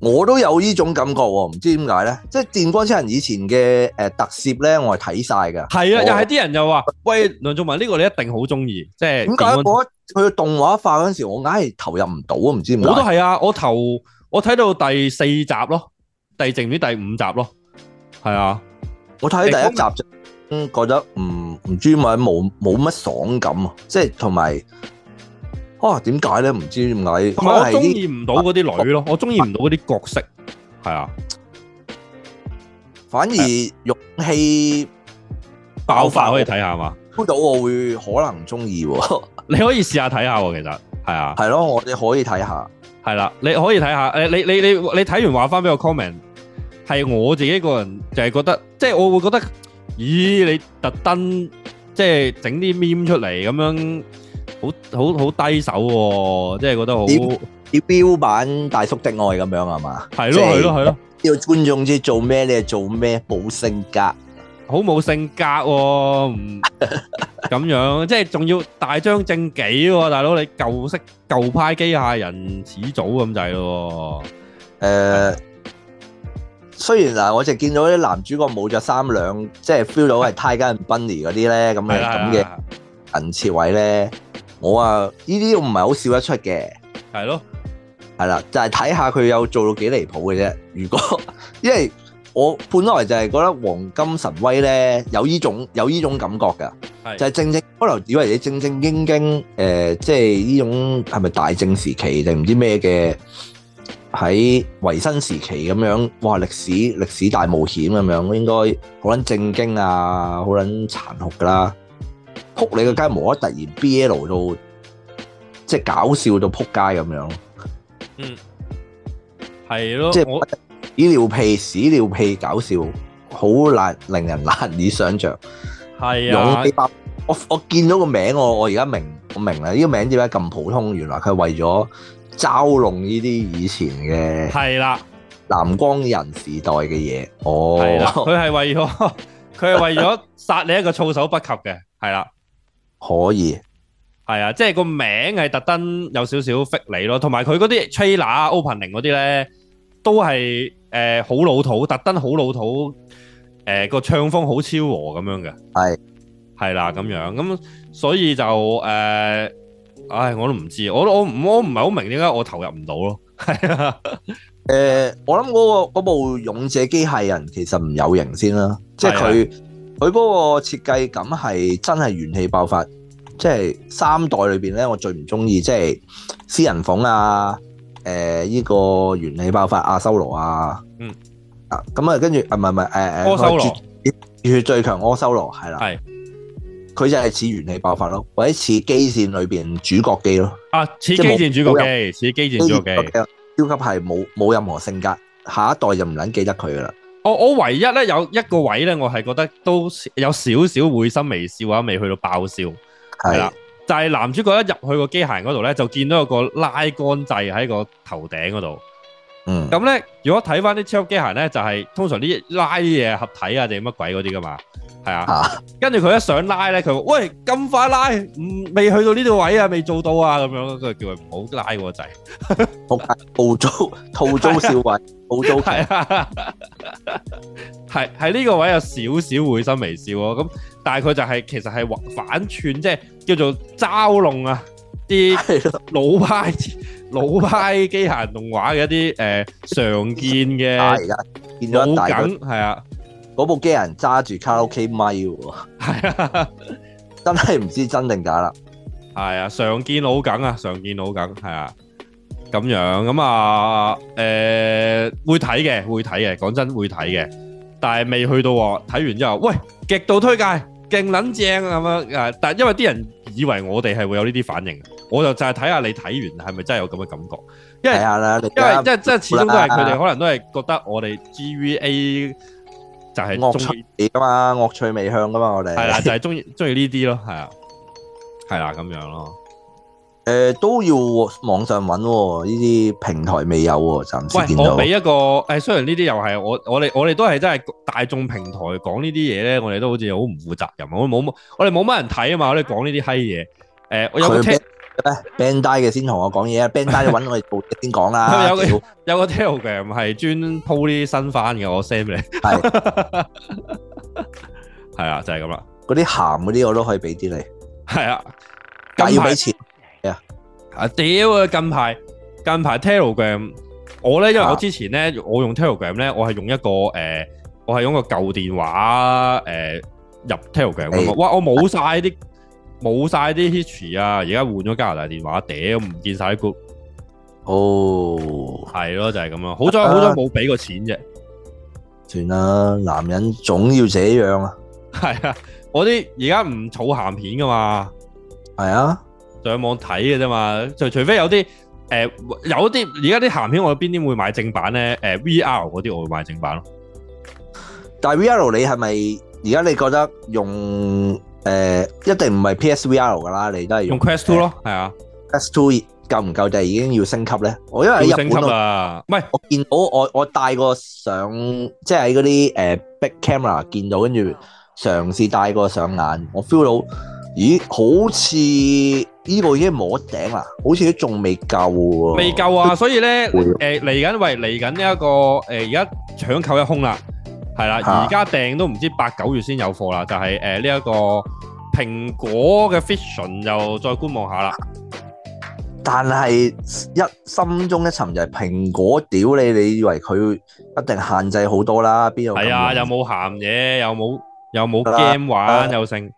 Speaker 7: 我都有呢種感覺喎，唔知點解咧？即係電光超人以前嘅誒特攝咧，我係睇晒㗎。
Speaker 6: 係啊，
Speaker 7: 我
Speaker 6: 又係啲人又話：喂，梁仲文呢個你一定好中意，即係
Speaker 7: 點解
Speaker 6: 點講
Speaker 7: 我啊佢動畫化嗰陣時，我硬係投入唔到啊？唔知點解。
Speaker 6: 我都係啊，我頭我睇到第四集咯，第剩唔知第五集咯，係啊。
Speaker 7: 我睇第一集就嗯覺得唔唔知點解冇冇乜爽感啊，即係同埋啊點解咧？唔知點解，可
Speaker 6: 同埋
Speaker 7: 能
Speaker 6: 我
Speaker 7: 啊係
Speaker 6: 中
Speaker 7: 啲
Speaker 6: 意唔到嗰啲女咯，我中意唔到嗰啲角色，係啊，
Speaker 7: 反而勇氣
Speaker 6: 爆發可以睇下嘛，
Speaker 7: 估到我會可能中意喎，
Speaker 6: 你可以試下睇下喎，其實係啊，
Speaker 7: 係咯，我哋可以睇下。
Speaker 6: 係啦，你可以睇下，誒你你你你睇完話翻俾我 comment，係我自己個人就係覺得，即係我會覺得，咦你特登即係整啲 meme 出嚟咁樣，好好好低手喎，即係覺得好
Speaker 7: 點要標版大叔的愛咁樣係嘛？
Speaker 6: 係
Speaker 7: 即
Speaker 6: 咯
Speaker 7: 係
Speaker 6: 係咯 係咯，
Speaker 7: 要觀眾知做咩，你係做咩，冇性格。
Speaker 6: 好冇性格喎，唔咁樣，即係仲要大張正己喎，大佬你舊式舊派機械人始祖咁滯咯喎。
Speaker 7: 誒、呃雖然嗱，我就見到啲男主角冇着三兩，即係 feel 到係 Tiger and Bunny 嗰啲咧，咁
Speaker 6: 係
Speaker 7: 嘅
Speaker 6: 啦
Speaker 7: 咁嘅銀切位咧，我啊呢啲我唔係好笑得出嘅，
Speaker 6: 係咯，
Speaker 7: 係啦，就係睇下佢有做到幾離譜嘅啫。如果因為我本來就係覺得黃金神威咧有呢種有呢種感覺㗎，
Speaker 6: 係
Speaker 7: 就係正正可能以為你正正經經誒、呃即係呢種係咪大正時期定唔知咩嘅喺維新時期咁樣，哇歷史歷史大冒險咁樣，應該好撚正經啊，好撚殘酷㗎啦，撲你個街無啦啦突然 B L 到即係搞笑到撲街咁樣。
Speaker 6: 係咯，
Speaker 7: 即係
Speaker 6: 哦我
Speaker 7: 屎尿屁、屎尿屁搞笑，好難令人難以想像。
Speaker 6: 係
Speaker 7: 勇
Speaker 6: 啊
Speaker 7: 氣，爆，我我見到個名，我我而家明，我明啦。呢、個名點解咁普通？原來佢係為咗嘲弄呢啲以前嘅
Speaker 6: 係啦，
Speaker 7: 藍光人時代嘅嘢。哦，
Speaker 6: 係啦，佢係為咗 佢係為咗殺你一個措手不及嘅，係啦。
Speaker 7: 可以
Speaker 6: 係啊，即係個名係特登有少少 fit 你咯，同埋佢嗰啲 trailer 啊、opening 嗰啲咧，都係誒好老土，特登好老土，誒個唱風好超和咁樣嘅，
Speaker 7: 係
Speaker 6: 係啦咁樣，咁所以就誒，唉我都唔知，我都我唔我唔係好明點解我投入唔到咯，係啊，
Speaker 7: 誒、呃我諗嗰、個嗰部勇者機械人其實唔有型先
Speaker 6: 啊
Speaker 7: 啦，即係佢佢嗰個設計感係真係元氣爆發，即係三代裏邊咧，我最唔中意即係私人房啊，誒、呢、個元氣爆發阿修羅啊，
Speaker 6: 嗯
Speaker 7: 啊咁啊，跟住啊唔係唔係誒誒
Speaker 6: 柯修羅
Speaker 7: 絕絕血最強柯修羅係啦，
Speaker 6: 係
Speaker 7: 佢就係似元氣爆發咯，或者似機戰裏邊主角機咯。
Speaker 6: 啊似機
Speaker 7: 即係冇
Speaker 6: 戰主角機，似機戰主角機。
Speaker 7: 超級係冇冇任何性格，下一代就唔撚記得佢噶啦。
Speaker 6: 我我唯一咧有一個位咧，我係覺得都有少少會心微笑啊，未去到爆笑。係
Speaker 7: 係
Speaker 6: 啦，就係男主角一入去個機械人嗰度咧，就見到有個拉杆掣喺個頭頂嗰度。
Speaker 7: 嗯，
Speaker 6: 咁咧，如果睇翻啲超級機械人咧，就係、通常啲拉嘢合體啊定乜鬼嗰啲噶嘛，係啊。
Speaker 7: 嚇
Speaker 6: 跟住佢一想拉咧，佢話：喂，咁快拉，唔未去到呢度位啊，未做到啊，咁樣，佢叫佢唔好拉個掣。
Speaker 7: 好暴躁 暴躁少偉，暴躁
Speaker 6: 係啊，係喺呢個位有少少會心微笑咯。咁但係佢就係、其實係反串，即係叫做嘲弄啊啲。
Speaker 7: 係咯，
Speaker 6: 老派老派機械人動畫嘅一啲誒、呃常見
Speaker 7: 大
Speaker 6: 嘅
Speaker 7: 㗎，見
Speaker 6: 老
Speaker 7: 咗一大個
Speaker 6: 梗係啊，
Speaker 7: 嗰部機器人揸住卡拉 OK 咪喎，
Speaker 6: 係啊，
Speaker 7: 真係唔知真定假啦。
Speaker 6: 係啊，常見老梗啊，常見老梗係啊，咁樣咁啊誒、會睇嘅，會睇嘅，講真會睇嘅，但係未去到喎，睇完之後，喂，極度推介，勁撚正啊咁樣啊！但係因為啲人以為我哋係會有呢啲反應，我就就係睇下你睇完係咪真係有咁嘅感覺。因為
Speaker 7: 睇下啊啦，你
Speaker 6: 因為
Speaker 7: 而
Speaker 6: 即
Speaker 7: 家
Speaker 6: 係即係始終都係佢哋可能都係覺得我哋 GVA 就係
Speaker 7: 惡
Speaker 6: 中意
Speaker 7: 趣味噶嘛，惡啊趣味向噶嘛，我哋
Speaker 6: 係啦，就係中意中意呢啲咯，係啊，係啦咁樣咯。
Speaker 7: 誒都要網上揾喎，呢啲平台未有喎，暫時見
Speaker 6: 喂，我
Speaker 7: 到
Speaker 6: 俾一個誒，雖然呢啲又係我我哋我哋都係真係大眾平台講呢啲嘢咧，我哋都好似好唔負責任，我冇我哋冇乜人睇啊嘛，我哋講呢啲閪嘢。誒，我有個
Speaker 7: 佢
Speaker 6: 聽
Speaker 7: 俾 band 嘅先同我講嘢啊，band 你揾我哋做嘢先講 啦。
Speaker 6: 有個
Speaker 7: 屌
Speaker 6: 有個 Telegram 係專 po 啲新番嘅，我 send 俾你。係 係啦，就係咁啦。
Speaker 7: 嗰啲鹹嗰啲我都可以俾啲你，
Speaker 6: 係啊，
Speaker 7: 但係
Speaker 6: 近
Speaker 7: 要
Speaker 6: 排
Speaker 7: 俾錢。
Speaker 6: 啊屌啊！近排近排 Telegram，我咧因為
Speaker 7: 啊
Speaker 6: 我之前咧我用 Telegram 咧，我係用一個誒、呃我係用一個舊電話誒、呃入 Telegram 噶嘛。
Speaker 7: 係
Speaker 6: 哇！我冇晒啲冇晒啲 history 啊！而家換咗加拿大電話，屌唔見晒啲 group。
Speaker 7: 哦，
Speaker 6: 係咯，就係咁啦。好彩好彩冇俾過錢啫。
Speaker 7: 算啦，男人總要這樣啊，
Speaker 6: 係啊，我啲而家唔儲鹹片噶嘛。
Speaker 7: 係啊，
Speaker 6: 上網睇嘅啫嘛，就除非有啲誒、呃有啲而家啲鹹片，我邊啲會買正版咧？誒、VR 嗰啲我會買正版咯。
Speaker 7: 但係 VR 你係咪而家你覺得用誒、呃一定唔係 PSVR 噶啦，你都係
Speaker 6: 用
Speaker 7: 用
Speaker 6: Quest Two 咯，係啊，
Speaker 7: S Two 夠唔夠定係已經要升級咧？我因為
Speaker 6: 要
Speaker 7: 喺
Speaker 6: 升
Speaker 7: 日
Speaker 6: 級
Speaker 7: 本我
Speaker 6: 啦。唔係
Speaker 7: 我見到我我帶個上即係喺嗰啲誒 big camera 見到，跟住
Speaker 6: 嗯
Speaker 7: 嘗試帶個上眼，我 feel 到咦好似呢個已經摸頂啦，好似都仲未夠喎，
Speaker 6: 未夠啊，所以咧
Speaker 7: 會
Speaker 6: 誒嚟緊，喂嚟緊呢一個誒而家搶購一空啦，係啦，
Speaker 7: 嚇
Speaker 6: 而家訂都唔知八九月先有貨啦，就係誒呢一個蘋果嘅 Vision 又再觀望下啦。
Speaker 7: 但係一心中一沉就係蘋果屌你，你以為佢一定限制好多啦？邊有咁
Speaker 6: 係啊，
Speaker 7: 容易
Speaker 6: 又冇鹹嘢，又冇又冇
Speaker 7: 係啦
Speaker 6: game 玩，又剩。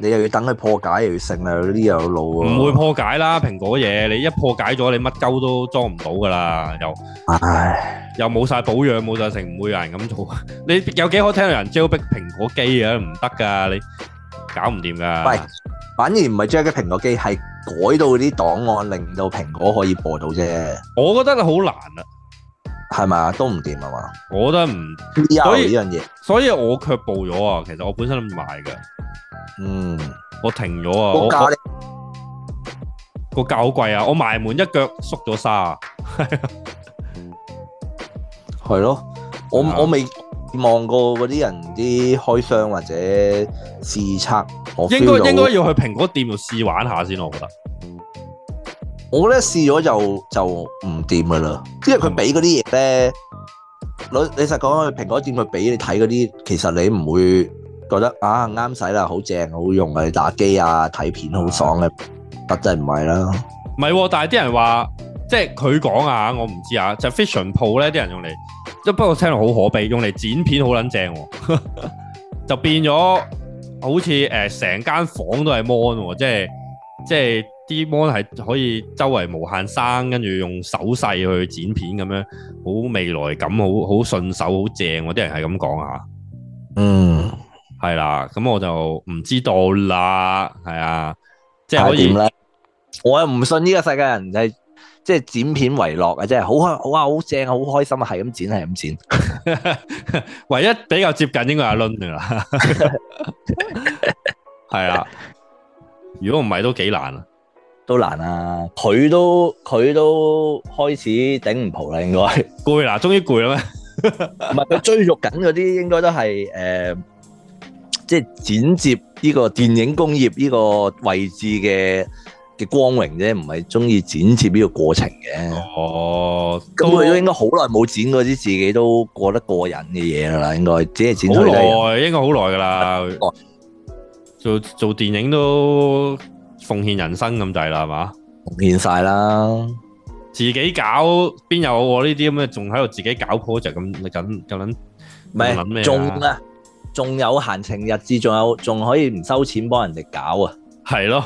Speaker 7: 你又要等佢破解，又要剩啊，呢啲又有路喎。
Speaker 6: 唔會破解啦，蘋果嘢你一破解咗，你乜鳩都裝唔到噶啦，又
Speaker 7: 唉，
Speaker 6: 又冇晒保養，冇晒成，唔會有人咁做。 你有幾可聽到人 jailbreak 蘋果機啊？唔得噶，你搞唔掂噶。
Speaker 7: 喂，反而唔係將啲蘋果機係改到啲檔案，令到蘋果可以播到啫，
Speaker 6: 我覺得好難啊，
Speaker 7: 係咪啊？都唔掂啊嘛。
Speaker 6: 我覺得唔，所
Speaker 7: VR
Speaker 6: 以
Speaker 7: 呢樣嘢，
Speaker 6: 所以我卻步咗啊。其實我本身諗買嘅，
Speaker 7: 嗯，
Speaker 6: 我停咗啊。
Speaker 7: 個
Speaker 6: 我
Speaker 7: 價咧
Speaker 6: 我個價好貴啊，我埋門一腳縮咗沙。啊
Speaker 7: 係咯，我
Speaker 6: 係啊
Speaker 7: 我未望過嗰啲人啲開箱或者試測，我
Speaker 6: 應
Speaker 7: feel 到
Speaker 6: 該應該要去蘋果店度試玩下先，我覺得。
Speaker 7: 我覺得試咗就就唔掂噶啦，因為佢俾嗰啲嘢咧，老你實講去蘋果店佢俾你睇嗰啲，其實你唔會覺得啊啱使啦，好正好用啊，你打機啊睇片好爽
Speaker 6: 啊
Speaker 7: 嘅，實際唔係啦，
Speaker 6: 唔係喎，但係啲人話，即係佢講啊，我唔知啊，就 Vision Pro 咧，啲人用嚟，即不過聽落好可悲，用嚟剪片好撚正喎， 就變咗好似誒成間房都係 mon 喎，即係即係啲 mon 係可以周圍無限生，跟住用手勢去剪片咁樣，好未來感，好好順手，好正喎，啲人係咁講啊，
Speaker 7: 嗯，
Speaker 6: 係啦，咁我就唔知道啦，係啊，即係
Speaker 7: 係
Speaker 6: 可以
Speaker 7: 點。咧？我又唔信呢個世界人係即係剪片為樂啊，即係好開好啊好正啊好開心啊，係咁剪係咁剪，
Speaker 6: 唯一比較接近應該係阿 Lun 噶 啦，係啦。如果唔係都幾難啊。
Speaker 7: 都難啊，佢都佢都開始頂唔蒲啦 應該。
Speaker 6: 攰啦，終於攰啦咩？
Speaker 7: 唔係佢追逐緊嗰啲，應該都係誒、呃即係剪接呢個電影工業呢個位置嘅嘅光榮啫，唔係中意剪接呢個過程嘅。
Speaker 6: 哦，
Speaker 7: 咁
Speaker 6: 都
Speaker 7: 佢都應該好耐冇剪嗰啲自己都過得過癮嘅嘢啦，應該只係剪佢都係
Speaker 6: 好耐，應該好耐噶啦
Speaker 7: 好。
Speaker 6: 做做電影都奉獻人生咁滯啦，係嘛？
Speaker 7: 重現晒啦。
Speaker 6: 自己搞邊有我呢啲咁嘅，仲喺度自己搞 project 咁，你咁咁撚
Speaker 7: 唔
Speaker 6: 諗咩啊
Speaker 7: 係仲啊，仲有閒情日誌，仲有仲可以唔收錢幫人哋搞啊！
Speaker 6: 係咯，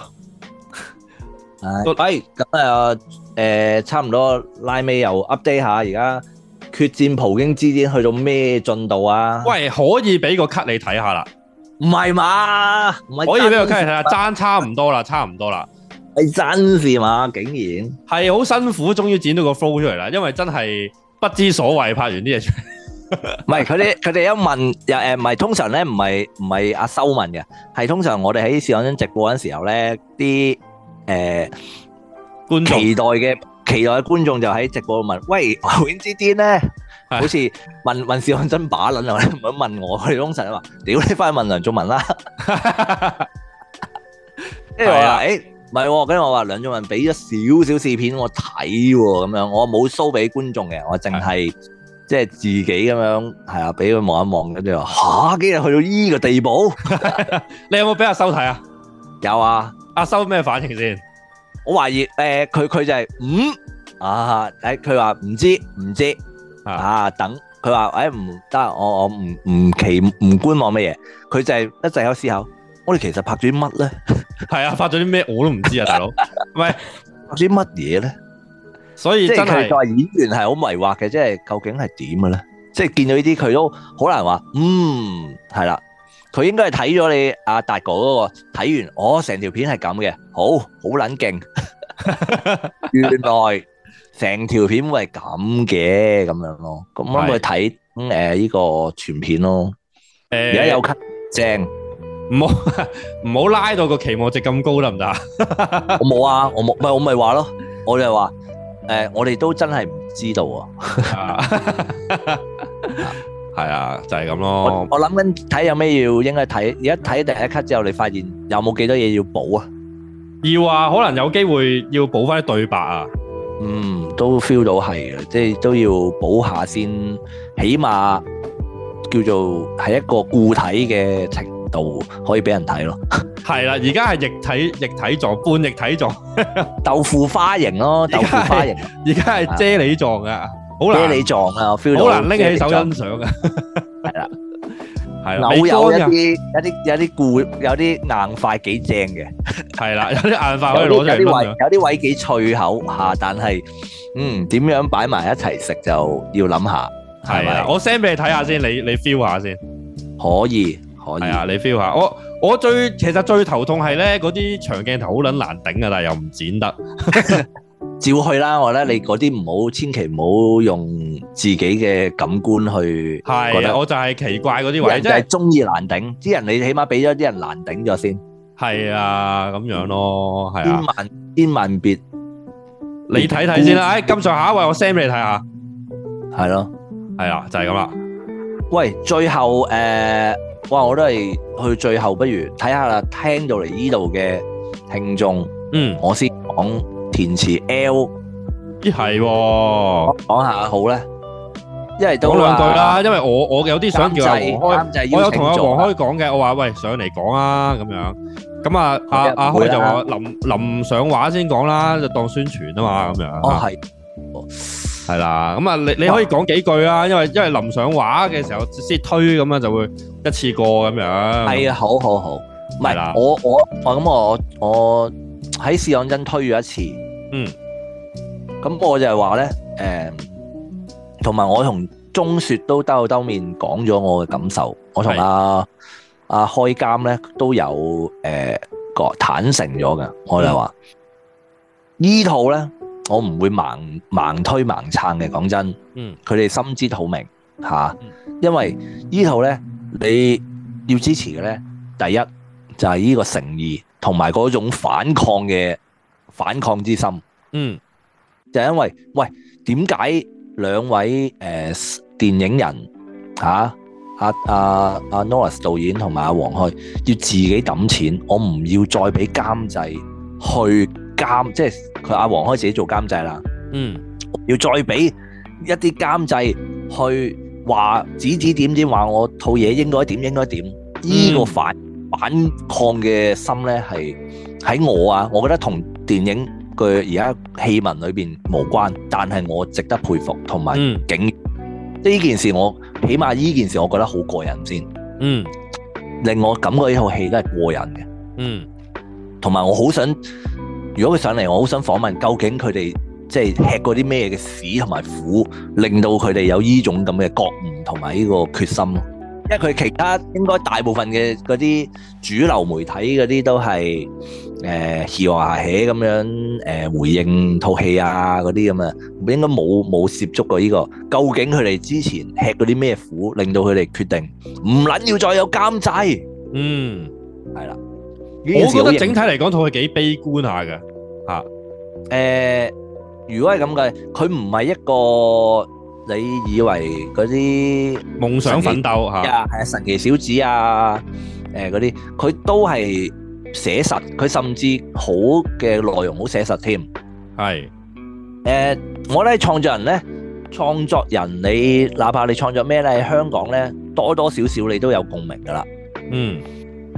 Speaker 7: 唉
Speaker 6: 都
Speaker 7: 喂，咁啊，誒，差唔多拉尾又 update 下，而家決戰葡京之巔去到咩進度啊？，
Speaker 6: 喂，可以俾個 cut 你睇下啦，
Speaker 7: 唔係嘛？唔係
Speaker 6: 可以俾個 cut 你睇
Speaker 7: 真
Speaker 6: 下，爭差唔多啦，差唔多啦。
Speaker 7: 係真事嘛？竟然
Speaker 6: 係好辛苦，終於剪到個 flow 出嚟啦，因為真係不知所謂拍完啲嘢出嚟，
Speaker 7: 唔係佢哋，佢哋一問又誒，唔係通常咧，唔係唔係阿修問嘅，係通常我哋喺視講直播嗰陣時候咧，啲誒
Speaker 6: 觀眾
Speaker 7: 期待嘅期待嘅觀眾就喺直播度問：喂， 葡京之巔咧？
Speaker 6: 係
Speaker 7: 好似問問視講真把撚啊！ 你唔好問我，佢哋通常都話：屌你翻去問梁仲文啦！即係話，
Speaker 6: 係啊
Speaker 7: 誒唔係喎，跟住我話梁俊文俾咗少少試片我睇喎，咁樣我冇 show 俾觀眾嘅，我淨係即係自己咁樣係啊，俾佢望一望，跟住話吓，竟然去到依個地步，
Speaker 6: 你有冇俾阿修睇啊？
Speaker 7: 有啊！
Speaker 6: 阿修咩反應先？
Speaker 7: 我懷疑誒佢佢就係嗯啊誒，佢話唔知唔知
Speaker 6: 啊
Speaker 7: 啊等，佢話誒唔得，我我唔唔期唔觀望乜嘢，佢就係一陣有思考，我哋其實拍咗啲乜咧？
Speaker 6: 係啊，發咗啲咩我都唔知啊，大佬。
Speaker 7: 拍咗啲乜嘢咧？
Speaker 6: 所以
Speaker 7: 即係
Speaker 6: 真
Speaker 7: 佢
Speaker 6: 係
Speaker 7: 作為演員係好迷惑嘅，即係究竟係點嘅咧？即係見到呢啲佢都好難話，嗯係啦。佢應該係睇咗你阿達哥嗰、個睇完，哦成條片係咁嘅，好好撚勁。 原來成條片會係咁嘅咁樣咯。咁啱
Speaker 6: 係
Speaker 7: 佢睇誒呢個全片咯。而家
Speaker 6: 誒
Speaker 7: 有 cut 正，
Speaker 6: 唔好唔好拉到個期望值咁高得 唔得啊？
Speaker 7: 我冇啊，我冇，唔係我咪話咯，我就話誒，我哋都真係唔知道啊。
Speaker 6: 係啊，就係咁
Speaker 7: 我
Speaker 6: 咯。
Speaker 7: 我諗緊睇有咩要應該睇，而家睇第一 cut 之後，你發現有冇幾多嘢要補啊？
Speaker 6: 要啊，可能有機會要補翻啲對白啊。
Speaker 7: 嗯，都 feel 到係嘅，即係都要補下先，起碼叫做係一個固體嘅程度可以俾人睇咯。
Speaker 6: 係啦，而家係液體液體狀，半液體狀，
Speaker 7: 豆腐花型咯，豆腐花型，
Speaker 6: 而家係啫喱狀啊，好
Speaker 7: 啫
Speaker 6: 難
Speaker 7: 喱狀啊，我 à, feel 到
Speaker 6: 好難拎起手
Speaker 7: 啫喱狀
Speaker 6: 欣賞啊。
Speaker 7: 係啦，
Speaker 6: 係啦，
Speaker 7: 偶有一
Speaker 6: 未乾㗎
Speaker 7: 啲有啲有啲固有啲硬塊幾正嘅，
Speaker 6: 係啦， 有啲硬塊可以
Speaker 7: 有啲
Speaker 6: 攞出嚟
Speaker 7: 有啲位
Speaker 6: 攆啊。
Speaker 7: 有啲位幾脆口嚇，但係嗯點樣擺埋一齊食就要諗下。係咪
Speaker 6: 係啊，我 send 俾你睇下先，你你 feel 下先。
Speaker 7: 可以，可以
Speaker 6: 係。啊，你 feel 下。我我最其實最頭痛係咧，嗰啲長鏡頭好撚難頂啊，但係又唔剪得。
Speaker 7: 照去啦，我覺得你嗰啲唔好，千祈唔好用自己嘅感官去覺
Speaker 6: 係啊，
Speaker 7: 得。
Speaker 6: 我就係奇怪嗰啲
Speaker 7: 啲
Speaker 6: 位，
Speaker 7: 人
Speaker 6: 即
Speaker 7: 就
Speaker 6: 係
Speaker 7: 係中意難頂，啲人你起碼俾咗啲人難頂咗先，
Speaker 6: 係啊咁樣咯，係啊
Speaker 7: 千。萬千萬別
Speaker 6: 你睇睇先啦。唉，咁上下一位我 send 俾你睇下。
Speaker 7: 係咯。
Speaker 6: 係啦，就係咁啦。
Speaker 7: 喂，最後誒、呃哇！我都係去最後，不如睇下啦。聽到嚟呢度嘅聽眾，
Speaker 6: 嗯，
Speaker 7: 我先講填詞 L，
Speaker 6: 咦係喎，
Speaker 7: 講下好咧，因為都
Speaker 6: 講兩句
Speaker 7: 話
Speaker 6: 啦，因為我我有啲想
Speaker 7: 監
Speaker 6: 叫阿黃開，
Speaker 7: 製，監製
Speaker 6: 我
Speaker 7: 邀
Speaker 6: 有
Speaker 7: 請
Speaker 6: 同
Speaker 7: 啊
Speaker 6: 阿
Speaker 7: 咗
Speaker 6: 黃開講嘅，我話喂上嚟講啊咁樣。咁啊，阿
Speaker 7: 好嘅
Speaker 6: 阿
Speaker 7: 唔會
Speaker 6: 開
Speaker 7: 啦
Speaker 6: 就話臨臨上畫先講啦，就當宣傳啊嘛咁樣。
Speaker 7: 哦係。
Speaker 6: 係啦，咁啊，你你可以講幾句啊，因為因為臨上畫嘅時候先推咁啊，就會一次過咁樣。
Speaker 7: 係啊，好好好，唔
Speaker 6: 係啦
Speaker 7: 係我我我咁我我喺試當真推咗一次，
Speaker 6: 嗯，
Speaker 7: 咁我就係話咧，誒、同埋我同中雪都兜兜面講咗我嘅感受，我同
Speaker 6: 係
Speaker 7: 阿阿開監咧都有誒個、坦誠咗嘅，我就話、
Speaker 6: 嗯
Speaker 7: 呢套咧，我唔會盲盲推盲撐嘅，講真，
Speaker 6: 嗯，
Speaker 7: 佢哋心知肚明嚇，
Speaker 6: 嗯
Speaker 7: 因為呢套咧你要支持嘅咧，第一就係呢個誠意同埋嗰種反抗嘅反抗之心。
Speaker 6: 嗯，
Speaker 7: 就因為喂點解兩位誒、呃、電影人啊嚇阿阿阿啊 Norris 導演同埋阿黃開要自己揼錢，我唔要再俾監製去監，即係佢阿黃開自己做監製啦，
Speaker 6: 嗯，
Speaker 7: 要再俾一啲監製去話指指點點話我套嘢應該點應該點，呢、個反反抗嘅心咧係喺我啊，我覺得同電影嘅而家戲文裏邊無關，但係我值得佩服同埋
Speaker 6: 嗯，
Speaker 7: 景呢件事我起碼呢件事我覺得好過癮先，
Speaker 6: 嗯，
Speaker 7: 令我感覺呢套戲都係過癮嘅，
Speaker 6: 嗯，
Speaker 7: 同埋我好想如果佢上嚟，我好想訪問究竟佢哋即係吃過啲咩嘅屎同埋苦，令到佢哋有呢種咁嘅覺悟同埋呢個決心咯。因為佢其他應該大部分嘅嗰啲主流媒體嗰啲都係誒嘻話起咁樣誒、呃回應套戲啊嗰啲咁啊，應該冇冇涉足過呢、個。究竟佢哋之前吃過啲咩苦，令到佢哋決定唔撚要再有監製？
Speaker 6: 嗯。
Speaker 7: 係啦，
Speaker 6: 我覺
Speaker 7: 覺
Speaker 6: 得整體嚟講，套戲幾悲觀下嘅。
Speaker 7: 誒、如果係咁嘅，佢唔係一個你以為嗰啲
Speaker 6: 夢想奮鬥嚇，
Speaker 7: 啊，係啊神奇小子啊，誒嗰啲，佢都係寫實，佢甚至好嘅內容好寫實添。
Speaker 6: 係
Speaker 7: 誒、我咧創作人咧，創作人你哪怕你創作咩咧，喺香港咧多多少少你都有共鳴噶啦，
Speaker 6: 嗯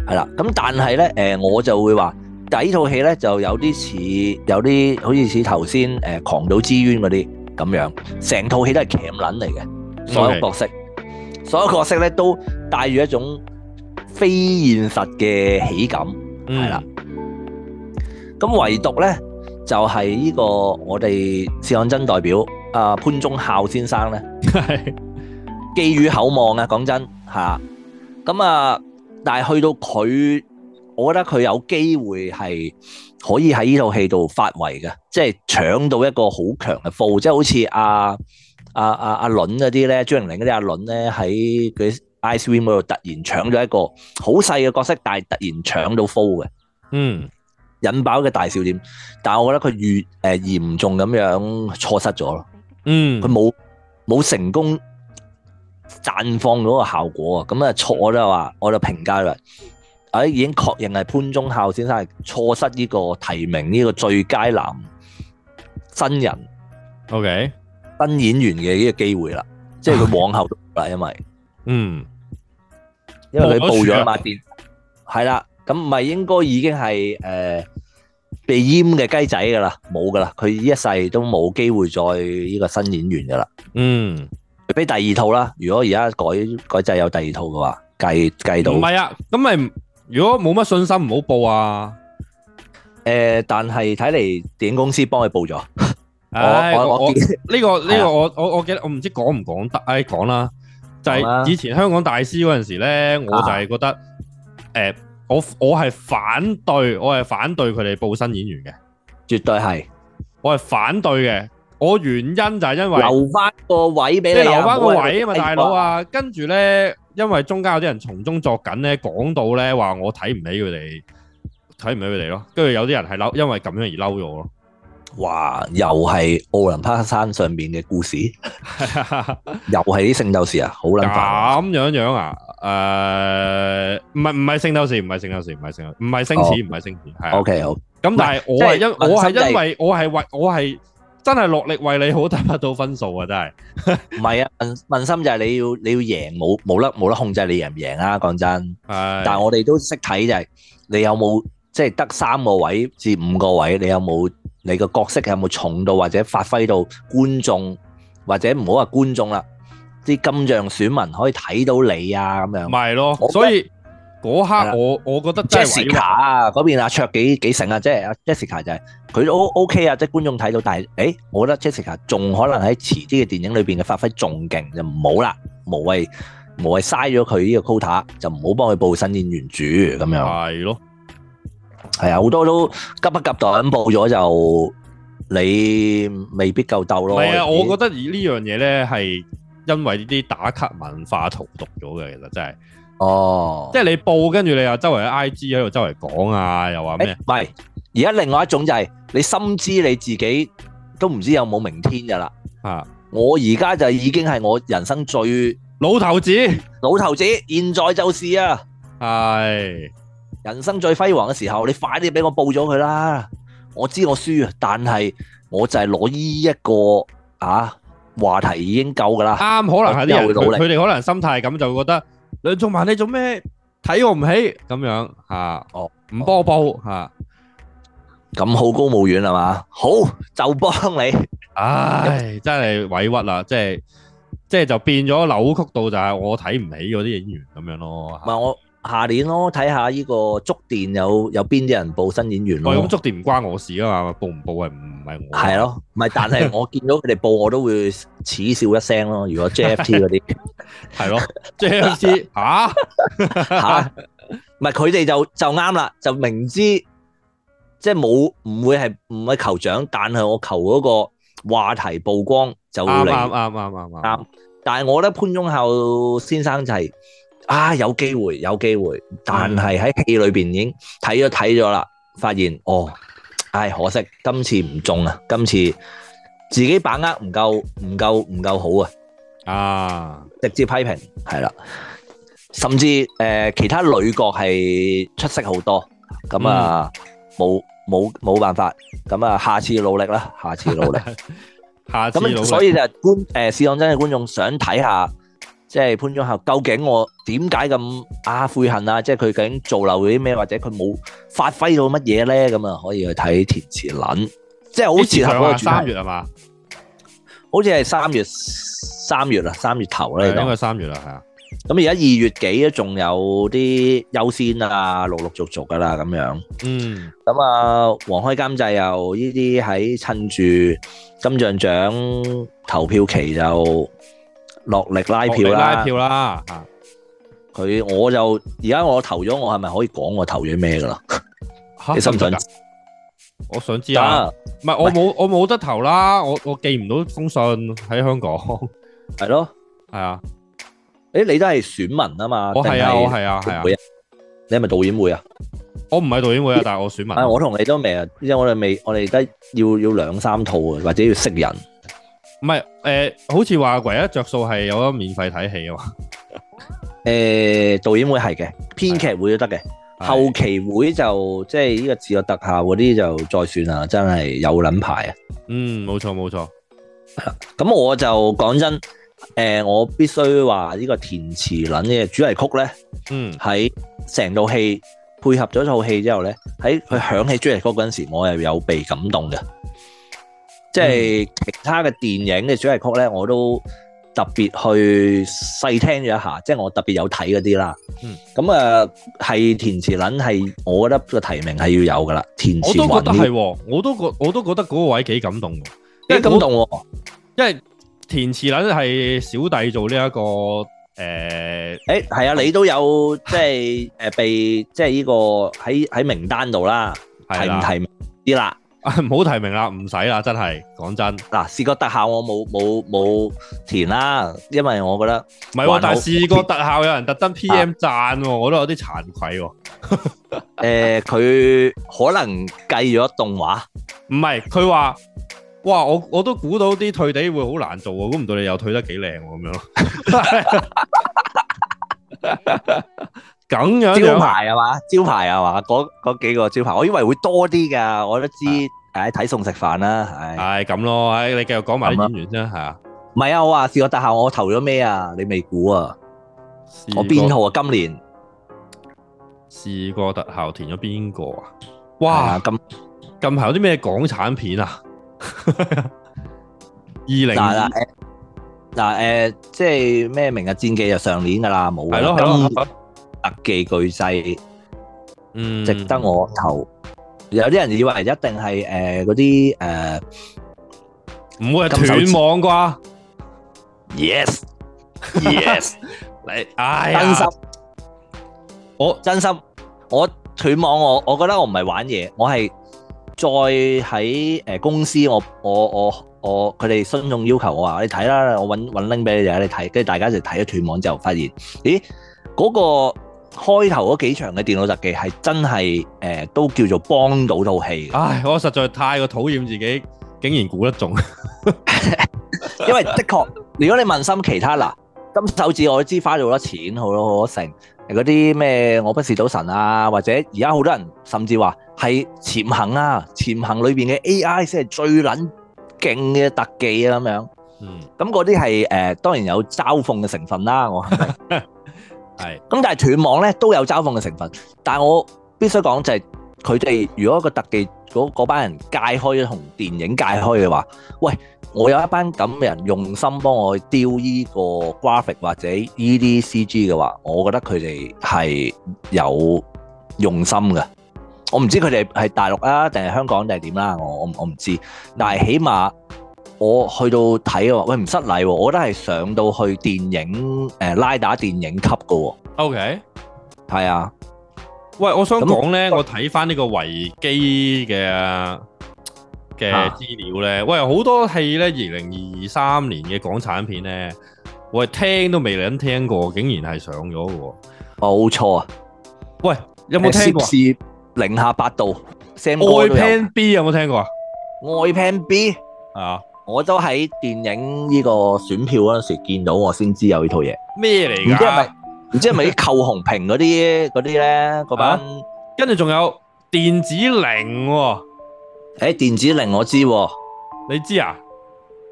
Speaker 7: 係啦。咁但係咧，誒、我就會話，但係呢套戲咧就有啲似有啲好似似頭先誒《狂賭之淵》嗰啲咁樣，成套戲都係鉗撚嚟嘅，所有角色所有角色咧都帶住一種非現實嘅喜感。
Speaker 6: 嗯
Speaker 7: 係啦。咁唯獨咧就係、呢個我哋試案真代表啊、潘忠孝先生咧，
Speaker 6: 係
Speaker 7: 寄予厚望啊！講真嚇，咁啊，但係去到佢，我覺得佢有機會係可以喺呢套戲度發圍嘅，即係搶到一個好強嘅 f 即係好似阿阿阿阿倫嗰啲咧，張玲玲嗰啲阿倫咧喺佢 Ice Cream 嗰度突然搶咗一個好細嘅角色，但係突然搶到 f 嘅。
Speaker 6: 嗯
Speaker 7: 引爆嘅大笑點，但係我覺得佢越誒、呃、嚴重咁樣錯失咗咯，
Speaker 6: 嗯
Speaker 7: 佢冇冇成功綻放嗰個效果啊！咁啊錯我都話，我就評價啦，誒已經確認係潘忠孝先生係錯失呢個提名呢、個最佳男新人
Speaker 6: OK
Speaker 7: 新演員嘅呢個機會啦，即係佢往後都冇啦，因為。
Speaker 6: 嗯
Speaker 7: 因為佢報
Speaker 6: 報咗
Speaker 7: 咗
Speaker 6: 住啊
Speaker 7: 啊嘛電，係啦，咁唔係應該已經係誒、呃被閹嘅雞仔噶啦，冇噶啦，佢呢一世都冇機會再呢個新演員噶啦，
Speaker 6: 嗯，
Speaker 7: 除非第二套啦。如果而家改改制有第二套嘅話，計計到
Speaker 6: 唔係啊，咁咪如果冇乜信心唔好報啊。
Speaker 7: 诶、呃但係睇嚟電影公司幫佢報咗。
Speaker 6: 唉，
Speaker 7: 我我
Speaker 6: 我
Speaker 7: 我見
Speaker 6: 呢個呢
Speaker 7: 係啊
Speaker 6: 個我我我記得我唔知講唔講得，唉講啦，就
Speaker 7: 講啦啊
Speaker 6: 係以前香港大師嗰陣時咧，我就係覺得誒，我我係反對，我係反對佢哋報新演員嘅，
Speaker 7: 絕對係
Speaker 6: 我係反對嘅。我原因就係因為
Speaker 7: 留翻個位俾
Speaker 6: 即
Speaker 7: 你
Speaker 6: 係
Speaker 7: 啊，
Speaker 6: 留翻個
Speaker 7: 唔好
Speaker 6: 位啊嘛，
Speaker 7: 俾你
Speaker 6: 大佬！啊，跟住咧，因為中間有啲人從中作緊咧，講到咧話我睇唔起佢哋，睇唔起佢哋咯，跟住有啲人係嬲，因為咁樣而嬲咗我咯。
Speaker 7: 哇，又係奧林匹克山上面嘅故事，又係啲聖鬥士啊，好撚煩。
Speaker 6: 咁樣樣啊？誒，唔係唔係聖鬥士，唔係聖鬥士，唔係聖鬥士，唔係星矢，唔係星矢，係
Speaker 7: O
Speaker 6: 啊。
Speaker 7: K 好。
Speaker 6: 咁但係我係
Speaker 7: 即
Speaker 6: 因
Speaker 7: 係
Speaker 6: 我
Speaker 7: 民心
Speaker 6: 係因
Speaker 7: 地
Speaker 6: 為我係為我係真係落力為你好，得不到分數啊！真係
Speaker 7: 唔係啊，問問心就係你要你要贏，冇冇得冇得控制你贏唔贏啊！講真，
Speaker 6: 係。
Speaker 7: 但係我哋都識睇就係你有冇即係得三個位至五個位，你有冇你個角色有冇重到或者發揮到觀眾或者唔好話觀眾啦，啲金像選民可以睇到你啊咁樣。
Speaker 6: 咪係咯
Speaker 7: 我，
Speaker 6: 所以嗰
Speaker 7: 係
Speaker 6: 刻
Speaker 7: 啦
Speaker 6: 我我覺得真係委屈
Speaker 7: Jessica 啊，嗰邊阿卓幾幾醒啊，即係阿 Jessica 就係佢都 O K 啊，即係觀眾睇到，但係誒、欸我覺得 Jessica 仲可能喺遲啲嘅電影裏邊嘅發揮仲勁，就唔好啦，無謂無謂嘥咗佢呢個 quota，就唔好幫佢報新演員主咁樣。
Speaker 6: 係咯，
Speaker 7: 係啊，好多都急不及待咁報咗就你未必夠鬥
Speaker 6: 唔
Speaker 7: 咯。
Speaker 6: 係啊！我覺得以呢樣嘢咧係因為呢啲打卡文化荼毒咗嘅，其實真係，
Speaker 7: 哦，
Speaker 6: 即係你報跟住你又周圍喺 I G 喺度周圍講啊，又話
Speaker 7: 誒
Speaker 6: 咩？
Speaker 7: 唔係，而家另外一種就係、你深知你自己都唔知有冇明天㗎啦。
Speaker 6: 啊
Speaker 7: 我而家就已經係我人生最
Speaker 6: 老頭子
Speaker 7: 老頭子，現在就是啊！
Speaker 6: 係
Speaker 7: 人生最輝煌嘅時候，你快啲俾我報咗佢啦！我知我輸啊，但係我就係攞呢一個啊話題已經夠噶啦。
Speaker 6: 啱，可能係啲人
Speaker 7: 啊我都有努
Speaker 6: 佢
Speaker 7: 力
Speaker 6: 佢哋可能心態咁就會覺得梁仲文你做咩睇我唔起咁樣嚇？
Speaker 7: 哦，
Speaker 6: 唔幫我報嚇，
Speaker 7: 咁好高騖遠係嘛？好就幫你。
Speaker 6: 唉，啊真係委屈啊啦，即係即係就變咗扭曲到就係我睇唔起嗰啲演員咁樣咯。啊
Speaker 7: 咪我下年咯，睇下呢個觸電有有邊啲人報新演員
Speaker 6: 喂，咁
Speaker 7: 咯。
Speaker 6: 觸電唔關我事啊嘛，報唔報係唔係我？
Speaker 7: 係，啊咯，唔係，但係我見到佢哋報，我都會恥笑一聲咯。如果 JFT 嗰啲。
Speaker 6: 係 咯，即係啊好似嚇
Speaker 7: 吓，唔係佢哋就就啱啦，就明知即係冇唔會係唔係求獎，但係我求嗰個話題曝光就會
Speaker 6: 啱
Speaker 7: 嚟
Speaker 6: 啱啱啱啱啱
Speaker 7: 啱。但係我覺得潘忠孝先生就係、啊有機會有機會，但係喺戲裏邊已經睇咗睇咗啦，發現哦，唉可惜今次唔中啊，今次自己把握唔夠唔夠唔夠好啊。
Speaker 6: 啊！
Speaker 7: 直接批評係啦，甚至誒、呃其他女角係出色好多，咁啊
Speaker 6: 嗯
Speaker 7: 冇冇冇辦法，咁啊下次努力啦，下次 努力。
Speaker 6: 下次努
Speaker 7: 咁
Speaker 6: 力
Speaker 7: 所以就係觀誒試當真嘅觀眾想睇下，即係潘宗孝究竟我點解咁啊悔恨啊？即係佢究竟做漏咗啲咩，或者佢冇發揮到乜嘢咧？咁啊，可以去睇填詞撚，即係好似頭嗰個
Speaker 6: 好
Speaker 7: 主
Speaker 6: 似
Speaker 7: 題
Speaker 6: 啊三月係嘛？
Speaker 7: 好似係三月三月啦，三月頭啦，
Speaker 6: 係
Speaker 7: 你
Speaker 6: 應
Speaker 7: 講。
Speaker 6: 該三月啦，係啊。
Speaker 7: 咁而家二月幾都仲有啲優先啊，陸陸續續噶啦咁樣。
Speaker 6: 嗯，
Speaker 7: 咁啊，黃開監製又呢啲喺趁住金像獎投票期就落力拉票
Speaker 6: 拉
Speaker 7: 啦。
Speaker 6: 票啦，啊
Speaker 7: 佢我就而家我投咗，我係咪可以講我投咗咩噶啦？
Speaker 6: 嚇
Speaker 7: 你想唔想？
Speaker 6: 我想知啊，
Speaker 7: 得
Speaker 6: 唔係我冇我冇得投啦，我我寄唔到封信喺香港， 係
Speaker 7: 係咯？
Speaker 6: 啊，
Speaker 7: 誒，你都係選民啊嘛？
Speaker 6: 我係啊，我係啊，係
Speaker 7: 定
Speaker 6: 啊
Speaker 7: 會，啊？你係咪導演會啊？
Speaker 6: 我唔係導演會啊，但係我選民
Speaker 7: 啊，我同你都未啊，因為我哋未，我哋而家要要兩三套啊，或者要識人。
Speaker 6: 唔係誒，好似話唯一着數係有得免費睇戲啊嘛，
Speaker 7: 誒，呃導演會係嘅，編劇會都得嘅。 後期會就即係呢個自我特效嗰啲就再算啦，真係有撚排啊！
Speaker 6: 嗯，冇錯冇錯，
Speaker 7: 咁我就講真，誒、呃我必須話呢個填詞撚嘅主題曲咧，
Speaker 6: 嗯
Speaker 7: 喺成套戲配合咗套戲之後咧，喺佢響起主題曲嗰陣時，我係有被感動嘅。即
Speaker 6: 嗯
Speaker 7: 係其他嘅電影嘅主題曲咧，我都特別去細聽咗一下，即係我特別有睇嗰啲啦。
Speaker 6: 嗯，
Speaker 7: 咁啊係填詞撚係，我覺得個提名係要有噶啦，填
Speaker 6: 我
Speaker 7: 詞
Speaker 6: 都覺得
Speaker 7: 揾
Speaker 6: 係喎，我都覺我都覺得嗰個位幾感動喎，因為
Speaker 7: 幾感
Speaker 6: 我
Speaker 7: 動喎。
Speaker 6: 因為填詞撚係小弟做呢、一個呃誒、
Speaker 7: 诶，系啊，你都有即系诶被即系呢個喺喺名單度啦，
Speaker 6: 係
Speaker 7: 提唔
Speaker 6: 啦
Speaker 7: 提名啲啦？
Speaker 6: 啊 唔好提名啦，唔使啦，真係講真，唔
Speaker 7: 嗱，視覺特效我冇冇冇填啦，因為我覺得
Speaker 6: 係
Speaker 7: 還
Speaker 6: 喎
Speaker 7: 好，啊
Speaker 6: 但係視覺特效有人特登 P.M. 讚喎，我都有啲慚愧喎。
Speaker 7: 诶佢、可能計咗動畫，
Speaker 6: 唔係佢話，哇！我我都估到啲退地會好難做喎，估唔到你又退得幾靚喎咁樣 咯。咁樣
Speaker 7: 招
Speaker 6: 樣啊，
Speaker 7: 牌係嘛，招牌係嘛，嗰嗰幾個招牌，我以為會多啲㗎，我都知诶睇餸食飯啦，唉，
Speaker 6: 係咁咯。唉，你繼續講埋
Speaker 7: 咁啊
Speaker 6: 啲演員先係啊。
Speaker 7: 唔係啊，我話視覺特效我投咗咩啊？你未估啊？我邊套啊？今年
Speaker 6: 試過特效填咗邊個啊？
Speaker 7: 係
Speaker 6: 哇
Speaker 7: 啊！咁
Speaker 6: 近排有啲咩港產片啊？ 二零
Speaker 7: 嗱嗱誒嗱誒，即係咩明日戰記就上年㗎啦，冇㗎
Speaker 6: 係咯
Speaker 7: 今
Speaker 6: 係咯，
Speaker 7: 特技巨製
Speaker 6: 嗯，
Speaker 7: 值得我投。有啲人以為一定係誒嗰啲誒
Speaker 6: 唔會
Speaker 7: 金
Speaker 6: 係
Speaker 7: 手
Speaker 6: 斷
Speaker 7: 指
Speaker 6: 網啩？
Speaker 7: yes yes
Speaker 6: 你唉哎呀
Speaker 7: 真心，
Speaker 6: 我
Speaker 7: 真心我斷網我我覺得我唔係玩嘢，我係再喺誒公司我我我我佢哋信眾要求我話你睇啦，我揾揾 link 俾你哋你睇，跟住大家就睇咗斷網之後發現，咦嗰、個開頭嗰幾場嘅電腦特技係真係誒、呃都叫做幫到套戲嘅。
Speaker 6: 唉，我實在太過討厭自己，竟然估得中。
Speaker 7: 因為的確，如果你問心其他嗱，金手指我知花咗好多錢，好多好多成嗰啲咩我不是賭神啊，或者而家好多人甚至話係潛行啊，潛行裏邊嘅 AI 先係最撚勁嘅特技啊咁樣。
Speaker 6: 嗯，
Speaker 7: 咁嗰啲係誒當然有嘲諷嘅成分啦，我肯定。
Speaker 6: 係
Speaker 7: 咁但係斷網咧都有嘲諷嘅成分，但係我必須講就係佢哋如果個特技嗰嗰班人界開咗同電影界開嘅話，喂，我有一班咁嘅人用心幫我去雕依個 graphic 或者依啲 CG 嘅話，我覺得佢哋係有用心嘅。我唔知佢哋係大陸啊，定係香港定係點啦，我我唔我唔知。但係起碼我去到睇嘅話，喂唔失禮喎，我覺得係上到去電影誒、呃拉打電影級嘅喎，
Speaker 6: OK，
Speaker 7: 係啊，
Speaker 6: 喂，我想
Speaker 7: 咁
Speaker 6: 講咧，我睇翻呢個維基嘅嘅
Speaker 7: 啊
Speaker 6: 資料咧，喂，好多戲咧，二零二三年嘅港產片咧，我係聽都未撚聽過，竟然係上咗嘅喎。
Speaker 7: 冇錯啊，
Speaker 6: 喂，有冇聽過啊？
Speaker 7: 是零下八度，Sam
Speaker 6: 外
Speaker 7: 哥都有
Speaker 6: Pan B 有冇聽過啊？
Speaker 7: 外 Pan B，
Speaker 6: 係啊，
Speaker 7: 我都喺電影呢個選票嗰陣時見到，我先知有呢套嘢，
Speaker 6: 咩嚟
Speaker 7: 唔知係
Speaker 6: 㗎？啊
Speaker 7: 咪唔知係咪啲寇紅平嗰啲嗰啲咧嗰班
Speaker 6: 跟住仲有電子零、喎，
Speaker 7: 诶，電子零我知喎，
Speaker 6: 你知啊？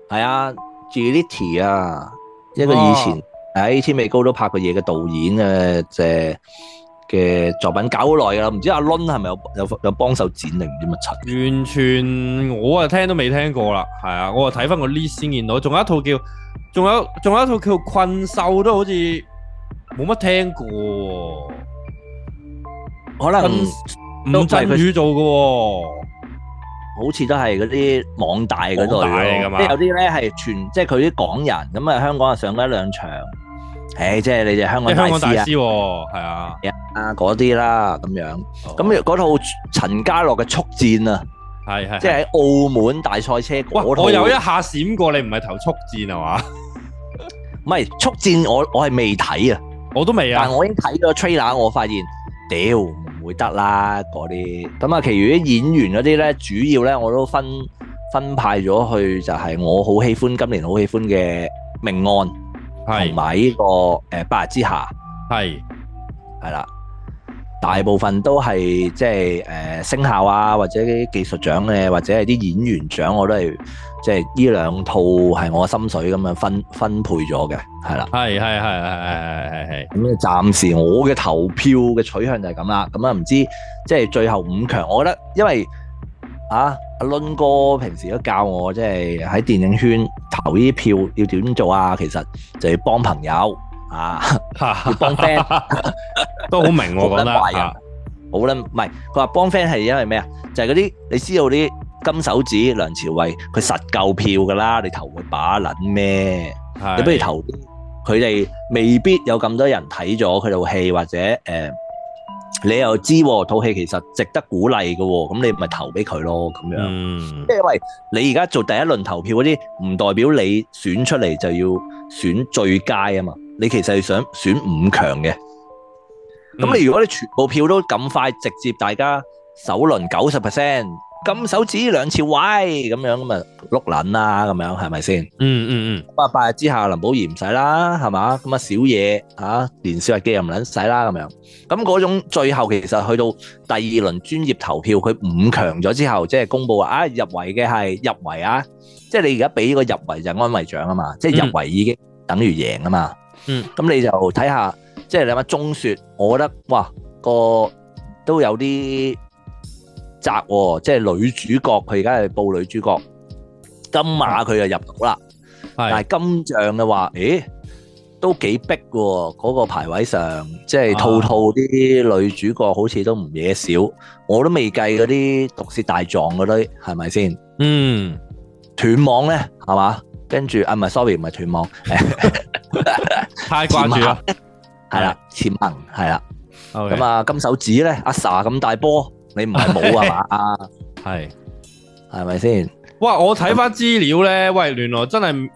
Speaker 7: 係啊，Giletti 啊，一個
Speaker 6: 哦
Speaker 7: 以前喺天美高都拍過嘢嘅導演嘅嘅嘅作品，搞好耐㗎啦，唔知阿 Lun 係咪有有有幫手剪定唔知乜柒？
Speaker 6: 完全我啊聽都未聽過啦，係啊，我啊睇翻個 list 先見到，仲有一套叫，仲有仲有一套叫困獸都好似冇乜聽過喎，
Speaker 7: 可能
Speaker 6: 嗯
Speaker 7: 都
Speaker 6: 吳
Speaker 7: 唔係
Speaker 6: 鎮
Speaker 7: 佢
Speaker 6: 宇做嘅喎。
Speaker 7: 好似都係嗰啲網大嗰度
Speaker 6: 網大嚟㗎嘛
Speaker 7: 即係有啲咧係全，即係佢啲港人咁啊，香港啊上過一兩場，唉，即係你哋香
Speaker 6: 即係
Speaker 7: 港大
Speaker 6: 香港大
Speaker 7: 師啊
Speaker 6: 師喎，係啊，
Speaker 7: 啊嗰啲啦咁樣。
Speaker 6: 哦
Speaker 7: 咁嗰套陳家洛嘅速戰啊，
Speaker 6: 係係。
Speaker 7: 即
Speaker 6: 係
Speaker 7: 係喺澳門大賽車
Speaker 6: 哇！
Speaker 7: 嗰套，
Speaker 6: 我有一啊下閃過，你唔係投速戰係嘛？
Speaker 7: 唔係速戰我，我係未睇啊，
Speaker 6: 我都未
Speaker 7: 但
Speaker 6: 啊
Speaker 7: 係。我已經睇咗 trailer，我發現屌唔會得啦嗰啲。咁啊，其餘啲演員嗰啲咧，主要咧我都分分派咗去，就係我好喜歡今年好喜歡嘅命案。同
Speaker 6: 係
Speaker 7: 埋呢個誒白日之下
Speaker 6: 係
Speaker 7: 係啦，大部分都係即係誒聲效啊，或者啲技術獎嘅，或者係啲演員獎，我都係即係呢兩套係我心水咁樣分分配咗嘅，係啦。
Speaker 6: 係係係係係係 係
Speaker 7: 咁啊暫時我嘅投票嘅取向就係咁啦。咁啊，唔知即係最後五強，我覺得因為啊，阿倫哥平時都教我，即係喺電影圈投呢啲票要點做啊？其實就要幫朋友啊。
Speaker 6: 係，
Speaker 7: 幫 friend
Speaker 6: 都好明我講得啊
Speaker 7: 好撚壞人
Speaker 6: 嚇
Speaker 7: 好啦，唔係佢話幫 friend 係因為咩啊？就係嗰啲你知道啲金手指梁朝偉，佢實夠票噶啦，你投佢把撚咩？
Speaker 6: 係
Speaker 7: 你不如投啲佢哋未必有咁多人睇咗佢套戲，或者誒、呃你又知喎套戲其實值得鼓勵嘅喎，咁你咪投俾佢咯咁樣。
Speaker 6: 嗯
Speaker 7: 即係因為你而家做第一輪投票嗰啲，唔代表你選出嚟就要選最佳啊嘛。你其實係想選五強嘅。咁、
Speaker 6: 嗯
Speaker 7: 你如果你全部票都咁快直接大家首輪九十 percent 金手指兩次位咁樣咁啊碌撚啦咁樣係咪先？
Speaker 6: 嗯嗯
Speaker 7: 咁啊八日之下林寶儀唔使啦係嘛？咁啊小嘢啊連小日記又唔撚使啦咁樣。咁嗰種最後其實去到第二輪專業投票，佢五強咗之後，即係公佈話啊入圍嘅係入圍啊，即係你而家俾個入圍就係安慰獎啊嘛，即係入圍已經等於贏啊嘛。
Speaker 6: 嗯，
Speaker 7: 咁你就睇下，即係你諗下中雪，我覺得哇個都有啲窄喎、即係女主角佢而家係報女主角，金馬佢就入到啦。
Speaker 6: 係
Speaker 7: 但係金像嘅話，咦都幾逼喎，嗰、個排位上，即係
Speaker 6: 啊
Speaker 7: 套套啲女主角好似都唔嘢少，我都未計嗰啲毒舌大狀嗰啲係咪先？
Speaker 6: 嗯嗯，
Speaker 7: 斷網咧係嘛？跟住啊唔係，sorry 唔係斷網，
Speaker 6: 太關注啦。
Speaker 7: 係啦，潛行係啦。
Speaker 6: 咁
Speaker 7: 咁
Speaker 6: 啊，
Speaker 7: 啊，金手指咧，阿 sa 咁大波，你唔係冇 啊嘛？
Speaker 6: 係
Speaker 7: 係咪先？
Speaker 6: 哇！我睇翻資料咧，喂，原來真係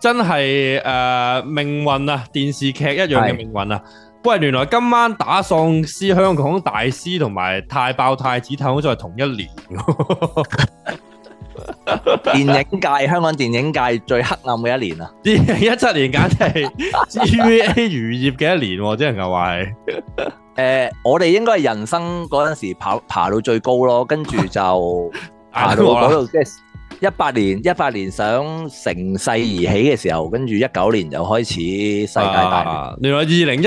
Speaker 6: 真係誒命運啊，電視劇一樣嘅
Speaker 7: 係
Speaker 6: 命運啊。喂，原來今晚打喪屍香港大師同埋太爆太子太空都係同一年 喎。
Speaker 7: 電影界香港電影界最黑暗嘅一年 啊！
Speaker 6: 二零一七年簡直係 GVA 漁業嘅一年喎，只能夠話係。
Speaker 7: 誒、我哋應該係人生嗰陣時爬爬到最高咯，跟住就爬到
Speaker 6: 啊
Speaker 7: 嗰度，即係一八年一八年想乘勢而起嘅時候，跟住一九年就開始世界大亂。
Speaker 6: 啊原來二零一七年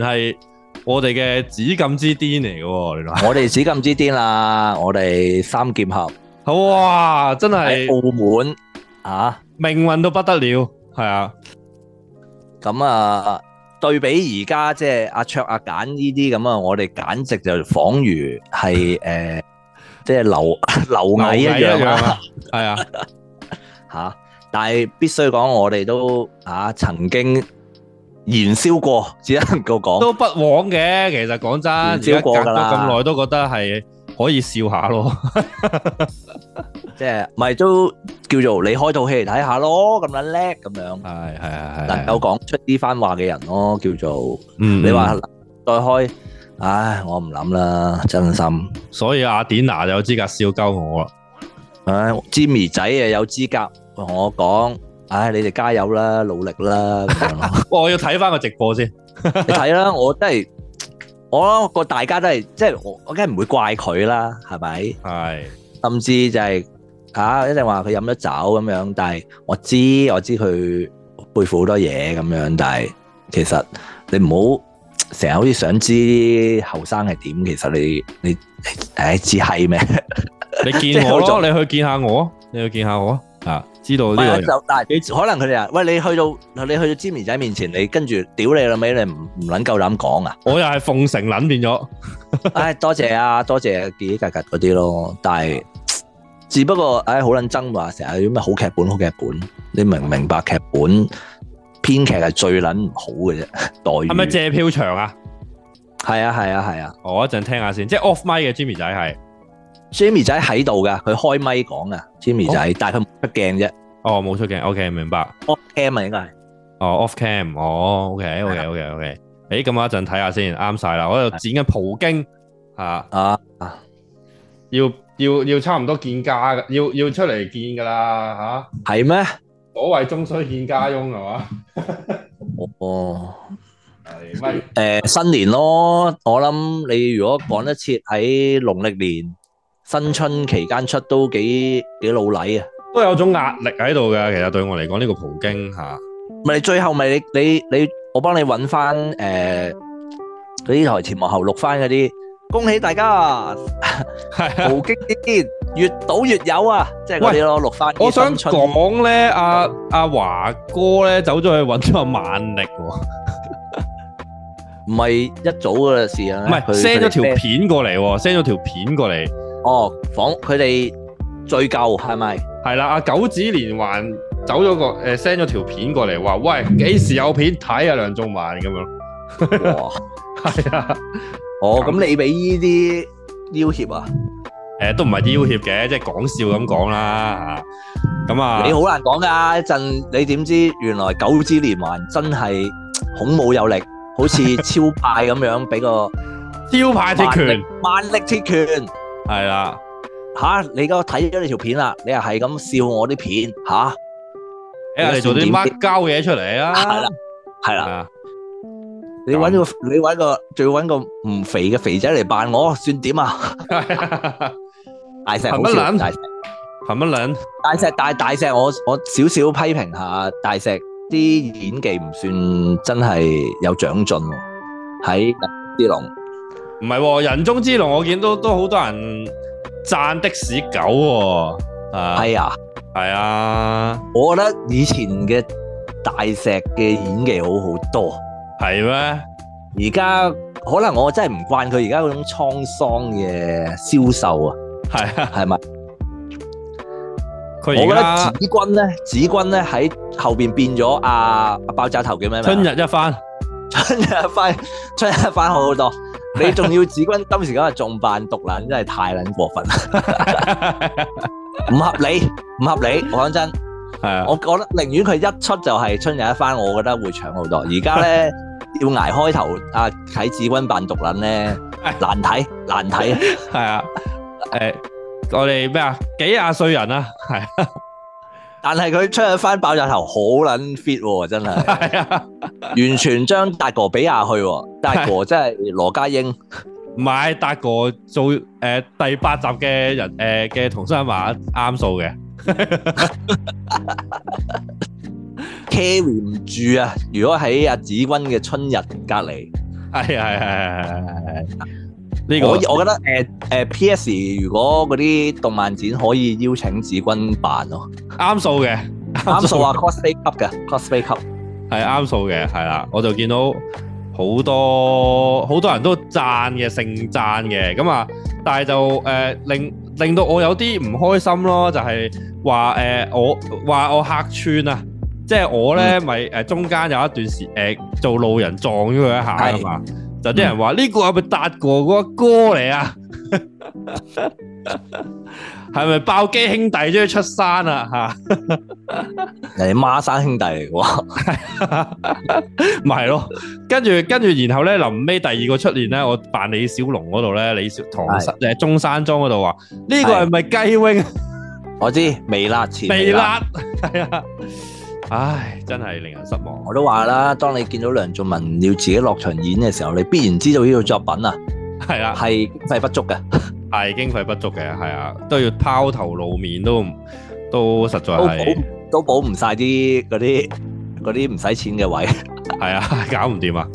Speaker 6: 係我哋嘅紫禁之巔嚟嘅喎，原來。
Speaker 7: 我哋紫禁之巔啦，我哋三劍俠
Speaker 6: 哇！真
Speaker 7: 喺
Speaker 6: 係
Speaker 7: 澳門啊！
Speaker 6: 命運到不得了，係啊。
Speaker 7: 咁啊，對比而家即係阿卓、阿簡呢啲咁啊，我哋簡直就彷如 係誒、呃即係 流流
Speaker 6: 牛
Speaker 7: 蟻一
Speaker 6: 一
Speaker 7: 樣
Speaker 6: 樣
Speaker 7: 啦
Speaker 6: 啊，係啊，
Speaker 7: 嚇、但係必須講，我哋都啊曾經燃燒過，只能夠講
Speaker 6: 都不枉嘅。其實講真，而家
Speaker 7: 唔超
Speaker 6: 隔
Speaker 7: 過㗎
Speaker 6: 咗
Speaker 7: 啦
Speaker 6: 咁耐都覺得係可以笑下咯。
Speaker 7: 即係咪都叫做你開套戲嚟睇下咯，咁撚叻咁樣，
Speaker 6: 係係係
Speaker 7: 能夠講出呢番話嘅人咯，叫做
Speaker 6: 嗯
Speaker 7: 嗯你話再開，唉，我唔諗啦，真心。
Speaker 6: 所以阿典娜就有資格笑鳩我啊 啦。
Speaker 7: 唉，Jimmy 仔啊有資格同我講，唉，你哋加油 啦，努力啦咁樣咯。
Speaker 6: 哇！我要睇翻個直播先。
Speaker 7: 你睇啦，我真係我諗個大家都係即係我，我梗係唔會怪佢啦，係咪？
Speaker 6: 係
Speaker 7: 甚至就係、啊，一定話佢飲咗酒咁樣，但係我知我知佢背負好多嘢咁樣，但係其實你唔好成日好似想知啲後生係點，其實你你唉知係咩？
Speaker 6: 你
Speaker 7: 即
Speaker 6: 見
Speaker 7: 係
Speaker 6: 我
Speaker 7: 我做
Speaker 6: 咯，你去見下我，你去見下我啊，知道呢
Speaker 7: 唔
Speaker 6: 個
Speaker 7: 係啊
Speaker 6: 人
Speaker 7: 就但係可能佢哋啊，喂你去到你去到尖面仔面前，你跟住屌你老味，你唔唔撚夠膽講 啊！
Speaker 6: 我又係奉承撚變咗，
Speaker 7: 唉，多謝啊，多謝傑傑格格嗰啲咯，但係只不過唉好撚憎話，成日要咩好劇本好劇本，你明唔明白劇本編劇係最撚唔好嘅啫，待遇
Speaker 6: 係咪借票場啊？
Speaker 7: 係啊係啊係啊
Speaker 6: 我一陣聽下先，即係 off mic 嘅 Jimmy 仔係，
Speaker 7: ，Jimmy 仔喺度噶，佢開咪講噶，Jimmy 仔，但係佢冇出鏡啫
Speaker 6: 哦冇出鏡，OK 明白，
Speaker 7: ，off cam 啊應該係，
Speaker 6: 哦 off cam，哦 OK OK OK OK，誒咁我一陣睇下先，啱晒啦，我喺度剪緊葡京啊，
Speaker 7: 啊
Speaker 6: 要要要差唔多見家㗎，要要出嚟見噶啦嚇。
Speaker 7: 係咩？
Speaker 6: 所謂終須見家翁係嘛？
Speaker 7: 哦。
Speaker 6: 係咪？
Speaker 7: 誒、新年咯，我諗你如果趕得切喺農曆年新春期間出都幾幾老禮啊！
Speaker 6: 都有種壓力喺度嘅，其實對我嚟講呢個葡京嚇，
Speaker 7: 咪你最後咪你你你，我幫你揾翻誒嗰啲台前幕後錄翻嗰啲，恭喜大家 啊！
Speaker 6: 係啊
Speaker 7: 無激啲，越賭越有啊！即係嗰啲咯，錄翻
Speaker 6: 我
Speaker 7: 啲
Speaker 6: 想
Speaker 7: 新春。
Speaker 6: 講咧，阿阿華哥咧走咗去揾咗阿萬力喎，
Speaker 7: 唔係一早嘅事啊，
Speaker 6: 唔係
Speaker 7: 佢
Speaker 6: send 咗條
Speaker 7: 佢哋
Speaker 6: 片過嚟喎，send 咗條片過嚟，
Speaker 7: 哦，講佢哋最舊係 咪？
Speaker 6: 係啦，阿九子連環走咗個誒 send 咗條片過嚟，話喂幾時有片睇啊梁仲萬咁樣，
Speaker 7: 哇！
Speaker 6: 係啊，
Speaker 7: 哦，咁你俾呢啲要挟啊？
Speaker 6: 誒都唔係要脅嘅，即係講笑咁講啦嚇，咁啊
Speaker 7: 你好難講㗎，一陣你點知原來九支連環真係孔武有力，好似超派咁樣俾個
Speaker 6: 招牌鐵
Speaker 7: 萬
Speaker 6: 拳
Speaker 7: 力萬力鐵拳
Speaker 6: 係啦。
Speaker 7: 吓、你而家睇咗你條片啊啦，你又係咁笑我啲片
Speaker 6: 啊
Speaker 7: 吓，
Speaker 6: 誒，你哎做啲乜交嘢出嚟啊？
Speaker 7: 係啦 係啦，
Speaker 6: 啊，
Speaker 7: 你揾個你揾個最揾個唔肥嘅肥仔嚟扮我，算點啊？ 大石
Speaker 6: 係
Speaker 7: 好
Speaker 6: 乜
Speaker 7: 笑，
Speaker 6: 撚
Speaker 7: 大石
Speaker 6: 啊冚乜撚？
Speaker 7: 大石大大石，我我少少批評下大石啲演技唔算真係有長進喎，喺啲龍。
Speaker 6: 啊唔係喎，人中之龍我見到都好多人讚的士狗喎、啊，係
Speaker 7: 係啊，
Speaker 6: 係啊，
Speaker 7: 我覺得以前嘅大石嘅演技好好多，
Speaker 6: 係咩？
Speaker 7: 而家可能我真係唔慣佢而家嗰種滄桑嘅消 瘦啊，
Speaker 6: 係啊，
Speaker 7: 係咪？
Speaker 6: 佢
Speaker 7: 我覺
Speaker 6: 而
Speaker 7: 得
Speaker 6: 家
Speaker 7: 子君咧，子君咧喺後邊變咗阿阿爆炸頭叫咩名啊？
Speaker 6: 春日一番，
Speaker 7: 春日翻春日翻好好多，你仲要子君今時今日仲扮獨撚，真係太撚過分啦！唔合理，唔合理，我講真。
Speaker 6: 係啊，
Speaker 7: 我覺得寧願佢一出就係春日一番，我覺得會搶好多。而家咧 要捱開頭，啊阿啟志軍扮毒撚 咧難睇難睇，
Speaker 6: 係啊，誒、我哋咩啊？幾廿歲人啊，係
Speaker 7: 但係佢春日一番爆炸頭好撚 fit 喎，真係
Speaker 6: 係啊，
Speaker 7: 完全將達哥比下去喎。達哥真係羅家英，
Speaker 6: 唔係達哥做誒、第八集嘅人誒嘅、同心話啱數嘅，
Speaker 7: carry 唔住啊！如果喺阿子君嘅春日隔離，
Speaker 6: 係係係係係係係呢個
Speaker 7: 我我覺得
Speaker 2: 呃
Speaker 7: 誒誒 PS 如果嗰啲動漫展可以邀請子君扮咯，
Speaker 6: 啱數嘅。
Speaker 7: 啱數啊 cosplay 級嘅 cosplay 級。
Speaker 6: 係啱數嘅，係啦，我就見到好多好多人都讚嘅，盛讚嘅，咁啊，但係就誒、呃令令到我有啲唔開心咯，就係話誒我話我客串啊，即係我咧咪誒中間有一段時誒、呃做路人撞咗佢一下啊嘛，就啲人話呢、個係咪達哥嗰個哥嚟啊？係咪爆機兄弟終於出山啊啦嚇？
Speaker 7: 人哋孖生兄弟嚟嘅喎，
Speaker 6: 咪係咯，跟住跟住，然後咧臨尾第二個出年咧，我扮李小龍嗰度咧，李小唐
Speaker 7: 係
Speaker 6: 誒中山裝嗰度話呢個係咪雞 wing
Speaker 7: 我知微辣前
Speaker 6: 微辣？係啊，唉，真係令人失望。
Speaker 2: 我都話啦，當你見到梁仲文要自己落場演嘅時候，你必然知道呢套作品啊
Speaker 6: 係啦，
Speaker 2: 係經費不足嘅，
Speaker 6: 係經費不足嘅，係啊，都要拋頭露面都唔都實在
Speaker 2: 都
Speaker 6: 係
Speaker 2: 補都補唔晒啲嗰啲嗰啲唔使錢嘅位。
Speaker 6: 係啊， 搞唔掂啊！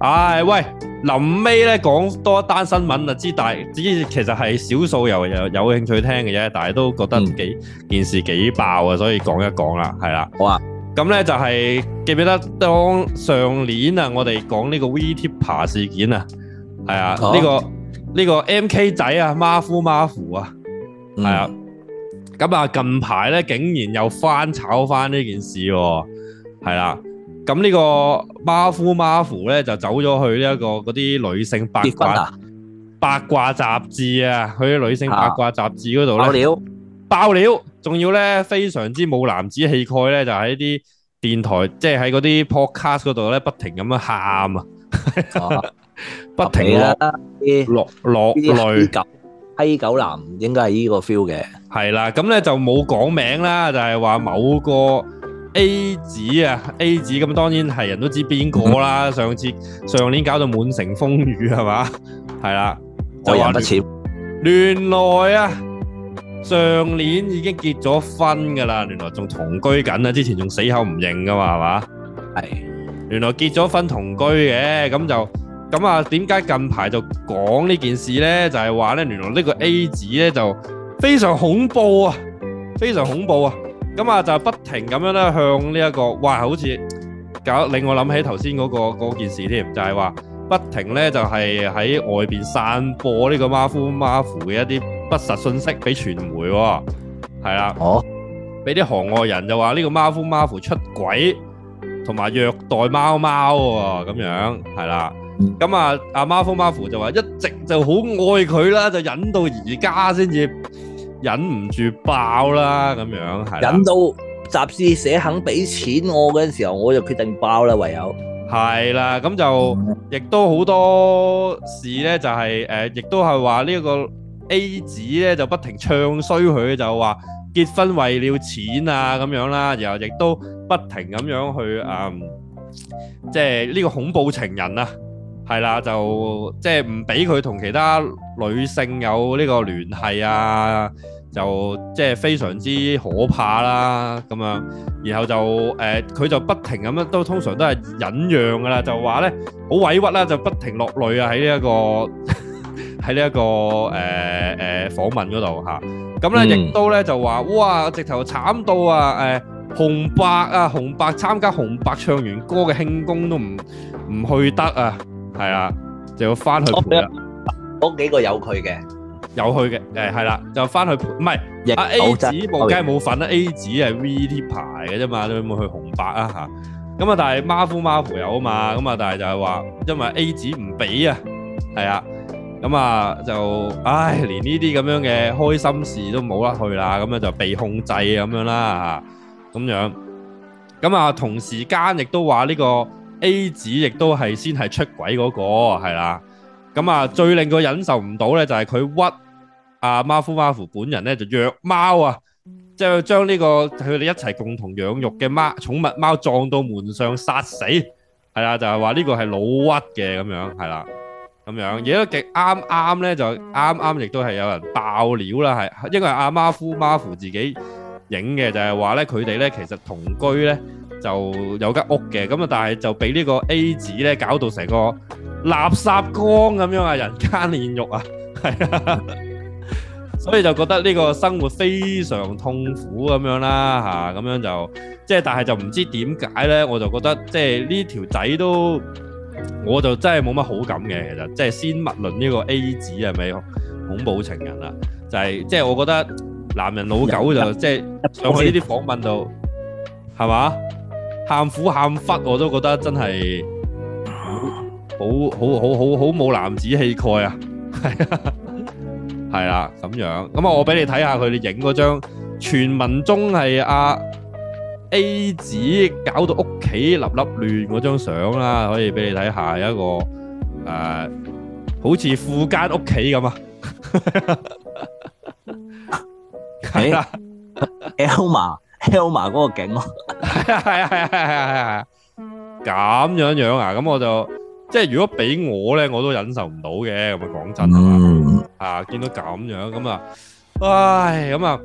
Speaker 6: 唉，喂，臨尾咧講多一單新聞啊，知大知其實係少數有有有興趣聽嘅啫，但係都覺得
Speaker 2: 嗯
Speaker 6: 幾、件事幾爆啊，所以講一講啦，係啦。
Speaker 2: 好啊。
Speaker 6: 咁咧就係、記唔記得當上年啊，我哋講呢個 VTuber 事件啊，係啊，呢、
Speaker 2: 哦
Speaker 6: 個呢、個 MK 仔啊，馬夫馬夫啊。
Speaker 2: 嗯
Speaker 6: 係啊，咁啊近排咧竟然又翻炒翻呢件事喎，係啦。咁呢個馬夫馬夫咧就走咗去呢一個嗰啲女性八
Speaker 2: 結婚
Speaker 6: 卦
Speaker 2: 啊，
Speaker 6: 八卦雜誌啊，去啲女性八卦雜誌嗰
Speaker 2: 爆
Speaker 6: 度咧
Speaker 2: 料
Speaker 6: 爆料，仲要咧非常之冇男子氣概咧，就喺啲電台，即係喺嗰啲 podcast 嗰度咧，不停咁樣喊啊，
Speaker 2: 哦
Speaker 6: 不停
Speaker 2: 合理
Speaker 6: 落
Speaker 2: 啊！啲
Speaker 6: 落落
Speaker 2: 呢啲
Speaker 6: 淚。
Speaker 2: 閪狗閪狗男應該係呢個 feel 嘅。
Speaker 6: 系啦，咁咧就冇講名啦，就係話某個 A 子啊，A 子咁當然係人都知邊個啦。上次上年搞到滿城風雨係嘛，係啦，
Speaker 2: 我
Speaker 6: 就
Speaker 2: 人
Speaker 6: 話
Speaker 2: 不淺，
Speaker 6: 原來啊，上年已經結咗婚噶啦，原來仲同居緊啊，之前仲死口唔認噶嘛，係嘛？
Speaker 2: 係
Speaker 6: 原來結咗婚同居嘅，咁就咁啊？點解近排就講呢件事呢？就係話呢，原來呢個 A 子呢就非常恐怖啊，非常恐怖啊！咁啊就不停咁樣咧向呢、一個，哇！好似搞令我諗起頭先嗰個嗰件事添，就係、話不停呢就係、喺外邊散播呢個馬夫馬夫嘅一啲不實信息俾傳媒喎、係啦。
Speaker 2: 我
Speaker 6: 俾啲行外人就話呢個馬夫馬夫出軌，同埋虐待貓貓喎，咁樣係啦
Speaker 2: 嗯。
Speaker 6: 咁啊，阿馬夫馬夫就話一直就好愛佢啦，就忍到而家先至忍唔住爆啦，咁樣係啦
Speaker 2: 引，到雜誌社肯俾錢我嗰陣時候，我就決定爆啦，唯有
Speaker 6: 係啦，咁就亦都好多事咧，就係、誒，亦、都係話呢個 A 子咧就不停唱衰佢，就話結婚為了錢啊咁樣啦，然後亦都不停咁樣去嗯，即係呢個恐怖情人啊，係啦，就即係唔俾佢同其他女性有呢個聯繫啊，就即係非常之可怕啦咁樣，然後就誒佢、就不停咁樣都通常都係忍讓噶啦，就話咧好委屈啦，就不停落淚啊喺呢一個 喺呢一個誒誒、訪問嗰度嚇，咁咧
Speaker 2: 嗯
Speaker 6: 亦都咧就話哇直頭慘到啊誒！紅白啊，紅白參加紅白唱完歌嘅慶功都唔唔去得啊，係啊，就要翻去陪啦，
Speaker 2: 嗰幾個有佢嘅，
Speaker 6: 有去嘅，誒係啦，就翻去陪，唔係
Speaker 2: 亦
Speaker 6: 阿啊 A
Speaker 2: 有
Speaker 6: 子
Speaker 2: 真
Speaker 6: 冇梗係冇份啦，A 子啊係 VT 牌嘅啫嘛，你有冇去紅白啊嚇？咁啊，但係馬夫馬夫有啊嘛，咁啊，但係就係話因為 A 子唔俾啊，係啊，咁啊就唉，連呢啲咁樣嘅開心事都冇得去啦，咁樣就被控制啊咁樣啦嚇，咁樣。咁啊，同時間亦都話呢個 A 子亦都係先係出軌嗰、個係啦。咁啊，最令佢忍受唔到咧，就係佢屈啊馬夫馬夫本人咧就虐貓啊，即係將呢個佢哋一齊共同養育嘅貓寵物貓撞到門上殺死，係啦，就係話呢個係老屈嘅咁樣，係啦。咁樣，而家極啱啱咧就啱啱亦都係有人爆料啦，係因為阿媽夫媽夫自己影嘅，就係話咧佢哋咧其實同居咧就有間屋嘅，咁啊但係就俾呢個 A 子咧搞到成個垃圾缸咁樣啊，人間煉獄啊， 係啊，所以就覺得呢個生活非常痛苦咁樣啦嚇，咁樣就即係但係就唔知點解咧，我就覺得即係呢條仔都。我就真係冇乜好感嘅，其實即係先勿論呢個 A 子係咪恐怖情人啦，就係即係我覺得男人老狗就即係上去呢啲訪問度係嘛，喊苦喊忽我都覺得真係好好好好好冇男子氣概啊，係啊，係啦咁樣，咁啊我俾你睇下佢哋影嗰張傳聞中係阿。A 紙搞到屋企立立亂嗰張相啦，可以俾你睇下有一個誒、呃好似富間屋企咁啊，係啦，
Speaker 2: Elma
Speaker 7: Helma 嗰個景咯。
Speaker 6: 系啊系啊系啊系啊系啊，咁樣樣啊，咁我就即係如果俾我咧，我都忍受唔到嘅，咁啊講真啊。
Speaker 7: 嗯，
Speaker 6: 啊，見到咁樣咁啊，唉，咁啊，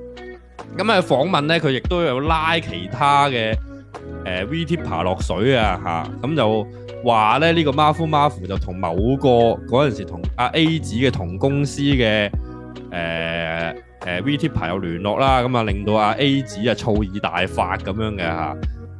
Speaker 6: 咁啊訪問咧，佢亦都有拉其他嘅誒、VTuber 落水啊嚇，咁、就話咧呢、個 Marfu Marfu 就同某個嗰陣時同阿 A 子嘅同公司嘅誒誒 VTuber 有聯絡啦，咁啊令到阿 A 子啊醋意大發咁樣嘅嚇。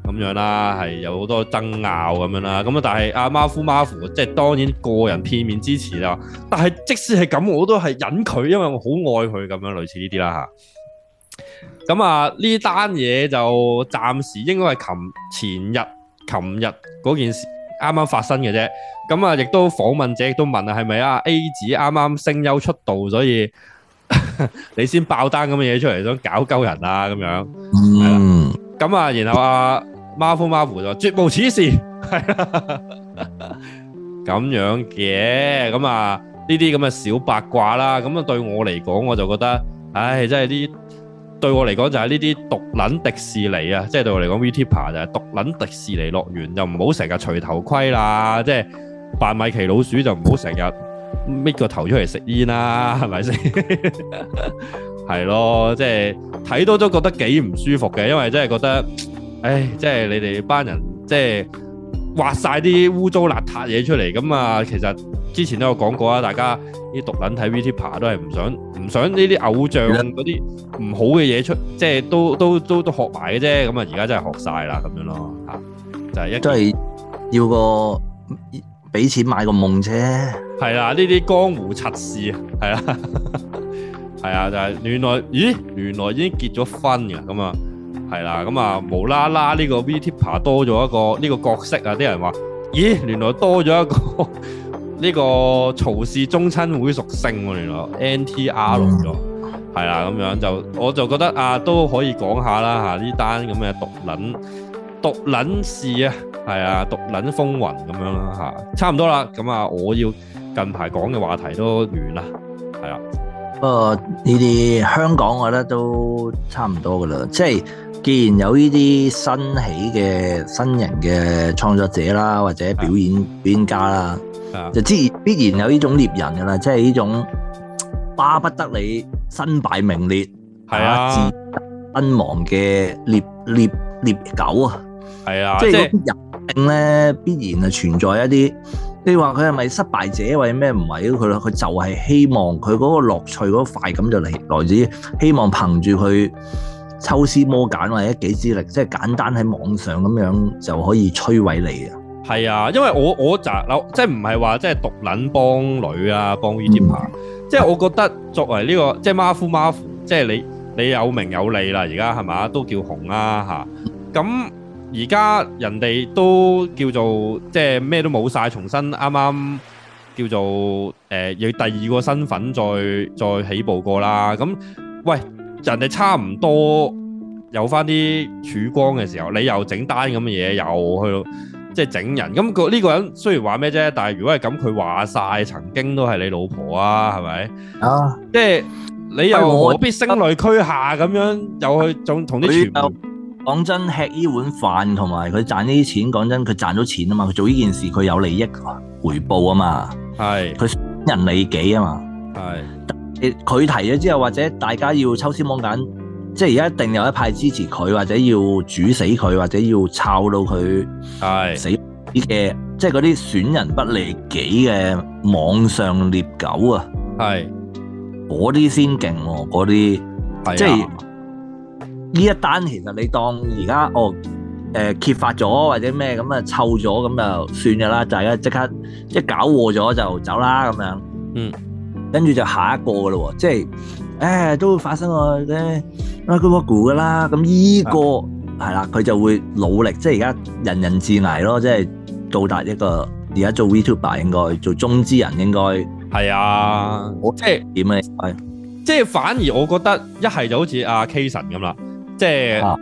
Speaker 6: 咁樣啦，係有好多爭拗咁樣啦，咁啊，但係阿 Marfu Marfu 即係當然個人片面支持啦，但係即使係咁，我都係忍佢，因為我好愛佢咁樣，類似呢啲啦吓。咁啊，呢單嘢就暫時應該係琴前日、琴日嗰件事啱啱發生嘅啫。咁啊，亦都訪問者亦都問啊，係咪啊 A 子啱啱聲優出道，所以 你先爆單咁嘅嘢出嚟，想搞鳩人啊咁樣。
Speaker 7: 嗯，
Speaker 6: 咁啊，然後啊，Marvel Marvel 就話絕無此事，係啦，咁樣嘅，咁啊呢啲咁嘅小八卦啦，咁啊對我嚟講，我就覺得，唉，真係啲對我嚟講就係呢啲獨撚迪士尼啊，即係對我嚟講 VTuber 就係獨撚迪士尼樂園，就唔好成日除頭盔啦，即係扮米奇老鼠就唔好成日搣個頭出嚟食煙啦， 係咪先？係咯，即係。睇到都覺得幾唔舒服嘅，因為真係覺得，唉，即係你哋班人即係挖晒啲污糟邋遢嘢出嚟，咁啊，其實之前都有講過啊，大家啲毒撚睇 VTuber 都係唔想唔想呢啲偶像嗰啲唔好嘅嘢出，即係都都都都學埋嘅啫，咁啊而家真係學晒啦咁樣咯，嚇、就係、一
Speaker 7: 都係要個俾錢買個夢啫。
Speaker 6: 係啦，呢啲江湖測試啊， 係啦，係啊，就係、原來，咦，原來已經結咗婚嘅咁啊，係啦，咁啊無啦啦呢個 Vtuber 多咗一個呢、個角色啊，啲人話，咦，原來多咗一個 呢個曹氏中親會屬性喎、原來 NTR 咗。係啦，咁樣就我就覺得啊，都可以講下啦嚇，呢單咁嘅毒撚毒撚事啊，係啊，毒撚風雲咁樣啦嚇、差唔多啦。咁啊，我要近排講嘅話題都完啦，係啦，
Speaker 7: 不過呢啲香港我覺得都差唔多噶啦，即係既然有呢啲新起嘅新人嘅創作者啦，或者表演表演家啦
Speaker 6: 啊，
Speaker 7: 就自必然有呢種獵人噶啦，即係呢種巴不得你身敗名裂，
Speaker 6: 係啊，
Speaker 7: 自身亡嘅獵獵獵狗啊！
Speaker 6: 係啊，
Speaker 7: 即
Speaker 6: 即
Speaker 7: 係
Speaker 6: 係
Speaker 7: 嗰啲人性咧，必然係存在一啲。你話佢係咪失敗者或者咩唔係佢佢就係希望佢嗰個樂趣嗰塊咁就嚟來自於希望憑住佢抽絲剝繭或者一己之力，即係簡單喺網上咁樣就可以摧毀你嘅。
Speaker 6: 係啊，因為我我就即係唔係話即係毒撚幫女啊，幫 v t u 即係我覺得作為呢、個即係 Marfu Marfu，即係你你有名有利啦，而家係嘛都叫紅啦嚇。咁而家人哋都叫做即係咩都冇晒，重新啱啱叫做誒、呃、要第二個身份再再起步過啦。咁喂，人哋差唔多有翻啲曙光嘅時候，你又整單咁嘅嘢，又去到。即係整人咁個呢個人雖然話咩啫，但係如果係咁，佢話晒曾經都係你老婆啊，係咪？
Speaker 7: 啊，
Speaker 6: 即係你
Speaker 7: 喂
Speaker 6: 又
Speaker 7: 我
Speaker 6: 何必聲淚俱下咁樣，又去仲同啲
Speaker 7: 佢
Speaker 6: 傳
Speaker 7: 又講真，吃呢碗飯同埋佢賺呢啲錢，講真佢賺到錢啊嘛，佢做呢件事佢有利益回報啊嘛，
Speaker 6: 係
Speaker 7: 人利己啊嘛。
Speaker 6: 係
Speaker 7: 佢提咗之後，或者大家要抽絲剝繭，即係而家一定有一派支持佢，或者要煮死佢，或者要抄到佢
Speaker 6: 係
Speaker 7: 死啲嘅，即係嗰啲損人不利己嘅網上獵狗啊，
Speaker 6: 係
Speaker 7: 嗰啲先勁喎，嗰啲。
Speaker 6: 係啊
Speaker 7: 即係呢一單其實你當而家哦誒、揭發咗或者咩咁啊湊咗咁就算㗎啦，大家即刻一搞禍咗就走啦咁樣。
Speaker 6: 嗯，
Speaker 7: 跟住就下一個㗎咯喎，即係誒都會發生我咧啊咕咕咕㗎啦。咁依、個係啦，佢就會努力，即係而家人人自危咯，即係到達一個而家做 Vtuber 應該做中之人應該
Speaker 6: 係啊，即係。
Speaker 7: 點啊？應該
Speaker 6: 即係反而我覺得一係就好似阿 K 神咁啦，即係、
Speaker 7: 啊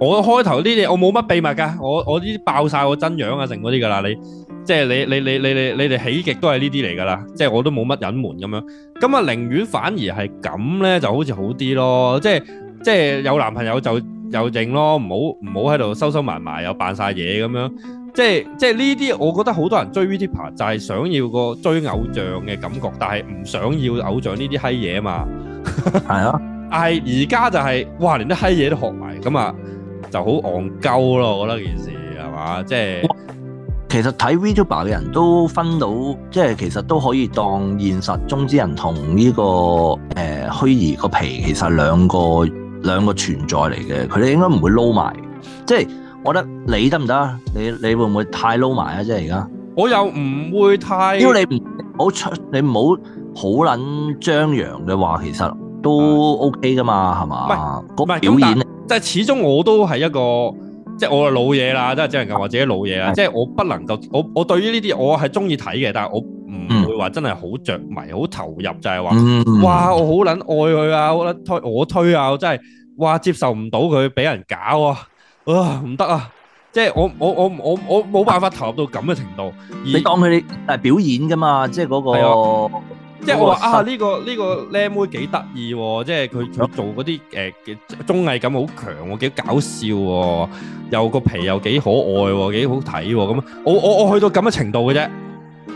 Speaker 6: 我開頭呢啲我冇乜秘密㗎，我我呢啲爆晒我真樣啊成嗰啲㗎啦，你即係你你你你你你哋喜極都係呢啲嚟㗎啦，即係我都冇乜隱瞞咁樣，咁啊寧願反而係咁咧就好似好啲咯，即係即係有男朋友就有認咯，唔好唔好喺度收收埋埋又扮晒嘢咁樣。即係即係呢啲，我覺得好多人追 Vtuber 就係想要個追偶像嘅感覺，但係唔想要偶像呢啲閪嘢啊嘛。
Speaker 8: 係咯。
Speaker 6: 但係而家就係、哇，連啲閪嘢都學埋，咁啊就好戇鳩咯。我覺得件事係嘛，即係
Speaker 7: 其實睇 Vtuber 嘅人都分到，即係其實都可以當現實中之人同呢、個誒、呃、虛擬個皮其實兩個兩個存在嚟嘅，佢哋應該唔會撈埋。即係我覺得你得唔得啊？你你會唔會太撈埋啊？即係而家，
Speaker 6: 我又唔會太
Speaker 7: 因為你唔好出，你唔好好撚張揚嘅話，其實都 OK 噶嘛，係嘛？
Speaker 6: 啊唔係
Speaker 7: 嗰
Speaker 6: 咁
Speaker 7: 表演
Speaker 6: 但係始終我都係一個，即係我係老嘢啦，真係只能夠話自己老嘢
Speaker 7: 嗯
Speaker 6: 啦。即係我不能夠，我我對於呢啲我係中意睇嘅，但係我
Speaker 7: 嗯
Speaker 6: 唔會話真係好着迷、好投入，就係話，
Speaker 7: 嗯，
Speaker 6: 哇！我好撚愛佢啊，我撚推我推啊，我真係，哇！接受唔到佢俾人搞啊，啊唔得啊！即係我我我我我冇辦法投入到咁嘅程度，
Speaker 7: 你
Speaker 6: 而
Speaker 7: 當佢哋係表演噶嘛？即係嗰、
Speaker 6: 係
Speaker 7: 個。
Speaker 6: 即係我話啊
Speaker 7: 嗰個
Speaker 6: 呢個呢個靚妹幾得意喎，即係佢佢做嗰啲誒嘅綜藝感好強喎，幾搞笑喎，又個皮又幾可愛喎，幾好睇喎咁。我我我去到咁嘅程度嘅啫，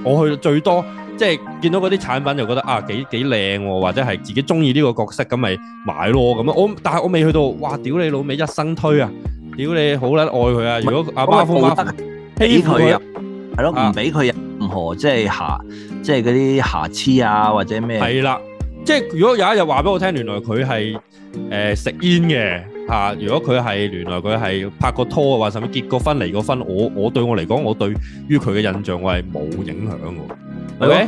Speaker 6: 我去到最多即係見到嗰啲產品就覺得啊幾幾靚喎，或者係自己中意呢個角色咁咪買咯咁樣。我但係我未去到哇屌你老味一生推啊！屌你好撚愛佢啊！如果阿媽夫媽
Speaker 7: 道德
Speaker 6: 夫
Speaker 7: 俾
Speaker 6: 欺負
Speaker 7: 佢
Speaker 6: 佢
Speaker 7: 有，係咯，
Speaker 6: 啊
Speaker 7: 唔俾佢有任何即係瑕，即係嗰啲瑕疵啊或者咩，
Speaker 6: 係啦，即係如果有一日話俾我聽，原來佢係誒食煙嘅嚇、啊如果佢係原來佢係拍過拖嘅話，甚至結過婚離過婚，我我對我嚟講，我對於佢嘅印象我係冇影響嘅喎
Speaker 7: 係咯
Speaker 6: ，OK？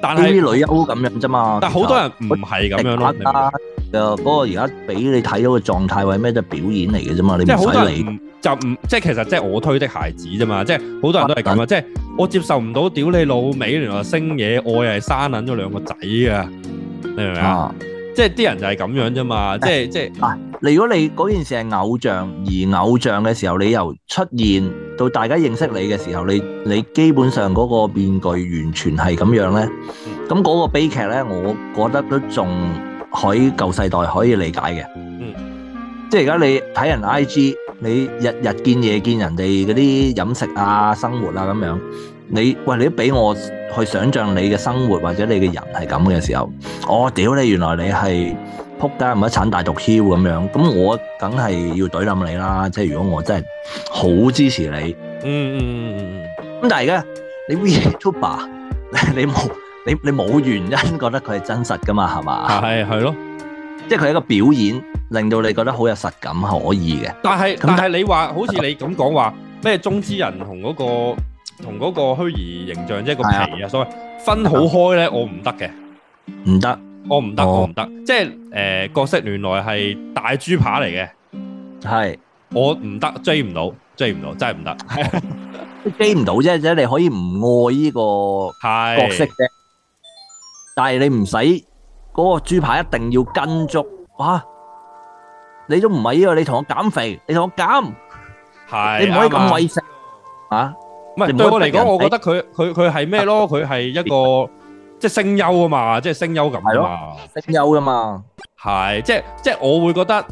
Speaker 6: 但
Speaker 7: 呢啲啊
Speaker 6: 係
Speaker 7: 女優咁樣啫嘛。
Speaker 6: 但好多人唔係咁樣咯，你明唔明
Speaker 7: 啦，啊就嗰個而家俾你睇到嘅狀態為咩都係表演嚟嘅啫嘛，你
Speaker 6: 即係
Speaker 7: 唔
Speaker 6: 好多
Speaker 7: 使
Speaker 6: 人
Speaker 7: 理。
Speaker 6: 唔就唔即係其實即係我推的孩子啫嘛，即係好多人都係咁啊！即係我接受唔到，屌你老味，原來星野愛係生撚咗兩個仔㗎，你明唔明啊？
Speaker 7: 啊！
Speaker 6: 即係啲人就係咁樣啫嘛，即係即係。
Speaker 7: 你如果你嗰件事係偶像，而偶像嘅時候，你由出現到大家認識你嘅時候，你你基本上嗰個面具完全係咁樣咧，咁嗰個悲劇咧，我覺得都仲可以舊世代可以理解嘅。
Speaker 6: 嗯，
Speaker 7: 即係而家你睇人 IG，你日日見夜見人哋嗰啲飲食啊、生活啊咁樣，你喂你都俾我去想像你嘅生活或者你嘅人係咁嘅時候，我、屌你，原來你係〜撲街唔一產大毒枭咁樣，咁我梗係要懟冧你啦！即係如果我真係好支持你，
Speaker 6: 嗯嗯嗯嗯
Speaker 7: 咁但係而家你 Vtuber，你 冇你你冇原因覺得佢係真實噶嘛，係
Speaker 6: 嗯，
Speaker 7: 嘛？
Speaker 6: 係係咯。
Speaker 7: 即係佢係一個表演，令到你覺得好有實感可以嘅。
Speaker 6: 但係
Speaker 7: 咁
Speaker 6: 但係你話好似你咁講話咩中之人同嗰個同嗰個虛擬形象即係個
Speaker 7: 係啊
Speaker 6: 皮啊，所謂分好開咧，我唔得嘅，
Speaker 7: 唔得，
Speaker 6: 我唔得，
Speaker 7: 哦
Speaker 6: 我唔得。即係誒角色原來係大豬扒嚟嘅，
Speaker 7: 係
Speaker 6: 我唔得，追唔到，追唔到，真係唔得。
Speaker 7: 你追唔到啫，即係你可以唔愛呢個
Speaker 6: 係
Speaker 7: 角色啫，但係你唔使嗰個豬扒一定要跟足哇！你都唔係呢個，你同我減肥，你同我減。
Speaker 6: 係
Speaker 7: 你唔可以
Speaker 6: 啱啊
Speaker 7: 咁為食啊！
Speaker 6: 唔係
Speaker 7: 你唔
Speaker 6: 對
Speaker 7: 可以
Speaker 6: 我嚟
Speaker 7: 逼人哎啊
Speaker 6: 講，我覺得佢佢佢係咩咯？佢係一個即係聲優啊嘛，即係聲優咁
Speaker 7: 係
Speaker 6: 啊
Speaker 7: 咯
Speaker 6: 嘛。
Speaker 7: 識有噶嘛，
Speaker 6: 係，即係即係我會覺得，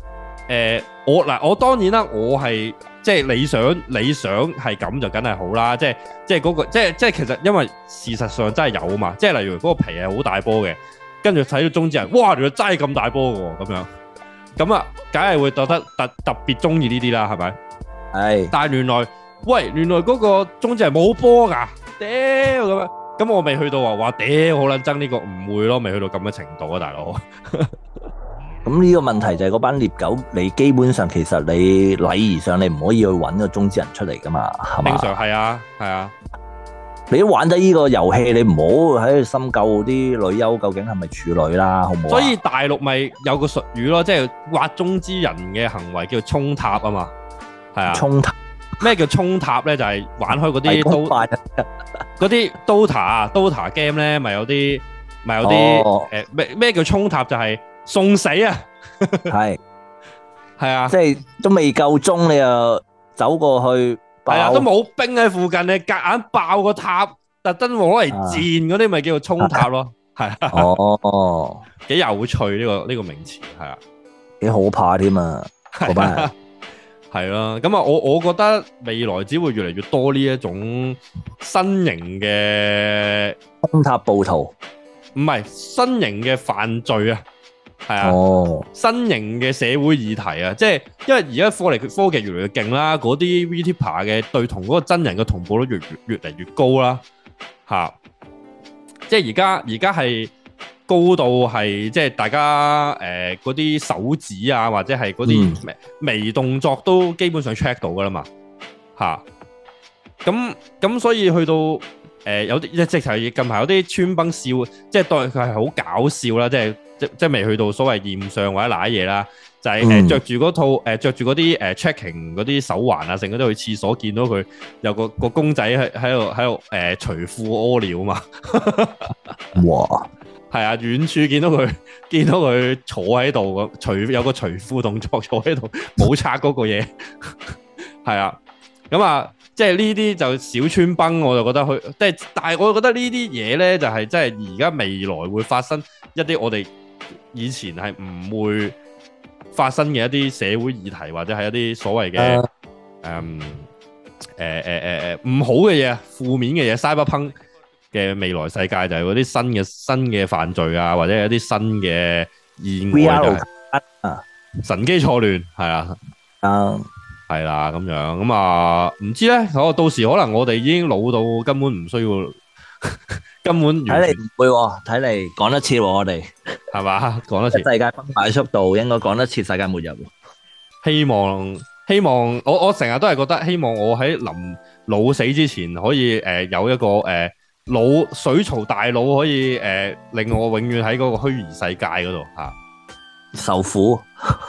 Speaker 6: 誒、我嗱，我當然啦，我係即係理想，理想係咁就梗係好啦，即係即係嗰、個，即係即係其實因為事實上真係有嘛，即係例如嗰個皮係好大波嘅，跟住睇到中之人，哇，原來真係咁大波嘅喎，咁樣，咁啊，梗係會覺得特特別中意呢啲啦，係咪？
Speaker 7: 係
Speaker 6: 但係原來，喂，原來嗰個中之人冇波㗎，屌咁樣，咁我未去到話，哇，屌好撚憎呢個誤會咯，未去到咁嘅程度啊，大佬。
Speaker 7: 咁呢個問題就係嗰班獵狗，你基本上其實你禮儀上你唔可以去揾個中之人出嚟噶嘛，係
Speaker 6: 正
Speaker 7: 嘛？
Speaker 6: 常係啊，係啊。
Speaker 7: 你都玩得呢個遊戲，你唔好喺度深究啲女優究竟係咪處女啦，好唔好啊
Speaker 6: 所以大陸咪有個術語咯，即係挖中之人嘅行為叫衝塔啊嘛，係啊。
Speaker 7: 衝突
Speaker 6: 咩叫衝塔咧？就係、玩開嗰
Speaker 7: 係
Speaker 6: 啲
Speaker 7: 咁
Speaker 6: 刀
Speaker 7: 快
Speaker 6: 嗰啲 DOTA 啊 DOTA game 咧，咪有啲咪有
Speaker 7: 哦
Speaker 6: 啲誒咩咩叫衝塔？就係、送死啊，
Speaker 7: 係
Speaker 6: 係啊
Speaker 7: 即，係都未夠鐘，你又走過去
Speaker 6: 係啊，
Speaker 7: 爆
Speaker 6: 都冇兵喺附近，你夾硬爆個塔，特登攞嚟戰嗰啲，咪叫做衝塔咯，係啊，
Speaker 7: 哦。
Speaker 6: 幾有趣呢、個呢、個名詞係啊。
Speaker 7: 幾好怕添啊！嗰班人
Speaker 6: 係啦，咁啊，我我覺得未來只會越嚟越多呢一種新型嘅，
Speaker 7: 崩塔暴徒
Speaker 6: 唔係新型嘅犯罪啊，係啊。
Speaker 7: 哦，
Speaker 6: 新型嘅社會議題啊，即係因為而家科技科技越嚟越勁啦，嗰啲 VTuber 嘅對同嗰個真人嘅同步率越越越嚟越高啦，嚇、即係而家而家係高到係即係大家誒嗰啲手指啊，或者係嗰啲微微動作都基本上 check 到噶啦嘛，嚇、咁咁所以去到誒、有啲即係直頭近排有啲穿崩笑，即係當佢係好搞笑啦，即係即即係未去到所謂驗相或者攋嘢啦，就係、誒、
Speaker 7: 嗯
Speaker 6: 著住嗰套誒著住嗰啲誒 checking 嗰啲手環啊，成嗰啲去廁所見到佢有個個公仔喺喺度喺度誒除褲屙尿啊嘛，
Speaker 7: 哇，
Speaker 6: 係啊，遠處見到佢 見到佢坐喺度咁除有個除褲動作 坐喺度，冇拆嗰個嘢， 係啊，咁啊。即係呢啲就小穿崩，我就覺得佢，即係但係我覺得呢啲嘢咧，就係即係而家未來會發生一啲我哋以前係唔會發生嘅一啲社會議題，或者係一啲所謂嘅誒誒誒誒誒唔好嘅嘢、負面嘅嘢、cyberpunk 嘅未來世界就係嗰啲新嘅新嘅犯罪啊，或者係一啲新嘅意外
Speaker 7: VR
Speaker 6: 就係神機錯亂，係啊。
Speaker 7: 啊，
Speaker 6: 系啦，咁样咁啊，唔知咧，我到時可能我哋已經老到根本唔需要， 根本完
Speaker 7: 睇
Speaker 6: 全
Speaker 7: 嚟唔會喎，睇嚟講得切喎，我哋
Speaker 6: 係嘛，講多次，
Speaker 7: 世界崩敗速度應該講得切世界末日喎。
Speaker 6: 希望希望我我成日都係覺得希望我喺臨老死之前可以诶、呃有一個诶、呃老水槽大佬可以诶、呃令我永遠喺嗰個虛擬世界嗰度吓，
Speaker 7: 受苦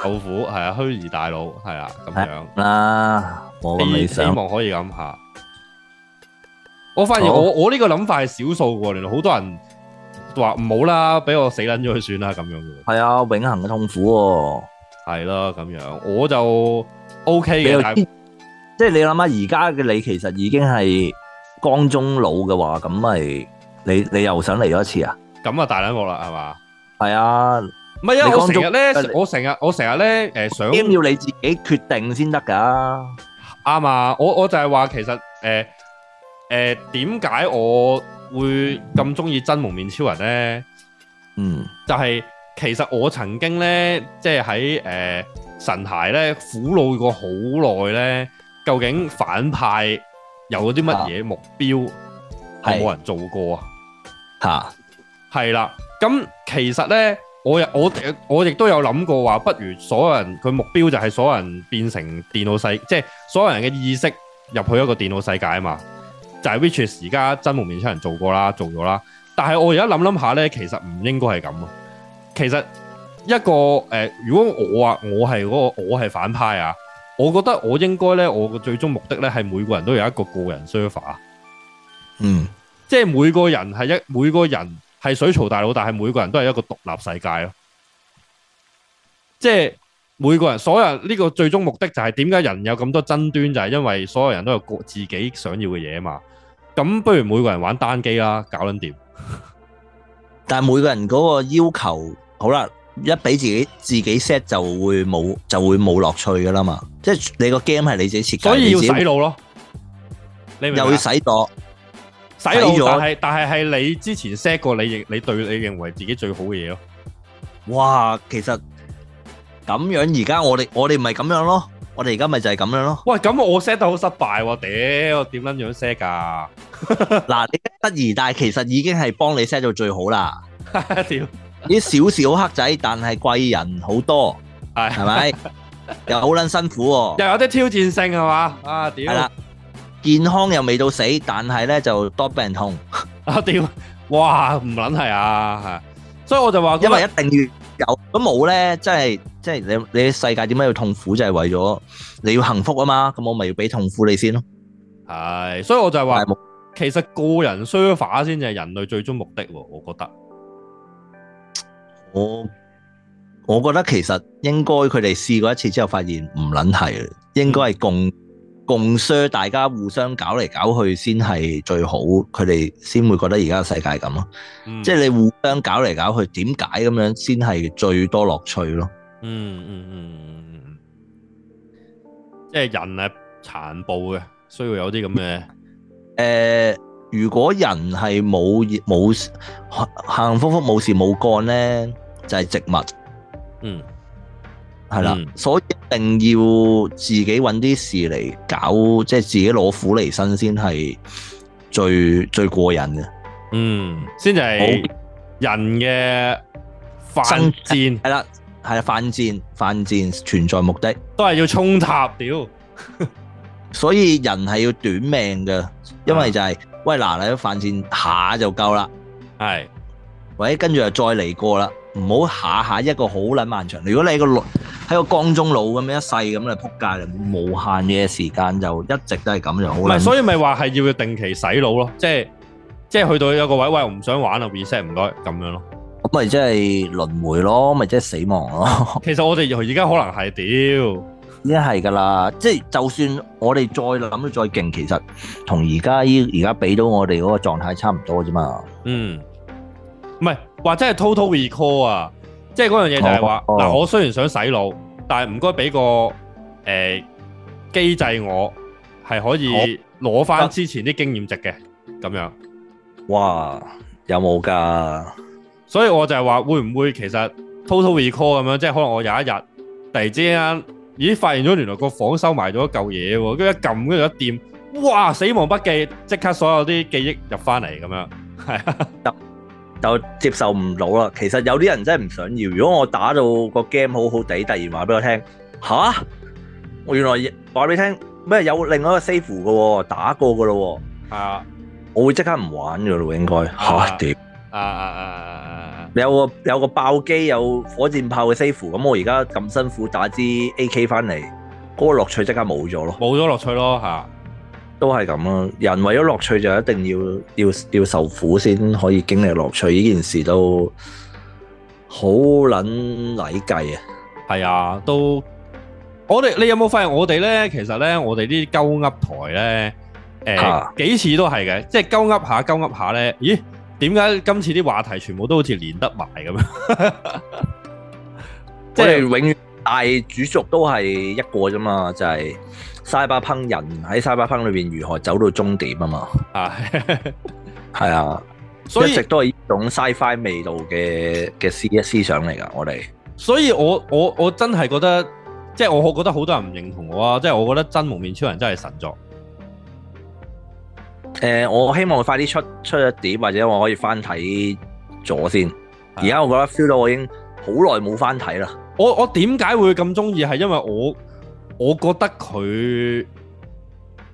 Speaker 6: 豆 腐係啊，虛擬大佬係啊，咁樣。
Speaker 7: 啦，啊我咁理
Speaker 6: 希希
Speaker 7: 想，
Speaker 6: 望可以咁下。我發現
Speaker 7: 好
Speaker 6: 我我呢個諗法係少數喎，原來好多人話唔好啦，俾我死撚咗佢算啦咁樣嘅，
Speaker 7: 係啊，永恆嘅痛苦喎。
Speaker 6: 係啦咁樣，我就 O K
Speaker 7: 你又
Speaker 6: 嘅，
Speaker 7: 知
Speaker 6: 但係
Speaker 7: 即係你諗下，而家嘅你其實已經係江中老嘅話，咁咪你你又想嚟咗一次啊？
Speaker 6: 咁啊大撚鑊啦係嘛？
Speaker 7: 係啊，
Speaker 6: 唔係啊，
Speaker 7: 你
Speaker 6: 我
Speaker 7: 講
Speaker 6: 成日咧
Speaker 7: 足，
Speaker 6: 我成日我成日咧誒想
Speaker 7: game 要你自己決定先得㗎。
Speaker 6: 啱啊！我我就係話其實誒誒點解我會咁中意真蒙面超人咧？
Speaker 7: 嗯，
Speaker 6: 就係、其實我曾經咧，即係喺誒神鞋咧苦惱過好耐咧，究竟反派有啲
Speaker 7: 啊
Speaker 6: 乜嘢目標係冇人做過啊？
Speaker 7: 吓，
Speaker 6: 係啦，咁其實咧，我又我我亦都有諗過話，不如所有人佢目標就係所有人變成電腦世，即係所有人嘅意識入去一個電腦世界啊嘛。就係 Witches 而家真無面超人做過啦，做咗啦。但係我而家諗諗下咧，其實唔應該係咁啊。其實一個誒、呃如果我啊，我係嗰、個我係反派啊，我覺得我應該咧，我嘅最終目的咧係每個人都有一個個人 server 啊。
Speaker 7: 嗯，
Speaker 6: 即係每個人係一每個人係水槽大佬，但係每個人都係一個獨立世界咯。即係每個人，所有人呢、個最終目的就係點解人有咁多爭端，就係、因為所有人都有個自己想要嘅嘢嘛。咁不如每個人玩單機啦，搞撚掂。
Speaker 7: 但係每個人嗰個要求，好啦，一俾自己自己 set 就會冇就會冇樂趣㗎啦嘛。即係你個 game 係你自己設計，
Speaker 6: 所以要洗
Speaker 7: 你自己
Speaker 6: 腦咯。你明唔
Speaker 7: 又
Speaker 6: 明啊
Speaker 7: 要洗咗，
Speaker 6: 洗
Speaker 7: 洗
Speaker 6: 腦，
Speaker 7: 咗
Speaker 6: 但係但係係你之前 set 過你認你對你認為自己最好嘅嘢咯。
Speaker 7: 哇！其實咁樣而家我哋我哋咪咁樣咯，我哋而家咪就係咁 樣咯。
Speaker 6: 喂，咁我 set 得好失敗喎，屌點撚樣 set 㗎？
Speaker 7: 嗱，你得意，但係其實已經係幫你 set 到最好啦。
Speaker 6: 屌
Speaker 7: 啲少少黑仔，但係貴人好多，
Speaker 6: 係
Speaker 7: 係咪？ 又好撚辛苦喎、
Speaker 6: 又有啲挑戰性係嘛？啊屌！
Speaker 7: 係啦，健康又未到死，但係咧就多俾人痛，
Speaker 6: 啊屌！哇，唔撚係啊，係，所以我就話，
Speaker 7: 因為一定要有，咁冇咧，真係即係你你世界點解要痛苦，就係、為咗你要幸福啊嘛，咁我咪要俾痛苦你先咯。
Speaker 6: 係，所以我就係話
Speaker 7: 但係，冇
Speaker 6: 其實個人 server 先至係人類最終目的喎，我覺得
Speaker 7: 我我覺得其實應該佢哋試過一次之後，發現唔撚係，應該係共共 share，大家互相搞嚟搞去先係最好，佢哋先會覺得而家嘅世界係咁咯。
Speaker 6: 嗯，
Speaker 7: 即係你互相搞嚟搞去，點解咁樣先係最多樂趣咯？
Speaker 6: 嗯嗯嗯嗯，即係人係殘暴嘅，需要有啲咁嘅。
Speaker 7: 诶、呃如果人係冇冇幸幸福福冇事冇干咧，就係植物。
Speaker 6: 嗯，
Speaker 7: 係啦，
Speaker 6: 嗯
Speaker 7: 所以一定要自己揾啲事嚟搞，即係自己攞苦嚟身先係最最過癮嘅。
Speaker 6: 嗯，先就係人嘅犯
Speaker 7: 生
Speaker 6: 賤，
Speaker 7: 係啦，係啦，犯賤犯賤存在目的，
Speaker 6: 都係要衝塔屌。
Speaker 7: 所以人係要短命嘅，因為就係、喂嗱，你都犯賤下就夠啦。
Speaker 6: 係
Speaker 7: 或者跟住又再嚟過啦，唔好下下一個好撚漫長。如果你個路喺個江中路咁樣一世咁，你撲街啦，無限嘅時間就一直都係咁就好
Speaker 6: 唔
Speaker 7: 啦。
Speaker 6: 係？所以咪話係要定期洗腦咯，即係即係去到有個位，喂，我唔想玩啦，reset 唔該咁樣咯。
Speaker 7: 咁咪即係輪迴咯，咪即係死亡咯，
Speaker 6: 其實我哋而家可能係屌，
Speaker 7: 已經係㗎啦。即係就算我哋再諗到再勁，其實同而家依而家俾到我哋嗰個狀態差唔多啫嘛。
Speaker 6: 嗯，唔係或者係 total recall 啊，即係嗰樣嘢就係話
Speaker 7: 哦哦
Speaker 6: 嗱，我雖然想洗腦，但係唔該俾個誒機制我係可以攞翻之前啲經驗值嘅咁樣。
Speaker 7: 哇，有冇㗎？
Speaker 6: 所以我就係話會唔會其實 total recall 咁樣，即係可能我有一日突然之間，咦發現咗原來個房收埋咗一嚿嘢喎，跟住一撳跟住一掂，哇死亡筆記即刻所有啲記憶入翻嚟咁樣，係啊，
Speaker 7: 就接受唔到啦。其實有啲人真係唔想要。如果我打到個 game 好好地，突然話俾我聽，吓，我原來話俾你聽咩有另外一個 save 嘅喎，打過嘅咯
Speaker 6: 係啊
Speaker 7: 喎，我會即刻唔玩嘅咯，應該吓屌！
Speaker 6: 啊啊啊啊
Speaker 7: 你有個有個爆機有火箭炮嘅 save，咁我而家咁辛苦打支 AK 翻嚟，嗰、個樂趣即刻冇咗咯。
Speaker 6: 冇咗樂趣咯嚇，
Speaker 7: 都係咁啦，人為咗樂趣就一定要要要受苦先可以經歷樂趣，呢件事都好撚禮計啊！
Speaker 6: 係啊都。我哋你有冇發現我哋咧？其實咧，我哋啲鳩噏台咧，誒、
Speaker 7: 啊
Speaker 6: 幾次都係嘅，即係鳩噏下鳩噏下咧。咦？點解今次啲話題全部都好似連得埋咁樣？
Speaker 7: 即係永遠大主軸都係一個啫嘛，就係、Cyberpunk 人喺 Cyberpunk 裏邊如何走到終點啊嘛，
Speaker 6: 啊，
Speaker 7: 係啊，
Speaker 6: 所
Speaker 7: 一直
Speaker 6: 以
Speaker 7: 都係呢種 sci-fi 味道嘅嘅思思想嚟㗎，我哋
Speaker 6: 所以我我我真係覺得，即係我我覺得好多人唔認同我啊！即係我覺得真蒙面超人真係神作，
Speaker 7: 誒、我希望佢快啲出出一碟，或者我可以翻睇咗先。而家我覺得 feel 到我已經好耐冇翻睇啦。
Speaker 6: 我我點解會咁中意係因為我我覺得佢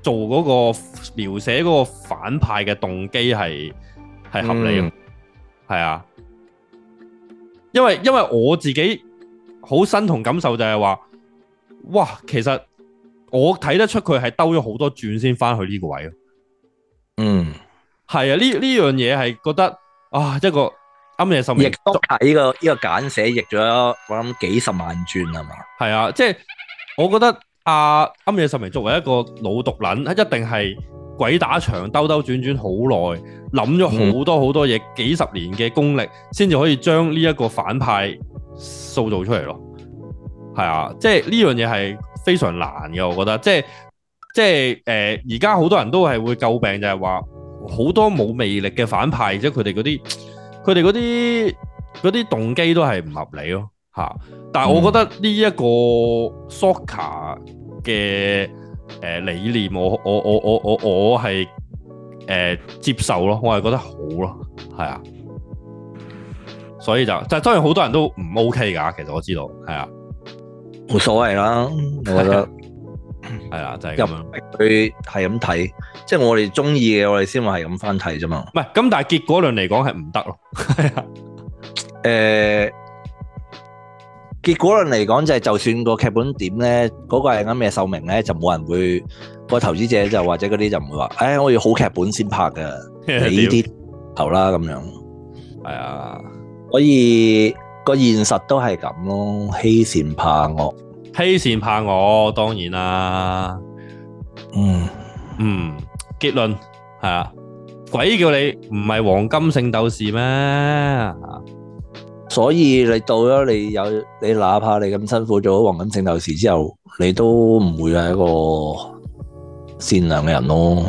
Speaker 6: 做嗰、個描寫嗰個反派嘅動機係係合理嘅，
Speaker 7: 嗯
Speaker 6: 係、啊，因為因為我自己好身同感受就係話，哇，其實我睇得出佢係兜咗好多轉先翻去呢個位咯
Speaker 7: 嗯，
Speaker 6: 係啊，呢呢樣嘢係覺得啊，一個暗夜十
Speaker 7: 亦
Speaker 6: 面
Speaker 7: 都係呢個呢、個簡寫譯咗，我諗幾十萬轉係嘛？
Speaker 6: 係啊，即係我覺得啊，暗夜十面作為一個老毒撚，一定係鬼打牆，兜兜轉轉好耐，諗咗好多好多嘢，幾十年嘅功力，先至可以將呢一個反派塑造出嚟咯。係啊，即係呢樣嘢係非常難嘅，我覺得，即係即係誒，而家好多人都係會詬病就係話好多冇魅力嘅反派，即係佢哋嗰啲佢哋嗰啲嗰啲動機都係唔合理咯嚇。但係我覺得呢一個 soccer 嘅誒、呃理念我，我我我我我我係誒、呃接受咯，我係覺得好咯，係啊。所以就就當然好多人都唔 OK 㗎，其實我知道係啊
Speaker 7: 冇所謂啦，我覺得。
Speaker 6: 係啦，就係、咁樣。
Speaker 7: 佢係咁睇，即係我哋中意嘅，我哋先會係咁翻睇啫嘛。
Speaker 6: 唔係咁，但係結果論嚟講係唔得咯。
Speaker 7: 誒、結果論嚟講就係、就算個劇本點咧，嗰、個係啱嘅壽命咧，就冇人會、個投資者就或者嗰啲就唔會話，誒、我要好劇本先拍嘅，你呢啲頭啦咁樣。
Speaker 6: 係啊，
Speaker 7: 所以個現實都係咁咯，欺善怕惡。
Speaker 6: 欺善怕我當然啦。
Speaker 7: 嗯，
Speaker 6: 嗯，結論係啊，鬼叫你唔係黃金聖鬥士咩？
Speaker 9: 所以你到咗你有你哪怕你咁辛苦做咗黃金聖鬥士之後，你都唔會係一個善良嘅人咯。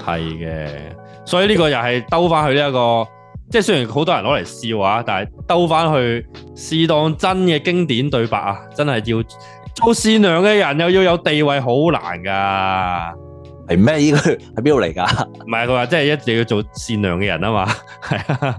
Speaker 6: 系嘅，所以呢個又係兜翻去呢、一個，即係雖然好多人攞嚟笑啊，但係兜翻去試當真嘅經典對白啊，真係要做善良嘅人又要有地位，好難噶。
Speaker 9: 係咩？ 依個係邊度嚟㗎？
Speaker 6: 唔係佢話即係一定要做善良嘅人啊嘛，係啊，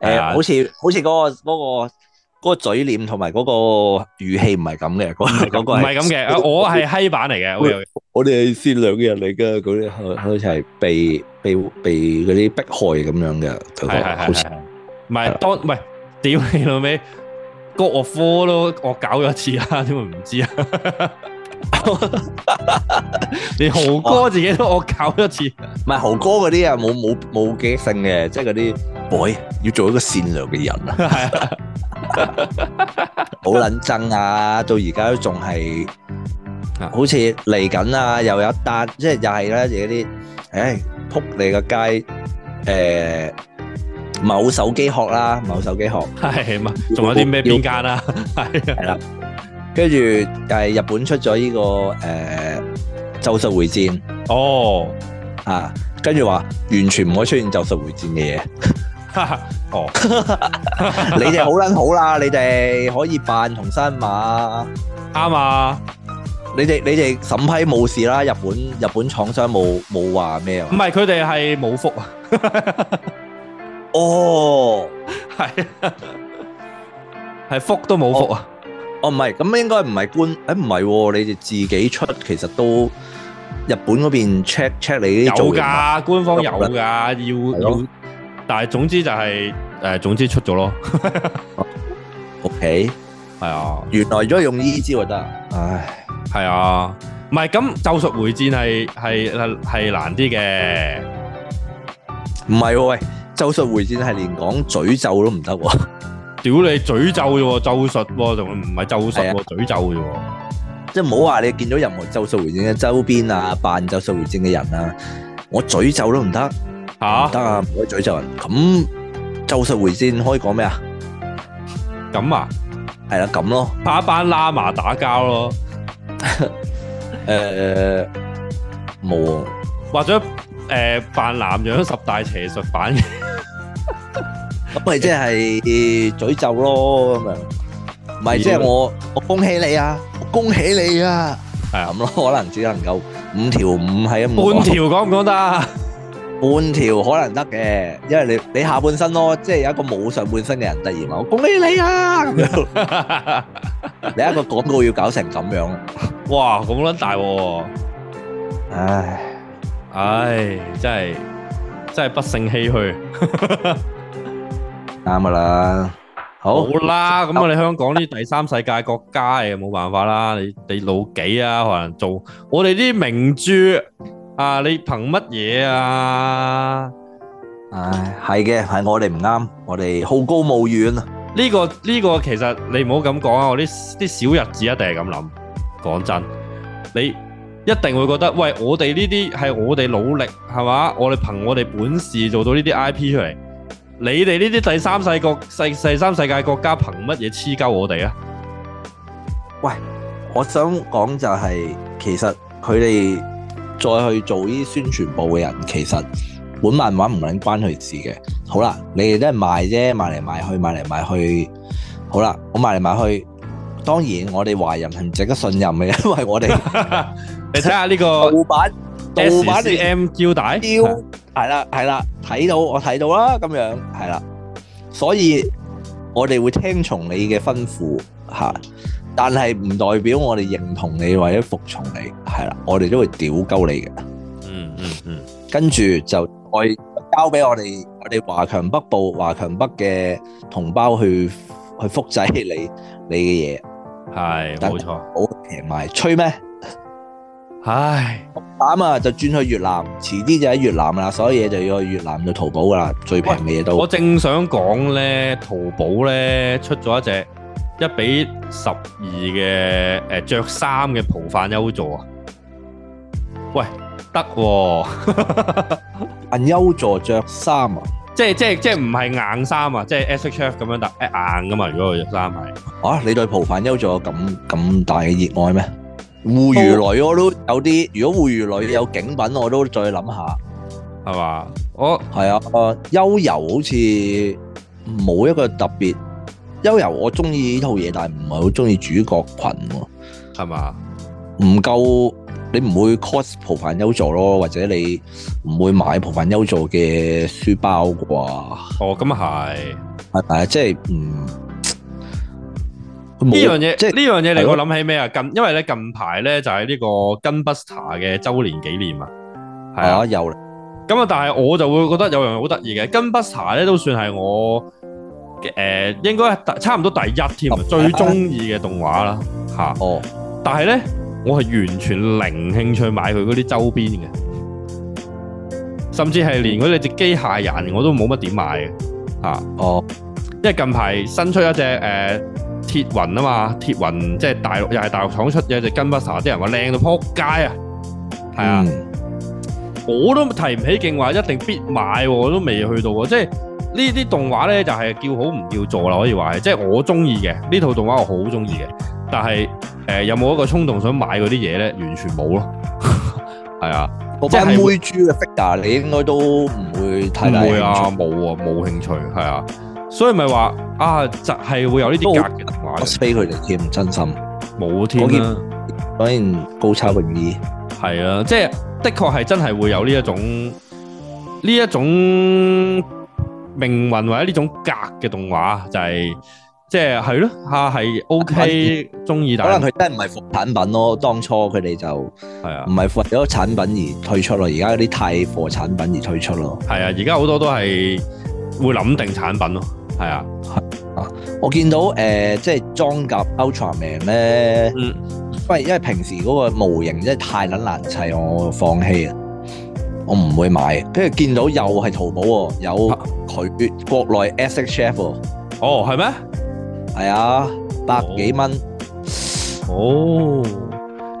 Speaker 7: 诶、
Speaker 6: 係啊
Speaker 7: 好似好似嗰、個个嗰、個个、嗰个嘴臉同埋嗰個語氣唔係咁嘅，嗰、嗰
Speaker 6: 唔
Speaker 7: 個係
Speaker 6: 係咁嘅，啊我係閪版嚟嘅，會有
Speaker 7: 我哋係善良嘅人嚟㗎，嗰啲好好似係被被被嗰啲迫害咁樣嘅，
Speaker 6: 係
Speaker 7: 佢個
Speaker 6: 係
Speaker 7: 好
Speaker 6: 係
Speaker 7: 似
Speaker 6: 係，唔係當唔係屌你老味，個我科都惡搞咗一次啊，點會唔知啊？ 連豪哥自己都惡搞一次，
Speaker 7: 唔係豪哥嗰啲啊，冇冇冇記憶性嘅，即係嗰啲 boy 要做一個善良嘅人啊，好撚憎啊，到而家都仲係
Speaker 6: 啊
Speaker 7: 好似嚟緊啊，又有一單，即係又係咧自己啲，唉，撲你個街，誒、某手機殼啦，某手機殼。
Speaker 6: 係嘛？仲有啲咩邊間啊？係啊，
Speaker 7: 跟住誒日本出咗呢、個誒、呃咒術回戰
Speaker 6: 哦，
Speaker 7: 啊，跟住話完全唔可以出現咒術回戰嘅嘢。
Speaker 6: 哈哈哦，
Speaker 7: 你哋好撚好啦，你哋可以扮同山馬，
Speaker 6: 啱啊，
Speaker 7: 你哋你哋審批冇事啦，日本日本廠商冇冇話咩啊
Speaker 6: 唔？係佢哋係冇福啊，
Speaker 7: 哦，
Speaker 6: 係啊係福都冇福啊，
Speaker 7: 哦唔係，咁應該唔係官，誒唔係喎，你哋自己出其實都日本嗰邊 check check 你
Speaker 6: 有
Speaker 7: 啲做嘢，
Speaker 6: 㗎，官方有㗎，要要
Speaker 7: 咯，
Speaker 6: 但係總之就係誒，總之出咗咯，
Speaker 7: ，OK，
Speaker 6: 係啊。
Speaker 7: 原來都用呢招就得啊，唉，
Speaker 6: 系啊，唔系咁咒术回战系系系难啲嘅，
Speaker 7: 唔係喎喂，咒術回戰係連講詛咒都唔得喎。
Speaker 6: 屌你诅咒啫喎，咒术喎仲唔系咒术
Speaker 7: 係
Speaker 6: 喎，诅咒啫喎，
Speaker 7: 即係唔好話你見到任何咒術回戰嘅周邊啊，扮咒術回戰嘅人啊，我詛咒都唔得，唔
Speaker 6: 吓
Speaker 7: 得啊，唔可以詛咒人。咁咒術回戰可以講咩啊？
Speaker 6: 咁啊，
Speaker 7: 係啦，咁咯，
Speaker 6: 拍一班喇嘛打交咯，
Speaker 7: 誒冇啊，
Speaker 6: 或者诶、呃扮南洋十大邪术版嘅，
Speaker 7: 咁咪即係詛咒咯咁樣，唔係即係我我恭喜你啊，我恭喜你啊，
Speaker 6: 係啊
Speaker 7: 咁咯，可能只能夠五條五係咁講
Speaker 6: 半条讲唔讲得啊？
Speaker 7: 半條可能得嘅，因為你你下半身咯，即係有一個冇上半身嘅人突然話我恭喜你啊咁樣。你一個廣告要搞成咁樣，
Speaker 6: 哇，咁撚大喎、
Speaker 7: 唉，
Speaker 6: 唉，真系真系不勝唏嘘。
Speaker 7: 啱噶啦。好
Speaker 6: 好，啦，咁我哋香港呢啲第三世界國家誒冇辦法啦，你你老幾啊？可能做我哋啲明珠啊，你憑乜嘢啊？
Speaker 7: 唉，係嘅，係我哋唔啱，我哋好高骛遠啊。
Speaker 6: 呢、個呢、個其實你唔好咁講啊！我啲啲小日子一定係咁諗。講真，你一定會覺得，喂，我哋呢啲係我哋努力係嘛？我哋憑我哋本事做到呢啲 I P 出嚟，你哋呢啲第三世國世第三世界國家憑乜嘢黐鳩我哋啊？
Speaker 7: 我想講就係、其實佢哋再去做呢啲宣傳部嘅人，其實本漫畫唔撚關佢事嘅。好啦，你哋都係賣啫，賣嚟賣去，賣嚟賣去。好啦，我賣嚟賣去。當然，我哋華人係唔值得信任嘅，因為我哋
Speaker 6: 你睇下呢個
Speaker 7: 盜版盜版嚟
Speaker 6: SCM 招帶，
Speaker 7: 標係啦係啦，睇到我睇到啦，咁樣係啦，所以我哋會聽從你嘅吩咐嚇，但係唔代表我哋認同你或者服從你係啦，我哋都會屌鳩你嘅，
Speaker 6: 嗯嗯嗯，
Speaker 7: 跟住就再交俾我哋我哋華強北部華強北嘅同胞去去複製你你嘅嘢，
Speaker 6: 係冇錯。
Speaker 7: 好平賣，吹咩？
Speaker 6: 唉，
Speaker 7: 膽啊，就轉去越南，遲啲就喺越南啦，所有嘢就要去越南度淘寶噶啦，最平嘅嘢都
Speaker 6: 我正想講咧，淘寶咧出咗一隻一比十二嘅誒著衫嘅蒲飯優座啊！喂，得喎、
Speaker 7: 扮優助着衫啊！
Speaker 6: 即係即係即係唔係硬衫啊，即係 S H F 咁樣但硬噶嘛。如果佢隻衫係
Speaker 7: 啊！你對蒲凡優仲有咁咁大嘅熱愛咩？護魚女我都有啲，如果護魚女有景品，我都再諗下。
Speaker 6: 係嘛？我
Speaker 7: 係啊，悠遊好似冇一個特別。悠遊我中意呢套嘢，但係唔係好中意主角群喎，
Speaker 6: 係嘛？
Speaker 7: 唔夠你唔會 cos 蒲凡優助咯，或者你唔會買蒲凡優助嘅書包啩？
Speaker 6: 哦，咁啊係。
Speaker 7: 係咪啊？即係唔
Speaker 6: 呢樣嘢，即
Speaker 7: 即係
Speaker 6: 係呢樣嘢
Speaker 7: 係
Speaker 6: 令
Speaker 7: 咯
Speaker 6: 我諗起咩啊？近因為咧近排咧就係呢個 Gunbuster 嘅周年紀念啊，係
Speaker 7: 係
Speaker 6: 啊。
Speaker 7: 啊，又
Speaker 6: 咁啊，但係我就會覺得有樣嘢好得意嘅，Gunbuster 咧都算係我誒、呃、應該係第差唔多第一添啊，最中意嘅動畫啦嚇。
Speaker 7: 哦，
Speaker 6: 但係咧，我係完全零興趣買佢嗰啲周邊嘅，甚至係連嗰隻機械人我都冇乜點買嘅嚇。
Speaker 7: 哦。
Speaker 6: 因為近排新出一隻誒、呃、鐵雲啊嘛，鐵雲即係大陸又係大陸廠出嘅一隻 Gunbuster，啲人話靚到撲街啊，係啊。
Speaker 7: 嗯，
Speaker 6: 我都提唔起勁話一定必買喎，我都未去到喎。即係呢啲動畫呢，就係、叫好唔叫座啦，可以話係。即係我中意嘅呢套動畫，我好中意嘅。但係誒、呃有冇一個衝動想買嗰啲嘢呢？完全冇咯。 係啊，
Speaker 7: 嗰
Speaker 6: 即係
Speaker 7: 班妹
Speaker 6: 會
Speaker 7: 豬嘅 figure，你應該都唔會太
Speaker 6: 唔
Speaker 7: 大
Speaker 6: 會
Speaker 7: 興
Speaker 6: 啊，
Speaker 7: 趣。
Speaker 6: 冇啊，冇興趣係啊。所以咪話啊，就係、會有呢啲格嘅動畫嘅，
Speaker 7: 我飛佢哋添，真心。
Speaker 6: 冇添
Speaker 7: 嗰件
Speaker 6: 啦。
Speaker 7: 當然高叉泳衣，
Speaker 6: 係啊，即係的確係真係會有呢一種呢一種命運或者呢種格嘅動畫，就係、即係係咯，嚇係 OK 中意，但
Speaker 7: 啊可能
Speaker 6: 係
Speaker 7: 佢真係唔係副產品咯。當初佢哋就唔
Speaker 6: 係啊
Speaker 7: 係為咗產品而退出咯，而家嗰啲太貨產品而退出咯。
Speaker 6: 係啊，而家好多都係會諗定產品咯，係啊，
Speaker 7: 我見到誒、呃即係裝甲 Ultraman 咧，
Speaker 6: 嗯
Speaker 7: 因為因為平時嗰個模型真係太撚難砌，我放棄啊，我唔會買。跟住見到又係淘寶喎，有佢國內 SHF 喎，
Speaker 6: 哦係咩？
Speaker 7: 係啊，百幾蚊。
Speaker 6: 哦，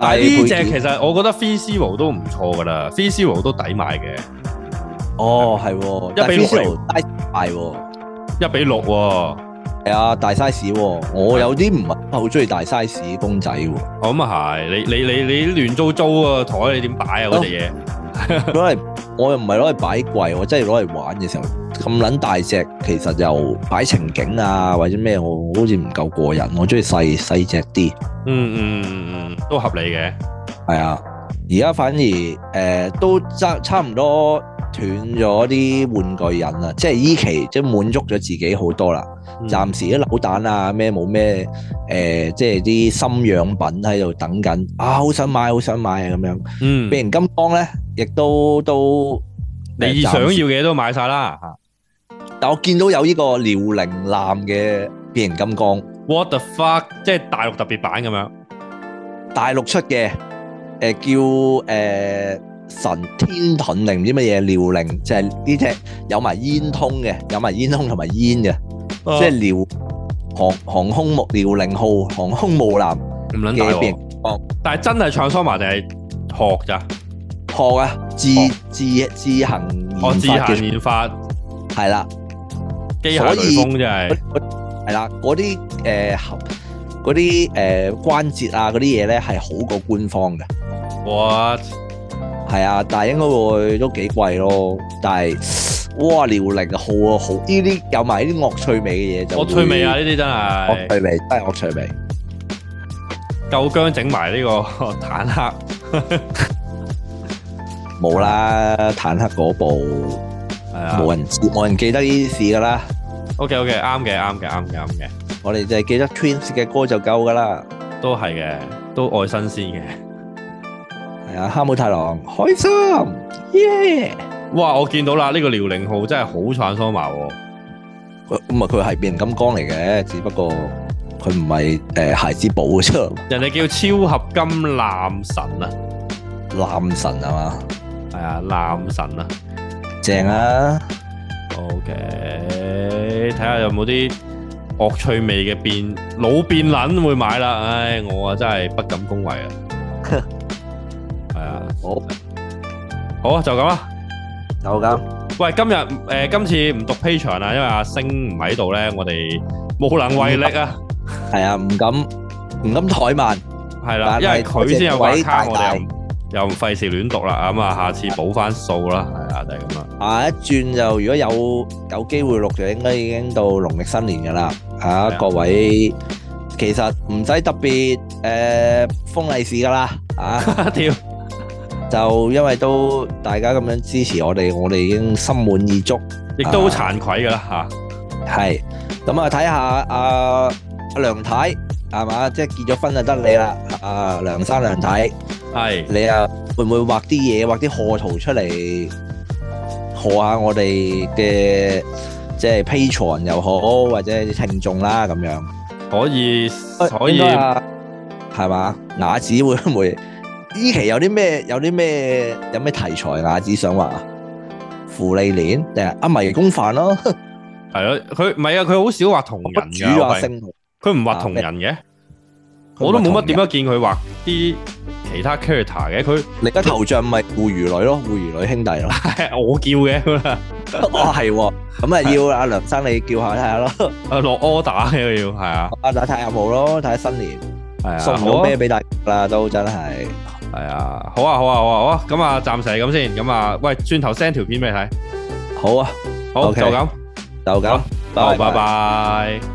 Speaker 6: 但
Speaker 7: 但
Speaker 6: 係
Speaker 7: 係
Speaker 6: 呢
Speaker 7: 配
Speaker 6: 只
Speaker 7: 件
Speaker 6: 其實我覺得 Free Zero 都唔錯噶啦，Free Zero 都抵買嘅，
Speaker 7: 哦，係喎，但
Speaker 6: 一比六
Speaker 7: Visual 大喎，
Speaker 6: 一比六喎，哦
Speaker 7: 係啊，大 size 喎，我有啲唔係好中意大 size 公仔 喎，
Speaker 6: 哦咁啊係，你你你你亂糟糟啊台你點擺啊嗰隻嘢？
Speaker 7: 攞嚟我又唔係攞嚟擺櫃，我真係攞嚟玩嘅時候咁撚大隻，其實又擺情景啊或者咩，我好似唔夠過癮，我中意細細隻啲，
Speaker 6: 嗯嗯嗯嗯，都合理嘅。
Speaker 7: 係啊，而家反而誒、呃都差差唔多斷咗啲玩具癮啦，即係依期即係滿足咗自己好多啦。
Speaker 6: 嗯
Speaker 7: 暫時啲扭蛋啊咩冇咩誒，即係啲心養品喺度等緊啊，好想買好想買啊咁樣。
Speaker 6: 嗯，
Speaker 7: 變形金剛咧，亦都都
Speaker 6: 你想要嘅嘢都買晒啦。
Speaker 7: 但我見到有呢個遼寧艦嘅變形金剛，
Speaker 6: What the fuck？即係大陸特別版咁樣。
Speaker 7: 大陸出嘅誒、呃叫誒、呃神天盾定唔知乜嘢遼寧，就係呢隻有埋煙通嘅，有埋煙通同埋煙嘅，
Speaker 6: 哦
Speaker 7: 即係遼航航空母遼寧號航空母艦
Speaker 6: 唔撚大
Speaker 7: 嘅變
Speaker 6: 鑊
Speaker 7: 形。
Speaker 6: 但係真係 Transformer 定係學咋？
Speaker 7: 學啊，自自自行研
Speaker 6: 我自
Speaker 7: 發
Speaker 6: 哦行
Speaker 7: 嘅，
Speaker 6: 研發
Speaker 7: 係啦，
Speaker 6: 機械雷鋒真係。
Speaker 7: 係啦，嗰啲誒合嗰啲誒關節啊嗰啲嘢咧係好過官方嘅，
Speaker 6: 哇！
Speaker 7: 係啊，但係應該會都幾貴咯，但係哇遼寧號啊好呢啲有埋呢啲惡趣味嘅嘢就
Speaker 6: 我
Speaker 7: 會
Speaker 6: 趣味啊！，呢啲真
Speaker 7: 惡
Speaker 6: 係
Speaker 7: 趣味真係惡趣味，
Speaker 6: 夠姜整埋呢個坦克。
Speaker 7: 冇啦坦克嗰部
Speaker 6: 係啊
Speaker 7: 冇人知冇人記得呢啲事噶啦，
Speaker 6: OK OK，啱嘅啱嘅啱嘅啱嘅，
Speaker 7: 我哋就係記得 Twins 嘅歌就夠噶啦，
Speaker 6: 都係嘅，都愛新鮮嘅。
Speaker 7: 係啊哈姆太郎開心耶！
Speaker 6: 哇！我見到啦，呢個遼寧號真係好 Transformer 喎。
Speaker 7: 佢咁啊，佢係變形金剛嚟嘅，只不過佢唔係誒孩之寶嘅啫，
Speaker 6: 人哋叫超合金艦神啊！
Speaker 7: 男神啊嘛，
Speaker 6: 係啊，男神啊。
Speaker 7: 正啊！
Speaker 6: OK，睇下有冇啲惡趣味嘅變老變撚會買啦。唉，我啊真係不敢恭維 啊。係啊，
Speaker 7: 好
Speaker 6: 好啊，就咁啦。
Speaker 7: 就咁，
Speaker 6: 喂，今日诶、今次唔讀 P 場啦，因為阿星唔喺度咧，我哋無能為力啊，
Speaker 7: 系啊，唔敢唔敢怠慢，
Speaker 6: 係啦，
Speaker 7: 但係
Speaker 6: 因為佢先有玩卡，
Speaker 7: 各
Speaker 6: 我
Speaker 7: 位大大
Speaker 6: 哋又又唔費事亂讀啦，咁啊，下次補翻數啦，係啊，就係 咁啦。
Speaker 7: 下一轉就如果有有機會錄就應該已經到農曆新年噶啦，啊
Speaker 6: 係啊
Speaker 7: 各位，其實唔使特別诶封利是噶啦，啊
Speaker 6: 屌，
Speaker 7: 就因為都大家咁樣支持我哋，我哋已經心滿意足。
Speaker 6: 亦都好慚愧噶啦吓，
Speaker 7: 系咁啊，睇下阿阿梁太系嘛，即系结咗婚就得你啦。阿梁生梁太，
Speaker 6: 係
Speaker 7: 你啊会唔会画啲嘢，画啲贺圖出嚟，贺下我哋嘅即系 p a t r o n 又好，或者啲聽眾啦咁樣。
Speaker 6: 可以可以
Speaker 7: 應該啊係嘛？雅子會 唔會呢期有啲咩有啲咩有咩題材？雅子想畫啊？芙莉蓮定係阿迷宮飯咯，
Speaker 6: 係咯，佢唔係啊，佢好少畫同人
Speaker 7: 主啊
Speaker 6: 㗎，
Speaker 7: 星，
Speaker 6: 佢唔畫同人嘅，我都冇乜點樣見佢畫啲其他 character 嘅，佢
Speaker 7: 你而家頭像咪護魚女咯，護魚女兄弟咯。
Speaker 6: 我叫嘅啦，
Speaker 7: 哦，係喎，咁啊要阿梁生你叫下睇下咯，
Speaker 6: 啊落 order 嘅要係啊，
Speaker 7: 阿睇下有冇咯，睇下新年
Speaker 6: 係啊，
Speaker 7: 送唔
Speaker 6: 好
Speaker 7: 到
Speaker 6: 啊
Speaker 7: 咩俾大家啦，都真係。
Speaker 6: 系啊，好啊，好啊，好啊，好啊，咁啊，暫時係咁先，咁啊，喂，轉頭 send 條片俾你睇，
Speaker 7: 好啊，
Speaker 6: 好
Speaker 7: OK
Speaker 6: 就咁，
Speaker 7: 就咁
Speaker 6: 好，，拜拜。